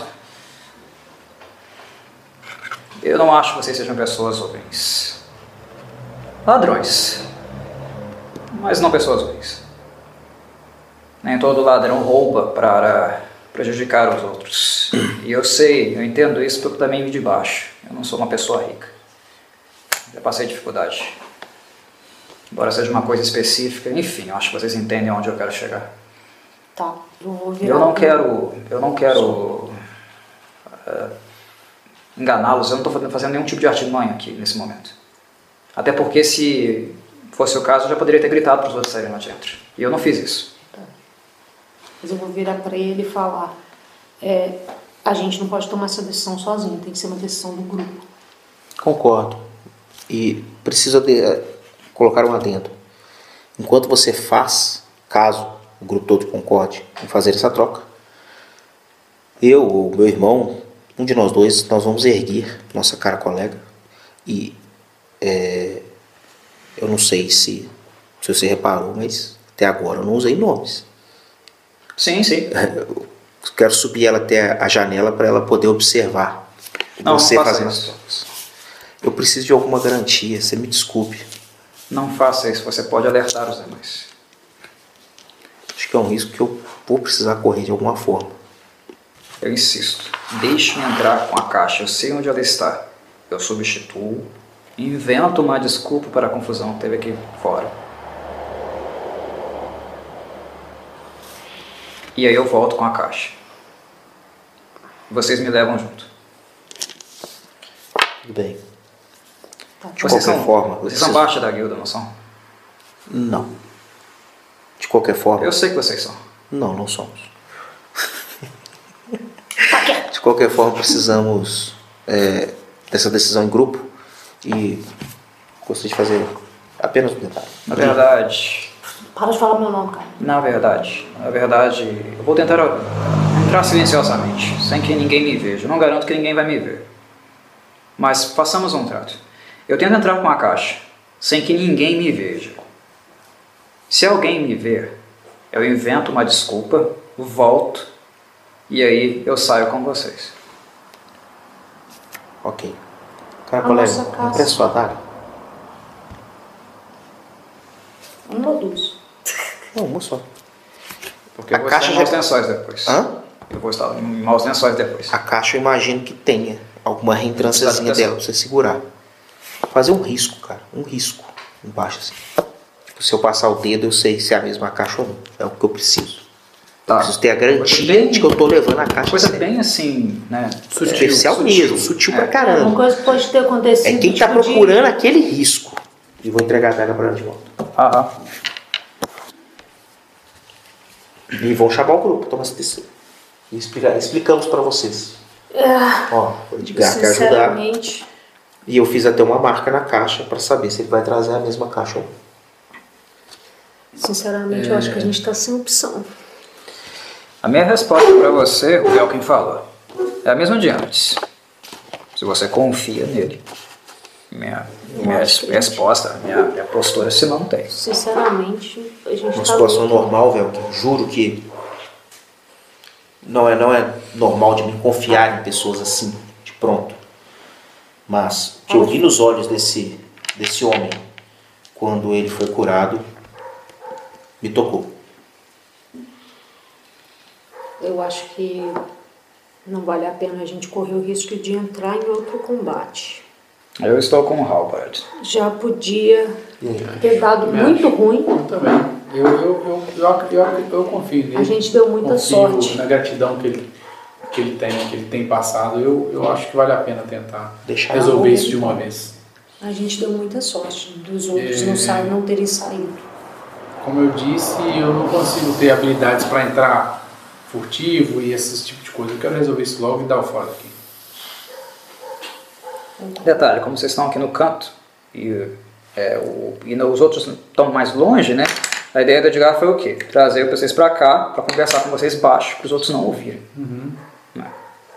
Speaker 1: Eu não acho que vocês sejam pessoas ruins. Ladrões. Mas não pessoas ruins. Nem todo ladrão rouba para prejudicar os outros. E eu sei, eu entendo isso porque eu também vim de baixo. Eu não sou uma pessoa rica. Já passei dificuldade. Embora seja uma coisa específica, enfim, eu acho que vocês entendem aonde eu quero chegar.
Speaker 5: Tá, eu vou virar.
Speaker 1: Eu não quero, eu não quero eh, enganá-los. Eu não estou fazendo nenhum tipo de artimanha aqui nesse momento. Até porque se fosse o caso, eu já poderia ter gritado para os outros saírem lá de dentro. E eu não fiz isso.
Speaker 5: Mas eu vou virar pra ele e falar: é, a gente não pode tomar essa decisão sozinho, tem que ser uma decisão do grupo.
Speaker 2: Concordo. E precisa de, colocar um adendo. Enquanto você faz, caso o grupo todo concorde em fazer essa troca, eu ou meu irmão, um de nós dois, nós vamos erguer nossa cara colega. E é, eu não sei se, se você reparou, mas até agora eu não usei nomes.
Speaker 1: Sim, sim.
Speaker 2: Quero subir ela até a janela para ela poder observar
Speaker 1: Não,
Speaker 2: você
Speaker 1: não faça
Speaker 2: fazendo as
Speaker 1: isso.
Speaker 2: trocas. Eu preciso de alguma garantia, você me desculpe.
Speaker 1: Não faça isso. Você pode alertar os demais.
Speaker 2: Acho que é um risco que eu vou precisar correr de alguma forma.
Speaker 1: Eu insisto, deixe-me entrar com a caixa, eu sei onde ela está. Eu substituo, invento uma desculpa para a confusão que teve aqui fora. E aí eu volto com a caixa. Vocês me levam junto.
Speaker 2: Tudo bem.
Speaker 5: Tá.
Speaker 2: De
Speaker 1: vocês
Speaker 2: qualquer
Speaker 1: são,
Speaker 2: forma,
Speaker 1: vocês
Speaker 2: vocês-
Speaker 1: são parte da guilda, não são?
Speaker 2: Não. De qualquer forma,
Speaker 1: Eu sei que vocês são.
Speaker 2: não, não somos.
Speaker 5: Tá
Speaker 2: de qualquer forma, precisamos é, dessa decisão em grupo e gostaria de fazer apenas um detalhe.
Speaker 1: Na verdade,
Speaker 5: Para de falar meu nome, cara.
Speaker 1: Na verdade, na verdade, eu vou tentar entrar silenciosamente, sem que ninguém me veja. Eu não garanto que ninguém vai me ver. Mas façamos um trato. Eu tento entrar com a caixa, sem que ninguém me veja. Se alguém me ver, eu invento uma desculpa, volto e aí eu saio com vocês.
Speaker 2: Ok. Cara,
Speaker 5: A
Speaker 2: colega,
Speaker 5: nossa casa.
Speaker 2: empresta sua adaga?
Speaker 5: Um ou dois.
Speaker 2: Não, uma só.
Speaker 1: Porque eu
Speaker 2: A
Speaker 1: vou
Speaker 2: caixa
Speaker 1: estar em maus
Speaker 2: já-
Speaker 1: lençóis depois.
Speaker 2: Hã?
Speaker 1: Eu vou estar em maus lençóis depois.
Speaker 2: A caixa eu imagino que tenha alguma reentrânciazinha
Speaker 1: Adaptação.
Speaker 2: dela pra você segurar. Fazer um risco, cara. Um risco. Embaixo assim. Tipo, se eu passar o dedo, eu sei se é a mesma caixa ou não. É o que eu preciso. Eu
Speaker 1: Tá.
Speaker 2: preciso ter a garantia
Speaker 1: Bem-
Speaker 2: de que eu tô levando a caixa
Speaker 1: Coisa
Speaker 2: certa.
Speaker 1: bem É. assim, né?
Speaker 2: Especial mesmo. Sutil pra
Speaker 5: Uma
Speaker 2: caramba.
Speaker 5: coisa que pode ter acontecido.
Speaker 2: É quem tá
Speaker 5: tipo, de-
Speaker 2: procurando aquele risco. E vou entregar a daga pra ela de volta.
Speaker 1: Aham.
Speaker 2: E vão chamar o grupo. Toma essa decisão. E explica- explicamos pra vocês. Ó, o Edgar quer ajudar.
Speaker 5: Sinceramente.
Speaker 2: E eu fiz até uma marca na caixa pra saber se ele vai trazer a mesma caixa ou não.
Speaker 5: Sinceramente, eu acho
Speaker 2: É.
Speaker 5: que a gente tá sem opção.
Speaker 1: A minha resposta para você, Rubel, quem fala, é a mesma de antes. Se você confia nele. Minha, minha
Speaker 5: acho que a gente-
Speaker 1: resposta, minha, minha postura se mantém.
Speaker 5: Sinceramente, a gente
Speaker 2: uma
Speaker 5: tá.
Speaker 2: situação
Speaker 5: louco.
Speaker 2: normal, velho. Juro que não é, não é normal de me confiar em pessoas assim, de pronto. Mas o que eu vi nos olhos desse, desse homem quando ele foi curado me tocou.
Speaker 5: Eu acho que não vale a pena a gente correr o risco de entrar em outro combate.
Speaker 1: Eu estou com o Halbert.
Speaker 5: Já podia ter dado muito ruim.
Speaker 3: Eu também. Eu, eu, eu, eu, ac- eu, ac- eu confio nele.
Speaker 5: A gente deu muita
Speaker 3: confio
Speaker 5: sorte.
Speaker 3: Na gratidão que ele, que ele tem, que ele tem passado, eu, eu acho que vale a pena tentar
Speaker 2: Deixar
Speaker 3: resolver isso de uma vez.
Speaker 5: A gente deu muita sorte dos outros
Speaker 1: É.
Speaker 5: não, sa- não terem saído.
Speaker 3: Como eu disse, eu não consigo ter habilidades para entrar furtivo e esse tipo de coisa. Eu quero resolver isso logo e dar o fora aqui.
Speaker 1: Detalhe, como vocês estão aqui no canto e, é, o- e no- os outros estão mais longe, né? A ideia do Edgar foi o quê? Trazer vocês para cá para conversar com vocês baixo, para os outros não ouvirem. Né?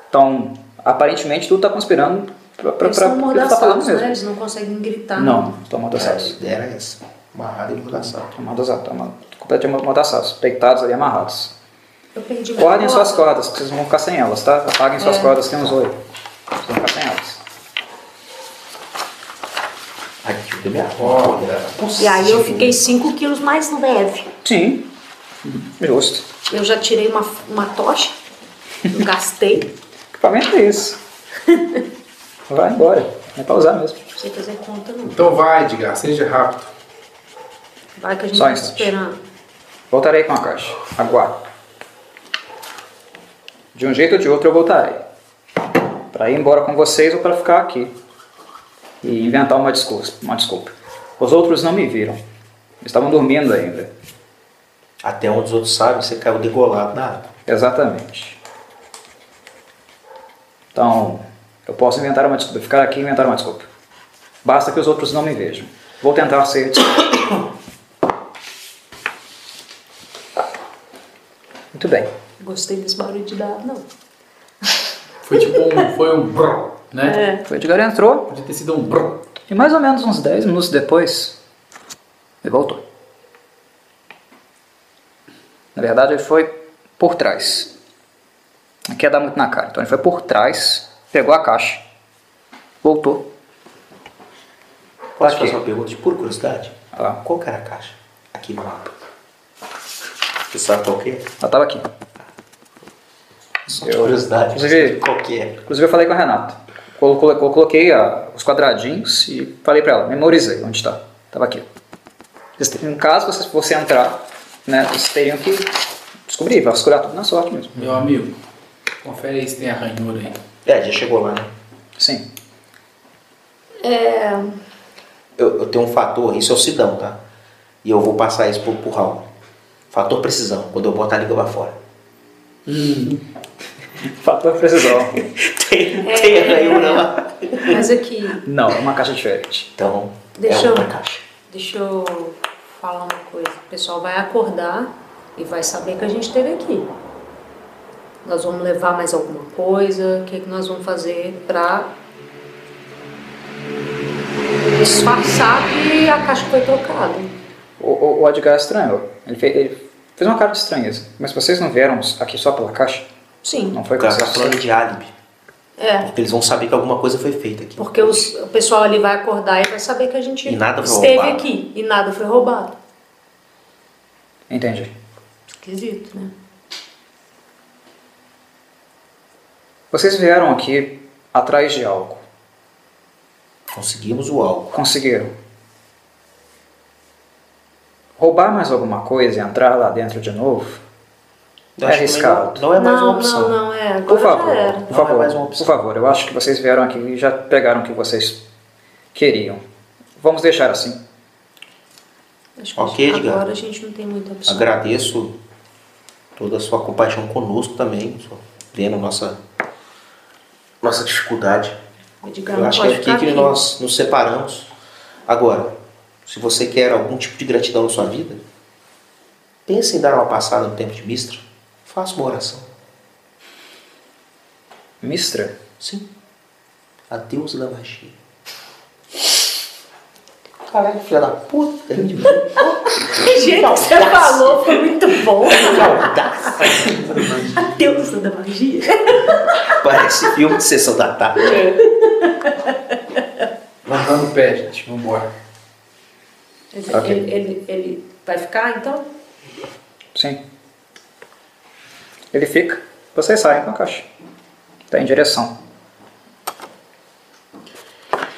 Speaker 1: Então, aparentemente, tudo está conspirando para
Speaker 5: Eles
Speaker 1: o
Speaker 5: estão
Speaker 1: que ele está tá falando
Speaker 5: amordaçados,
Speaker 1: mesmo.
Speaker 5: né? Eles não né? conseguem gritar.
Speaker 1: Não, estão
Speaker 2: é A
Speaker 1: amordaçados.
Speaker 2: ideia era essa. Amarrado e enlaçado.
Speaker 1: Amarrados, ama- completamente amordaçados, peitados ali amarrados.
Speaker 5: Eu perdi minha
Speaker 1: Guardem
Speaker 5: corda.
Speaker 1: suas cordas, que vocês vão ficar sem elas, tá? Apaguem suas cordas, tem uns oito. Vocês vão ficar sem elas.
Speaker 28: Aqui eu dei minha
Speaker 2: né?
Speaker 28: roda.
Speaker 5: E aí eu fiquei 5 quilos mais leve.
Speaker 1: Sim, justo.
Speaker 5: Eu já tirei uma, uma tocha, eu gastei,
Speaker 1: Equipamento é isso. Vai embora. É pra usar mesmo.
Speaker 5: não sei fazer conta não.
Speaker 3: Então vai, Edgar, seja rápido.
Speaker 5: Vai que a gente
Speaker 1: Só um
Speaker 5: tá
Speaker 1: instante.
Speaker 5: esperando.
Speaker 1: Voltarei com a caixa. Aguardo. De um jeito ou de outro eu voltarei. Para ir embora com vocês ou para ficar aqui. E inventar uma desculpa, uma desculpa. Os outros não me viram. Estavam dormindo ainda.
Speaker 2: Até onde os outros sabem, você caiu degolado na água.
Speaker 1: Exatamente. Então, eu posso inventar uma desculpa. Ficar aqui e inventar uma desculpa. Basta que os outros não me vejam. Vou tentar ser. Muito bem.
Speaker 5: Gostei desse barulho de dar, não.
Speaker 3: Foi tipo um. Foi um brrr, né?
Speaker 1: O Edgar entrou.
Speaker 3: Podia ter sido um brrr.
Speaker 1: E mais ou menos uns 10 minutos depois, ele voltou. Na verdade, ele foi por trás. Aqui ia dar muito na cara. Então ele foi por trás, pegou a caixa, voltou.
Speaker 2: Posso
Speaker 1: Pra quê?
Speaker 2: fazer uma pergunta de pura curiosidade?
Speaker 1: Ah.
Speaker 2: Qual que era a caixa? Aqui no mapa. Você sabe qual que é?
Speaker 1: Ela tava aqui.
Speaker 2: Só
Speaker 1: É
Speaker 2: de curiosidade.
Speaker 1: Inclusive-
Speaker 2: Qual que é?
Speaker 1: Inclusive eu falei com a Renata. Colo- colo- colo- Coloquei a- os quadradinhos e falei pra ela, memorizei onde tá. Tava aqui. Vocês te- Em caso vocês fossem entrar, né, vocês teriam que descobrir, vai escurar tudo na sorte mesmo.
Speaker 3: Meu amigo, confere aí se tem a ranhura aí.
Speaker 2: É, já chegou lá, né?
Speaker 1: Sim.
Speaker 5: É,
Speaker 2: Eu, eu tenho um fator, isso é o Sidão, tá? E eu vou passar isso pro, pro Raul. Fator precisão, quando eu botar a liga pra fora.
Speaker 1: Fator precisão.
Speaker 2: tem
Speaker 5: É.
Speaker 2: tem a ranhura lá.
Speaker 5: Mas aqui,
Speaker 1: Não, é uma caixa diferente.
Speaker 2: Então,
Speaker 5: Deixa
Speaker 2: é
Speaker 5: eu-
Speaker 2: uma caixa.
Speaker 5: deixa eu falar uma coisa. O pessoal vai acordar e vai saber que a gente esteve aqui. Nós vamos levar mais alguma coisa? O que, que nós vamos fazer pra disfarçar que a caixa foi trocada?
Speaker 1: O, o, o Edgar estranhou. Ele fe- ele fez, uma cara de estranheza. Mas vocês não vieram aqui só pela caixa?
Speaker 5: Sim.
Speaker 1: Não foi
Speaker 2: O
Speaker 1: com
Speaker 2: cara
Speaker 1: essa
Speaker 2: tá falando de álibi.
Speaker 5: É.
Speaker 2: Porque eles vão saber que alguma coisa foi feita aqui.
Speaker 5: Porque os- o pessoal ali vai acordar e vai saber que a gente
Speaker 2: E nada foi
Speaker 5: esteve
Speaker 2: roubado.
Speaker 5: aqui e nada foi roubado.
Speaker 1: Entendi.
Speaker 5: Esquisito, né?
Speaker 1: Vocês vieram aqui atrás de algo.
Speaker 2: Conseguimos o álcool.
Speaker 1: Conseguiram. Roubar mais alguma coisa e entrar lá dentro de novo?
Speaker 2: Eu
Speaker 1: É
Speaker 2: acho que também não-
Speaker 1: arriscado.
Speaker 2: Não é mais
Speaker 5: não,
Speaker 2: uma opção.
Speaker 5: não, não, é. Agora
Speaker 1: Por favor,
Speaker 5: já era.
Speaker 1: por
Speaker 2: Não é
Speaker 1: favor,
Speaker 2: mais uma
Speaker 1: por
Speaker 2: opção.
Speaker 1: favor. Eu acho que vocês vieram aqui e já pegaram o que vocês queriam. Vamos deixar assim.
Speaker 5: Acho que
Speaker 2: Ok, Edgar.
Speaker 5: agora a gente não tem muita opção.
Speaker 2: Agradeço toda a sua compaixão conosco também, só vendo nossa, nossa dificuldade.
Speaker 5: Edgar
Speaker 2: Eu
Speaker 5: não
Speaker 2: acho que
Speaker 5: "Ah, pode
Speaker 2: é aqui
Speaker 5: ficar
Speaker 2: que nós nos separamos. Agora, se você quer algum tipo de gratidão na sua vida, pense em dar uma passada no tempo de Mistra. Faça uma oração.
Speaker 1: Mistra,
Speaker 2: Sim. A deusa da magia. Caralho, filha da puta.
Speaker 5: O jeito que você falou foi muito bom.
Speaker 2: Maldade.
Speaker 5: A deusa da magia.
Speaker 2: Parece filme de sessão da tarde.
Speaker 1: Tá
Speaker 3: Mandando o pé, gente. Vambora.
Speaker 5: Ele, ele, ele- ele vai ficar então?
Speaker 1: sim. Ele fica. Vocês saem com a caixa. Está em direção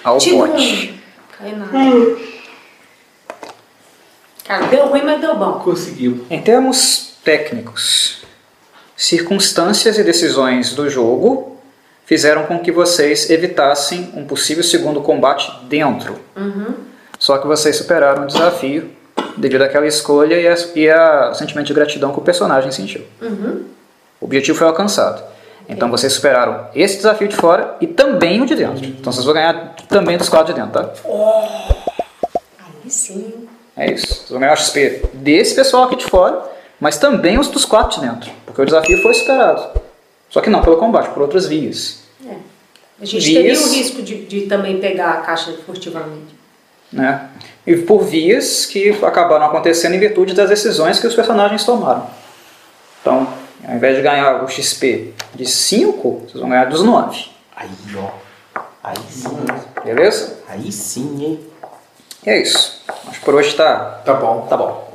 Speaker 1: ao
Speaker 5: Tira
Speaker 1: bote.
Speaker 5: um. Cai nada. Cara, deu ruim, mas deu bom.
Speaker 29: Conseguiu.
Speaker 1: Em termos técnicos, circunstâncias e decisões do jogo fizeram com que vocês evitassem um possível segundo combate dentro. Só que vocês superaram o desafio devido àquela escolha e, a, e a- o sentimento de gratidão que o personagem sentiu. O objetivo foi alcançado. Então vocês superaram esse desafio de fora e também o de dentro. Então vocês vão ganhar também dos quadros de dentro, tá?
Speaker 5: Aí sim.
Speaker 1: É isso. Vocês vão ganhar o XP desse pessoal aqui de fora, mas também os dos quatro de dentro. Porque o desafio foi superado. Só que não pelo combate, por outras vias.
Speaker 5: A gente teria o
Speaker 1: Diz-
Speaker 5: risco de, de também pegar a caixa furtivamente.
Speaker 1: né? E por vias que acabaram acontecendo em virtude das decisões que os personagens tomaram. Então, ao invés de ganhar o XP de 5, vocês vão ganhar dos 9.
Speaker 30: Aí, ó. Aí sim, hein?
Speaker 1: Beleza?
Speaker 30: aí sim, hein?
Speaker 1: E é isso. Acho que por hoje tá,
Speaker 31: Tá bom.
Speaker 1: tá bom.